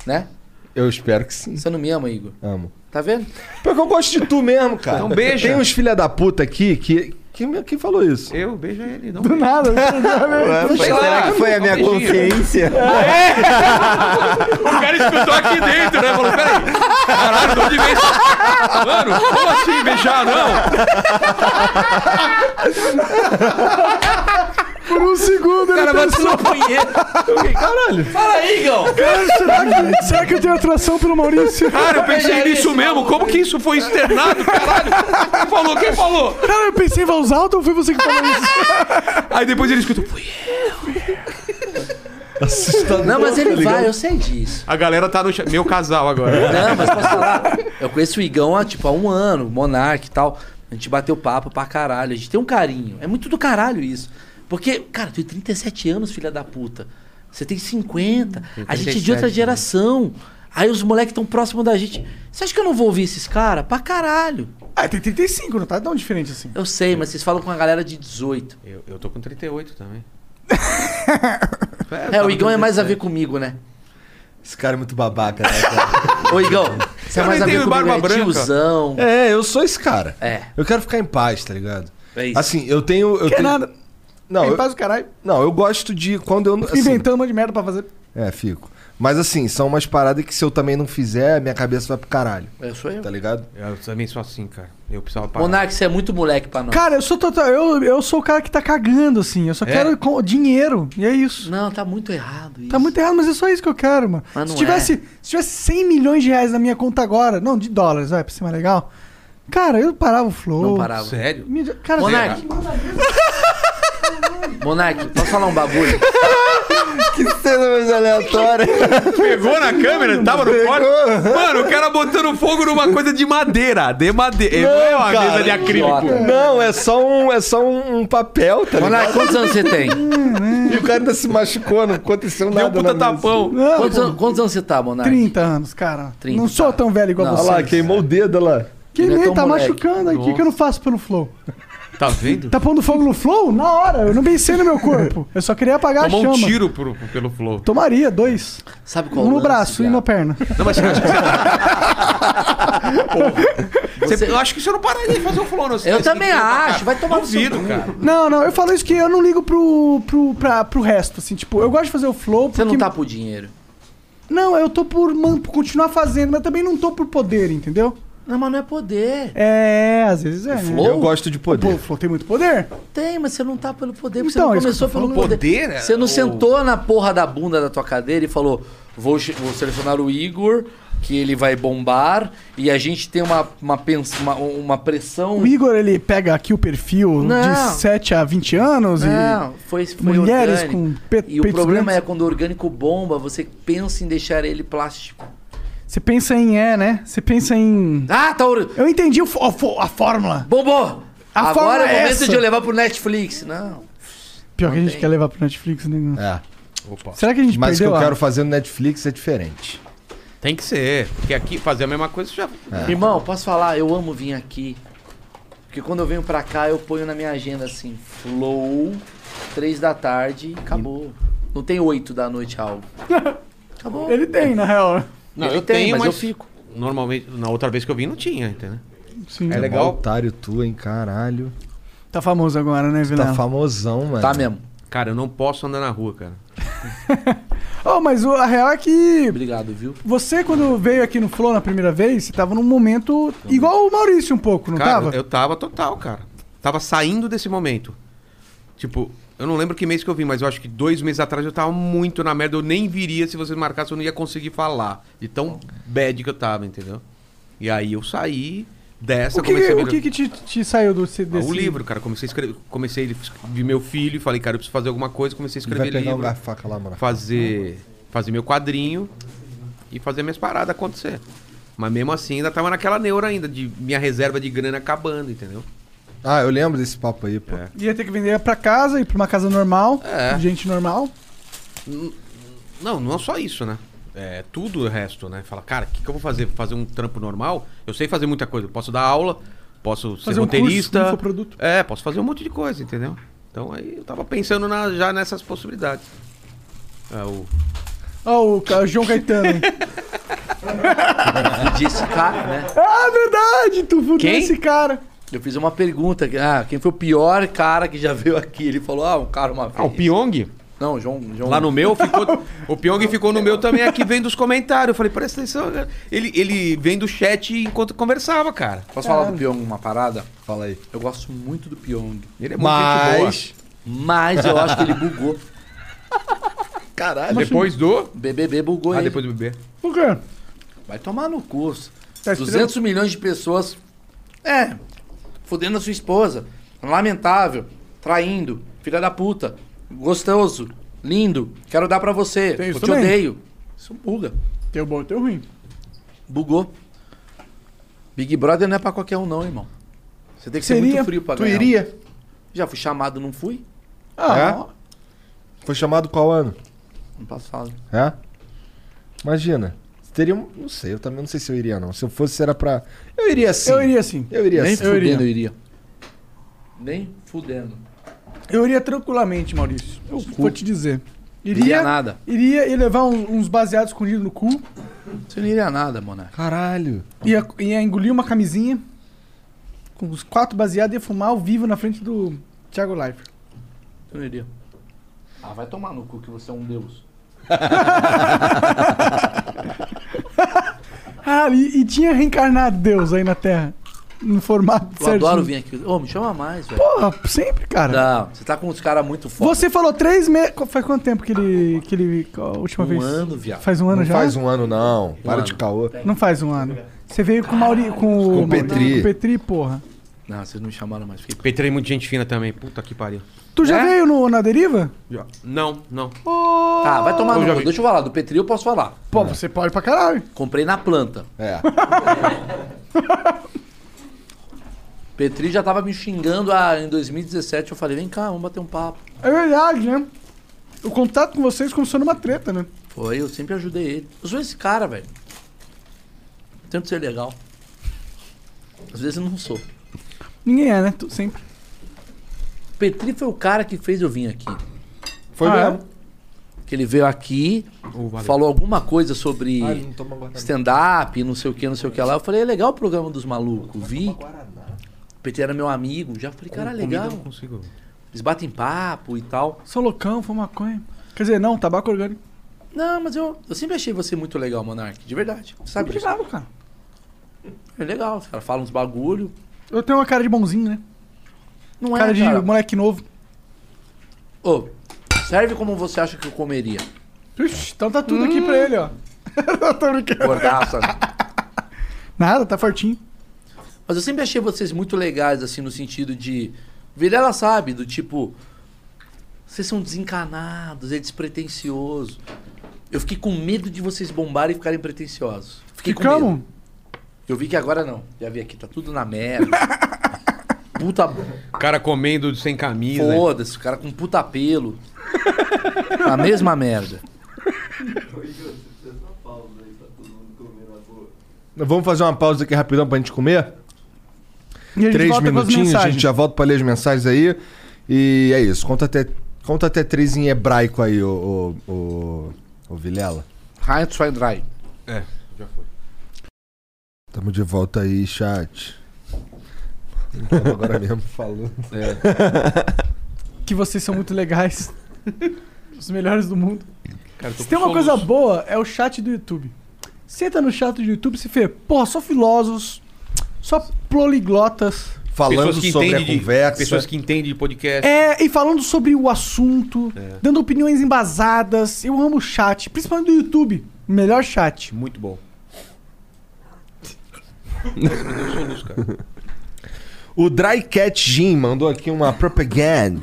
Né?
Eu espero que sim.
Você não me ama, Igor.
Amo.
Tá vendo?
Porque eu gosto de tu mesmo, cara.
Então beija.
Tem uns filha da puta aqui que Quem, quem falou isso?
Eu beijo ele, não.
Do nada.
Ué, mas será que foi a minha consciência?
O cara escutou aqui dentro, né? Falou, peraí. Caralho, tô de beijar. Mano, como assim beijar, não?
Por um segundo,
O
ele
cara vai
pensou.
pelo punheta.
Caralho.
Fala aí, Igão.
Cara, será, que, será que eu tenho atração pelo Maurício?
Cara, eu pensei
Beijar
nisso
esse,
mesmo. Como que isso foi externado, caralho? Quem falou? Quem falou?
Cara, eu pensei em Valsalto ou foi você que falou isso?
Aí depois ele escutou. Fui.
Assustador,
Não, mas
tá
ele
ligado?
vai, eu sei disso.
A galera tá no. cha- Meu casal agora.
Não, mas posso falar? Eu conheço o Igão há, tipo, há um ano, Monark e tal. A gente bateu papo pra caralho. A gente tem um carinho. É muito do caralho isso. Porque, cara, tu é tem 37 anos, filha da puta. Você tem 50. A gente é de
37,
outra
né?
geração. Aí os moleques tão próximos da gente. Você acha que eu não vou ouvir esses caras? Pra caralho.
Ah, tem 35, não tá tão diferente assim.
Eu sei, mas vocês falam com a galera de 18.
Eu, eu tô com 38 também.
É, o Igão é mais a ver comigo, né?
Esse cara é muito babaca, né, cara?
Ô, Igão, você é
Eu
mais
nem
a ver
tenho
comigo,
barba
é
branca.
tiozão.
é, eu sou esse cara.
É.
Eu quero ficar em paz, tá ligado?
É isso.
Assim, eu tenho. Eu
Que é
tenho...
nada.
Não,
Quem
eu,
faz o caralho?
não, eu gosto de. Quando eu. não-
Fica
assim,
inventando um monte de merda pra fazer.
É, fico. Mas assim, são umas paradas que se eu também não fizer, minha cabeça vai pro caralho.
Eu sou eu.
Tá ligado?
Eu também sou assim, cara. Eu precisava parar.
Monark, você é muito moleque pra nós.
Cara, eu sou total. Eu, eu sou o cara que tá cagando, assim. Eu só quero co- dinheiro. E é isso.
É? Não, tá muito errado isso.
Tá muito errado, mas é só isso que eu quero, mano.
Mas
Se
não é.
tivesse, se tivesse 100 milhões de reais na minha conta agora, não, de dólares, vai, pra cima legal. Cara, eu parava o flow.
Não parava.
Sério?
Me- Cara,
Monark. Monark, posso falar um bagulho?
que cena mais aleatória.
Pegou na câmera? Tava no corte? Mano, o cara botando fogo numa coisa de madeira. De madeira. Não, é uma
cara,
mesa de acrílico.
Idiota.
Não, é só um, é só um, um papel, tá ligado?
Monark, quantos anos você tem?
Tá
E o cara ainda se machucou, não aconteceu
Deu um
nada. na
puta
mesa.
tapão.
Não,
Quantos, an- quantos anos você tá, Monark?
30 anos, cara.
30,
não sou
tá.
tão velho igual
Não.
Olha
você.
lá, queimou o dedo, olha lá.
Quem
Ele é
nem
tão
tá
moleque.
machucando aí, o que, que eu não faço pelo flow?
Tá vendo?
Tá pondo fogo no flow? Na hora, eu não pensei no meu corpo. Eu só queria apagar
Tomou
a
um
chama.
tiro pro- pelo flow.
Tomaria dois.
Sabe qual
Um
é o
no
lance,
braço e
viado?
na perna.
Não, mas
Você-
Eu acho que você não pararia de fazer um flow, não. Você-
Eu
você
também
tem que-
acho, vai tomar no seu
Duvido,
cu.
cara.
Não, não, eu falo isso que eu não ligo pro, pro, pra, pro resto, assim, tipo, eu gosto de fazer o flow porque...
Você não tá por dinheiro.
Não, eu tô por, man- por continuar fazendo, mas também não tô por poder, entendeu?
Não, mas não é poder.
É, às vezes é.
flow?
Eu gosto de
Pô, o
poder.
flow tem muito poder.
Tem, mas você não tá pelo poder, porque
Então,
você
é
não
isso
começou
que eu tô
pelo
falando.
poder.
Poder, né?
Você não
ou-
sentou na porra da bunda da tua cadeira e falou: vou, che- vou selecionar o Igor, que ele vai bombar, e a gente tem uma, uma, pens- uma, uma pressão.
O Igor, ele pega aqui o perfil
Não.
de 7 a 20 anos
Não, foi, foi
Mulheres
orgânico.
com pe-
E o
peitos
problema
grandes.
é quando o orgânico bomba, você pensa em deixar ele plástico.
e você pensa em é, né? Você pensa em...
Ah, tá. or-
Eu entendi o fo- a fo- a fórmula.
Bombou!
A
Agora
forma
é o
é
momento
essa.
de eu levar pro Netflix. Não.
Pior que a gente
tem.
quer levar pro Netflix, né?
É.
Será que a gente
Mas o que
perdeu
eu
a-
quero fazer no Netflix é diferente.
Tem que ser. Porque aqui fazer a mesma coisa já.
É.
Irmão, posso falar? Eu amo vir aqui. Porque quando eu venho pra cá, eu ponho na minha agenda assim: Flow, três da tarde e acabou. Não tem oito da noite algo. Acabou.
Ele tem, na real.
Não,
Ele
eu
tem,
tenho,
mas
mas
eu fico.
Normalmente, na outra vez que eu vim, não tinha, entendeu?
Sim.
É
Mó
legal.
Um otário tu, hein, caralho.
Tá famoso agora, né,
Tá
Vilela?
famosão, mano.
Tá mesmo.
Cara, eu não posso andar na rua, cara.
Oh, mas o- a real é que
Obrigado, viu?
você, quando veio aqui no Flow na primeira vez, você tava num momento igual o Maurício um pouco, não
cara,
tava?
eu tava total, cara. Tava saindo desse momento. Tipo, eu não lembro que mês que eu vim, mas eu acho que dois meses atrás eu tava muito na merda. Eu nem viria se vocês marcassem, eu não ia conseguir falar. De tão bad que eu tava, entendeu? E aí eu saí dessa,
O que, que-
ver-
o que que te, assim? te saiu do, desse...
Ah, o livro, cara. Comecei a escrever. Comecei a vi meu filho e falei, cara, eu preciso fazer alguma coisa. Comecei a
Ele vai
escrever
pegar
livro.
um garfaca lá, mano.
fazer, fazer meu quadrinho e fazer minhas paradas acontecer. Mas mesmo assim, ainda tava naquela neura ainda, de minha reserva de grana acabando, entendeu?
Ah, eu lembro desse papo aí, pô.
Ia ter que vender pra casa, ir pra uma casa normal,
É.
de gente normal.
Não, não é só isso, né? É tudo o resto, né? Fala, cara, o que, que eu vou fazer? Vou Fazer um trampo normal? Eu sei fazer muita coisa. Eu Posso dar aula, posso ser
Fazer um
roteirista.
curso, infoproduto.
é, posso fazer um monte de coisa, entendeu? Então aí eu tava pensando na- já nessas possibilidades. É, o-
Ó, Ah, o, ca- o João Caetano. hein?
E disse, cara, né?
ah, verdade! Tu fudeu
Quem?
esse cara.
Eu fiz uma pergunta. que, Ah, quem foi o pior cara que já veio aqui? Ele falou, ah, um cara uma vez.
Ah, o Pyong?
Não, João, João.
Lá no meu ficou. O Pyong ficou no meu também, aqui vem dos comentários. Eu falei, presta atenção. cara." Ele, ele vem do chat enquanto conversava, cara.
Posso falar do Pyong uma parada? Fala aí. Eu gosto muito do Pyong.
Ele é muito
Mas...
gente
Mas eu acho que ele bugou.
Caralho.
Depois do.
BBB bugou
Ah,
ele.
depois do bebê.
Por quê?
Vai tomar no curso.
Tá esperando-
200 milhões de pessoas. É. Fudendo a sua esposa. Lamentável. Traindo. Filha da puta. Gostoso. Lindo. Quero dar pra você.
Tem isso
eu te
também.
odeio. Isso buga.
Tem o bom e tem o ruim.
Bugou. Big Brother não é pra qualquer um, não, irmão. Você tem que ser
Seria?
muito frio pra
Tu
ganhar. um.
iria?
Já fui chamado, não fui?
É?
Ah,
Foi chamado qual ano?
No passado.
É? Imagina. Teria um. Não sei, eu também não sei se eu iria, não. Se eu fosse, era pra. Eu iria sim.
eu iria sim.
Eu iria
Nem
sim.
fudendo
iria.
eu iria. Nem fudendo.
Eu iria tranquilamente, Maurício. Eu vou te dizer. Iria,
Iria nada.
iria e levar uns, uns baseados escondidos no cu.
Você não iria nada, monarca.
Caralho.
Ia, ia engolir uma camisinha com os quatro baseados e ia fumar ao vivo na frente do Thiago Life.
Você não iria. Ah, vai tomar no cu que você é um deus.
Ah, e, e tinha reencarnado Deus aí na Terra. No formato
Eu
certinho.
adoro vir aqui. Ô, me chama mais, velho.
Porra, sempre, cara.
Não, você tá com uns caras muito foda.
Você falou três meses. Faz quanto tempo que ele. Que ele a última
Um
vez?
ano, viado.
Faz um ano
Não
já?
faz um ano, não. Para de
ano.
caô.
Não faz um ano. Você veio com o Mauri. Com,
Com o
Mauri-
Petri.
com o Petri, porra.
Não, vocês não me chamaram mais. Fiquei...
Petrei muito gente fina também. Puta que pariu.
Tu já
É?
veio no, na deriva?
Já. Não, não.
Ah, vai tomar
Eu já
no cu.
vi.
Deixa eu falar. Do Petri eu posso falar.
Pô, você pode pra caralho.
Comprei na planta.
É.
Petri já tava me xingando ah, em 2017. Eu falei, vem cá, vamos bater um papo.
É verdade, né? O contato com vocês começou numa treta, né?
Foi, eu sempre ajudei ele. Eu sou esse cara, velho. Tento ser legal. Às vezes eu não sou.
Ninguém é, né? Tu- sempre.
Petri foi o cara que fez eu vir aqui.
Foi
Ah,
mesmo.
Que ele veio aqui, falou alguma coisa sobre
Ah, ele não toma guardanapo.
stand-up, não sei o que, não sei o que lá. Eu falei, é legal o programa dos malucos, vi. O Petri era meu amigo, já falei, cara, legal.
Comida eu não consigo.
Eles batem papo e tal.
Sou loucão, foi maconha. Quer dizer, não, tabaco orgânico.
Não, mas eu, eu sempre achei você muito legal, Monark, de verdade. Você sabe disso?
Obrigado, cara.
É legal, os caras falam uns bagulho.
Eu tenho uma cara de bonzinho, né?
Não
cara
é,
de
cara.
moleque novo.
Ô, serve como você acha que eu comeria.
Ixi, então tá tudo aqui pra ele, ó. Tô brincando.
Gordaça.
Nada, tá fortinho.
Mas eu sempre achei vocês muito legais, assim, no sentido de. Vilela sabe, do tipo. Vocês são desencanados, é despretensioso. Eu fiquei com medo de vocês bombarem e ficarem pretensiosos. Fiquei com medo.
Ficamos?
Eu vi que agora não. Já vi aqui, tá tudo na merda. puta.
O cara comendo sem camisa.
Foda-se, o cara com puta pelo. a mesma merda.
Vamos fazer uma pausa aqui rapidão pra gente comer?
E a gente
Três
volta com as
minutinhos, a
mensagens.
gente já volta pra ler as mensagens aí. E é isso. Conta até, conta até três em hebraico aí, ô, ô, ô, ô Vilela.
Heinz Dry.
É, já foi.
Tamo de volta aí, chat. Tamo Agora mesmo falando.
Que vocês são muito legais. Os melhores do mundo.
Cara, eu tô
Se tem
com
uma coisa
soluço.
boa, é o chat do YouTube. Senta no chat do YouTube e se vê, porra, só filósofos, só poliglotas.
Falando sobre a
entendem de-
conversa.
Pessoas que entendem de podcast.
É, e falando sobre o assunto,
É.
dando opiniões embasadas. Eu amo o chat, principalmente do YouTube. Melhor chat.
Muito bom. Nossa, me deu soluço, cara.
O Dry Cat Jim mandou aqui uma propaganda.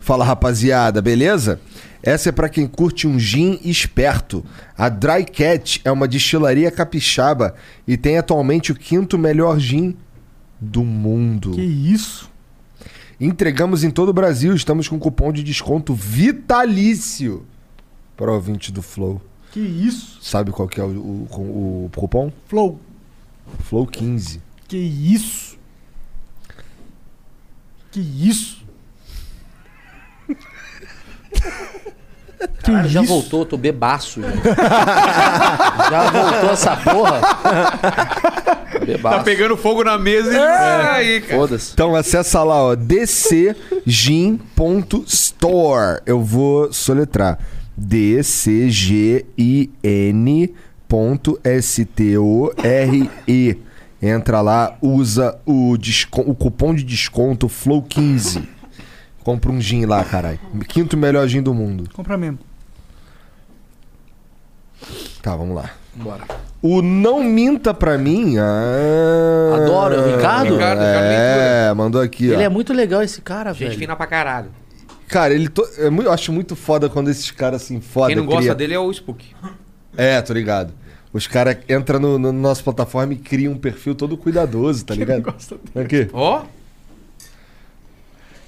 Fala rapaziada, beleza? Essa é pra quem curte um gin esperto. A Dry Cat é uma destilaria capixaba e tem atualmente o quinto melhor gin do mundo.
Que isso?
Entregamos em todo o Brasil, estamos com cupom de desconto vitalício para ouvinte do Flow.
Que isso?
Sabe qual que é o, o- o- o cupom?
Flow,
Flow 15.
que isso? Que isso?
Caralho, já voltou, tô bebaço. gente. já voltou essa porra?
Tá pegando fogo na mesa e. É. Aí, cara.
Então acessa lá, ó, dcgin.store. Eu vou soletrar. dcgin.store. Entra lá, usa o, descon- o cupom de desconto FLOW15. Compra um gin lá, caralho. Quinto melhor gin do mundo.
Compra mesmo.
Tá, vamos lá. Bora. O Não Minta Pra Mim. ah,
Adoro, é o Ricardo? Ricardo, Ricardo
É, mandou aqui. ó.
Ele é muito legal esse cara,
Gente
velho.
fina pra caralho.
Cara, ele to- é mu- eu acho muito foda quando esses caras assim, foda.
Quem não gosta
cria-
dele é o Spook.
É, tô ligado. Os caras entram no, no nosso plataforma e criam um perfil todo cuidadoso, tá ligado? Quem gosta dele. Aqui.
Ó.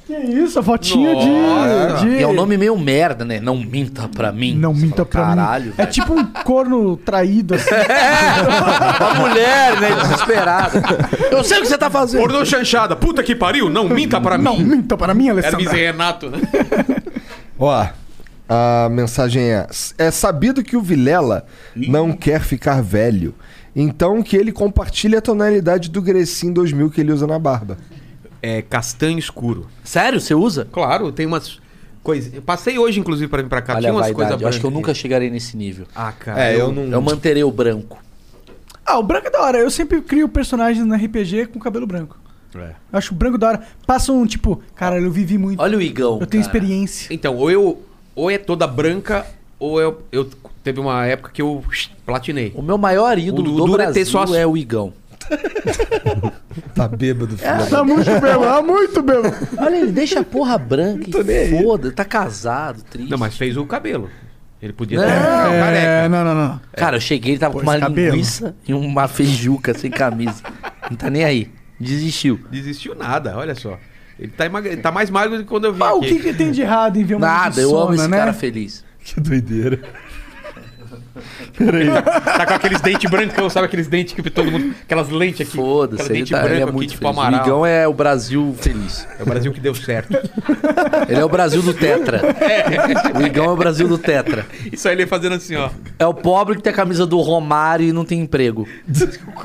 Que isso, a fotinha
Nossa.
de, de-
E é um nome meio merda, né? Não minta pra mim. Não
minta pra mim.
Caralho.
É tipo um corno traído, assim.
Uma mulher, né? Desesperada. Eu sei o que você tá fazendo.
Pornô chanchada. Puta que pariu. Não minta pra mim.
Não minta pra mim,
Hermes e
Alessandra.
Renato, né?
Ó, a mensagem é: É sabido que o Vilela não quer ficar velho. Então que ele compartilhe a tonalidade do Grecin 2000 que ele usa na barba.
É castanho escuro.
Sério? Você usa?
Claro, tem umas coisas. Eu passei hoje, inclusive, pra vir pra cá.
Olha
Tinha
a
umas
vaidade.
coisas
Eu acho que eu
brancas.
nunca chegarei nesse nível.
Ah, cara.
É, eu não-
Eu manterei o branco.
Ah, o branco é da hora. Eu sempre crio personagens no RPG com cabelo branco.
É.
Eu acho o branco da hora. Passa um tipo, cara, eu vivi muito.
Olha o Igão.
eu tenho
cara.
experiência.
Então, ou eu. Ou é toda branca, ou eu. eu teve uma época que eu platinei.
O meu maior
O
ídolo
du-
do
duro é ter
Brasil
sócio.
é o Igão.
Tá bêbado,
É.
filho. da-
Tá muito bem, tá muito bem.
Olha, ele deixa a porra branca e foda, tá casado, triste.
Não, mas fez o cabelo. Ele podia
Não.
ter. Não,
É,
careca.
não, não, não.
Cara, eu cheguei, ele tava com
esse
uma
cabelo.
linguiça e uma feijuca sem camisa. Não tá nem aí. Desistiu.
Desistiu nada, olha só. Ele tá, emagre... ele tá mais magro do que quando eu vim.
Mas o
aqui.
que, que tem de errado em ver uma
Nada, eu amo esse
né?
cara feliz.
Que doideira.
Tá com aqueles dentes brancão, sabe aqueles dentes que todo mundo. Aquelas lentes aqui.
Foda-se,
aquelas
ele,
dentes
tá, ele é
branco aqui,
muito
tipo
feliz. O
amaral.
Igão é o Brasil feliz.
É o Brasil que deu certo.
Ele é o Brasil do Tetra. O Igão é o Brasil do Tetra.
Isso aí ele fazendo assim, ó.
É o pobre que tem a camisa do Romário e não tem emprego.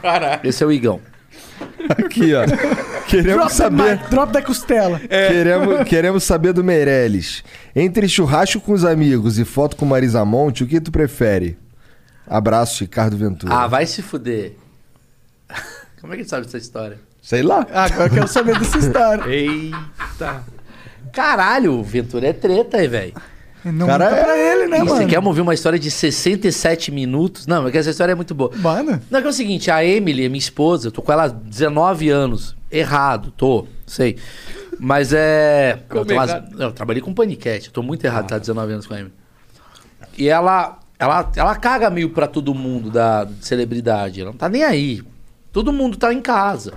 Caralho.
Esse é o Igão.
Aqui, ó. Queremos
Drop,
saber.
da, drop da costela.
É.
Queremos, queremos saber do Meirelles. Entre churrasco com os amigos e foto com Marisa Monte, o que tu prefere? Abraço, Ricardo Ventura.
Ah, vai se fuder. Como é que ele sabe dessa história?
Sei lá.
Ah, agora eu quero saber dessa história.
Eita.
Caralho, o Ventura é treta aí, velho.
Não
Cara,
conta pra ele, né,
E Você
mano?
quer ouvir uma história de 67 minutos? Não, é que essa história é muito boa.
Mano,
Não, é que é o seguinte, a Emily, minha esposa, eu tô com ela há 19 anos. Errado, tô, sei. Mas é. Eu, tô umas-
errado?
não, eu trabalhei com paniquete, eu tô muito errado, tá 19 anos com a Emily. E ela, ela, ela caga meio pra todo mundo da de celebridade. Ela não tá nem aí. Todo mundo tá em casa.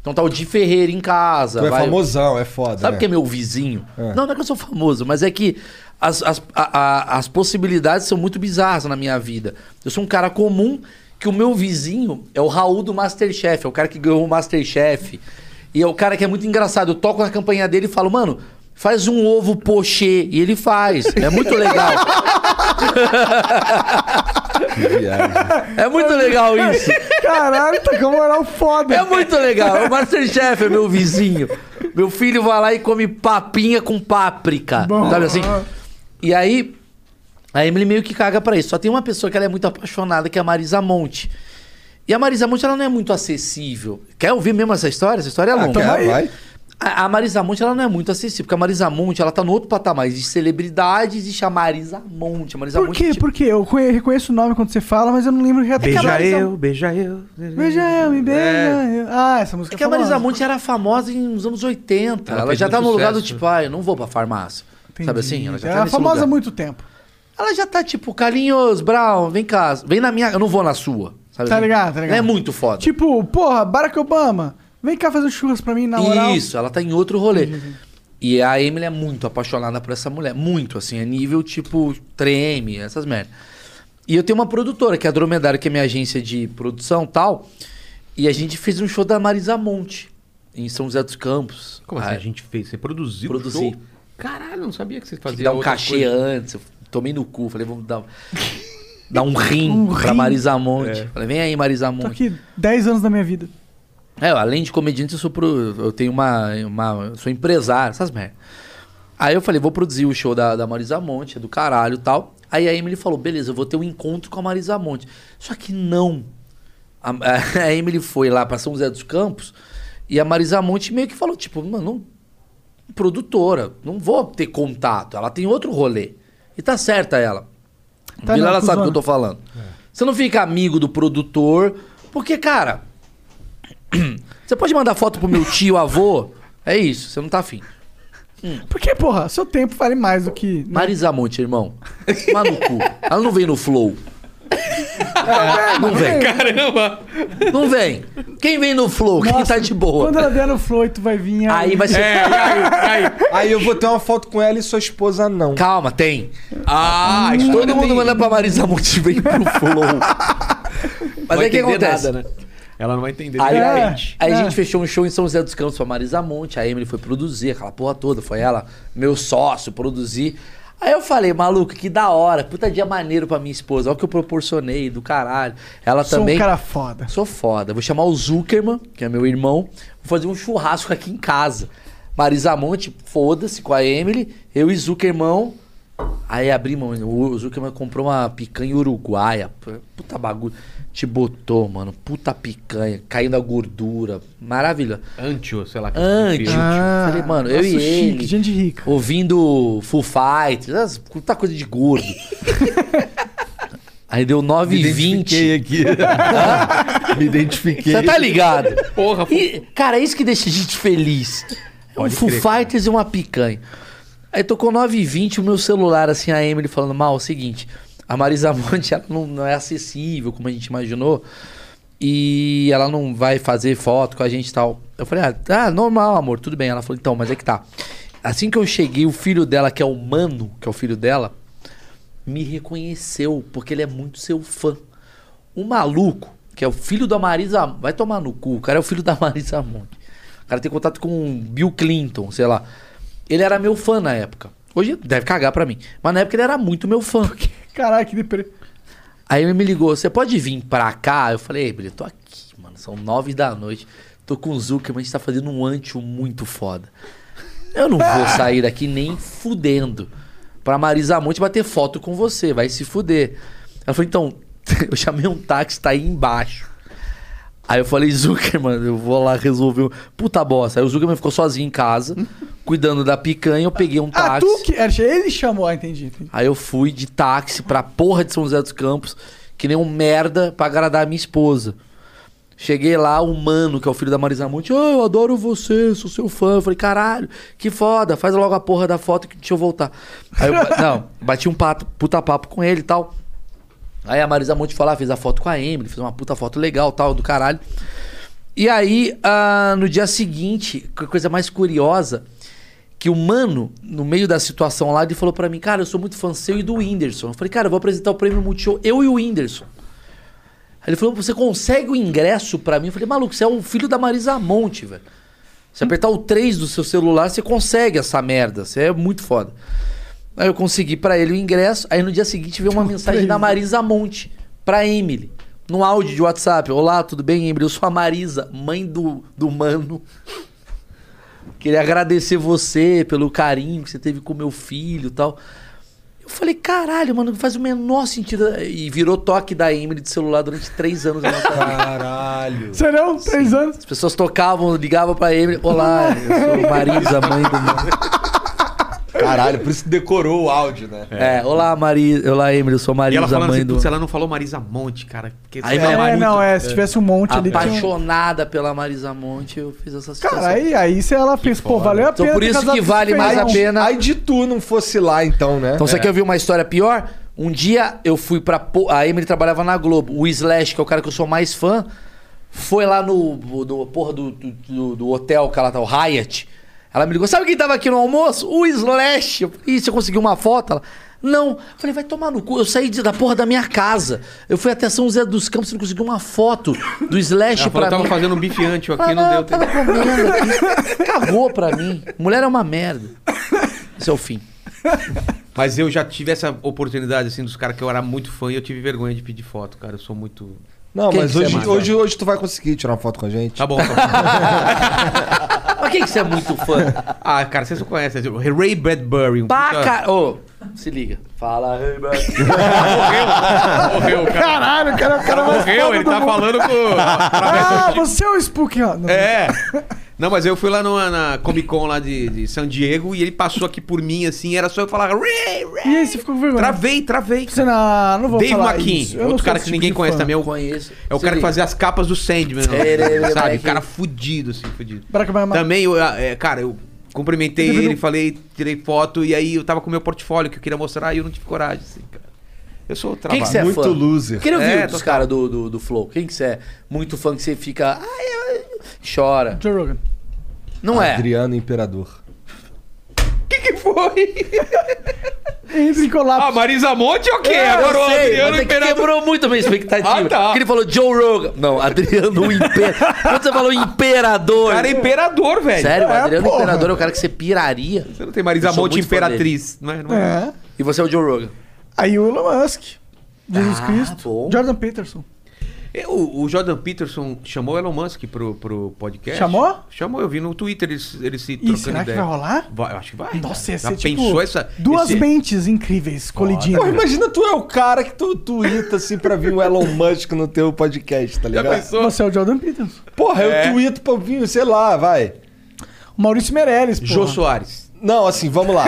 Então tá o Di Ferreira em casa.
Tu é
vai-
famosão, é foda.
Sabe
né?
quem é meu vizinho?
É.
Não, não é que eu sou famoso, mas é que as, as, a- a- as possibilidades são muito bizarras na minha vida. Eu sou um cara comum que o meu vizinho é o Raul do Masterchef, é o cara que ganhou o Masterchef. E é o cara que é muito engraçado. Eu toco na campanha dele e falo, mano, faz um ovo pochê. E ele faz. É muito legal.
Que viagem.
É muito legal isso.
caralho, tá com uma moral foda.
É muito legal. O Masterchef é meu vizinho. Meu filho vai lá e come papinha com páprica.
Bom.
Sabe assim? E aí, a Emily meio que caga pra isso. Só tem uma pessoa que ela é muito apaixonada, que é a Marisa Monte. E a Marisa Monte, ela não é muito acessível. Quer ouvir mesmo essa história? Essa história é
Ah,
longa.
Ah, Quer? Vai.
A, a Marisa Monte, ela não é muito acessível, porque a Marisa Monte, ela tá no outro patamar. Existe celebridade, existe a Marisa Monte. A Marisa
Por
Monte,
quê?
tipo,
Por quê? Eu conhe- reconheço o nome quando você fala, mas eu não lembro o que é
Beija
Marisa-
eu, beija eu.
Beija eu, me beija eu. Ah, essa música
É que a Marisa
famosa.
Monte era famosa em- nos anos 80.
Ela
Ela,
fez
já tá
muito
no lugar do
sucesso.
tipo, ah, eu não vou pra farmácia. Sabe assim? Ela já tá
Ela é
nesse
famosa há
lugar.
muito tempo.
Ela já tá tipo, Carlinhos, Brown, vem cá. Vem na minha... Eu não vou na sua. Sabe
Tá
assim?
ligado, tá ligado.
Ela é muito foda.
Tipo, porra, Barack Obama, vem cá fazer um churras pra mim na moral.
Isso, ela tá em outro rolê. E a Emily é muito apaixonada por essa mulher. Muito, assim, é nível tipo treme, essas merdas. E eu tenho uma produtora, que é a Dromedário, que é minha agência de produção e tal. E a gente fez um show da Marisa Monte, em São José dos Campos.
Como assim a gente fez? Você produziu? o
Produzi.
show? Caralho, não sabia que você
Tinha que
fazia.
dar um
outra
cachê
coisa.
antes. Eu tomei no cu. Falei, vamos dar,
Um É.
dar um rim pra Marisa Monte. Falei, vem aí, Marisa
Tô
Monte.
aqui 10 anos da minha vida.
É, além de comediante, eu sou pro, eu tenho uma, uma sou empresário, essas merdas. Aí eu falei, vou produzir o show da, da Marisa Monte, é do caralho e tal. Aí a Emily falou, beleza, eu vou ter um encontro com a Marisa Monte. Só que não. A, a Emily foi lá pra São José dos Campos e a Marisa Monte meio que falou, tipo, mano, não, produtora, não vou ter contato. Ela tem outro rolê. E tá certa ela.
Tá
Vila,
não,
ela sabe o que
cuzona.
eu tô falando. Você não fica amigo do produtor, porque, cara, você pode mandar foto pro meu tio, avô, é isso, você não tá afim.
Porque, porra, seu tempo vale mais do que.
Marisa Monte, irmão. Lá no cu. Ela não vem no flow. Não vem.
Caramba!
Não vem. Quem vem no flow? Quem tá de boa?
Quando ela vier no Flow, tu vai vir.
Aí vai ser- É, e aí,
aí,
eu vou ter uma foto com ela e sua esposa não.
Calma, tem. Hum,
Ah, a história
Todo mundo
tem-
manda pra Marisa Monte vem pro flow. Mas
Vai
aí o
entender
que acontece?
nada, né? Ela não vai entender
Aí,
de
aí-
repente.
aí
É.
a gente fechou um show em São José dos Campos pra Marisa Monte, a Emily foi produzir aquela porra toda, foi ela, meu sócio, produzir. Aí eu falei, maluco, que da hora, puta dia maneiro pra minha esposa, olha o que eu proporcionei do caralho. Ela
Sou
também.
um cara foda.
Sou foda. Vou chamar o Zuckerman, que é meu irmão, vou fazer um churrasco aqui em casa. Marisa Monte, foda-se com a Emily, eu e Zuckerman. Aí abrimos, o Zuckerman comprou uma picanha uruguaia, p- puta bagulho. Te botou, mano, puta picanha, caindo a gordura, maravilha.
Antio, sei lá. que
Antio.
filho.
Falei, mano, eu
Ah, nossa,
e ele.
chique, gente rica.
Ouvindo Full Fighters, essas- puta coisa de gordo. Aí deu 9h20.
aqui. Me identifiquei.
Você tá ligado?
Porra,
E, cara, é isso que deixa a gente feliz. É um
Pode
Full
crer,
Fighters e uma picanha. Aí tocou 9h20, o meu celular, assim, a Emily falando, mal, é o seguinte, a Marisa Monte, ela não, não é acessível, como a gente imaginou, e ela não vai fazer foto com a gente e tal. Eu falei, ah, tá, normal, amor, tudo bem. Ela falou, então, mas é que tá. Assim que eu cheguei, o filho dela, que é o Mano, que é o filho dela, me reconheceu, porque ele é muito seu fã. O um maluco, que é o filho da Marisa. Vai tomar no cu, o cara é o filho da Marisa Monte. O cara tem contato com o Bill Clinton, sei lá. Ele era meu fã na época. Hoje deve cagar pra mim. Mas na época ele era muito meu fã.
Caralho, que deprê.
Aí ele me ligou, você pode vir pra cá? Eu falei, ei, Billy, tô aqui, mano. São nove da noite. Tô com o Zuckerman, a gente tá fazendo um antio muito foda. Eu não vou sair daqui nem fudendo. Pra Marisa Monte bater foto com você, vai se fuder. Ela falou, então, eu chamei um táxi, tá aí embaixo. Aí eu falei, Zuckerman, eu vou lá resolver. o- Puta bosta. Aí o Zuckerman ficou sozinho em casa, cuidando da picanha, eu peguei um táxi.
Ah, tu que. era- Ele chamou, ah, entendi. entendi.
Aí eu fui de táxi pra porra de São José dos Campos, que nem um merda, pra agradar a minha esposa. Cheguei lá, o mano, que é o filho da Marisa Monte, "Ah, eu adoro você, sou seu fã. Eu falei, caralho, que foda, faz logo a porra da foto que deixa eu voltar. Aí eu, ba- não, bati um pato, puta papo com ele e tal. Aí a Marisa Monte foi lá, fez a foto com a Emily, fez uma puta foto legal tal, do caralho. E aí, ah, no dia seguinte, que coisa mais curiosa, que o mano, no meio da situação lá, ele falou pra mim, cara, eu sou muito fã seu e do Whindersson. Eu falei, cara, eu vou apresentar o prêmio Multishow, eu e o Whindersson. Aí ele falou, você consegue o ingresso pra mim? Eu falei, maluco, você é o filho da Marisa Monte, velho. Se apertar o 3 do seu celular, você consegue essa merda. Você é muito foda. Aí eu consegui pra ele o ingresso. Aí no dia seguinte veio uma mensagem da Marisa Monte pra Emily. Num áudio de WhatsApp. Olá, tudo bem, Emily? Eu sou a Marisa, mãe do, do mano. Queria agradecer você pelo carinho que você teve com meu filho e tal. Eu falei, caralho, mano, não faz o menor sentido. E virou toque da Emily de celular durante três anos. da nossa vida.
Caralho.
Serão? Três anos?
As pessoas tocavam, ligavam pra Emily. Olá, eu sou Marisa, mãe do mano.
Caralho, por isso que decorou o áudio, né?
É, olá, Marisa. Olá, Emily, eu sou
E ela
Marisa,
falando
mãe
assim,
do.
putz, ela não falou Marisa Monte, cara. Porque
Aí
ela
vai-
É,
muito-
não, é, se tivesse um monte
tipo,
ali. Tinha... um-
apaixonada pela Marisa Monte, eu fiz essa situação.
Cara, aí, aí se ela pensa, pô, valeu a
Então,
pena.
por
ter
isso
casado
que
com
vale
esse
mais a
feijão.
pena.
Aí de tu não fosse lá, então, né?
É.
Então, você quer ouvir uma história pior? Um dia eu fui pra. po- A Emily trabalhava na Globo. O Slash, que é o cara que eu sou mais fã, foi lá no. no porra do, do- do- do hotel que ela tá, o Hyatt. Ela me ligou: sabe quem tava aqui no almoço? O Slash. Eu falei, Ih, você conseguiu uma foto? Ela. Não. Eu falei, vai tomar no cu. Eu saí de- da porra da minha casa. Eu fui até São José dos Campos e não consegui uma foto do Slash
Ela falou,
pra
eu tava
mim.
fazendo um bife antio aqui,
Ah,
não
eu
deu tempo.
tava comendo aqui. Cagou pra mim. Mulher é uma merda. Esse é o fim.
Mas eu já tive essa oportunidade, assim, dos caras que eu era muito fã e eu tive vergonha de pedir foto, cara. Eu sou muito.
Não,
Quem
mas
que você
hoje,
é mais,
hoje, hoje tu vai conseguir tirar uma foto com a gente.
Tá bom.
Mas quem que você é muito fã?
Ah, cara, vocês não conhecem. Ray Bradbury. Um
Pá,
puta-
cara. Ô, se liga. Fala, Ray Bradbury.
Morreu, cara.
Caralho, o cara, o cara mais
Morreu,
foda
ele
do
tá
mundo.
falando com...
Ah, você é o Spook, ó. Não,
É. Não, mas eu fui lá numa, na Comic Con lá de, de San Diego e ele passou aqui por mim, assim, era só eu falar Ray, Ray.
E aí, você ficou com vergonha?
Travei, travei.
Você não, não vou
Dave
falar
McKean,
isso. Eu não
outro
sou
cara
esse
que
tipo
ninguém
de
conhece
fã.
também. É o,
Conheço.
é o
Se
cara que
liga.
fazia as capas do Sandman.
Ele- ele-
sabe?
ele-
O cara fudido, assim, fudido.
Barack Obama.
Também, eu, é, cara, eu cumprimentei ele, falei, tirei foto, e aí eu tava com o meu portfólio que eu queria mostrar e eu não tive coragem, assim, cara. Eu sou
Quem
travado.
que você é
Muito
fã?
loser.
Queria ouvir
É,
dos
total.
caras do, do, do Flow. Quem que você é muito fã que você fica. Ai, ai, chora.
Joe Rogan.
Não é.
Adriano Imperador.
O que, que foi?
Entra em colapso.
Ah, Marisa Monte, ok.
Eu
Agora o
sei, mas
Adriano
é que
Imperador.
quebrou muito a minha expectativa.
Ah, tá.
Porque ele falou Joe Rogan. Não, Adriano Imperador. Quando você falou
O
Imperador.
cara é imperador, velho.
Sério, o Adriano
porra.
Imperador é o cara que você piraria.
Você não tem Marisa
Eu sou
Monte
muito fã dele.
imperatriz, não é? Não é.
É.
E você é o Joe Rogan.
Aí o Elon Musk. Jesus
Ah,
Cristo.
bom.
Jordan Peterson.
Eu- O, Jordan Peterson chamou o Elon Musk pro, pro podcast.
Chamou?
Chamou, eu vi no Twitter eles, eles se
E
trocando
será que
ideia.
vai rolar?
Vai, eu acho que vai.
Nossa,
cara.
ia
Já
ser tipo,
pensou essa.
duas
esse-
mentes incríveis colidindo.
Pô, imagina tu é o cara que tu tuita assim pra vir o Elon Musk no teu podcast, tá
Já
ligado?
pensou?
Você é o Jordan Peterson.
Porra,
É.
eu tuito pra vir, sei lá, vai.
O Maurício Meirelles, pô.
Jô Soares.
Não, assim, vamos lá.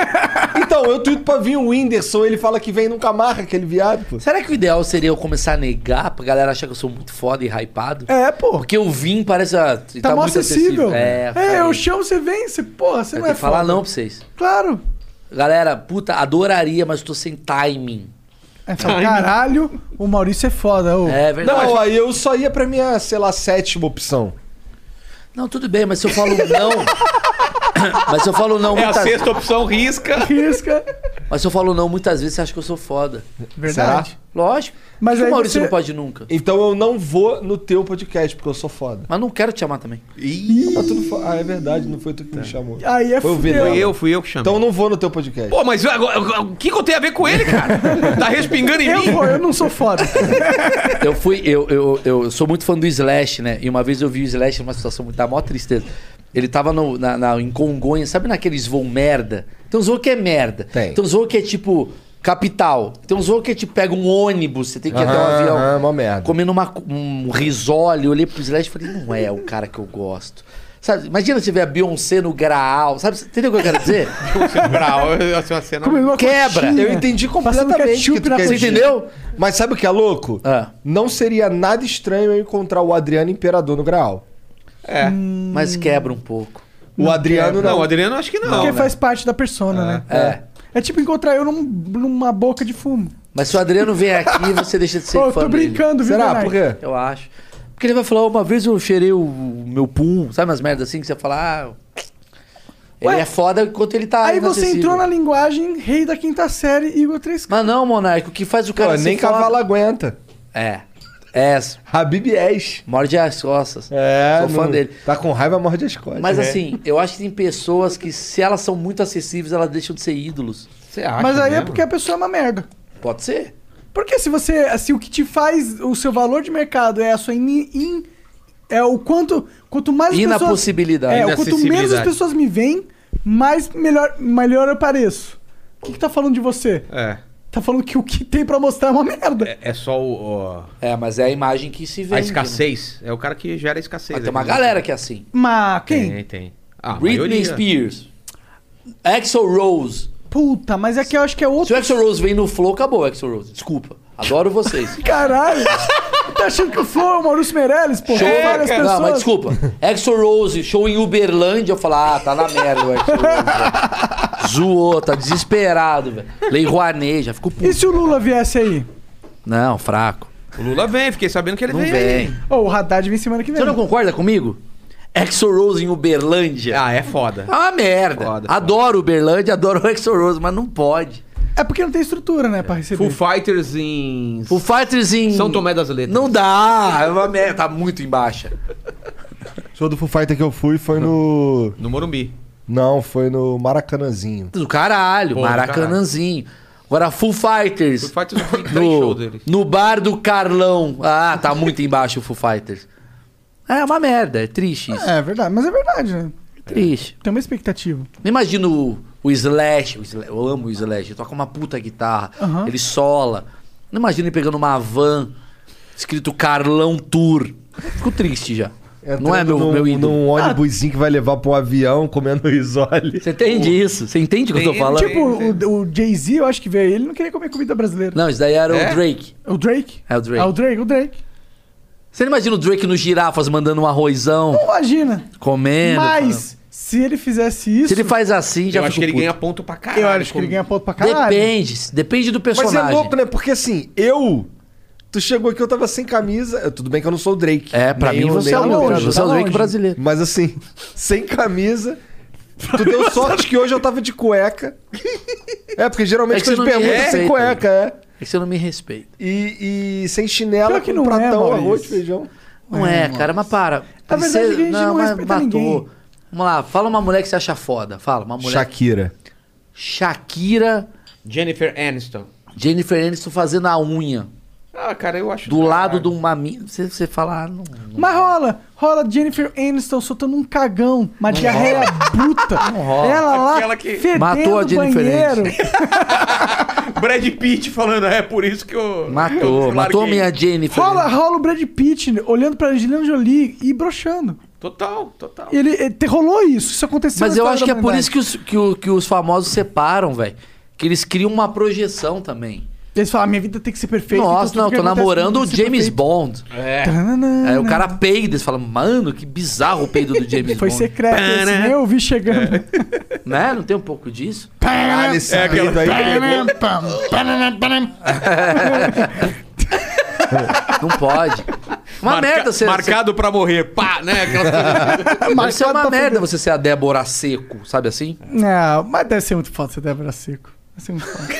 Então, eu tuito pra vir o Whindersson, ele fala que vem nunca marca aquele viado, pô.
Será que o ideal seria eu começar a negar pra galera achar que eu sou muito foda e hypado?
É, pô.
Porque eu vim, parece. Ah, tá
tá, mó
muito
acessível.
É,
é, eu
falei.
chamo, você vem, você, porra, você
Eu
não é
tenho que falar
foda.
não pra vocês.
Claro.
Galera, puta, adoraria, mas tô sem timing.
É, fala, caralho, o Maurício é foda. Ô.
É verdade.
Não,
Não,
aí eu só ia pra minha, sei lá, sétima opção.
tudo bem, mas se eu falo não. mas se eu falo não
É a
muitas
sexta opção, risca.
Risca.
Mas se eu falo não muitas vezes, você acha que eu sou foda.
Verdade.
Lógico.
Mas
Mas o
aí
Maurício
você-
não pode nunca.
Então eu não vou no teu podcast, porque eu sou foda.
Mas não quero te amar também.
Ih, tá tudo fo- Ah, é verdade, não foi tu
Tá.
que me chamou.
Aí é
Foi o
fudeu.
Vilela.
Foi eu, fui eu que chamei.
Então eu não vou no teu podcast.
Pô, mas agora- o que, que eu tenho a ver com ele, cara? Tá respingando em mim?
Eu, vou, eu não sou foda.
Eu fui, eu, eu, eu sou muito fã do Slash, né? E uma vez eu vi o Slash numa situação muito da maior tristeza. Ele tava no- na, na- em Congonha, sabe naqueles voo merda? Tem uns voos que é merda.
Tem.
uns voos que é tipo capital. Tem uns voos que é tipo pega um ônibus, você tem que ir até um
Aham,
avião.
aham, mó merda.
Comendo uma co- um risole, eu olhei pro Slash e falei, não é o cara que eu gosto. Sabe, imagina se tiver a Beyoncé no Graal, sabe? Entendeu o que eu quero dizer?
Brau, eu assim, uma cena.
Comendo uma
Quebra.
coxinha,
Eu entendi
passando
completamente
ketchup
o que tu
na
quer
Você
dizer.
entendeu?
Mas sabe o que é louco?
Ah.
Não seria nada estranho eu encontrar o Adriano Imperador no Graal.
É.
Mas quebra um pouco.
O Adriano
Não,
não.
o Adriano acho que não.
Porque
né?
faz parte da persona, né? É. É tipo encontrar eu num- numa boca de fumo.
Mas se o Adriano vier aqui, você deixa de ser
Ô, eu
fã
tô
dele.
brincando, viu,
Será?
Danai?
Por quê?
Eu acho. Porque ele vai falar, uma vez eu cheirei o o meu pum, sabe umas merdas assim que você fala, ah, ele
Ué,
é foda enquanto ele tá
Aí você
inacessível."
entrou na linguagem rei da quinta série, Igor 3K.
Mas não, Monarca, o que faz o cara
Pô,
ser
nem
foda-
cavalo aguenta.
É, é,
Habib És.
morde as costas.
É,
Sou fã
não-
dele.
Tá com raiva, morde as costas.
Mas assim, eu acho que tem pessoas que se elas são muito acessíveis, elas deixam de ser ídolos.
Você acha
Mas aí é
mesmo?
porque a pessoa é uma merda.
Pode ser.
Porque se você. Assim, o que te faz. O seu valor de mercado é a sua. In, in- é o quanto. Quanto mais as
Inapossibilidade.
É, o quanto menos as
Inacessibilidade.
pessoas me veem, mais melhor, melhor eu pareço. O que, que tá falando de você?
É.
Tá falando que o que tem pra mostrar é uma merda.
É- É só o, o-
É, mas é a imagem que se vende.
a
né?
escassez. É o cara que gera a escassez.
Mas tem uma
Aquele-
galera que é assim.
Mas quem?
Tem, tem. Ah, a
Britney
maioria.
Spears. Axel Rose.
Puta, mas é que eu acho que é
Se
outro.
o Axel Rose vem no Flow, acabou o Axel Rose. Desculpa. Adoro vocês.
Caralho! tá achando que o Flow é o Maurício Meirelles, pô?
Show
É,
Show várias
não,
pessoas.
mas desculpa. Exo Rose, show em Uberlândia. Eu falo, ah, tá na merda o Exo Rose. velho. Zoou, tá desesperado, velho. Lei Rouanet, já ficou puto.
E se o Lula viesse aí?
Não, fraco.
O Lula vem, fiquei sabendo que ele
Não
vem.
vem.
Ô, o Haddad vem semana que vem.
Você não concorda comigo? Exo Rose em Uberlândia.
Ah, é foda.
É uma merda.
Foda,
adoro Uberlândia, adoro o Exo Rose, mas não pode.
É porque não tem estrutura, né, pra receber.
Full Fighters em.
O Fighters em...
São Tomé das Letras.
Não dá, é uma merda. Tá muito em baixa.
show do Foo Fighter que eu fui foi no...
No Morumbi.
Não, foi no Maracanãzinho.
Do caralho,
Pô, do
Maracanãzinho. Agora, Foo Fighters. Foo
Fighters
no, no bar do Carlão. Ah, tá muito embaixo o Foo Fighters. É uma merda, é triste isso.
É verdade, mas é verdade, né?
Triste.
Tem uma expectativa.
Não imagino o, o Slash, o Slash- Eu amo o Slash. Ele toca uma puta guitarra.
Aham.
Ele sola. Não imagino ele pegando uma van escrito Carlão Tour. Fico triste já. não é meu,
num,
meu ídolo.
Num ônibusinho que vai levar pro avião comendo risole.
Você entende isso? Você entende o que eu tô falando?
Tipo, o, o Jay-Z, eu acho que veio aí, ele não queria comer comida brasileira.
Não, isso daí era
É?
o Drake.
O Drake?
É o Drake.
Ah, o Drake, o Drake.
Você não imagina o Drake nos girafas mandando um arrozão,
Imagina.
comendo? falando.
Mas, se ele fizesse isso.
Se ele faz assim, já
Eu acho
fico
que ele
puto.
ganha ponto pra caralho.
Eu acho que ele
como-
ganha ponto pra caralho.
Depende, depende do personagem.
Mas é louco, né? Porque assim, eu. Tu chegou aqui, eu tava sem camisa. Eu- Tudo bem que eu não sou o Drake.
É, pra
Nem
mim
o-
você
nem
é o Drake,
Drake.
tá
você é o Drake brasileiro.
Mas assim, sem camisa. Tu deu sorte que hoje eu tava de cueca. É, porque geralmente
É que
eu
você
te
não me
pergunto sem
respeita.
cueca, é.
É que você não me respeita.
E, e sem chinela,
Pior que
com
não é,
pratão,
Maurício.
arroz, feijão.
Não é, cara, mas para.
Na verdade, é
Princesa-
a gente não
mas
respeita ninguém.
Vamos lá, fala uma mulher que você acha foda. Fala, uma mulher.
Shakira.
Shakira,
Jennifer Aniston.
Jennifer Aniston fazendo a unha.
Ah, cara, eu acho.
Do lado de uma mina. Você, você fala, ah, não.
Mas rola, rola Jennifer Aniston soltando um cagão, uma
Não
diarreia bruta.
rola.
Ela lá,
Aquela que
fedendo
matou a Jennifer
banheiro.
Brad Pitt falando, é por isso que eu.
Matou,
eu
matou
larguei."
minha Jennifer.
Rola, rola o Brad Pitt né, olhando pra Angelina Jolie e broxando.
Total, total.
Ele, ele- te- rolou isso, isso aconteceu
Mas
na
eu
história da
acho que é por
humanidade.
isso que os, que, o- que os famosos separam, velho. Que eles criam uma projeção também.
Eles falam, "Ah, minha vida tem que ser perfeita. então
Nossa,
tudo
não, eu
que
tô
acontece
namorando
tem
o
que ser
James
perfeito."
Bond.
É.
Tanana.
Aí o cara peida e fala, mano, que bizarro o peido do James
Foi
Bond.
secreto, esse, nem eu vi chegando.
Né? Não tem um pouco disso?
Caralho, esse
É aquela-
peito aí. pegou.
Não pode. Uma
Marca-
merda você.
Marcado pra morrer. Pá, né? Aquelas coisas.
você, deve ser uma merda você ser a Débora Seco, sabe assim?
Não, mas deve ser muito foda ser Débora Seco. Deve ser muito foda.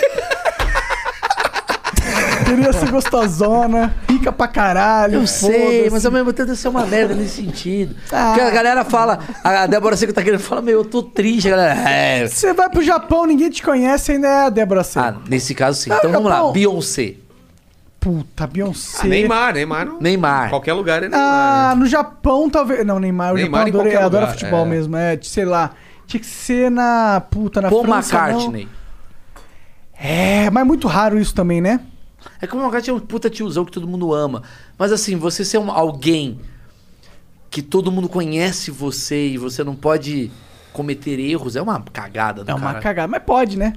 Queria ser gostosona, rica pra caralho.
Eu sei,
foda-se.
mas ao mesmo tempo deve ser uma merda nesse sentido.
Ah.
Porque a galera fala, a Débora Seco tá querendo falar, meu, eu tô triste, a galera. É.
Você vai pro Japão, ninguém te conhece, ainda é a Débora Seco.
Ah, nesse caso sim.
Ah,
Então vamos lá,
Capão.
Beyoncé,
Puta, Beyoncé.
Ah,
Neymar, Neymar não.
Neymar.
Qualquer lugar é Neymar.
Ah, no Japão talvez. Não, Neymar. O
Neymar em
Japão adora,
qualquer
adora
lugar,
futebol
é.
mesmo. É, sei lá. Tinha que ser na puta, na
Paul
França,
McCartney.
não. É, mas é muito raro isso também, né?
É como o cara tinha um puta tiozão que todo mundo ama. Mas assim, você ser um, alguém que todo mundo conhece você e você não pode cometer erros, é uma cagada do
É uma
cara.
cagada. Mas pode, né?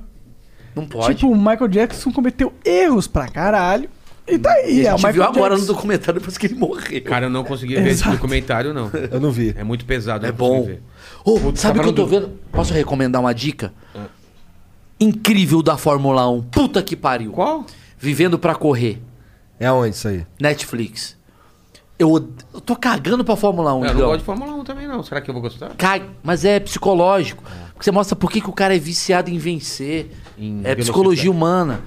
Não pode.
Tipo, o Michael Jackson cometeu erros pra caralho. E tá aí,
e
é
a
o
gente
Michael
viu agora
Jackson.
no documentário depois que ele morreu.
né? Cara, eu não consegui ver esse
Exato.
documentário, não.
Eu não vi.
É muito pesado. eu
é
não consegui
bom.
ver.
Oh,
Putz,
sabe o que eu
tava
tô
no
vendo? Posso recomendar uma dica?
Ah.
Incrível da Fórmula 1. Puta que pariu.
Qual?
Vivendo pra correr.
É onde isso aí?
Netflix. Eu, od- eu tô cagando pra Fórmula
É,
1,
Eu não
Digão.
gosto de Fórmula 1 também, não. Será que eu vou gostar?
Cai, mas é psicológico. Porque você mostra por que, que o cara é viciado em vencer.
Em
é psicologia
velocidade.
humana.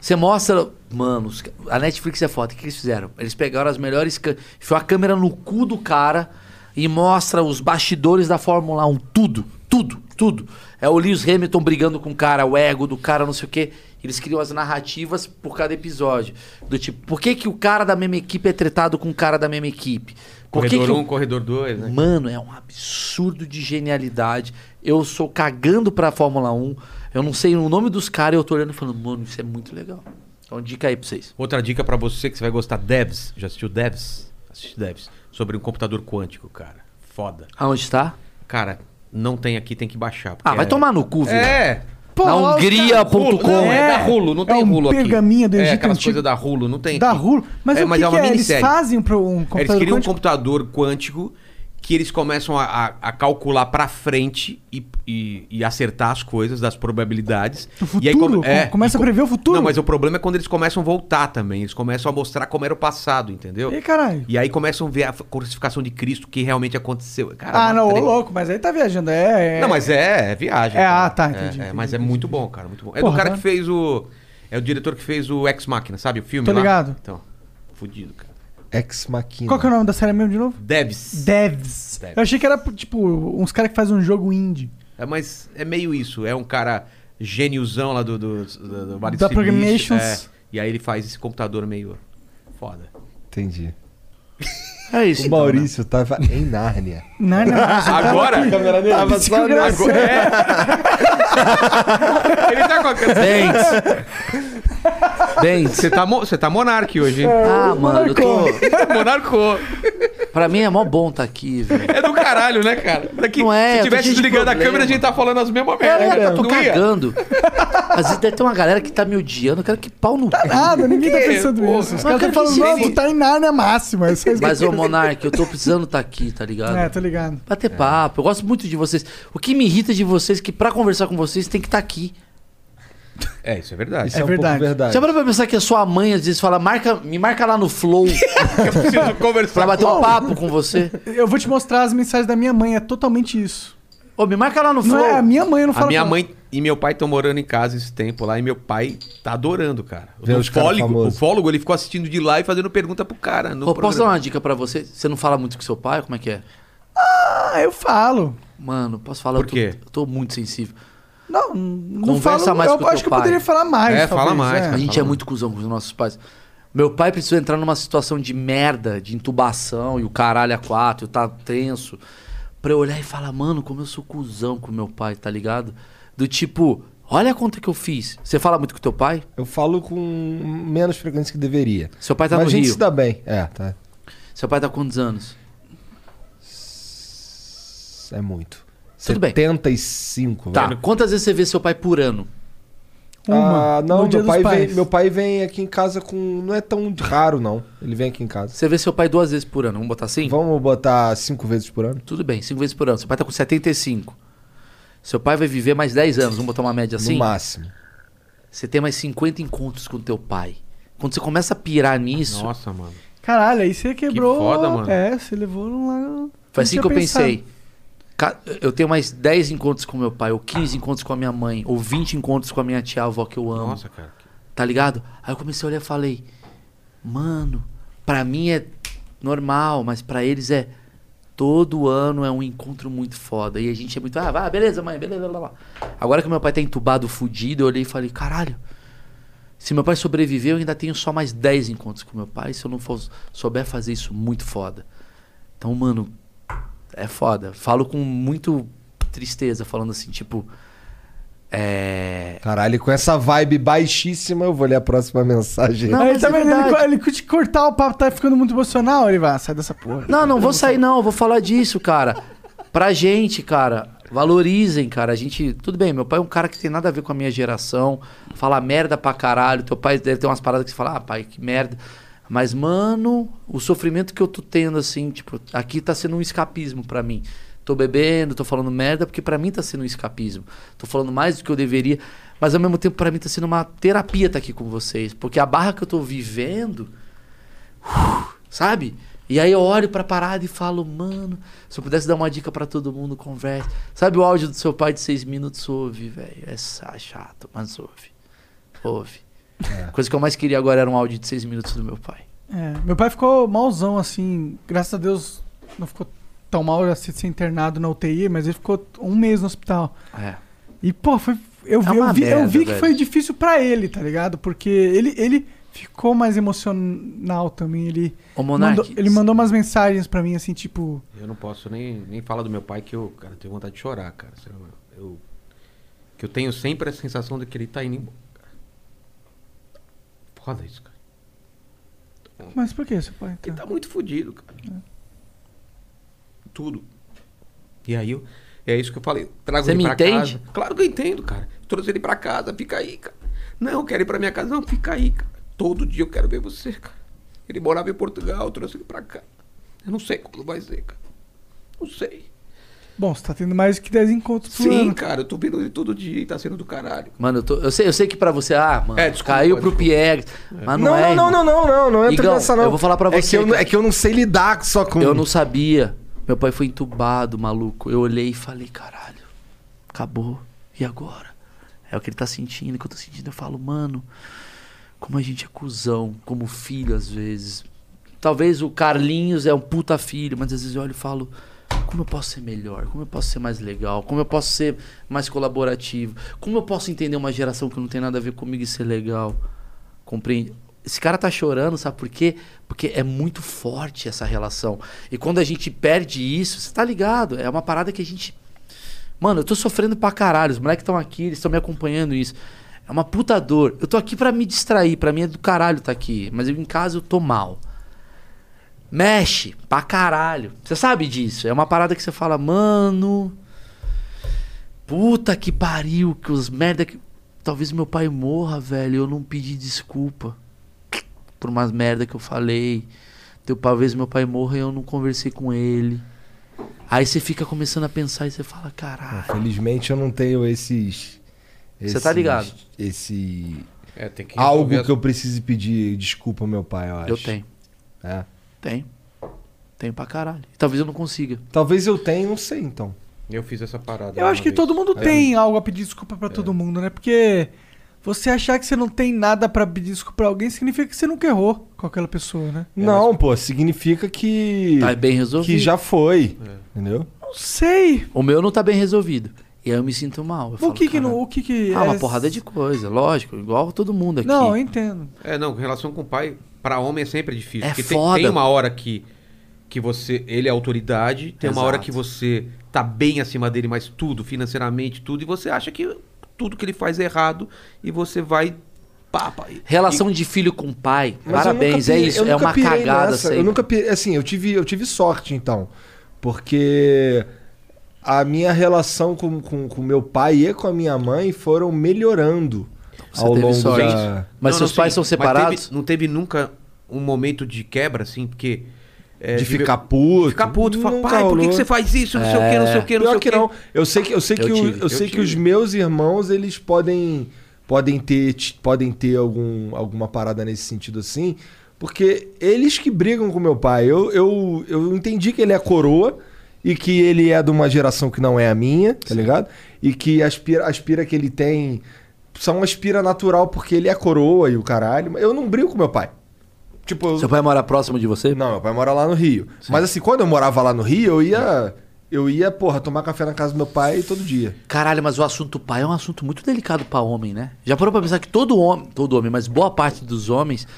Você mostra. Mano, os ca- a Netflix é foda. O que, que eles fizeram? Eles pegaram as melhores. cã- Enfiou a câmera no cu do cara e mostra os bastidores da Fórmula 1. Tudo, tudo, tudo. É o Lewis Hamilton brigando com o cara, o ego do cara, não sei o quê. Eles criam as narrativas por cada episódio. Do tipo, por que, que o cara da mesma equipe é tretado com o cara da mesma equipe? Por que
Corredor
que o
1, corredor 2, né?
Mano, é um absurdo de genialidade. Eu sou cagando pra Fórmula 1. Eu não sei o nome dos caras e eu tô olhando e falando, mano, isso é muito legal. Então, dica aí pra vocês.
Outra dica pra você que você vai gostar, Devs. Já assistiu Devs? Assisti Devs. Sobre um computador quântico, cara. Foda.
Aonde tá?
Cara, não tem aqui, tem que baixar. porque
Ah, vai
é-
tomar no cu, velho.
É.
Pô,
Na
olha os caras-
Rulo,
Hungria.com.
não, é,
É.
da Rulo, não
É
tem
um
Rulo aqui.
pergaminho do
É,
Egito
aquelas
antigo.
coisas da Rulo, não tem
Da
aqui.
Rulo. Mas
É,
o que, que
uma
é? Eles
minissérie.
fazem pra um computador
Eles criam um
quântico?
computador quântico que eles começam a, a- a calcular pra frente e, e- e acertar as coisas das probabilidades.
O
e aí come-
futuro?
é,
Começa
e co-
a prever o futuro?
Não, mas o problema é quando eles começam a voltar também. Eles começam a mostrar como era o passado, entendeu?
Ih, caralho.
E aí começam a ver a f- crucificação de Cristo, o que realmente aconteceu. Cara,
Ah,
uma
não, ô
tre-
louco, mas aí tá viajando. É, é-
Não, mas é, é viagem.
É,
cara.
ah, tá,
É,
entendi,
é,
entendi,
mas é
entendi.
muito bom, cara, muito bom. É
Porra,
do cara
tá.
que fez o... É o diretor que fez o Ex Machina, sabe? O filme
Tô
lá.
ligado.
Então, fudido, cara.
Ex Machina.
Qual que é o nome da série mesmo de novo?
Debs.
Devs.
Devs.
Eu achei que era, tipo, uns caras que fazem um jogo indie.
É, mas é meio isso. É um cara gêniozão lá do, do, do, do Vale do
Da
Silício,
Programations.
é. E aí ele faz esse computador meio foda.
Entendi.
É isso.
O
então, né?
Maurício tava em Nárnia.
Não, não, você tava
Agora? É.
aqui.
Câmera dele? Tava só
Psicograça.
nessa.
Ele tá com a
Dentes. Dentes.
Você tá, mo- você tá monarque hoje, hein?
Ah, mano, eu tô...
É.
Monarcou.
Pra mim é mó bom tá aqui, velho.
É do caralho, né, cara? Daqui,
Não é,
se
eu tô
tivesse
cheio de
desligando a
problema.
câmera, a gente tá falando as mesmas merdas.
Caraca, É, eu
é,
tô
Não ia?
cagando. Às vezes deve ter uma galera que tá me odiando, eu quero que pau no... cu.
Nada, ninguém tá
Que?
pensando
Pô,
isso. Os
mas
caras
cara,
estão falando,
que
não,
gênio.
tu tá em Narnia máxima. Isso é isso que
Mas,
eu-
ô Monark, eu tô precisando tá aqui, tá ligado?
É, tô ligado.
Bater papo, eu gosto muito de vocês. O que me irrita de vocês é que pra conversar com vocês tem que estar aqui.
É, isso é verdade.
Isso é, um
verdade.
pouco verdade.
Já parou pra pensar que a sua mãe às vezes fala, marca, me marca lá no Flow
Eu preciso conversar.
é pra bater um papo com você?
Eu vou te mostrar as mensagens da minha mãe, é totalmente isso.
Ô, me marca lá no Flow.
Não é a minha mãe, eu não falo
A minha
com ela.
mãe e meu pai estão morando em casa esse tempo lá e meu pai tá adorando, cara.
Vê
o
os cara
fólogo, o
famoso.
fólogo, ele ficou assistindo de lá e fazendo pergunta pro cara. No
Pô, posso dar
programa.
uma dica pra você? Você não fala muito com seu pai? Como é que é?
Ah, eu falo.
Mano, posso falar?
Por
Eu tô-
quê?
Eu tô, muito sensível.
Não, não
Conversa
falo.
mais
eu
com
acho
teu
que
pai.
eu poderia falar mais.
É, fala mais,
A
cara.
gente é
falando.
muito cuzão com os nossos pais. Meu pai precisou entrar numa situação de merda, de intubação e o caralho a quatro, eu tá tenso. Pra eu olhar e falar, mano, como eu sou cuzão com meu pai, tá ligado? Do tipo, olha a conta que eu fiz. Você fala muito com teu pai?
Eu falo com menos frequência que deveria.
Seu pai tá
Mas
no
a gente
Rio.
se dá bem. É, tá.
Seu pai tá com quantos anos?
É muito.
Tudo bem.
75,
Tá.
velho.
Quantas vezes você vê seu pai por ano?
Uma,
Ah,
no
não,
Dia
meu
dos
pai, vem,
Pais.
meu pai vem aqui em casa com. Não é tão raro, não. Ele vem aqui em casa.
Você vê seu pai duas vezes por ano, vamos botar assim?
Vamos botar cinco vezes por ano?
Tudo bem, cinco vezes por ano. Seu pai tá com 75. Seu pai vai viver mais 10 anos, vamos botar uma média assim?
No máximo.
Você tem mais 50 encontros com teu pai. Quando você começa a pirar nisso,
Nossa, mano.
Caralho, aí você quebrou.
foda, mano.
É, você levou lá.
Foi assim
não
que eu
tinha pensado.
pensei. Ca- Eu tenho mais 10 encontros com meu pai, ou 15 encontros com a minha mãe, ou 20 encontros com a minha tia avó que eu amo.
Nossa, cara.
Tá ligado? Aí eu comecei a olhar e falei, mano, pra mim é normal, mas pra eles é. Todo ano é um encontro muito foda. E a gente é muito. Ah, vai, beleza, mãe, beleza, lá, lá. Agora que meu pai tá entubado, fudido, eu olhei e falei, caralho. Se meu pai sobreviver, eu ainda tenho só mais 10 encontros com meu pai. Se eu não for, souber fazer isso, muito foda. Então, mano, é foda. Falo com muito tristeza, falando assim, tipo. É.
Caralho, com essa vibe baixíssima, eu vou ler a próxima mensagem.
Não,
Aí
mas
tá
é
vendo? Ele
verdade.
co- ele curte cortar o papo, tá ficando muito emocional. Ele vai, "Ah, sai dessa porra.
Não, não vou sair, não. Vou falar disso, cara. Pra gente, cara. Valorizem, cara. A gente. Tudo bem, meu pai é um cara que tem nada a ver com a minha geração. Fala merda pra caralho. Teu pai deve ter umas paradas que você fala, ah, pai, que merda. Mas, mano, o sofrimento que eu tô tendo, assim, tipo, aqui tá sendo um escapismo pra mim. Tô bebendo, tô falando merda, porque pra mim tá sendo um escapismo. Tô falando mais do que eu deveria. Mas ao mesmo tempo, pra mim tá sendo uma terapia tá aqui com vocês. Porque a barra que eu tô vivendo sabe? E aí eu olho pra parada e falo, mano, se eu pudesse dar uma dica pra todo mundo, conversa. Sabe o áudio do seu pai de seis minutos? Ouve, velho. É sa- chato, mas ouve. Ouve.
É.
Coisa que eu mais queria agora era um áudio de seis minutos do meu pai.
É, meu pai ficou malzão, assim. Graças a Deus não ficou tão mal assim, de ser internado na UTI, mas ele ficou um mês no hospital.
É.
E, pô, foi. Eu vi,
É uma
eu vi, eu
merda,
vi que
velho.
foi difícil pra ele, tá ligado? Porque ele, ele ficou mais emocional também. Ele,
Ô, Monark,
mandou, ele mandou umas mensagens pra mim, assim, tipo.
Eu não posso nem, nem falar do meu pai que eu, cara, tenho vontade de chorar, cara. Sei lá, Eu, que eu tenho sempre a sensação de que ele tá indo embora. cara. Foda isso, cara.
Mas por que seu pai?
Ele
Tá?
Então.
tá muito fudido, cara. Tudo. E aí eu, é isso que eu falei. Eu Trago
Você
ele
me
pra
entende?
casa. Claro que eu entendo, cara. Eu Trouxe ele pra casa, fica aí, cara. Não, eu quero ir pra minha casa. Não, fica aí, cara. Todo dia eu quero ver você, cara. Ele morava em Portugal, eu trouxe ele pra cá. Eu não sei como vai ser, cara. Não sei.
Bom, você tá tendo mais que 10 encontros por
Sim,
ano.
cara, eu tô vendo ele todo dia e tá sendo do caralho.
Mano, eu, tô- eu sei, eu sei que pra você, ah, mano,
É, desculpa,
caiu pro
desculpa.
Pierre. Mas não,
Não,
é,
não, não, não,
irmão.
não, não, não entra
Igão,
nessa, não.
eu vou falar pra
É
você,
que, eu,
cara.
é que eu não sei lidar só com.
Eu não sabia. Meu pai foi entubado, maluco. Eu olhei e falei, caralho, acabou. E agora? É o que ele tá sentindo, o que eu tô sentindo. Eu falo, mano, como a gente é cuzão, como filho às vezes. Talvez o Carlinhos é um puta filho, mas às vezes eu olho e falo, como eu posso ser melhor, como eu posso ser mais legal, como eu posso ser mais colaborativo, como eu posso entender uma geração que não tem nada a ver comigo e ser legal. Compreende? Esse cara tá chorando, sabe por quê? Porque é muito forte essa relação. E quando a gente perde isso, você tá ligado? É uma parada que a gente. Mano, eu tô sofrendo pra caralho. Os moleques estão aqui, eles estão me acompanhando isso. É uma puta dor. Eu tô aqui pra me distrair, pra mim é do caralho tá aqui. Mas eu, em casa eu tô mal. Mexe pra caralho. Você sabe disso. É uma parada que você fala, mano. Puta que pariu, que os merda que. Talvez meu pai morra, velho. Eu não pedi desculpa por umas merda que eu falei. Teu talvez meu pai morra e eu não conversei com ele. Aí você fica começando a pensar e você fala, caralho.
Ah, Felizmente eu não tenho esses.
Você tá ligado?
Esse.
É, tem que
Algo
resolver-
que eu precise pedir desculpa ao meu pai, eu acho.
Eu tenho.
É.
Tenho. Tenho pra caralho. Talvez eu não consiga.
Talvez eu tenha, não sei então.
Eu fiz essa parada.
Eu acho
uma
que
vez.
todo mundo
É.
tem algo a pedir desculpa
É.
pra todo mundo, né? Porque você achar que você não tem nada pra pedir desculpa pra alguém significa que você nunca errou com aquela pessoa, né?
Não, pô, significa que.
É, Tá bem resolvido.
Que já foi. Entendeu?
Não sei.
O meu não tá bem resolvido. E aí eu me sinto mal. Eu
O
falo,
que que
"Caralho".
não. O que que.
Ah, uma
é-
porrada de coisa, lógico. Igual todo mundo aqui.
Não, eu entendo.
É, não, relação com o pai, pra homem é sempre difícil.
É
porque tem-
foda.
Tem, uma hora que, que você. Ele é autoridade, tem uma
Exato.
hora que você tá bem acima dele, mas tudo, financeiramente, tudo, e você acha que tudo que ele faz é errado e você vai. Pá, pá, e-
Relação de filho com pai.
Mas eu
parabéns,
nunca
é
pirei-
isso.
eu
É
nunca
uma
pirei
cagada
nessa.
sempre.
Eu nunca pirei, assim, eu tive, eu tive sorte então, porque a minha relação com, com, com meu pai e com a minha mãe foram melhorando
Você
ao
teve
longo
sorte.
da...
Mas seus pais são
mas
separados?
teve- não teve nunca um momento de quebra, assim, porque. é,
de ficar puto.
Ficar puto, falar,
Nunca
pai, por que,
rolou.
que você faz isso? Não sei o que, não sei o que, não
Pior
sei o
que
que.
não. Eu sei que eu sei
Eu
que, o-
tive,
eu
eu
sei que
tive.
os meus irmãos eles podem podem ter ti- podem ter algum, alguma parada nesse sentido assim, porque eles que brigam com meu pai. Eu, eu, eu entendi que ele é coroa e que ele é de uma geração que não é a minha, tá ligado? E que as pira, as pira que ele tem são aspira natural porque ele é coroa e o caralho. mas Eu não brigo com meu pai. Tipo, eu-
Seu pai mora próximo de você?
não, meu pai mora lá no Rio. Mas assim, quando eu morava lá no Rio, eu ia. Eu ia, porra, tomar café na casa do meu pai todo dia.
Caralho, mas o assunto pai é um assunto muito delicado pra homem, né? Já parou pra pensar que todo homem, todo homem, mas boa parte dos homens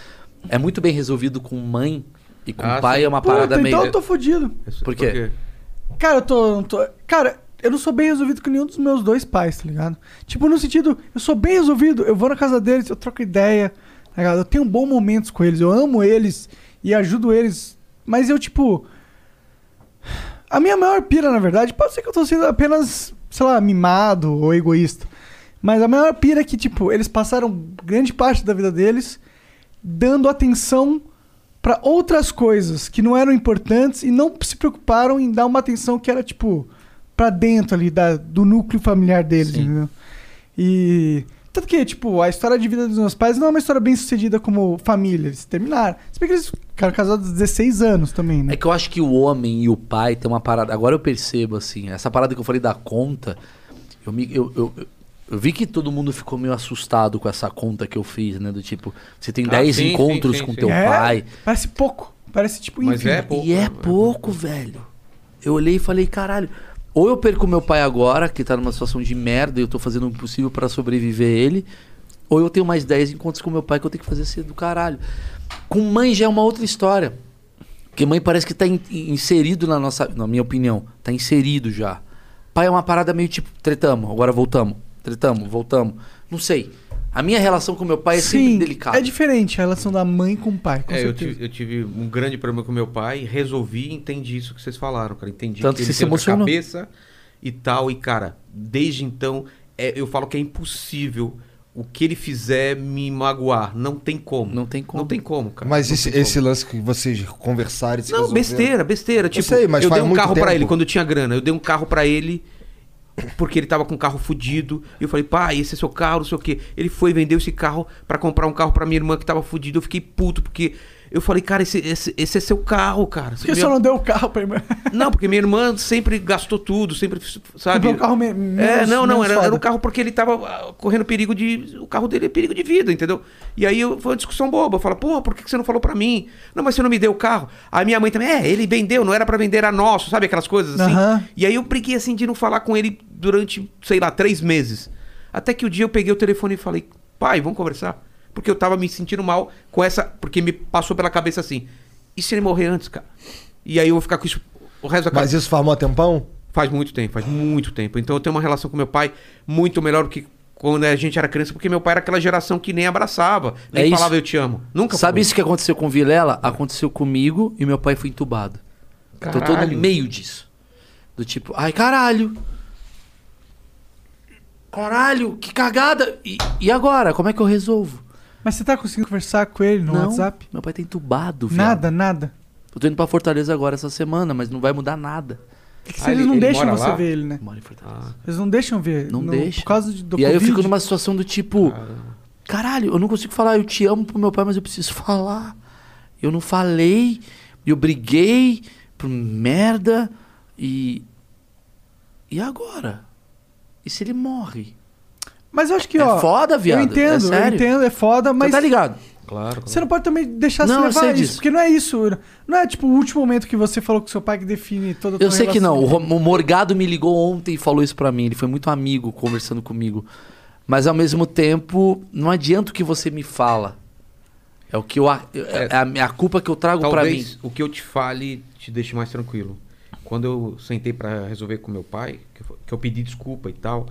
é muito bem resolvido com mãe e com
Ah,
pai
sim.
é uma parada
Puta,
meio.
então eu tô fodido.
Por quê?
Cara, eu tô, eu tô- Cara, eu não sou bem resolvido com nenhum dos meus dois pais, tá ligado? Tipo, no sentido, eu sou bem resolvido, eu vou na casa deles, eu troco ideia, tá ligado? Eu tenho bons momentos com eles, eu amo eles e ajudo eles. Mas eu, tipo. A minha maior pira, na verdade, pode ser que eu tô sendo apenas, sei lá, mimado ou egoísta. Mas a maior pira é que, tipo, eles passaram grande parte da vida deles dando atenção pra outras coisas que não eram importantes e não se preocuparam em dar uma atenção que era, tipo, pra dentro ali da, do núcleo familiar deles, entendeu? E. Tanto que, tipo, a história de vida dos meus pais não é uma história bem sucedida como família. Eles terminaram. Se bem que eles ficaram casados há 16 anos também, né?
É que eu acho que o homem e o pai tem uma parada. Agora eu percebo, assim, essa parada que eu falei da conta, eu, me- eu- eu- eu- eu vi que todo mundo ficou meio assustado com essa conta que eu fiz, né? Do tipo, você tem
Ah,
10
sim, sim,
encontros
sim,
com
sim.
teu
É,
pai.
Parece pouco. Parece, tipo,
Mas
ínfimo.
é pouco.
e é
né?
pouco, velho. Eu olhei e falei, caralho. Ou eu perco meu pai agora, que tá numa situação de merda e eu tô fazendo o possível pra sobreviver ele. Ou eu tenho mais 10 encontros com meu pai que eu tenho que fazer ser do caralho. Com mãe já é uma outra história. Porque mãe parece que tá in- inserido na nossa. Na minha opinião, tá inserido já. Pai é uma parada meio tipo, tretamos, agora voltamos. Tretamos, voltamos. Não sei. A minha relação com meu pai é sempre delicada.
É diferente a relação da mãe com o pai, com
É, eu
certeza.
tive, eu tive um grande problema com meu pai, resolvi e entendi isso que vocês falaram, cara. Entendi
Tanto que
que
você
ele
se
tem outra
emocionou.
cabeça e tal. E, cara, desde então, é, eu falo que é impossível o que ele fizer me magoar. Não tem como.
Não tem como.
Não tem como, cara.
Mas
Não
esse,
tem
esse lance que vocês conversaram e se
como. Não,
resolveram-
besteira, besteira. Tipo, eu,
sei, mas
dei
faz
um
muito
carro pra
tempo.
ele quando eu tinha grana. Eu dei um carro pra ele. Porque ele tava com um carro fudido. E eu falei, pai, esse é seu carro, não sei o quê. Ele foi, vendeu esse carro pra comprar um carro pra minha irmã que tava fudido. Eu fiquei puto, porque Eu falei, cara, esse, esse, esse é seu carro, cara.
Por que você não deu o carro pra irmã?
Não, porque minha irmã sempre gastou tudo, sempre, sabe?
Comprou um carro me-
É,
menos-
não, não,
menos
era,
foda.
era um carro porque ele tava ah, correndo perigo de... O carro dele é perigo de vida, entendeu? E aí eu- foi uma discussão boba. Eu falo, pô, por que que você não falou pra mim? Não, mas você não me deu o carro. Aí minha mãe também, é, ele vendeu, não era pra vender, era nosso, sabe? Aquelas coisas assim.
Aham.
E aí eu briguei assim de não falar com ele durante, sei lá, três meses. Até que o dia eu peguei o telefone e falei, pai, vamos conversar. Porque eu tava me sentindo mal com essa. Porque me passou pela cabeça assim. E se ele morrer antes, cara? E aí eu vou ficar com isso o resto da
Mas isso farmou a tempão?
Faz muito tempo, faz muito tempo. Então eu tenho uma relação com meu pai muito melhor do que quando a gente era criança, porque meu pai era aquela geração que nem abraçava, nem
É isso.
falava eu te amo. Nunca
Sabe
falou.
isso que aconteceu com o Vilela? Aconteceu comigo e meu pai foi entubado. Então eu tô no
Caralho.
meio disso. Do tipo, ai caralho. Caralho, que cagada. E, e agora? Como é que eu resolvo?
Mas você tá conseguindo conversar com ele no
Não,
WhatsApp?
Meu pai tá entubado, viado.
Nada, nada.
Eu tô indo pra Fortaleza agora essa semana, mas não vai mudar nada.
É Se
Ah,
eles não deixam você ver ele, né?
Mora em
Ah,
Fortaleza.
Eles não deixam ver.
Não
no-
deixa.
Por causa de- do
e aí eu fico
Covid.
numa situação do tipo, caralho, eu não consigo falar, eu te amo pro meu pai, mas eu preciso falar. Eu não falei, eu briguei por merda e e agora? E se ele morre?
Mas eu acho que,
É
ó.
foda, viado,
Eu entendo,
é
eu
sério.
entendo, é foda, mas.
Você tá ligado?
Claro.
Você não pode também deixar
Não,
se
eu
levar
sei
a isso,
disso.
porque não é isso. Não é tipo o último momento que você falou com seu pai que define toda a tua
Eu sei que
relação.
não. O Ro- o Morgado me ligou ontem e falou isso pra mim. Ele foi muito amigo conversando comigo. Mas ao mesmo tempo, não adianta o que você me fala. É o que eu a- é a, é a culpa que eu trago pra mim.
Talvez o que eu te fale te deixe mais tranquilo. Quando eu sentei pra resolver com meu pai, que eu, fa- que eu pedi desculpa e tal,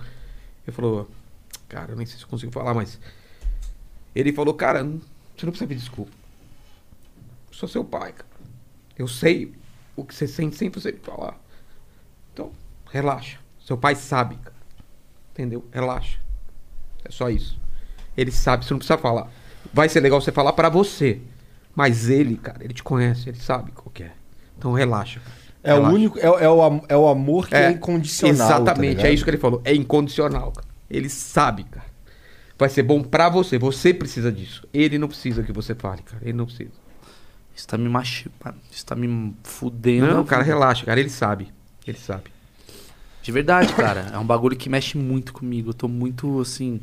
ele falou, cara, eu nem sei se eu consigo falar, mas ele falou, cara, n- você não precisa pedir desculpa. Eu sou seu pai, cara. Eu sei o que você sente sem você me falar. Então, relaxa. Seu pai sabe, cara. Entendeu? Relaxa. É só isso. Ele sabe, você não precisa falar. Vai ser legal você falar pra você. Mas ele, cara, ele te conhece, ele sabe qual que é. Então relaxa. cara.
É o
Relaxa.
único, é, é o, am- é o amor que é,
É,
incondicional. tá
Exatamente, é
ligado?
isso que ele falou. É incondicional, cara. Ele sabe, cara. Vai ser bom pra você. Você precisa disso. Ele não precisa que você fale, cara. Ele não precisa.
Isso tá me machucando. Isso tá me fudendo.
não, cara, relaxa, cara. Ele sabe. Ele sabe.
De verdade, cara. É um bagulho que mexe muito comigo. Eu tô muito assim.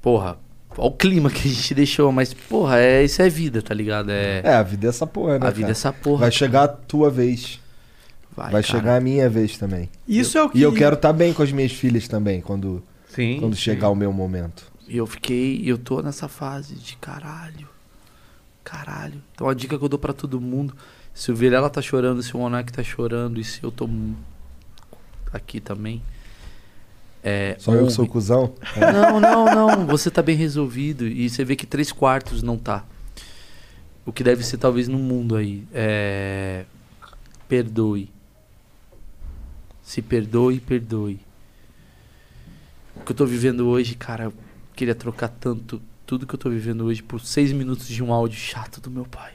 Porra. Olha o clima que a gente deixou, mas, porra, é, isso é vida, tá ligado? É,
É, a vida é essa porra, né?
a vida é
cara?
essa porra.
Vai chegar a tua vez.
Vai,
Vai,
cara.
chegar a minha vez também.
Isso é o que.
E eu quero estar bem com as minhas filhas também quando,
Sim.
quando chegar o meu momento.
E eu fiquei, e eu tô nessa fase de caralho. Caralho. Então a dica que eu dou pra todo mundo, se o Virela tá chorando, se o Monark tá chorando e se eu tô mu- aqui também. É,
Só eu que
honre.
sou cuzão?
Não, não, não. Você tá bem resolvido. E você vê que três quartos não tá. O que deve ser talvez no mundo aí. É... Perdoe. Se perdoe, perdoe. O que eu tô vivendo hoje, cara, eu queria trocar tanto tudo que eu tô vivendo hoje por seis minutos de um áudio chato do meu pai.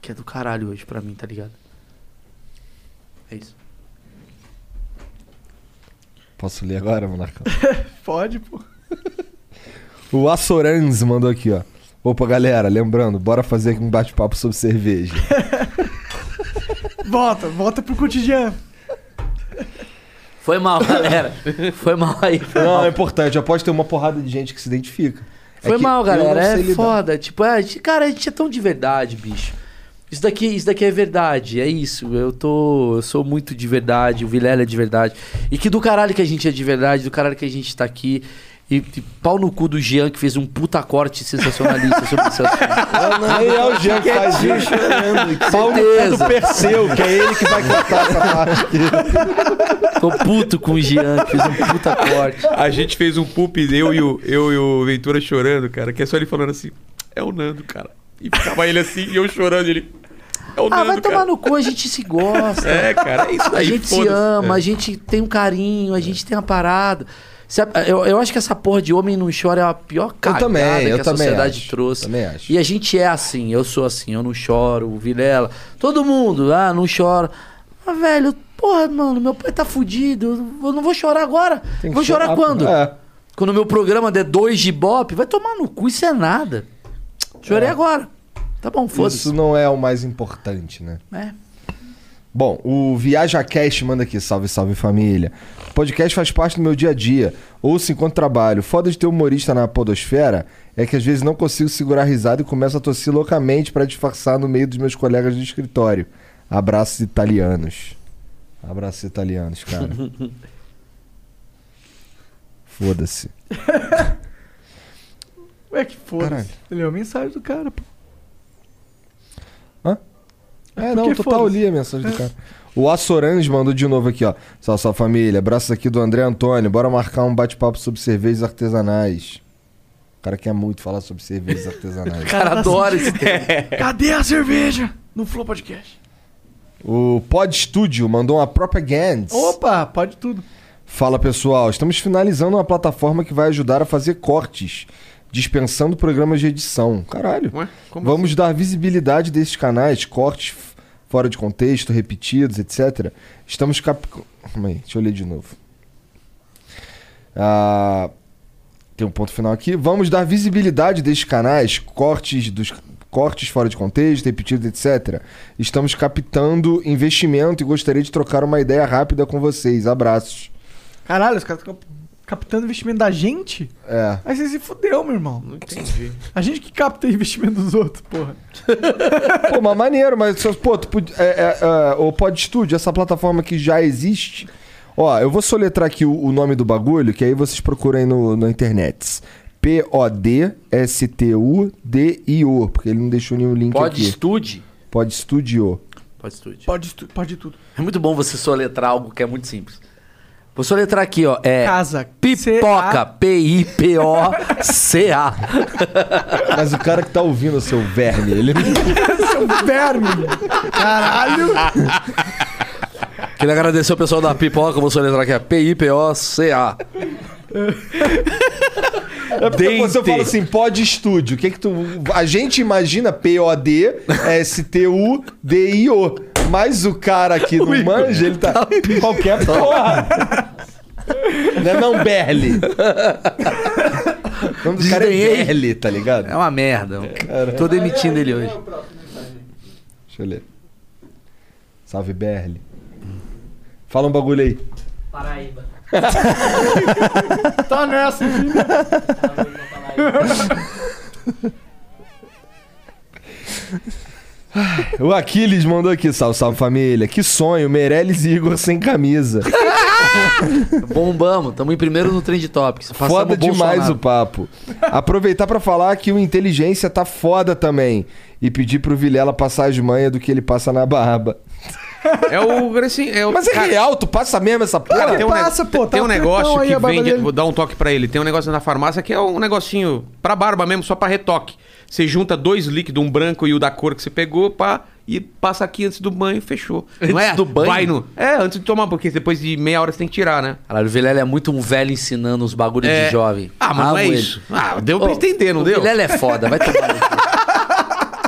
Que é do caralho hoje pra mim, tá ligado? É isso.
Posso ler agora, Monarcão?
Pode, pô.
O Assorans mandou aqui, ó. Opa, galera, lembrando, bora fazer aqui um bate-papo sobre cerveja.
Volta, volta pro cotidiano.
Foi mal, galera. Foi mal aí. Foi
Não,
mal.
é importante, após ter uma porrada de gente que se identifica. É
Foi
que
mal,
eu não
galera.
sei
É
lidar.
foda. Tipo, é, a gente- cara, a gente é tão de verdade, bicho. Isso daqui, isso daqui é verdade, é isso. Eu tô. Eu sou muito de verdade, o Vilela é de verdade. E que do caralho que a gente é de verdade, do caralho que a gente tá aqui. E, e pau no cu do Jean, que fez um puta corte sensacionalista sobre esse assunto.
Não, não, nem é o Jean que faz isso. Pau no pé do
Certeza.
Perseu, que é ele que vai cortar essa parte aqui.
Tô puto com o Jean, que fez um puta corte.
A gente fez um poop, eu e, o, eu e o Ventura chorando, cara, que é só ele falando assim, é o Nando, cara. E ficava ele assim, e eu chorando, e ele, é o
Ah,
Nando,
vai
cara.
tomar no cu, a gente se gosta.
É, cara, é isso
A
aí,
gente se
foda-se.
ama,
É.
a gente tem um carinho, a gente tem uma parada. Se a- Eu, eu acho que essa porra de homem não chora é a pior cagada
também, eu
que a
também
sociedade
acho,
trouxe.
também acho.
E a gente é assim, eu sou assim, eu não choro, o Vilela, todo mundo, ah, não chora. Mas, velho, porra, mano, meu pai tá fudido, eu não vou chorar agora.
Tem que
Vou chorar,
chorar,
quando?
é.
Quando o meu programa der dois de bop, vai tomar no cu, isso é nada. Chorei agora. Tá bom, foda-se.
Isso não é o mais importante, né?
É.
Bom, o Viaja Cast manda aqui, salve, salve família. Podcast faz parte do meu dia a dia. Ouço enquanto trabalho. Foda de ter humorista na podosfera é que às vezes não consigo segurar a risada e começo a tossir loucamente pra disfarçar no meio dos meus colegas do escritório. Abraços italianos. Abraços italianos, cara. Foda-se.
Ué, que foda-se.
Caralho.
Ele leu a mensagem do cara, pô.
É,
Por
não,
que
total
foda-se? É.
li a mensagem do cara. O Assorans mandou de novo aqui, ó. Salve, salve família. Abraços aqui do André Antônio. Bora marcar um bate-papo sobre cervejas artesanais. O cara quer muito falar sobre cervejas artesanais.
cara adora esse
Cadê a cerveja? No Flow Podcast.
O Pod Studio mandou uma propaganda.
Opa, pode tudo.
Fala pessoal, estamos finalizando uma plataforma que vai ajudar a fazer cortes, dispensando programas de edição. Caralho.
Ué, como
Vamos dar visibilidade desses canais, cortes f- fora de contexto, repetidos, etc. Estamos cap... Calma aí, deixa eu ler de novo. Ah, tem um ponto final aqui. Vamos dar visibilidade desses canais, cortes dos cortes fora de contexto, repetidos, etc. Estamos captando investimento e gostaria de trocar uma ideia rápida com vocês. Abraços.
Caralho, os caras estão captando investimento da gente?
É.
Aí você se fudeu, meu irmão. Não
entendi.
A gente que capta investimento dos outros, porra.
Pô, mas maneiro, mas só- pô, tu pod... é, é, é, o Pod Studio, essa plataforma que já existe. Ó, eu vou soletrar aqui o, o nome do bagulho, que aí vocês procuram aí no, na internet. P-O-D-S-T-U-D-I-O, porque ele não deixou nenhum link
Pode
aqui.
estude.
Pod Studio.
Pode estude.
Pode, tu- pode tudo.
É muito bom você soletrar algo que é muito simples. Vou soletrar aqui, ó. É
Casa.
pipoca. P-I-P-O-C-A.
Mas o cara que tá ouvindo, seu verme, ele
Seu verme. Caralho.
Queria agradecer o pessoal da pipoca, vou soletrar aqui, é P-I-P-O-C-A.
É porque
Dente.
você fala assim, pod estúdio, o que que tu... A gente imagina P-O-D, S-T-U-D-I-O. Mas o cara aqui não manja, ele tá... Qualquer porra. não é não, Berli. O nome do cara é
Desdenhei.
Berli, tá ligado?
É uma merda. Tô demitindo ele hoje.
Deixa eu ler. Salve, Berli. Fala um bagulho aí.
Paraíba.
Tá nessa,
O Aquiles mandou aqui, salve, salve família. Que sonho, Meirelles e Igor sem camisa.
Bombamos, tamo em primeiro no Trend Topics. Passamos
Foda
o Bolsonaro.
demais o papo. Aproveitar pra falar que o Inteligência tá foda também. E pedir pro Vilela passar as manhas do que ele passa na barba.
É o Grecinho. É o,
Mas é
cara,
real, tu passa mesmo essa porra?
tem um, ne-
passa, pô, tá
tem um
um tempão
negócio
aí
que
a barba
vende.
dele.
Vou dar um toque pra ele. Tem um negócio na farmácia que é um negocinho pra barba mesmo, só pra retoque. Você junta dois líquidos, um branco e o da cor que você pegou, pá, e passa aqui antes do banho, fechou. Não
Antes
é?
do banho?
Vai no- É, antes de tomar, porque depois de meia hora você tem que tirar, né?
Caralho, o Vilela é muito um velho ensinando os bagulhos
É.
de jovem.
Ah, mas não
Amo
é
ele.
isso. Ah, deu pra
Ô,
entender, não
o
deu?
Vilela é foda, vai tomar. no cu.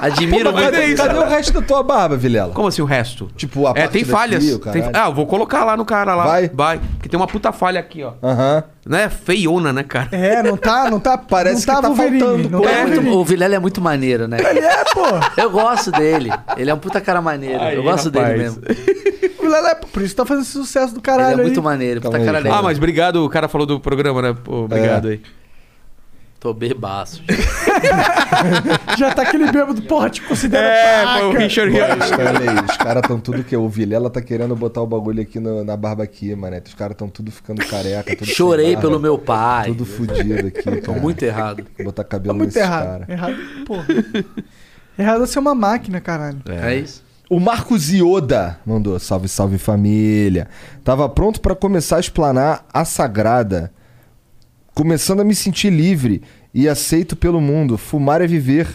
Admiro muito.
é
Cadê, cadê o resto da tua barba, Vilela?
Como assim o resto?
é né? Tipo, a
é, tem
daqui,
falhas.
o
Tem-
caralho.
Ah, eu vou colocar lá no cara lá.
Vai?
Vai. Porque tem uma puta falha aqui, ó.
Aham.
Não é feiona, né, cara?
É, não tá, não tá.
Parece
não tá
que tá
Wolverine,
faltando,
não
pô.
tá
É muito- o Vilela é muito maneiro, né?
Ele é, pô.
Eu gosto dele. Ele é um puta cara maneiro. eu gosto dele mesmo. Ele
O Vilela é, pô. Por isso tá fazendo esse sucesso do
é
caralho
muito
aí.
maneiro, puta
Calma aí,
cara dele.
Ah, mas obrigado, o cara falou do programa, né? Pô,
É.
obrigado aí.
Tô bebaço.
Já tá aquele bêbado, porra, te considera
É,
fraca.
foi o Richard Hughes.
Olha aí, os caras tão tudo que o Vilela tá querendo botar o bagulho aqui no- na barba aqui, manete. Os caras tão tudo ficando careca. Tudo sem
Chorei
barba,
pelo meu pai.
Tudo fudido aqui.
Tô
cara.
muito errado.
Botar
Tá
cabelo
muito
nesses
errado.
caras.
Errado, porra. errado é ser uma máquina, caralho.
É, isso?
O Marcos Ioda mandou salve, salve família. Tava pronto pra começar a explanar a sagrada. Começando a me sentir livre e aceito pelo mundo. Fumar é viver.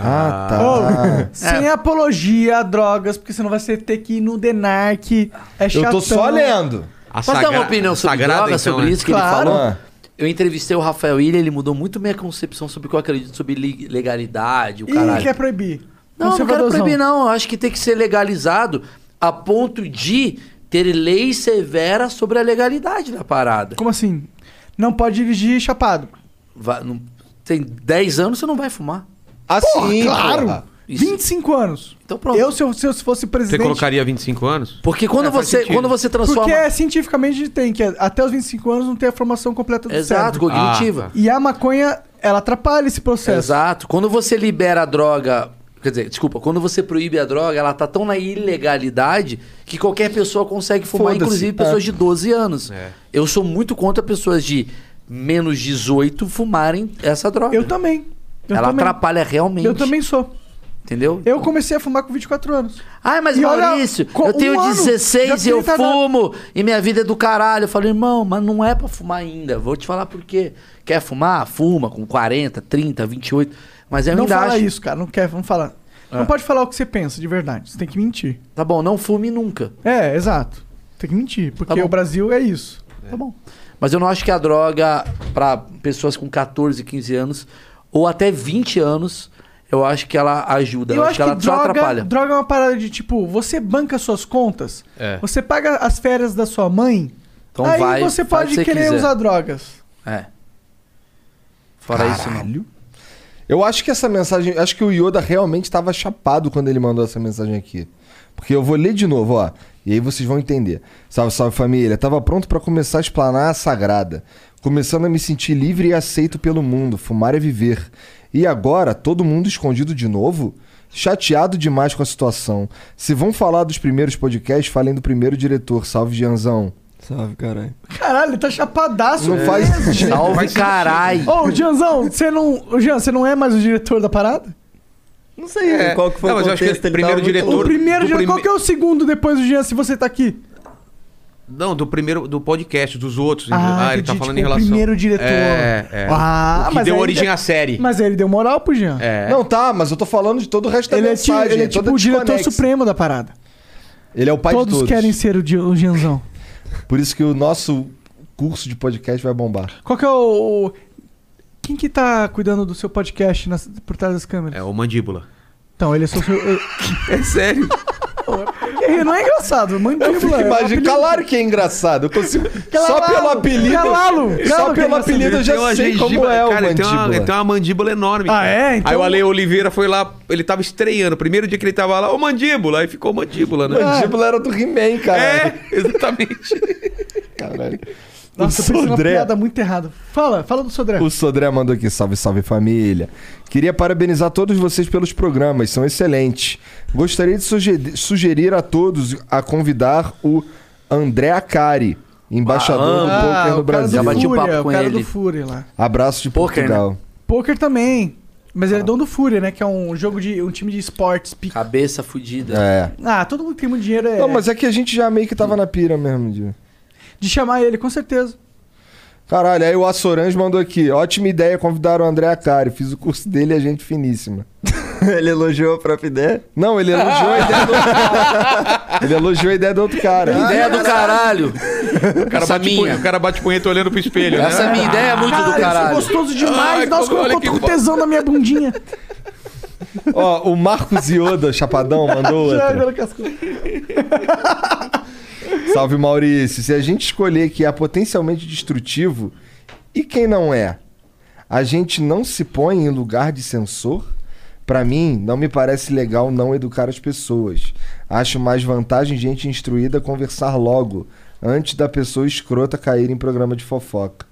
Ah, tá.
É.
Sem apologia a drogas, porque senão você vai ter que ir no Denark. É chato.
Eu tô só lendo.
A
Posso dar uma opinião sobre droga,
então,
então,
é.
sobre isso que
Claro.
ele falou?
Ah.
Eu entrevistei o Rafael Ilha, ele mudou muito minha concepção sobre o que eu acredito, sobre li- legalidade, o caralho.
Ih, quer proibir.
Não, não quero
Conservadorzão.
proibir, não. Eu acho que tem que ser legalizado a ponto de ter leis severas sobre a legalidade da parada.
Como assim? Não pode dirigir chapado.
Va- não- tem 10 anos você não vai fumar.
Assim, claro.
25 anos. Então pronto. Eu, se eu, se eu fosse
Você
presidente.
colocaria 25 anos?
Porque quando
faz
você-
sentido.
quando você transforma-
Porque é, cientificamente tem que até os 25 anos não tem a formação completa do
Exato,
cérebro.
cognitiva. Ah, tá.
E a maconha, ela atrapalha esse processo.
Exato. Quando você libera a droga. Quer dizer, desculpa, quando você proíbe a droga, ela tá tão na ilegalidade que qualquer pessoa consegue fumar,
Foda-se.
inclusive
É.
pessoas de 12 anos. Eu sou muito contra pessoas de menos 18 fumarem essa droga. Eu
também. Eu
ela
também.
atrapalha realmente.
Eu também sou.
Entendeu?
Eu comecei a fumar com 24 anos.
Ai, mas
E olha,
Maurício,
com
eu tenho
um ano, já
16 e eu
30 anos.
fumo e minha vida é do caralho. Eu falo, irmão, mas não é pra fumar ainda. Vou te falar por quê. Quer fumar? Fuma com 40, 30, 28. Mas eu
não
ainda
fala
acho.
isso, cara. Não quer, vamos falar.
Ah.
Não pode falar o que você pensa, de verdade. Você tem que mentir.
Tá bom, não fume nunca.
É, exato. Tem que mentir, porque o Brasil é isso.
Tá bom. Mas eu não acho que a droga, pra pessoas com 14, 15 anos, ou até 20 anos, eu acho que ela ajuda. Eu, acho, que, ela só
droga,
atrapalha.
droga é uma parada de tipo, você banca suas contas,
É.
você paga as férias da sua mãe,
Então
aí
vai,
você
faz o
pode
que você
querer
quiser.
usar drogas.
É. Fora isso, não.
Eu acho que essa mensagem. Acho que o Yoda realmente estava chapado quando ele mandou essa mensagem aqui. Porque eu vou ler de novo, ó. E aí vocês vão entender. Salve, salve família. Tava pronto pra começar a explanar a sagrada. Começando a me sentir livre e aceito pelo mundo. Fumar é viver. E agora, todo mundo escondido de novo? Chateado demais com a situação. Se vão falar dos primeiros podcasts, falem do primeiro diretor. Salve, Gianzão.
Salve, caralho.
Caralho, ele tá chapadaço.
Não
mesmo,
faz
né?
sentido. Salve,
Faz sentido.
carai.
Ô, Gianzão, você não. ô, Jean, você não é mais o diretor da parada?
Não sei
né? É.
qual que foi
não,
o
mas eu acho que
contexto, ele
primeiro
tava muito
diretor-
louco.
O primeiro
do
diretor. Qual
prime-
que é o segundo depois do Jean, se você tá aqui?
Não, do primeiro, do podcast, dos outros. Ah, ele tá
entendi,
falando
tipo,
em relação.
O primeiro diretor.
É, é.
Ah,
o que
mas
deu
aí
origem
ele-
à série.
Mas aí ele deu moral pro Jean.
É.
Não, tá, mas eu tô falando de todo o resto da
Ele é, ti-
mensagem.
ele é
toda
tipo o diretor
desconexa.
supremo da parada.
Ele é o pai
todos
de todos.
querem ser o, Di- o Gianzão.
Por isso que o nosso curso de podcast vai bombar.
Qual que é o. o- Quem que tá cuidando do seu podcast nas- por trás das câmeras?
É o Mandíbula.
Então, ele é seu. seu- eu-
É sério?
Ele não é engraçado, mandíbula.
Eu fico
é um
imaginando.
apelido.
Claro que é engraçado. Eu consigo. só
Calalo,
pelo apelido.
calalo,
só
calalo que é
pelo
engraçado.
apelido eu já
Tem uma
sei
gengiba-
como é o
cara, ele tem uma-
mandíbula.
Ele tem uma mandíbula enorme.
Ah,
cara.
é? Então-
Aí o Ale Oliveira foi lá, ele tava estreando. O primeiro dia que ele tava lá, ô mandíbula. Aí ficou mandíbula, né?
Mandíbula era do He-Man, cara.
É, exatamente.
Caralho.
Nossa, eu
o
pensei numa
Sodré.
piada muito errada. Fala, fala do Sodré.
O Sodré mandou aqui, salve, salve família. Queria parabenizar todos vocês pelos programas, são excelentes. Gostaria de sugeri- sugerir a todos a convidar o André Acari, embaixador do
Ah,
poker
o
no
cara
Brasil.
do Fúria, o cara do Fúria lá.
Abraço de
Poker, né?
Portugal.
Poker também. Mas ele é dono do Fúria, né? Que é um jogo de. um time de esportes. pica.
Cabeça fudida.
É.
Ah, todo mundo que tem muito dinheiro é.
Não, mas é que a gente já meio que tava na pira mesmo, de.
De chamar ele, com certeza.
Caralho, aí o Assorange mandou aqui. Ótima ideia convidar o André Acari. Fiz o curso dele e a gente finíssima.
É. ele elogiou a própria ideia?
Não, ele elogiou a ideia do outro cara. Ele elogiou a ideia do outro cara.
Ah,
Ideia do caralho.
O cara,
Essa
bate
minha.
punheta, o cara bate punheta olhando pro espelho. né?
Essa minha ideia é muito do caralho.
Isso é gostoso demais.
Ai,
Nossa,
como-
como
olha
eu tô
que
com
bo-
tesão na minha bundinha.
Ó, o Marcos Ioda, Chapadão, mandou outra.
Já, agora cascou.
Salve Maurício. Se a gente escolher que é potencialmente destrutivo e quem não é, a gente não se põe em lugar de censor? Pra mim, não me parece legal não educar as pessoas. Acho mais vantagem gente instruída conversar logo, antes da pessoa escrota cair em programa de fofoca.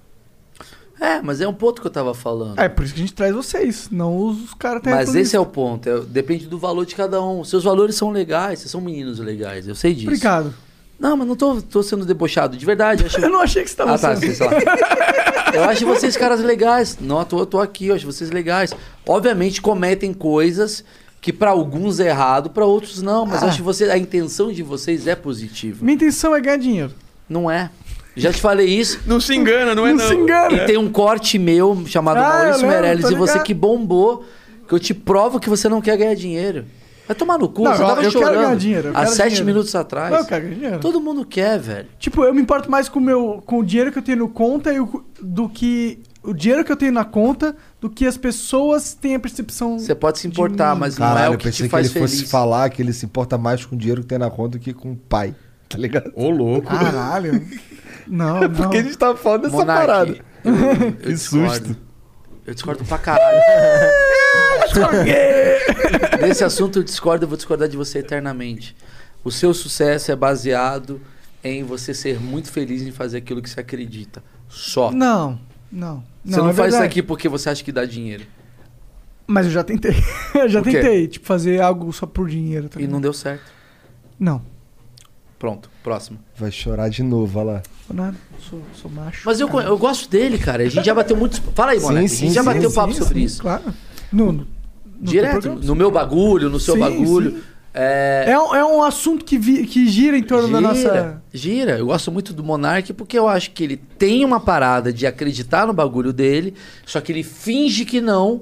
É, mas é um ponto que eu tava falando.
É, por isso que a gente traz vocês. Não os caras têm
Mas
tudo
esse
isso.
é o ponto. é- depende do valor de cada um. Seus valores são legais, vocês são meninos legais, eu sei disso.
Obrigado.
Não, mas não tô, tô sendo debochado, de verdade. Eu, acho...
Eu não achei que você tava
Ah, tá,
sendo.
sei lá. Eu acho vocês caras legais. Não, à toa eu tô aqui, eu acho vocês legais. Obviamente cometem coisas que pra alguns é errado, pra outros não.
Ah.
Mas eu acho que você, a intenção de vocês é positiva.
Minha intenção é ganhar dinheiro.
Não é. Já te falei isso.
Não se engana, não é não.
Não se engana.
E tem um corte meu chamado
Ah, eu
Maurício
lembro,
Meirelles
tô
e você
ligado.
que bombou, que eu te provo que você não quer ganhar dinheiro. Vai tomar no cu,
Não,
você
eu-
tava
eu quero
chorando.
ganhar dinheiro, eu
há
quero
sete
dinheiro.
minutos
Não,
atrás.
eu quero ganhar dinheiro.
Todo mundo quer, velho.
Tipo, eu me importo mais com o meu com o dinheiro que eu tenho no conta e o- do que o dinheiro que eu tenho na conta do que as pessoas têm a percepção.
Você pode se importar, mas não é
Hum, Caralho,
o
eu
que
pensei
te
que ele
faz
fosse
feliz.
falar que ele se importa mais com o dinheiro que tem na conta do que com o pai, tá ligado?
Ô, louco.
Caralho. Não, não.
Porque a gente tava falando dessa
Monark,
parada.
Eu, eu
Que
discordo.
susto.
Eu discordo pra caralho. Nesse assunto eu discordo, eu vou discordar de você eternamente. O seu sucesso é baseado em você ser muito feliz em fazer aquilo que você acredita. Só.
Não, não.
Você não,
é
faz isso
verdade.
aqui porque você acha que dá dinheiro.
Mas eu já tentei. eu já
O quê?
tentei, tipo, fazer algo só por dinheiro. Tá
E não deu certo.
Não.
Pronto, próximo.
Vai chorar de novo, olha lá.
Não, nada, Né? sou, sou macho.
Mas eu, co- eu gosto dele, cara. A gente já bateu muitos. Fala aí,
Sim,
Moleque. a
sim,
gente já
sim,
bateu
sim,
papo
sim,
sobre isso.
Claro. No, no, no
Direto.
programa.
No meu bagulho, no seu
Sim,
bagulho.
sim.
É.
É um, é um assunto que, vi- que gira em torno da nossa.
Gira. Eu gosto muito do Monark porque eu acho que ele tem uma parada de acreditar no bagulho dele, só que ele finge que não,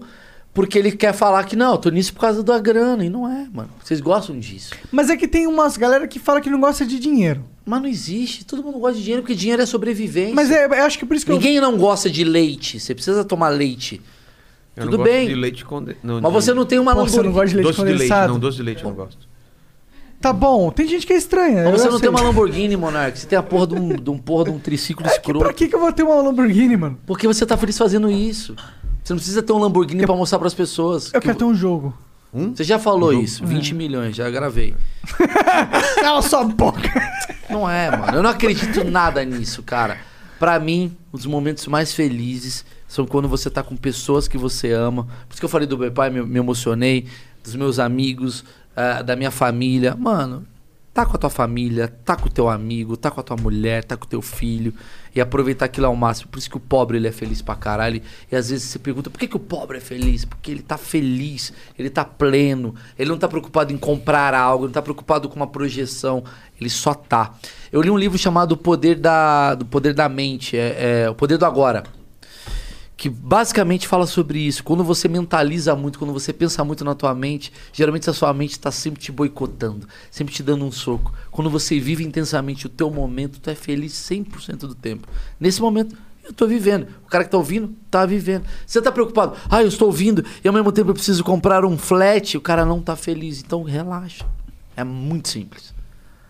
porque ele quer falar que não, eu tô nisso por causa da grana. E não é, mano. Vocês gostam disso.
Mas é que tem umas galera que fala que não gosta de dinheiro.
Mas não existe. Todo mundo gosta de dinheiro porque dinheiro é sobrevivência.
Mas é, eu acho que por isso que eu.
Ninguém não gosta de leite. Você precisa tomar leite.
Eu
Tudo
não gosto
bem.
de leite conde- não,
Mas você não tem uma
Pô, você não gosta de
Lamborghini.
leite
doce de leite,
condensado.
não, doce de leite eu não gosto.
Tá bom, tem gente que é estranha. eu
Mas você não
sei.
tem uma Lamborghini, Monark. Você tem a porra de um, de um porra de um triciclo
Pra
escroto.
que, que eu vou ter uma Lamborghini, mano?
Porque você tá feliz fazendo isso. Você não precisa ter um Lamborghini pra mostrar pras pessoas.
Eu
que-
quero ter um jogo.
Você já falou isso. 20 milhões, já gravei.
Cala sua boca.
Não é, mano. Eu não acredito nada nisso, cara. Pra mim, os momentos mais felizes são quando você tá com pessoas que você ama. Por isso que eu falei do meu pai, me, me emocionei, dos meus amigos, ah, da minha família. Mano, tá com a tua família, tá com o teu amigo, tá com a tua mulher, tá com o teu filho. E aproveitar aquilo ao máximo. Por isso que o pobre ele é feliz pra caralho. E às vezes você pergunta por que, que o pobre é feliz? Porque ele tá feliz, ele tá pleno, ele não tá preocupado em comprar algo, não tá preocupado com uma projeção. Ele só tá. Eu li um livro chamado O Poder da, do Poder da Mente, é, é, O Poder do Agora. Que basicamente fala sobre isso. Quando você mentaliza muito, quando você pensa muito na tua mente, geralmente a sua mente está sempre te boicotando, sempre te dando um soco. Quando você vive intensamente o teu momento, tu é feliz 100% do tempo. Nesse momento, eu tô vivendo. O cara que tá ouvindo, tá vivendo. Você tá preocupado. Ah, eu estou ouvindo e ao mesmo tempo eu preciso comprar um flat. O cara não tá feliz. Então relaxa. É muito simples.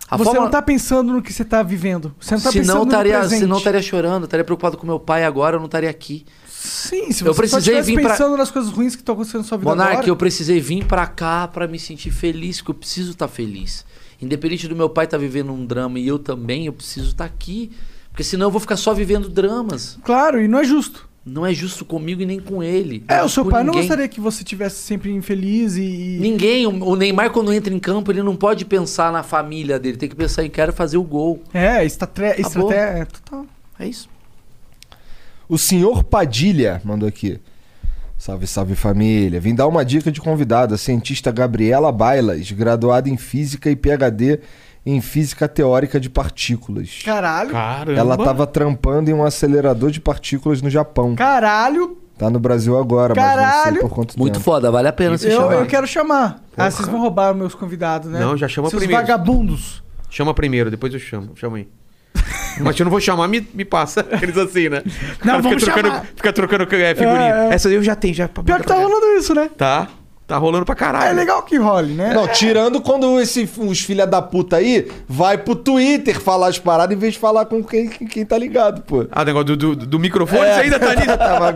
A
você
fórmula-
não tá pensando no que você tá vivendo. Você não tá
se
pensando
não,
no
estaria,
presente.
se não estaria chorando, estaria preocupado com meu pai agora, eu não estaria aqui.
Sim, se você
Eu precisei
só estivesse
vir pra-
pensando nas coisas ruins que estão acontecendo na sua vida
Monark,
agora...
eu precisei vir pra cá pra me sentir feliz, porque eu preciso estar feliz. Independente do meu pai estar vivendo um drama e eu também, eu preciso estar aqui, porque senão eu vou ficar só vivendo dramas.
Claro, e não é justo.
Não é justo comigo e nem com ele.
É, o seu
Com
pai não
ninguém.
gostaria que você tivesse sempre infeliz e. e-
Ninguém, o o Neymar quando entra em campo, ele não pode pensar na família dele, tem que pensar em quero fazer o gol.
É, estratégia.
Acabou.
estratégia é total.
É isso.
O senhor Padilha mandou aqui. Salve, salve família. Vim dar uma dica de convidada, a cientista Gabriela Bailas, graduada em Física e PhD em Física Teórica de Partículas.
Caralho.
Caramba.
Ela tá estava trampando em um acelerador de partículas no Japão.
Caralho.
Tá no Brasil agora, mas não
Caralho.
sei por quanto
Muito
tempo.
foda, vale a pena se
Eu,
chamar.
eu quero chamar. Ah, vocês vão roubar meus convidados, né?
Não, já chama
Seus
primeiro.
vagabundos.
Chama primeiro, depois eu chamo. Chama aí. Mas se eu não vou chamar, me, me passa. Eles assim, né? O cara
vamos
fica trocando,
chamar.
fica trocando é, figurinha.
É, é.
Essa eu já tenho, já.
Pior que tá rolando isso, né?
Tá. Tá rolando pra caralho.
É legal que role, né?
Não, tirando quando esse, os filha da puta aí vai pro Twitter falar as paradas em vez de falar com quem, quem tá ligado, pô.
Ah, o negócio do, do, do microfone, você ainda tá ali.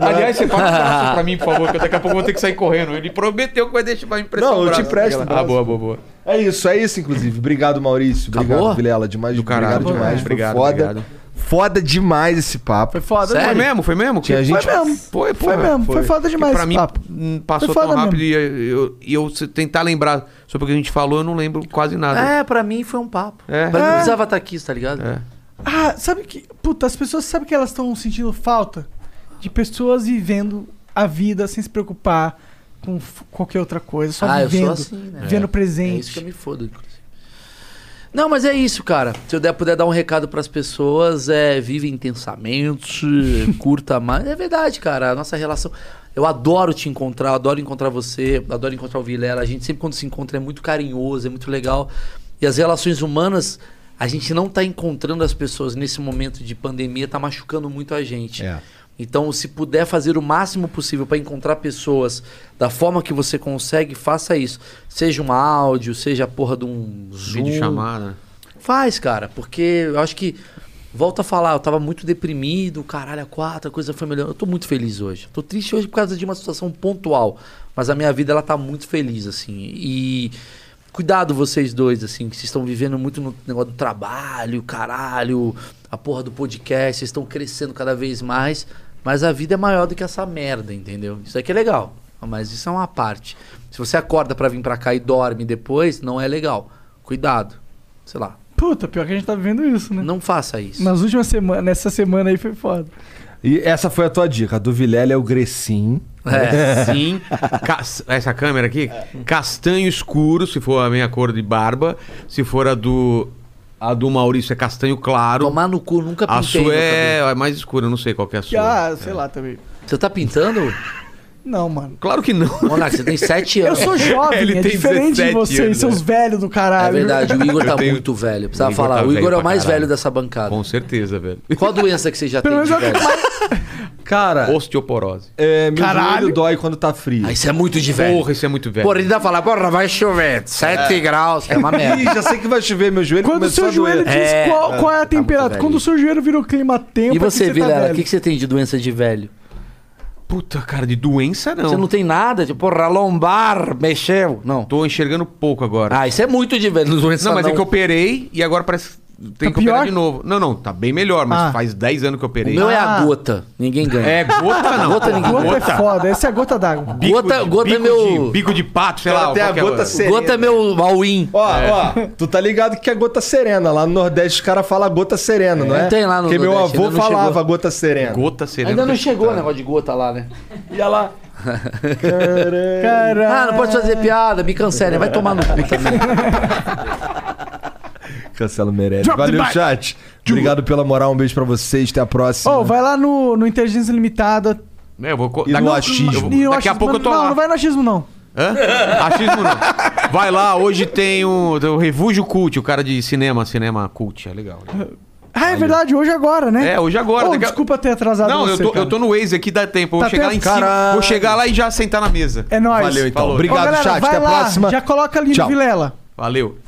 Aliás, você passa o braço pra mim, por favor, que daqui a pouco eu vou ter que sair correndo. Ele prometeu que vai deixar vai me emprestar
Não,
o
eu
braço.
te presto o
Ah,
braço.
boa, boa, boa.
É isso, é isso, inclusive. Obrigado, Maurício. Obrigado,
Acabou?
Vilela. Demais,
caralho,
obrigado demais. Foi
obrigado,
foda.
obrigado.
Foda demais esse papo. é
Foi foda,
Sério?
Foi
né?
mesmo? Foi mesmo?
Tinha
Que-
gente.
Foi mesmo.
Foi, pô,
Foi mesmo. Foi,
foi.
foda
que
demais
pra
esse
mim
papo.
hum, passou
Foi
tão
foda
rápido e eu, e eu se- tentar lembrar sobre o que a gente falou, eu não lembro quase nada.
É, pra mim foi um papo.
É.
Pra mim
É.
não precisava estar aqui, tá ligado?
É.
Ah, sabe que. Puta, as pessoas sabem que elas estão sentindo falta de pessoas vivendo a vida sem se preocupar com f- qualquer outra coisa. Só
Ah, eu sou
vivendo.
assim, né?
Vivendo o presente.
É isso que eu me fodo, inclusive. Não, mas é isso, cara. Se eu der, puder dar um recado pras pessoas, é vive intensamente, curta mais. É verdade, cara. A nossa relação. Eu adoro te encontrar, eu adoro encontrar você, eu adoro encontrar o Vilela. A gente sempre quando se encontra é muito carinhoso, é muito legal. E as relações humanas, a gente não tá encontrando as pessoas nesse momento de pandemia, tá machucando muito a gente.
É.
Então, se puder fazer o máximo possível para encontrar pessoas da forma que você consegue, faça isso. Seja um áudio, seja a porra de um Zoom.
Vídeo chamada.
Faz, cara, porque eu acho que. Volto a falar, eu tava muito deprimido, caralho, a quarta, a coisa foi melhor. Eu tô muito feliz hoje. Tô triste hoje por causa de uma situação pontual. Mas a minha vida, ela tá muito feliz, assim. E cuidado vocês dois, assim, que vocês estão vivendo muito no negócio do trabalho, caralho, a porra do podcast, vocês estão crescendo cada vez mais. Mas a vida é maior do que essa merda, entendeu? Isso aqui é legal, mas isso é uma parte. Se você acorda pra vir pra cá e dorme depois, não é legal. Cuidado. Sei lá.
Puta, pior que a gente tá vivendo isso, né?
Não faça isso.
Nas últimas semanas, nessa semana aí foi foda.
E essa foi a tua dica. A do Vilela é o Grecim.
É, sim. Cas- Essa câmera aqui, castanho escuro, se for a minha cor de barba. Se for a do. A do Maurício é castanho claro.
Tomar no cu, nunca
A
pintei
sua
meu
é, é mais escura, eu não sei qual que é a
Que,
sua.
ah, sei lá também.
Você tá pintando?
Não, mano.
Claro que não.
Monark, você tem 7
Eu
anos.
sou jovem,
Ele
é
tem
diferente de
17
vocês,
anos,
seus velhos do
É
caralho.
verdade, o Igor
Eu
tá
tenho-
muito velho. Precisava
Igor
falar.
tá
o Igor
velho
é o
pra
mais
caralho.
velho dessa bancada.
Com certeza, velho.
Qual a doença que você já
Pelo
tem de
menos é o
velho?
Cara,
Osteoporose.
é, meu
Caralho.
joelho dói quando tá frio.
Ah, isso é muito de velho.
Porra, isso é muito velho.
Porra, ele dá pra falar, porra, vai chover, 7 graus, que é uma
Ih,
merda.
já sei que vai chover, meu joelho
Quando o
começou
seu
a doer.
joelho diz
É,
qual, qual é a
tá muito
temperatura.
velho.
Quando o seu joelho vira o clima tempo, é
E você, Vilela, o que,
que tá
que você tem de doença de velho?
Puta, cara, de doença não.
Você não tem nada, tipo, porra, lombar, mexeu. Não.
Tô enxergando pouco agora.
Ah, isso é muito de velho. Doença
não, mas
não.
é que eu operei e agora parece que tem
Tá
que operar
pior?
de novo. Não, não, tá bem melhor, mas
Ah.
faz 10 anos que eu
O
operei.
meu é a
Ah.
gota. Ninguém ganha.
É gota não.
Gota ninguém-
Gota é foda, essa é a gota d'água.
Bico
Gota-
de-
gota é
bico
meu-
de- bico de pato, sei lá.
Ela tem a
qual que é
gota
o-
serena.
Gota é meu all-in.
Ó, ó, tu tá ligado que é gota serena. Lá no Nordeste os caras falam gota serena, não é?
Não tem lá no
Porque meu
Nordeste,
avô
ainda não
falava
chegou.
gota serena.
Gota Tá. serena.
Ainda não chegou o negócio de gota lá, né?
Caralho.
Ah, não pode fazer piada, me cancelem, vai tomar no cu também.
Cancelo merece.
Drop the
Valeu,
mic.
chat. Obrigado pela moral. Um beijo pra vocês. Até a próxima.
Ô, vai lá no, no Inteligência Limitada.
É, eu vou... co-
E
daqui-
no
eu-
achismo.
eu vou-
E
Daqui a
achismo-
pouco eu tô
Não,
lá.
não vai no achismo, não.
Hã? Achismo não. Vai lá, hoje tem o, tem o Refúgio Cult, o cara de cinema, cinema cult, é legal.
Ah, é verdade, hoje agora, né?
É, hoje agora.
Ô,
daqui a-
desculpa ter
Tá
atrasado
Não, eu
você,
tô,
cara.
eu tô no Waze aqui, dá tempo. Eu vou
Tá
chegar
tempo?
lá em cima,
Caralho.
vou chegar lá e já sentar na mesa.
É nóis.
Valeu, então.
Falou.
Obrigado,
Ô, galera,
chat.
vai
Até a
lá,
próxima.
Já coloca ali
Tchau.
no Vilela.
Valeu.